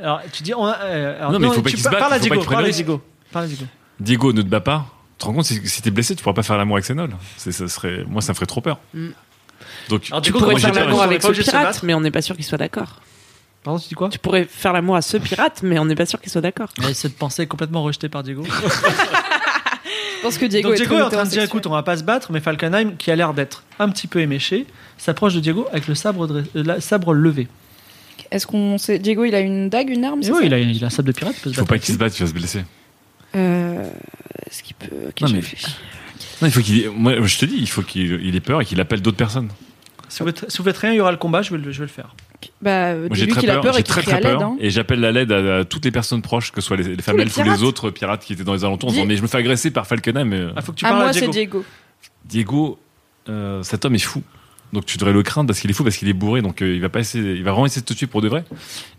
Alors, tu dis. On a- euh, alors,
Non, mais il faut pas
tu
qu'il se
par-
batte,
Parle à
il faut pas
Diego.
qu'il prenne
Parle
le
à
risque.
Diego. Parle à Diego.
Diego, ne te bats pas. Tu te rends compte, si, si t'es blessé, tu pourras pas faire l'amour avec Sénol. C'est- Ça serait, moi, ça me ferait trop peur.
Mm.
Donc,
Alors,
Tu
Diego,
moi,
pourrais
comment
j'ai
faire
il fait
peur.
l'amour
On est
avec
pas
ce
obligé de se
pirate,
battre.
mais on n'est pas sûr qu'il soit d'accord.
Pardon, tu dis quoi
Tu pourrais faire l'amour à ce pirate, mais on n'est pas sûr qu'il soit d'accord.
Ouais, Cette pensée est complètement rejetée par Diego.
Je pense que Diego
Donc
est
Diego est en train de dire
hétérosexuel.
écoute, on va pas se battre, mais Falkenheim, qui a l'air d'être un petit peu éméché, s'approche de Diego avec le sabre, dress- euh, la- sabre levé.
Est-ce qu'on sait. Diego, il a une dague, une arme
Et
c'est
Eh oui,
ça
il a, il a un sabre de pirate, il peut se
Il faut
battre.
pas qu'il se batte, il va se blesser.
Euh, Est-ce qu'il peut. ok,
Non,
je
mais-
réfléchis.
Non, il faut qu'il, ait- moi, je te dis, il faut qu'il il ait peur et qu'il appelle d'autres personnes.
Si vous, faites, si vous faites rien, il y aura le combat, je vais le, je vais le faire.
Bah, euh,
Moi,
dis-lui
j'ai très
qu'il a
peur,
peur
j'ai
et qu'il
très
crie à
très
l'aide.
peur.
hein.
Et j'appelle la l'aide à, à toutes les personnes proches, que ce soit les, les femmes
les
elfes ou
pirates.
les autres pirates qui étaient dans les alentours, en disant,
Dis-
mais je me fais agresser par Falkenheim. euh,
Ah, faut que tu
À
parles à,
moi, c'est
Diego.
Diego,
Diego.
euh, cet homme est fou. Donc tu devrais le craindre parce qu'il est fou, parce qu'il est bourré, donc euh, il va pas essayer, il va vraiment essayer de te tuer pour de vrai.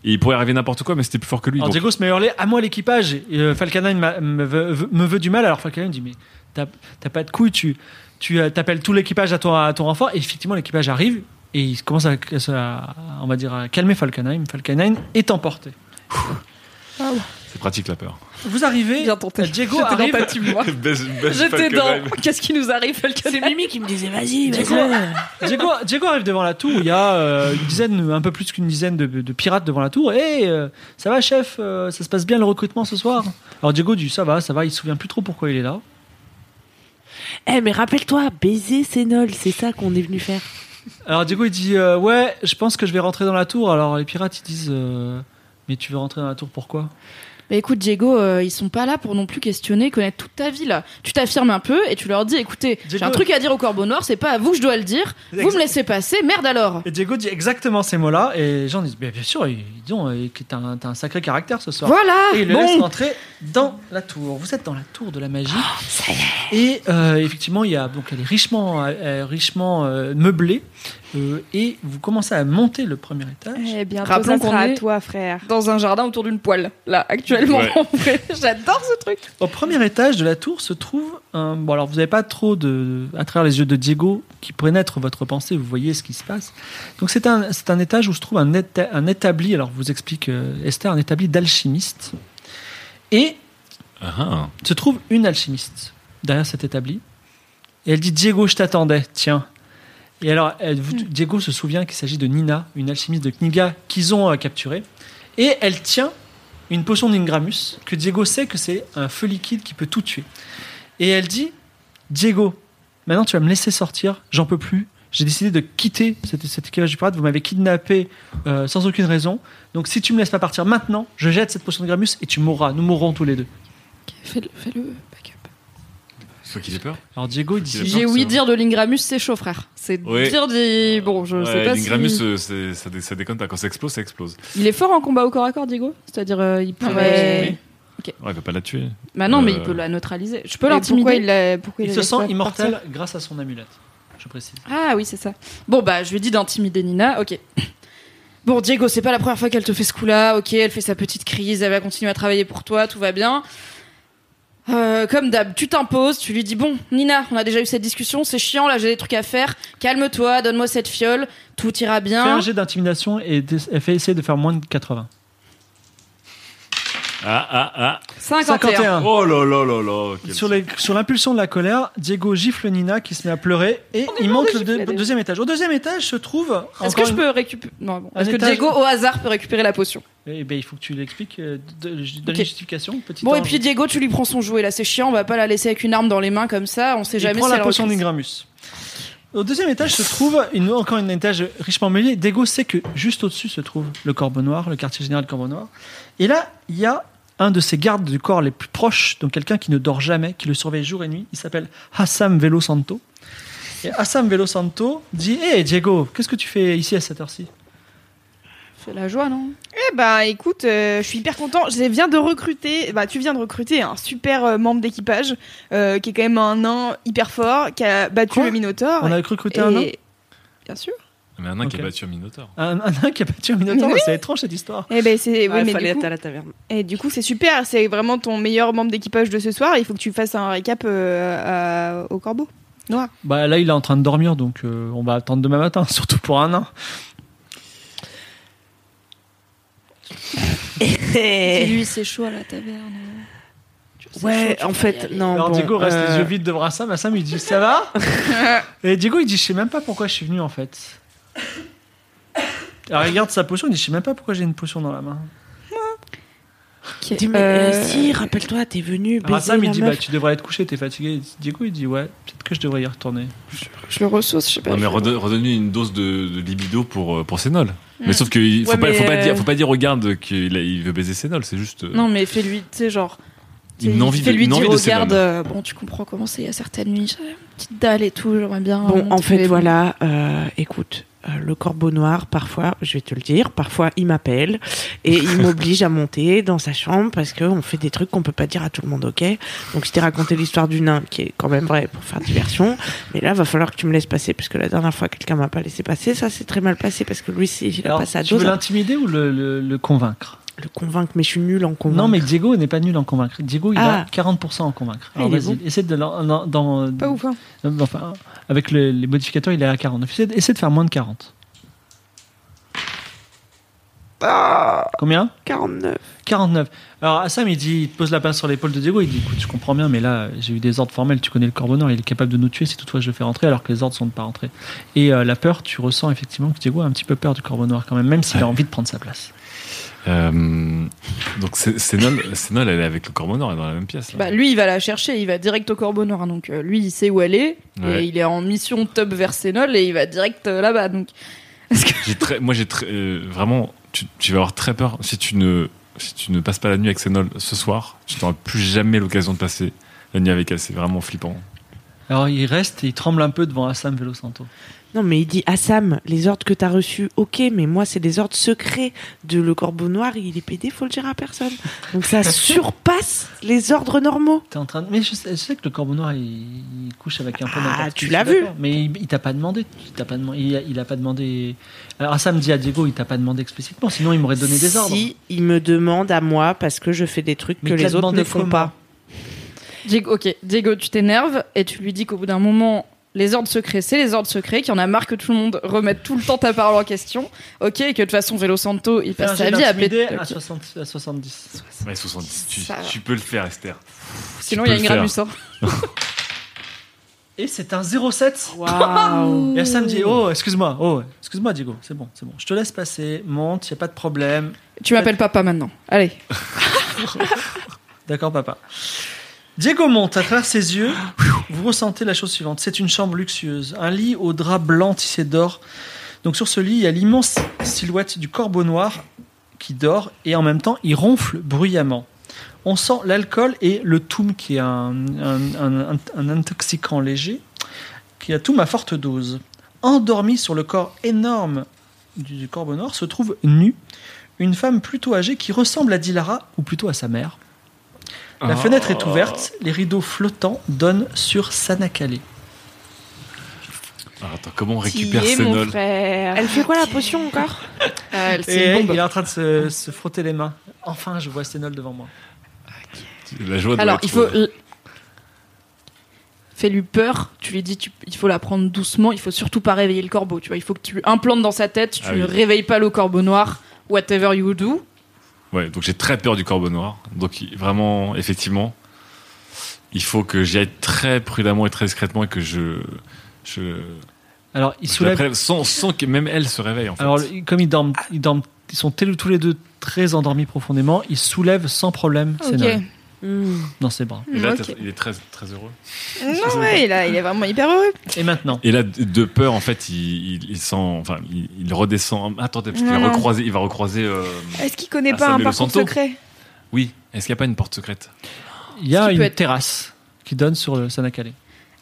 Et il pourrait arriver n'importe quoi, mais c'était plus fort que lui.
Alors
donc-
Diego se met à hurler à moi l'équipage. Et, euh, Falkenheim m'a- me, veut- veut- me veut du mal, alors Falkenheim dit mais t'as t'as pas de couilles, tu, tu euh, t'appelles tout l'équipage à ton, à ton renfort. Et effectivement, l'équipage arrive et il commence à, à- on va dire, à calmer Falkenheim. Falkenheim est emporté.
C'est pratique la
<laughs>
peur.
Vous arrivez,
Bien tenté.
Diego
J'étais dans
arrive.
ta team,
<laughs>
moi. J'étais dans. Qu'est-ce qui nous arrive, Falcon
Mimi qui me disait vas-y,
Diego, Diego arrive devant la tour, il y a euh, une dizaine, un peu plus qu'une dizaine de, de pirates devant la tour. Et ça va, chef euh, Ça se passe bien le recrutement ce soir Alors Diego dit ça va, ça va, il se souvient plus trop pourquoi il est là.
Eh mais rappelle-toi, baiser Sénol, c'est ça qu'on est venu faire.
Alors Diego il dit euh, ouais, je pense que je vais rentrer dans la tour. Alors les pirates ils disent euh, mais tu veux rentrer dans la tour pourquoi
Bah écoute Diego, euh, ils sont pas là pour non plus questionner, connaître toute ta vie là. Tu t'affirmes un peu et tu leur dis écoutez, j'ai
Diego-
un truc à dire au corbeau noir, c'est pas à vous que je dois le dire. Vous
Exact-
me laissez passer, merde alors.
Et Diego dit exactement ces mots-là et les gens disent bien, bien sûr, ils disent euh, que t'as un, t'as un sacré caractère ce soir.
Voilà.
Et il le
Ah, bon.
laisse rentrer dans la tour. Vous êtes dans la tour de la magie. Et euh, effectivement, il y a, donc, elle est richement, euh, richement euh, meublée. Euh, et vous commencez à monter le premier étage.
Eh bien,
Rappelons
rappelons
qu'on
qu'on à
est-
toi, frère.
Dans un jardin autour d'une poêle, là,
<laughs>
actuellement.
Ouais.
en vrai. J'adore ce truc.
Au premier étage de la tour se trouve un. Bon, alors vous n'avez pas trop de. À travers les yeux de Diego qui pénètre votre pensée, vous voyez ce qui se passe. Donc c'est un, c'est un étage où se trouve un, éta- un établi, alors vous explique euh, Esther, un établi d'alchimiste. Et
Ah, ah.
se trouve une alchimiste derrière cet établi. Et elle dit Diego, je t'attendais, tiens. Et alors, elle- vous- Diego se souvient qu'il s'agit de Nina, une alchimiste de Kniga qu'ils ont euh, capturée. Et elle tient une potion d'Ingramus que Diego sait que c'est un feu liquide qui peut tout tuer. Et elle dit Diego, maintenant tu vas me laisser sortir, j'en peux plus. J'ai décidé de quitter cette, cette équipage du pirate, vous m'avez kidnappé euh, sans aucune raison. Donc si tu me laisses pas partir maintenant, je jette cette potion d'Ingramus et tu mourras, nous mourrons tous les deux.
Fais-le, fais-le backup.
Faut qu'il ait peur.
Alors Diego il dit
J'ai
J'ai
peur que
oui
ça-
dire de l'Ingramus, c'est chaud frère. C'est
Ouais.
dire des bon, je sais
Ouais,
pas
l'Ingramus,
si.
euh, c'est- ça, dé- ça déconne pas. Quand ça explose, ça explose.
Il est fort en combat au corps à corps Diego, c'est-à-dire euh, il peut.
Non,
Ah
Euh,
mais-
Ouais, il va pas la tuer.
Bah non, mais
Euh,
il peut la neutraliser. Je peux
Et Pourquoi
l'intimider.
il l'a- pourquoi
Il
il
se
l'a
sent
laissé
immortel
partir
grâce à son amulette, je précise.
Ah oui, c'est ça. Bon, bah, je lui ai dit d'intimider Nina, ok. Bon, Diego, c'est pas la première fois qu'elle te fait ce coup-là, ok, elle fait sa petite crise, elle va continuer à travailler pour toi, tout va bien. Euh, comme d'hab, tu t'imposes, tu lui dis bon, Nina, on a déjà eu cette discussion, c'est chiant, là j'ai des trucs à faire, calme-toi, donne-moi cette fiole, tout ira
Fais un
bien.
jet d'intimidation et dé- et fais essayer de faire moins de 80.
Ah, ah,
51.
ah. Oh là là là là. quel-
Sur les- sur l'impulsion de la colère, Diego gifle Nina qui se met à pleurer et il monte le deux- deuxième étage. Au deuxième étage se trouve.
Est-ce
encore
que je
une-
peux récupérer. Non, bon.
Un
Est-ce que
étage-
Diego, au hasard, peut récupérer la potion
Eh ben, il faut que tu l'expliques. euh, de- de- je donne
Ok.
une justification. Petit
Bon, et
ange.
puis Diego, tu lui prends son jouet, là c'est chiant, on va pas la laisser avec une arme dans les mains comme ça, on sait
Il
jamais
prend
si
la
elle
potion
recrute.
d'Ingramus. Au deuxième étage se trouve une, encore un étage richement mêlé. Diego sait que juste au-dessus se trouve le Corbeau Noir, le quartier général Corbeau Noir. Et là, il y a un de ses gardes du corps les plus proches, donc quelqu'un qui ne dort jamais, qui le surveille jour et nuit. Il s'appelle Hassam Velo Santo. Et Assam Velo Santo dit Hé Diego, qu'est-ce que tu fais ici à cette heure-ci
C'est la joie, non
Eh ben, écoute, euh, je suis hyper content. Je viens de recruter, bah, tu viens de recruter un super euh, membre d'équipage euh, qui est quand même un nain hyper fort, qui a battu
Quoi
le Minotaur.
On a recruté un nain
Ah Et- Bien sûr.
Mais un nain qui
Ok.
a battu un Minotaur.
Un, un nain qui a battu un minotaure,
Oui.
c'est étrange cette histoire.
Eh ben, c'est,
Ah,
oui,
il
mais
fallait
du coup,
être à la
<laughs>
taverne.
et du coup, c'est super. C'est vraiment ton meilleur membre d'équipage de ce soir. Il faut que tu fasses un récap euh, à- au corbeau.
Bah là, il est en train de dormir, donc euh, on va attendre demain matin, <laughs> surtout pour un nain.
lui, c'est chaud à la taverne.
ouais, en fait, non.
Alors
bon,
Diego reste
euh,
les yeux vides devant Assam, Assam il dit ça va
<laughs>
Et Diego il dit je sais même pas pourquoi je suis venu en fait. Alors il regarde sa potion, il dit je sais même pas pourquoi j'ai une potion dans la main.
dis, mais, euh, si, rappelle-toi, t'es venu
Alors
baiser
Assam
la
il dit bah
meuf.
tu devrais être couché, t'es fatigué. Diego il dit ouais, peut-être que je devrais y retourner.
Je le ressource, je sais pas.
Non, mais redonne- redonne-lui une dose de, de libido pour, euh, pour Sénol. Mais sauf qu'il faut,
Ouais,
pas,
mais,
faut, pas
euh,
dire, faut pas dire au garde qu'il a- il veut baiser Sénol, c'est juste euh,
Non, mais fais-lui, tu sais, genre.
une envie de,
fais-lui
une
dire
envie de
au
Sénol.
garde, euh, bon, tu comprends comment c'est, il y a certaines nuits, j'ai une petite dalle et tout, j'aimerais bien.
Bon, en
montrer
fait,
les-
voilà, euh, écoute, euh, le corbeau noir, parfois, je vais te le dire, parfois il m'appelle et
<laughs>
il m'oblige à monter dans sa chambre parce qu'on fait des trucs qu'on peut pas dire à tout le monde, ok Donc je t'ai raconté l'histoire du nain qui est quand même vrai pour faire diversion, mais là, va falloir que tu me laisses passer parce que la dernière fois, quelqu'un m'a pas laissé passer, ça c'est très mal passé parce que lui, c'est- il a
Alors,
passé à
tu
dose,
veux
hein.
l'intimider ou le, le- le convaincre
le convaincre, mais je suis nul en convaincre.
Non mais Diego n'est pas nul en convaincre. Diego il a
Ah.
40% en convaincre.
Ah,
Alors
il est
vas-y, essaie de l'en- l'en- dans-
Pas ouf, hein.
Non, mais Enfin, avec le- les modificateurs, il est à 49. Essaie, essaie de faire moins de 40. Combien
49.
49. Alors, Assam, il dit, il te pose la pince sur l'épaule de Diego. Il dit Écoute, je comprends bien, mais là, j'ai eu des ordres formels. Tu connais le corbeau noir, il est capable de nous tuer si toutefois je le fais rentrer, alors que les ordres sont de pas rentrer. Et euh, la peur, tu ressens effectivement que Diego a un petit peu peur du corbeau noir quand même, même s'il a envie de prendre sa place.
Euh, donc Sé- Sénol, Sénol, elle est avec le corbeau noir, elle est dans la même pièce. là.
Bah, lui, il va la chercher, il va direct au Corbeau Noir. Donc, euh, lui, il sait où elle est,
Ouais.
et il est en mission top vers Sénol, et il va direct euh, là-bas. Donc,
J'ai très, moi, j'ai très, euh, vraiment, tu, tu vas avoir très peur si tu ne, si tu ne passes pas la nuit avec Sénol ce soir. Tu n'auras plus jamais l'occasion de passer la nuit avec elle. C'est vraiment flippant.
Alors, il reste et il tremble un peu devant Assam Velosanto.
Non, mais il dit à Sam, les ordres que t'as reçus, ok, mais moi, c'est des ordres secrets de le corbeau noir, il est pédé, faut le dire à personne.
<laughs>
Donc ça surpasse les ordres normaux.
T'es en train de... Mais je sais, je sais que le corbeau noir, il, il couche avec un peu
Ah,
n'importe qui,
tu
je
l'as
suis
vu.
d'accord. Mais il, il t'a pas demandé. Il t'a pas demandé. Il, a- il a pas demandé. Alors Sam dit à Diego, il t'a pas demandé explicitement. Sinon, il m'aurait donné des ordres.
Si, Bah, il me demande à moi parce que je fais des trucs
Mais
que
il te l'a
les autres
demandé
ne font
comment <laughs>
pas.
Diego, ok, Diego, tu t'énerves et tu lui dis qu'au bout d'un moment, les ordres secrets, c'est les ordres secrets, qu'il y en a marre que tout le monde remette tout le temps ta parole en question, ok, et que de toute façon, Velo Santo, il
Fais un
passe sa
jet
vie à
d'intimider
péter.
à,
Ok.
60 à 70.
Ouais, 70, tu,
Ça va.
tu peux le faire, Esther.
Sinon,
peux
il y a
le
une
faire.
gramus. hein.
Et c'est un 07.
Waouh
Et Assam dit, oh, excuse-moi, oh, excuse-moi, Diego, c'est bon, c'est bon. Je te laisse passer, monte, y a pas de problème.
Tu m'appelles papa maintenant. Allez.
D'accord, papa. Diego monte à travers ses yeux. Vous ressentez la chose suivante. C'est une chambre luxueuse. Un lit au drap blanc tissé d'or. Donc sur ce lit, il y a l'immense silhouette du corbeau noir qui dort et en même temps, il ronfle bruyamment. On sent l'alcool et le toum qui est un, un- un- un intoxicant léger, qui a toum à forte dose. Endormi sur le corps énorme du, du corbeau noir se trouve nue une femme plutôt âgée qui ressemble à Dilara ou plutôt à sa mère. La
Oh.
fenêtre est ouverte, les rideaux flottants donnent sur Sanakale.
Alors, attends, comment on
Qui
récupère
est mon
Sénol
frère
<laughs>
Euh,
Elle fait quoi la potion encore
Ah, elle,
Et
c'est une
il
bombe.
est en train de se, se frotter les mains. Enfin, je vois Sénol devant moi.
La joie doit
Alors,
être-
il faut. l- Fais-lui peur, tu lui dis tu- il faut la prendre doucement, il faut surtout pas réveiller le corbeau, tu vois, il faut que tu lui implantes dans sa tête, tu
Ah
ne
oui.
réveilles pas le corbeau noir, whatever you do.
Ouais, donc j'ai très peur du corbeau noir. Donc il- vraiment, effectivement, il faut que j'y aille très prudemment et très discrètement et que je. je,
Alors, il
je
soulève.
la prélève sans, sans que même elle se réveille en fait.
Alors, le- comme ils dorment, ils dorment, ils sont tel- tous les deux très endormis profondément. Il soulève sans problème Sénol
Ok.
Hmm.
dans ses bras.
et là,
Ok.
t'as- il est très, très heureux.
Non, Ah ouais, il, a- il est vraiment hyper heureux.
Et maintenant,
Et là, de de peur, en fait, il, il, il sent. Enfin, il, il redescend. Attendez, parce qu'il
Non,
va
non.
recroiser. Il va recroiser. euh,
Est-ce qu'il connaît
Ah,
pas
ça, mais
un
le
parcours
santo.
secret
Oui, est-ce qu'il n'y a pas une porte secrète
il y a
qui
une
peut être-
euh, terrasse qui donne sur le Sanakale.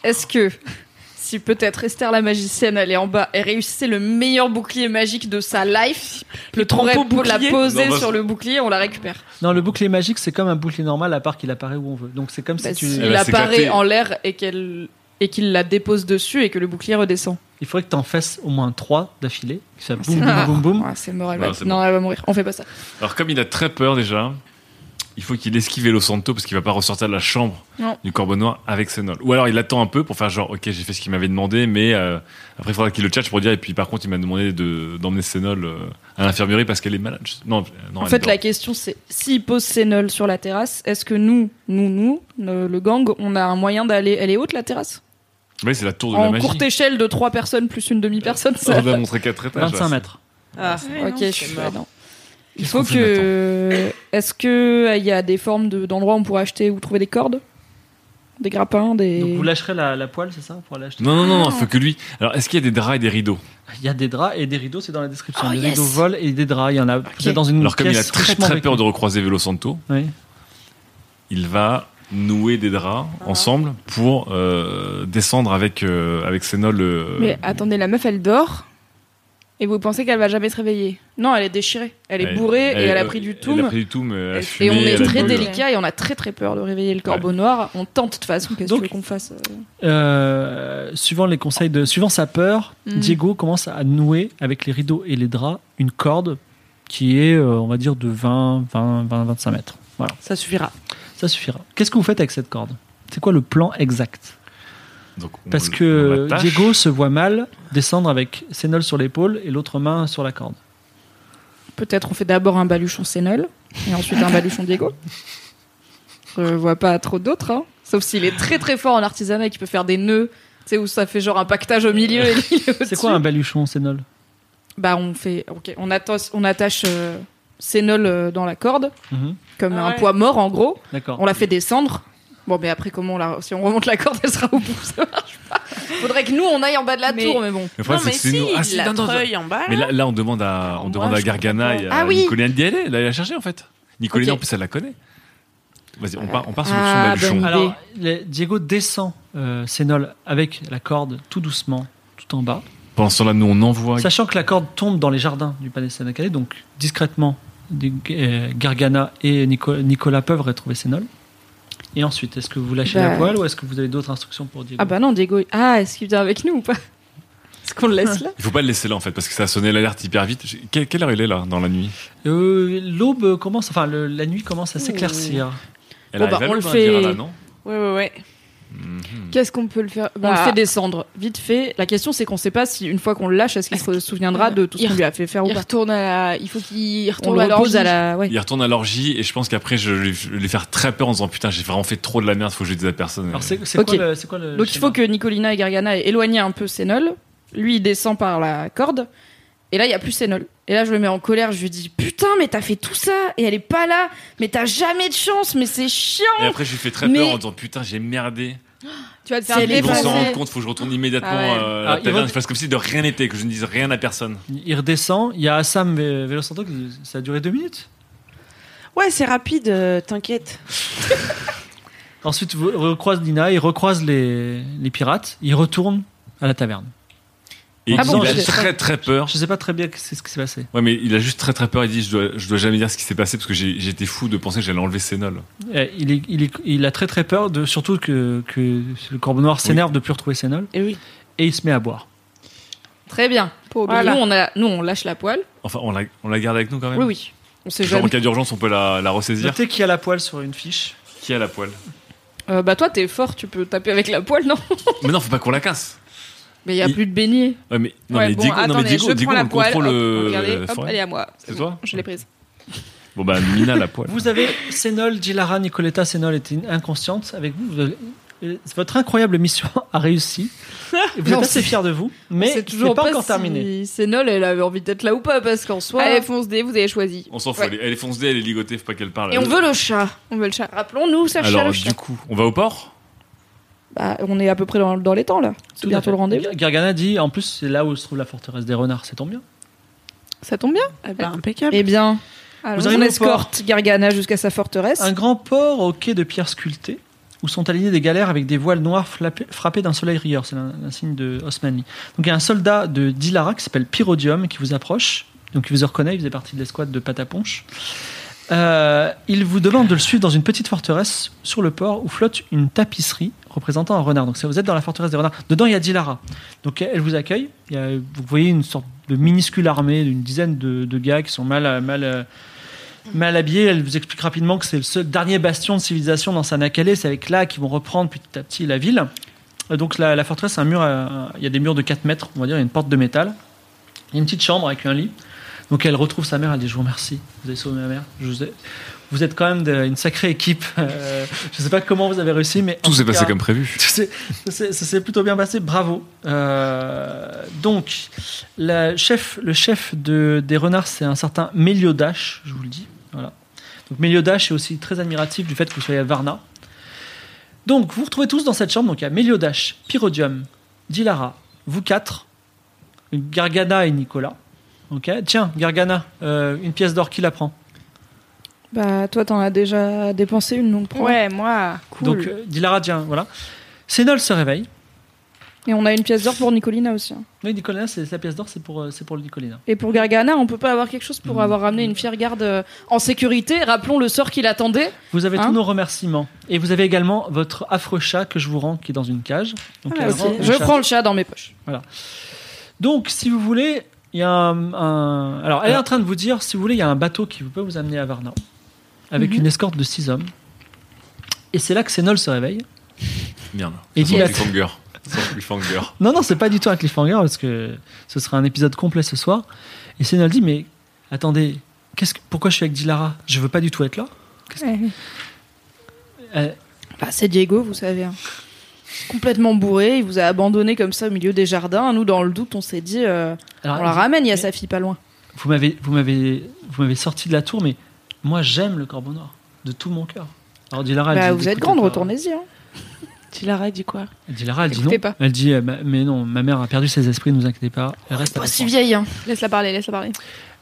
Est-ce que si peut-être Esther la magicienne allait en bas et réussissait le meilleur bouclier magique de sa life, le trompeau pour la poser
Non, bah,
sur le bouclier, on la récupère.
Non, le bouclier magique, c'est comme un bouclier normal, à part qu'il apparaît où on veut. Donc c'est comme
Bah,
si tu.
S'il
Elle va
apparaît
s'éclater.
en l'air et qu'elle et qu'il la dépose dessus et que le bouclier redescend.
Il faudrait que tu en fasses au moins 3 d'affilée. Que ça boum, boum, boum, boum.
<laughs> Ouais, c'est mort, elle va...
Non, c'est
non, elle va mourir. On fait pas ça.
Alors comme il a très peur déjà, il faut qu'il esquive Los Santo parce qu'il va pas ressortir de la chambre
Non.
du corbeau noir avec ses nolles. Ou alors il attend un peu pour faire genre ok j'ai fait ce qu'il m'avait demandé mais euh, après il faudra qu'il le tchatche pour dire et puis par contre il m'a demandé de- d'emmener ses nolles euh, à l'infirmerie parce qu'elle est malade. Je- Non, euh, non
En
elle
fait,
dort.
la question, c'est s'il pose ses nulls sur la terrasse, est-ce que nous, nous, nous, le, le gang, on a un moyen d'aller. Elle est haute la terrasse
Oui, c'est la tour de la
En
magie.
courte échelle de trois personnes plus une demi-personne, ça.
On va montrer quatre étages.
25
là.
mètres.
Ah,
ok, je suis ouais, non. Il
Qu'est-ce
faut
qu'on fait
que. Est-ce que euh, il y a des formes de- d'endroits où on pourrait acheter ou trouver des cordes Des grappins, des.
Donc vous lâcherez la, la poêle, c'est ça Pour aller acheter
Non non non, non, faut que lui. Alors est-ce qu'il y a des draps et des rideaux
Il y a des draps et des rideaux, c'est dans la description.
Oh,
des
yes.
rideaux volent et des draps. Il y en a peut-être dans une
Alors comme il a
caisse
très
richement
très peur de
vécue.
recroiser Velo Santo,
Oui.
il va nouer des draps
Ah.
ensemble pour euh, descendre avec, euh, avec ses nolles. euh,
Mais attendez, la meuf, elle dort et vous pensez qu'elle va jamais se réveiller
Non, elle est déchirée. Elle est bourrée et elle a pris du
Elle a
toum.
pris du toum. euh, elle a
Et
Et
fumé,
on est
elle a
très
bu, euh,
délicat et on a très très peur de réveiller le corbeau noir. On tente de toute façon. Qu'est-ce que
Donc-
tu veux qu'on fasse euh
Euh, suivant les conseils de, suivant sa peur,
Mhm.
Diego commence à nouer avec les rideaux et les draps une corde qui est, euh, on va dire, de 20, 20, 20, 25 mètres. Voilà,
Ça suffira.
ça suffira. Qu'est-ce que vous faites avec cette corde C'est quoi le plan exact
donc on-
Parce
on
que
l'attache.
Diego se voit mal descendre avec ses nolles sur l'épaule et l'autre main sur la corde.
Peut-être on fait d'abord un baluchon Sénol et ensuite un baluchon Diego. Je vois pas trop d'autres, hein. sauf s'il est très très fort en artisanat et qu'il peut faire des nœuds, tu sais, où ça fait genre un pactage au milieu et lui, il est
C'est quoi un
au-dessus.
baluchon, ces nolles
Bah on fait, ok, on, attache- on attache euh, Sénol euh, dans la corde,
Mhm.
comme
Ah
un
ouais.
poids mort en gros,
D'accord.
on la fait descendre. Bon mais après comment on la... Si on remonte la corde, elle sera au bout, ça marche pas. Faudrait que nous on aille en bas de la
Mais-
tour, mais bon.
Le problème, c'est que c'est nous. Ah, si, non, non,
treuille en bas.
Mais là, là, on demande à, on
Moi,
demande à
je
Gargana
comprends
et à
Ah oui.
Nicolina d'y aller. Là, elle a cherché en fait. Nicolina,
Ok.
en plus, elle la connaît. Vas-y, on part, on part sur
Ah,
le son
bonne
baluchon.
Alors, les- Diego descend euh, ses nolles avec la corde tout doucement, tout en bas.
Pendant ce temps-là, nous, on envoie.
Sachant que la corde tombe dans les jardins du palais Sénacalé, donc discrètement, des- euh, Gargana et Nico- Nicolas peuvent retrouver ces nolles. Et ensuite, est-ce que vous lâchez
Bah.
la poêle ou est-ce que vous avez d'autres instructions pour Diego
Ah bah non, Diego, ah est-ce qu'il vient avec nous ou pas Est-ce qu'on le laisse là
Il faut pas le laisser là en fait, parce que ça a sonné l'alerte hyper vite. J'ai- Quelle, quelle heure il est là dans la nuit
Euh, L'aube commence, enfin le- la nuit commence à s'éclaircir.
Elle
Bon,
arrive
bah,
à
on le
Londres,
fait-
Gargana, non
Ouais, ouais, ouais.
Mhm.
Qu'est-ce qu'on peut le faire
On
Bah,
le fait descendre, vite fait. La question, c'est qu'on sait pas si, une fois qu'on le lâche, est-ce qu'il se souviendra de tout ce qu'on lui a fait faire ou
Il
pas.
retourne à la- Il faut qu'il
On
retourne
le
à
repose
l'orgie.
à la. Ouais.
Il retourne à l'orgie et je pense qu'après je vais lui- je vais lui faire très peur en disant putain j'ai vraiment fait trop de la merde, faut que je dise à personne.
Alors
Euh,
c'est c'est
Ok.
quoi, le- c'est quoi le
Donc il
schéma
faut que Nicolina et Gargana aient éloigné un peu Sénol. Lui, il descend par la corde. Et là, il y a plus Sénol. Et là, je le mets en colère. Je lui dis Putain, mais t'as fait tout ça et elle est pas là. Mais t'as jamais de chance. Mais c'est chiant.
Et après je lui fais très
Mais-
peur en disant putain j'ai merdé.
Tu vas te
Si
faire
elle est
Ils vont
passée.
s'en
dépasser.
rendre compte, faut que je retourne immédiatement
Ah ouais.
euh, à la
Ah, il
taverne.
re-
Je fasse comme si de rien n'était, que je ne dise rien à personne.
Il redescend, il y a Assam Vé- Vélosanto qui dit, ça a duré deux minutes.
Ouais, c'est rapide, euh, t'inquiète.
Ensuite, vous- recroise Nina, il recroise les, les pirates, il retourne à la taverne.
Et
Ah
il
bon,
a
je-
très très peur.
Je sais pas très bien c'est ce qui s'est passé.
Ouais, mais il a juste très très peur. Il dit je dois, je dois jamais dire ce qui s'est passé parce que j'ai- j'étais fou de penser que j'allais enlever ses nolles.
Euh, Il, est- il, est- il a très très peur, de, surtout que, que le corbeau noir s'énerve de plus retrouver ses nolles.
Eh
Et oui.
et il se met à boire.
Très bien.
Voilà.
Nous, on a... Nous, on lâche la poêle.
Enfin, on la, on la garde avec nous quand même.
Oui, oui. On sait
Genre en
jamais.
cas d'urgence, on peut la, la ressaisir.
Notez qu'il y a la poêle sur une fiche.
Qui a la poêle
Euh, bah, toi, t'es fort. Tu peux taper avec la poêle, non
Mais non, faut pas qu'on la casse.
Mais il y a
Il-
plus de beignet.
Ouais, mais, non,
Ouais,
mais
bon,
Diego, non, mais
attendez,
Diego,
je
Diego,
prends
on
la
le
poêle,
contrôle
hop,
euh,
regardez,
la
hop,
forêt.
elle est à moi.
C'est
bon,
toi
Je l'ai prise.
Bon bah Mina la poêle.
Vous avez Sénol, Dilara, Nicoletta. Sénol était inconsciente avec vous. Vous avez- euh, Votre incroyable mission <laughs> a réussi. Et Vous
Non,
êtes assez
c'est-
fiers de vous, mais
c'est
c'est
toujours
pas, encore
si
terminé.
Sénol, elle avait envie d'être là ou pas, parce qu'en soi.
Allez, fonce D, vous avez choisi.
On s'en fout,
Ouais.
elle, est- elle est foncée, elle est ligotée, faut pas qu'elle parle.
Et on veut le chat.
On veut le chat.
Rappelons-nous, ça chat,
Alors
le
du
chat.
coup, on va au port
Bah, on est à peu près dans, dans les temps là.
Ah.
C'est
Tout à
bientôt
fait.
le rendez-vous.
Gargana dit en plus, c'est là où se trouve la forteresse des renards, c'est tant bien.
Ça tombe bien.
Ah bah, impeccable.
Eh bien,
Vous
on
arrivez au
escorte Gargana jusqu'à sa forteresse.
Un grand port au quai de pierre sculptée où sont alignées des galères avec des voiles noires flappé- frappées d'un soleil rieur. C'est un, un signe de Osmanli. Donc il y a un soldat de Dilara qui s'appelle Pyrodium qui vous approche. Donc il vous reconnaît, il faisait partie de l'escouade de Pataponche. Euh, il vous demande de le suivre dans une petite forteresse sur le port où flotte une tapisserie représentant un renard. Donc ça, vous êtes dans la forteresse des renards. Dedans, il y a Dilara. Donc elle vous accueille. Il y a- vous voyez une sorte de minuscule armée d'une dizaine de, de gars qui sont mal, euh, mal, euh, mal habillés. Elle vous explique rapidement que c'est le seul dernier bastion de civilisation dans Sanakale. C'est avec là qu'ils vont reprendre petit à petit la ville. Euh, Donc la, la forteresse, c'est un mur, euh, il y a des murs de 4 mètres, on va dire, il y a une porte de métal. Il y a une petite chambre avec un lit. Donc elle retrouve sa mère, elle dit je vous remercie, vous avez sauvé ma mère. Je vous, ai- vous êtes quand même de- une sacrée équipe. Euh, je ne sais pas comment vous avez réussi, mais... en
Tout s'est
cas-
passé comme prévu.
<laughs> ça s'est- ça s'est ça s'est plutôt bien passé, bravo. Euh, donc, la chef, le chef de, des renards, c'est un certain Méliodash, je vous le dis. Voilà. Donc, Méliodash est aussi très admiratif du fait que vous soyez à Varna. Donc, vous vous retrouvez tous dans cette chambre. Donc, il y a Méliodash, Pyrodium, Dilara, vous quatre, Gargana et Nicolas. Ok, Tiens, Gargana, euh, une pièce d'or, qui la prend
Bah, toi, t'en as déjà dépensé une, donc prends.
Ouais, moi. Cool.
Donc, euh, Dilara, tiens, voilà. Sénol se réveille.
Et on a une pièce d'or pour Nicolina aussi. hein.
Oui, Nicolas, c'est la pièce d'or, c'est pour, euh, c'est pour le Nicolina.
Et pour Gargana, on peut pas avoir quelque chose
Hmm.
pour avoir ramené une fière garde euh, en sécurité. Rappelons le sort qu'il attendait.
Vous avez
Hein
tous nos remerciements. Et vous avez également votre affreux chat que je vous rends qui est dans une cage. Donc,
Ah,
elle
ok.
rend le
bah, Je
chat.
prends le chat dans mes poches.
Donc, si vous voulez, il y a un, un- Alors, elle est en train de vous dire, si vous voulez, il y a un bateau qui peut vous amener à Varna. Avec
Mhm.
une escorte de six hommes. Et c'est là que Sénol se réveille.
Merde.
Et
Ça sent
dis
le
la-
cliffhanger. Ça sent le cliffhanger.
Non, non, c'est pas du tout un cliffhanger parce que ce sera un épisode complet ce soir. Et Sénol dit Mais attendez, qu'est-ce que- pourquoi je suis avec Dilara Je veux pas du tout être là. Qu'est-ce que- Euh,
Bah, c'est Diego, vous savez. hein. Complètement bourré, il vous a abandonné comme ça au milieu des jardins. Nous, dans le doute, on s'est dit, euh,
alors,
on la ramène, il y a
Ah, mais-
sa fille pas loin.
Vous m'avez, vous m'avez, vous m'avez sorti de la tour, mais moi j'aime le corbeau noir de tout mon cœur. Alors Dilara, elle
Bah,
dit,
vous êtes
Ah, écoutez
grande,
pas.
retournez-y. hein.
Tu l'aurais dit quoi
Dilara, elle dit non.
Écoutez pas.
Elle dit, euh, ma- mais non, ma mère a perdu ses esprits, ne vous inquiétez pas. Elle reste
Pas
avec
si
moi.
vieille, hein.
Laisse-la parler, laisse-la parler.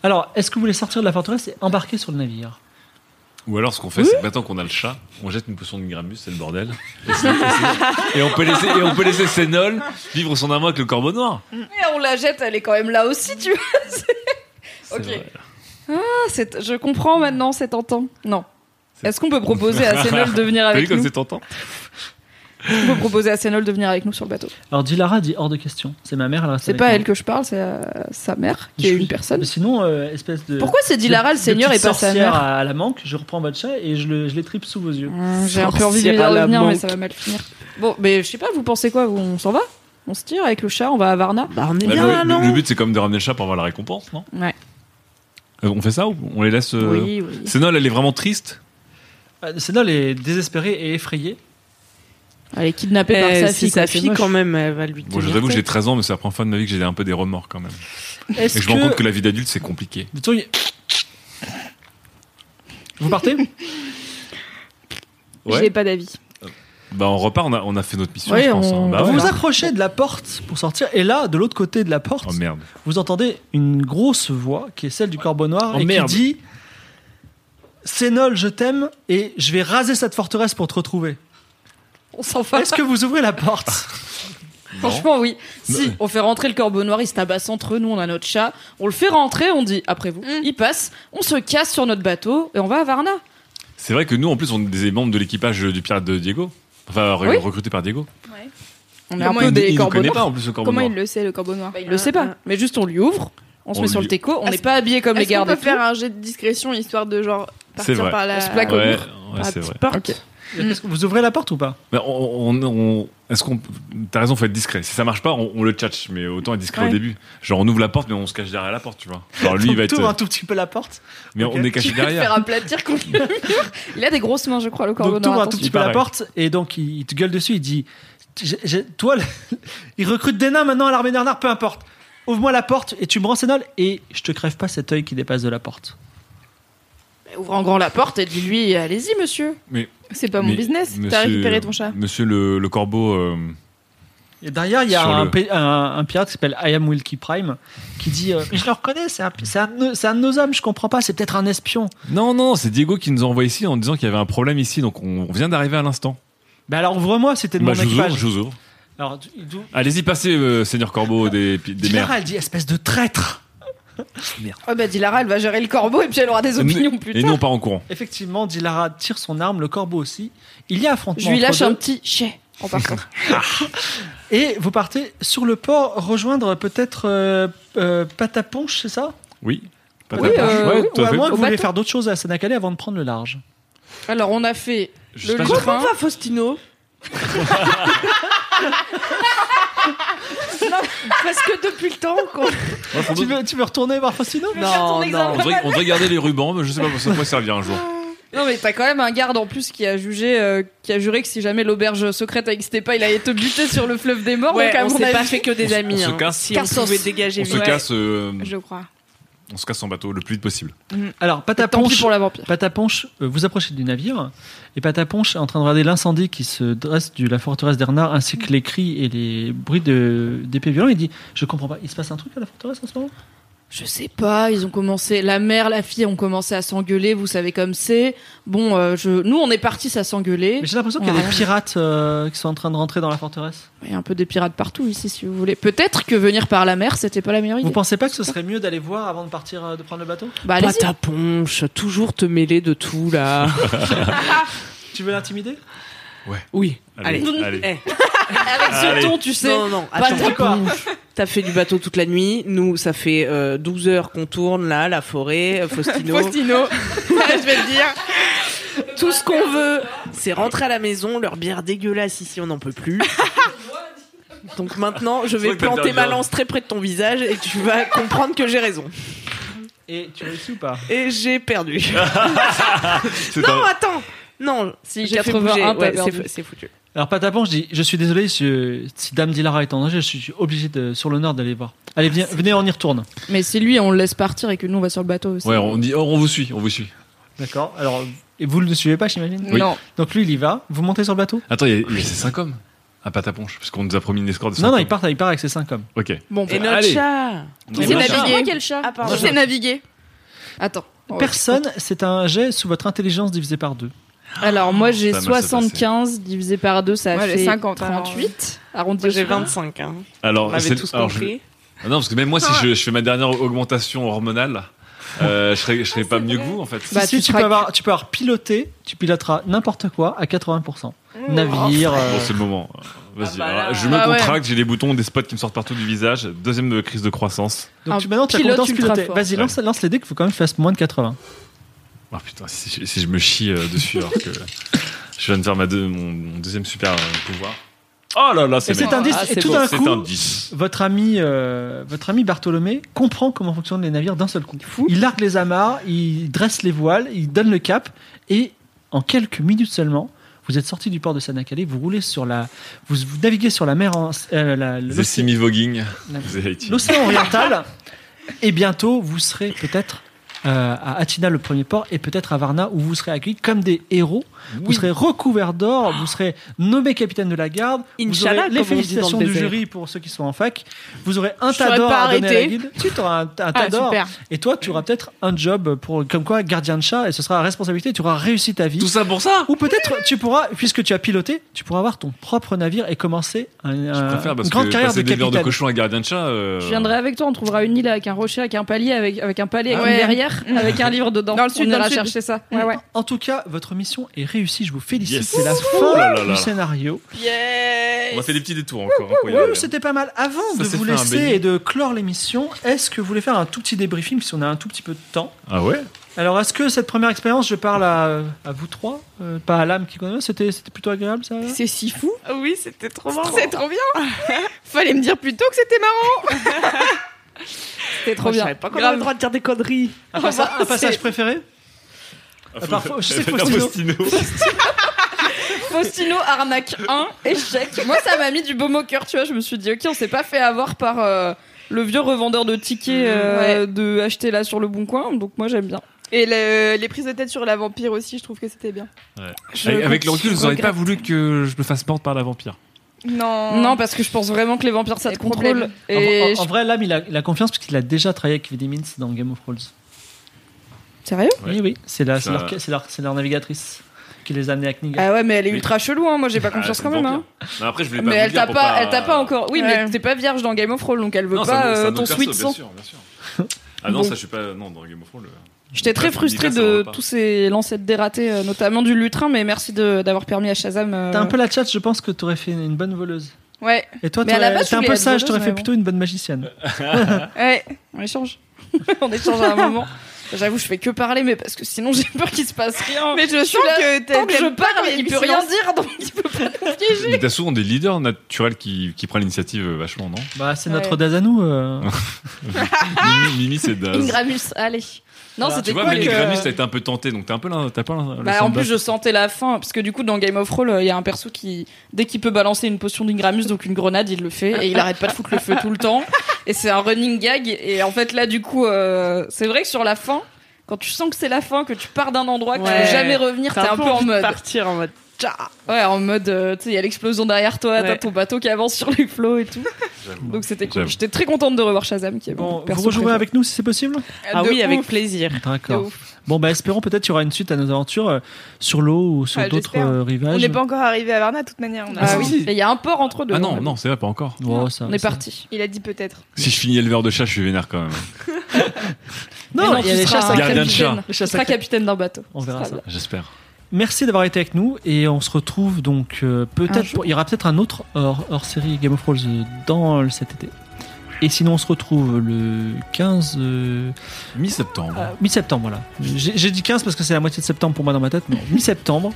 Alors, est-ce que vous voulez sortir de la forteresse et embarquer sur le navire
Ou alors, ce qu'on fait, c'est que maintenant qu'on a le chat, on jette une potion de Gramus, c'est le bordel. Et, c'est- et c'est- et on peut laisser, et on peut laisser Sénol vivre son amour avec le corbeau noir.
Mais on la jette, elle est quand même là aussi, tu vois.
C'est
Ok.
vrai.
Ah, c'est- je comprends maintenant, c'est tentant. Non.
C'est-
Est-ce qu'on peut
<laughs>
proposer à Sénol de venir
T'as vu
avec
comme
nous
c'est tentant
On peut proposer à Sénol de venir avec nous sur le bateau.
Alors Dilara dit hors de question. C'est ma mère, elle reste
C'est
avec
pas
moi.
elle que je parle, c'est euh, sa mère, qui
Je
est
suis-
une personne.
Mais sinon, euh, espèce de.
Pourquoi c'est Dilara le
de- de
seigneur et
petite
pas sa
sorcière
mère
à, à la manque, je reprends votre chat et je, le, je les tripe sous vos yeux.
Hum, J'ai un peu envie de lui
Sorcière
dire
à
de
la
venir, mais
banque.
ça va mal finir. Bon, mais je sais pas, vous pensez quoi vous, On s'en va On se tire avec le chat, on va à Varna
Bah, on est
Bah,
bien
le-
là,
le,
non
le but, c'est quand même de ramener le chat pour avoir la récompense, non
Ouais.
Euh, on fait ça ou on les laisse euh,
Oui, oui.
Sénol, elle est vraiment triste.
Euh, Sénol est désespérée et effrayée.
Elle est kidnappée
Eh,
par sa
si
fille.
sa
quoi, c'est
fille,
moche.
quand même, elle va lui
Bon, je
tenir
vous avoue que
tête.
j'ai 13 ans, mais c'est la première fois de ma vie que j'ai un peu des remords quand même.
Est-ce
Et je me rends compte que la vie d'adulte, c'est compliqué.
Vous tournez- Vous
<laughs>
partez
J'ai pas d'avis.
Bah, on repart, on a, on a fait notre mission,
Oui,
je pense.
on-
hein. Bah
Vous
ouais.
vous approchez de la porte pour sortir, et là, de l'autre côté de la porte,
Oh merde.
vous entendez une grosse voix qui est celle du corbeau noir
Oh
et
merde.
qui dit Sénol, je t'aime et je vais raser cette forteresse pour te <laughs> retrouver.
On s'en va.
Est-ce que vous ouvrez la porte
<laughs> Franchement, oui. Si,
Non.
on fait rentrer le corbeau noir, il se tabasse entre nous, on a notre chat. On le fait rentrer, on dit après vous. Il passe, on se casse sur notre bateau et on va à Varna.
C'est vrai que nous, en plus, on est des membres de l'équipage du pirate de Diego. Enfin, re-
Oui.
recruté par Diego.
On est un
Comment
peu
il-
des
il ne
corbeaux
connaît
noirs.
pas en plus le corbeau
Comment
noir.
il le sait, le corbeau noir
Bah, il le sait pas. Mais juste, on lui ouvre, on se
On
met sur
lui-
le déco, on
Est-ce-
n'est pas habillé comme les
Est-ce qu'on
gardes.
peut
et
faire
tout.
un jet de discrétion histoire de genre
C'est
partir
vrai.
par
On
la.
se plaque au
Ouais,
mur.
ouais,
Ah,
c'est
petite
vrai.
porte.
<laughs>
Est-ce que Vous ouvrez la porte ou pas
Mais on, on- on- est-ce qu'on, t'as raison, faut être discret. Si ça marche pas, on, on le tchatche, mais autant être discret
Ouais.
au début. Genre, on ouvre la porte, mais on se cache derrière la porte, tu vois. Genre, lui, il va
Donc,
être,
t'ouvres un tout petit peu la porte.
mais
ok.
on est caché
Tu peux te
derrière.
faire aplatir contre le mur. <laughs> Il a des grosses mains, je crois, le corbeau
Donc t'ouvres
noir.
un tout
attention.
petit peu la
Pareil.
porte et donc il, il te gueule dessus. Il dit J'ai- j'ai- Toi, le- <laughs> il recrute des nains maintenant à l'armée des renards, peu importe. Ouvre-moi la porte et tu me rends Sénol et je te crève pas cet œil qui dépasse de la porte.
Ouvre en grand la porte et dis-lui, allez-y, monsieur.
C'est pas mon
Mais
business.
monsieur-
T'as récupéré ton chat.
Monsieur le, le corbeau, euh,
Et derrière, il y a
Sur
un,
le-
pi- un- un pirate qui s'appelle I am Wilkie Prime qui dit euh, Je le reconnais, c'est un, c'est un de nos- c'est un de nos hommes, je comprends pas, c'est peut-être un espion.
Non, non, c'est Diego qui nous envoie ici en disant qu'il y avait un problème ici, donc on vient d'arriver à l'instant.
Bah alors ouvre-moi, c'était de
Bah,
mon
je vous ouvre,
équipage.
je vous ouvre.
Alors, tu- d'où-
Allez-y, passez, euh, Seigneur Corbeau des, des mers.
Dilara, elle dit espèce de traître.
Oh bah Dilara, elle va gérer le corbeau et puis elle aura des opinions plus
Euh, Et
tard.
non, pas en courant.
Effectivement, Dilara tire son arme, le corbeau aussi. Il y a affrontement.
Je lui
entre
lâche
deux.
un petit chais en partant.
Et vous partez sur le port rejoindre peut-être euh, euh, Pataponche, c'est ça
Oui. Pas
Oui,
de la
euh,
planche. Ouais,
oui,
tout
Ou
à
à
fait.
moins que
Au
vous vouliez
bateau.
faire d'autres choses à Sanakale avant de prendre le large.
Alors on a fait
Je
le
sais pas,
train.
Comment va
<laughs>
Faustino
Parce que depuis le temps qu'on
Ouais, faut-
Tu veux, tu veux retourner voir Faustino
ton
On
examen.
devrait, on devrait garder les rubans, mais je sais pas pour ça pourrait servir un jour.
<laughs> Non mais t'as quand même un garde en plus qui a jugé, euh, qui a juré que si jamais l'auberge secrète n'existait pas, il allait te buter sur le fleuve des morts.
Ouais,
donc à
on
mon
s'est
avis-
pas fait que des
On-
amis.
on se
hein.
casse.
Si on
Cassos.
pouvait dégager
On se
vite.
casse, euh,
je crois.
on se casse en bateau le plus vite possible.
Alors,
Tant pis
Pataponche, euh,
pour la vampire.
Pataponche, euh, vous approchez du navire et Pataponche est en train de regarder l'incendie qui se dresse de la forteresse d'Ernard ainsi que les cris et les bruits de- d'épées violents. Il dit Je comprends pas, il se passe un truc à la forteresse en ce moment
Je sais pas, ils ont commencé, la mère, la fille ont commencé à s'engueuler, vous savez comme c'est. Bon, euh, je... nous on est partis, ça s'engueuler.
Mais J'ai l'impression qu'il y a
Ouais.
des pirates euh, qui sont en train de rentrer dans la forteresse.
Il y a un peu des pirates partout ici si vous voulez. Peut-être que venir par la mer c'était pas la meilleure idée.
Vous pensez pas que ce serait mieux d'aller voir avant de partir euh, de prendre le bateau
Bah
Pas
allez-y.
ta ponche, toujours te mêler de tout
<laughs>
là.
Tu veux l'intimider
Oui.
Allez, allez.
Eh,
Avec ce
Allez.
ton, tu sais.
non, non,
Pas
attends.
ta ponche.
T'as fait du bateau toute la nuit. Nous, ça fait euh, 12 heures qu'on tourne là, la forêt, euh, Faustino.
Faustino.
je vais le dire. Tout ce qu'on veut, c'est rentrer à la maison, leur bière dégueulasse ici, on n'en
<laughs>
peut plus. Donc maintenant, je
C'est
vais
vrai que t'as
planter
bien.
ma
hein.
lance très près de ton visage et tu vas comprendre que j'ai raison.
Et tu réussis ou pas
Et j'ai
<laughs>
perdu.
C'est
non,
un-
attends Non,
Si,
j'ai fait
81,
bouger.
t'as
Ouais,
perdu.
c'est- c'est foutu.
Ah,
Alors Pataponche dit Je suis désolé si, si Dame Dilara est en danger, je suis obligé de- sur l'honneur d'aller voir. Allez, venez, venez, on y retourne.
Mais c'est lui, on le laisse partir et que nous on va sur le bateau aussi.
Ouais, on dit, oh, on vous suit, on vous suit.
D'accord. Alors, et vous ne le suivez pas, j'imagine
Oui.
Non,
Donc lui, il y va. Vous montez sur le bateau
Attends, il y a, il y a ces cinq hommes à Pataponche, parce qu'on nous a promis une escorte de cinq
Non, non,
hommes.
il part, il part avec ses cinq hommes.
Ok.
bon,
Et notre
Allez.
chat
Donc,
C'est
on marche.
navigué.
quel chat
Ah, pardon.
Qui sait naviguer
attends.
Oh,
on va-
Oh, Personne, c'est un jet sous votre intelligence divisé par deux.
Alors moi j'ai
Ça m'a fait
75 divisé par 2 ça
Ouais,
fait
j'ai 50, alors.
38 arrondi
Moi,
au
J'ai
suivant.
25, hein. on
Alors,
avait
c'est-
tous
alors, je-
compris.
Ah non, parce que même moi, si je, je fais ma dernière augmentation hormonale, euh, je serais, je serais pas mieux que vous, en fait.
Bah,
si,
tu
tu,
seras-
peux avoir, tu peux avoir piloté, tu piloteras n'importe quoi à 80%.
Mmh.
Navire.
Oh,
euh,
Bon, c'est le moment. Vas-y.
Ah bah là.
alors, je me
Ah ouais.
contracte, j'ai des boutons, des spots qui me sortent partout du visage. Deuxième euh, crise de croissance.
donc
un
tu, maintenant, tu as
pilote
compétence
ultra
pilotée.
fort.
Vas-y, lance, lance les dés qu'il faut quand même que tu fasses moins de 80.
Ah putain, si, je- si je me chie euh, dessus alors que je viens de faire ma deux- mon, mon deuxième super euh, pouvoir. Oh là là, c'est
Et c'est
bien.
un 10.
Ah,
et
c'est
tout
beau.
d'un
C'est un
coup,
10.
votre ami, euh, votre ami Bartholomé comprend comment fonctionnent les navires d'un seul coup. Il largue les amarres, il dresse les voiles, il donne le cap, et en quelques minutes seulement, vous êtes sorti du port de Sanacalé, vous roulez sur la, vous, vous naviguez sur la mer, en- euh, la-
The
l'océan
Simi Voguing.
Non.
The Haiti.
l'océan oriental, et bientôt vous serez peut-être euh, à Atina le premier port, et peut-être à Varna où vous serez accueillis comme des héros. Vous serez recouverts d'or, vous serez nommé capitaine de la garde. vous
Inch'Allah,
aurez les
comme on dit dans le
félicitations du
désert.
jury pour ceux qui sont en fac. Vous aurez un
Je
tas
serais
d'or
pas
à donner à la
arrêtée.
guilde. Tu auras un, un tas
Ah
d'or.
super.
Et toi, tu auras peut-être un job pour, comme quoi gardien de chat, et ce sera la responsabilité, tu auras réussi ta vie.
Tout ça pour ça
Ou peut-être tu pourras, puisque tu as piloté, tu pourras avoir ton propre navire et commencer un- un-
Je préfère parce
une Euh, grande
que
carrière
passer
de
des verres de
capitaine.
cochon à gardien de chat. euh,
Je viendrai avec toi, on trouvera une île avec un rocher, avec un palier, avec, avec un palier, avec
Ouais.
une
<laughs>
verrière, avec un livre dedans.
Dans le sud,
on
dans le
ira
sud.
chercher ça. Ouais, ouais.
En tout cas, votre mission est réussie, je vous félicite.
Yes.
C'est la
Ouh
fin
là là là.
du scénario.
On a fait des petits détours encore. hein, pour y
Ouh,
arriver.
C'était pas mal. Avant de
Ça s'est
vous
fait un
laisser
bélier.
et de clore l'émission, est-ce que vous voulez faire un tout petit débriefing, puisqu'on a un tout petit peu de temps
Ah ouais
Alors, est-ce que cette première expérience, je parle à, à vous trois, euh, pas à l'âme qui connaît, c'était c'était plutôt agréable ça
<laughs> C'est si fou.
Oui, c'était trop marrant.
C'est trop bien. Fallait me dire plutôt que c'était marrant.
C'était trop
Moi, je
bien.
savais pas qu'on
Grave.
avait le droit de dire des conneries.
un, passa-
<laughs>
un passage préféré
Ah,
Parfois,
<laughs>
je sais que
Faustino.
Faustino arnaque
<laughs>
1, échec. Moi, ça m'a mis du beau moqueur, tu vois. Je me suis dit, ok, on s'est pas fait avoir par euh, le vieux revendeur de tickets
Mmh,
euh, de acheter là sur le bon coin. Donc, moi, j'aime bien.
Et le- les prises de tête sur la vampire aussi, je trouve que c'était bien.
<laughs> Je-
Avec, avec le recul, vous n'auriez pas
regrette.
voulu que je me fasse mordre par la vampire.
Non.
Non, parce que je pense vraiment que les vampires, ça
Oh. Les
te contrôle.
problèmes.
Et
en, en- en vrai, l'âme, il a, il a confiance parce qu'il a déjà travaillé avec Vivi Mintz dans Game of Thrones.
Sérieux
Ouais.
Oui, oui, c'est la- c'est
Ça-
leur, c'est leur- c'est leur navigatrice. qui les a amenés à Kniga.
Ah ouais, mais elle est ultra chelou, hein. moi j'ai pas confiance
Ah,
quand
c'est
même.
vampire.
Hein.
Non, après, je voulais pas.
Mais
vous
elle
dire
t'a
pour
pas, elle t'a pas encore. Oui,
Ouais.
mais t'es pas vierge dans Game of Thrones, donc elle veut
Non, c'est
pas
un- c'est un
euh,
autre
ton
perso,
sweet
Bien
sang.
sûr, bien sûr. Ah non,
Bon.
ça, je suis pas. Non, dans Game of Thrones. le-
J'étais très
Bref,
frustrée
l'univers, ça
de
va pas.
tous ces lancers de dératés, euh, notamment du lutrin, mais merci de- d'avoir permis à Shazam. euh,
T'as un peu la chat, je pense que t'aurais fait une bonne voleuse.
Ouais,
Et toi,
Mais à la
t'aurais-
base,
t'es un
je
peu
voulais être
sage,
voleuse,
t'aurais
mais
fait
bon.
plutôt une bonne magicienne.
ouais, on échange. <laughs> on échange à un moment. J'avoue, je fais que parler, mais parce que sinon <laughs> j'ai peur qu'il se passe rien.
Mais je sens
là,
que t'as-
Tant que
t'aimes
je
pas quand
parle,
y a
il
du
peut rien
silence.
dire, donc il peut pas nous piéger.
Mais T'as souvent des leaders naturels qui, qui prennent l'initiative euh, vachement, non
Bah, c'est
Ouais.
notre Daz à nous. euh.
Mimi, Mimi, c'est Daz.
Ingramus, allez. Non, c'était
Tu vois,
cool
mais les
que-
Grammys, t'as été un peu tenté, donc t'as un peu l'in- t'as pas l'in- le
Bah,
sang
en
de
plus,
Daz.
je sentais la fin, parce que du coup, dans Game of Thrones, euh, il y a un perso qui, dès qu'il peut balancer une potion d'Ingramus, donc une grenade, il le fait, et il arrête pas de foutre le feu tout le temps. Et c'est un running gag. Et en fait, là, du coup, euh, c'est vrai que sur la fin, quand tu sens que c'est la fin, que tu pars d'un endroit, que tu
Ouais.
veux jamais revenir, t'es
T'as
un, peu en
envie de
mode.
partir en mode.
Ouais, en mode, euh, tu sais, il y a l'explosion derrière toi, t'as
Ouais.
ton bateau qui avance sur les flots et tout.
J'avoue.
Donc c'était cool.
J'avoue.
J'étais très contente de revoir Shazam, qui
<laughs>
est
Bon,
mon
vous
perso
rejouerez
préféré.
avec nous si c'est possible
Ah
De
oui, avec
ouf.
plaisir.
De
D'accord. Bon, bah, espérons peut-être qu'il y aura une suite à nos aventures euh, sur l'eau ou sur
Ouais,
d'autres
j'espère.
euh,
On
rivages.
n'est pas encore arrivé à Varna, de toute manière. on a-
Ah
Ah, si.
oui, Et il y a un port entre deux.
Ah non, non, c'est vrai,
<laughs>
pas encore.
Oh, ça-
On est
ça-
parti.
Il a dit peut-être.
Si je finis éleveur de chat, je suis vénère quand même.
Mais
Non, il y a
tu
les
seras
chats
un
sacrés.
Gardien de
capitaine.
chat.
Les
Tu
chats
seras
sacrés.
capitaine d'un bateau.
On verra
Ce sera
ça.
J'espère.
Merci d'avoir été avec nous et on se retrouve donc euh,
Un
peut-être.
jour.
Il y aura peut-être un autre hors, hors série Game of Thrones euh, dans le- cet été. Et sinon, on se retrouve le 15 euh,
Mi-septembre.
euh, mi-septembre. Voilà. J'ai j'ai dit 15 parce que c'est la moitié de septembre pour moi dans ma tête.
<laughs>
mais mi-septembre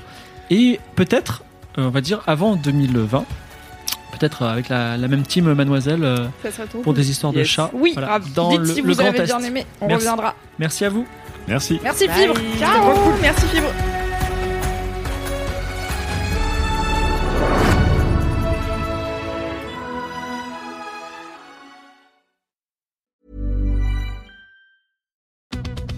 et peut-être, euh, on va dire avant 2020, peut-être euh, avec la, la même team euh, Mademoiselle euh,
Ça serait trop
pour
cool.
des histoires de
Yes.
chats.
Oui,
voilà,
grave.
dans
dites
le,
si
le
vous
Grand
avez
Est.
bien aimé, on
Merci.
reviendra.
Merci à vous.
Merci.
Merci Fibre.
Ciao. Merci Fibre.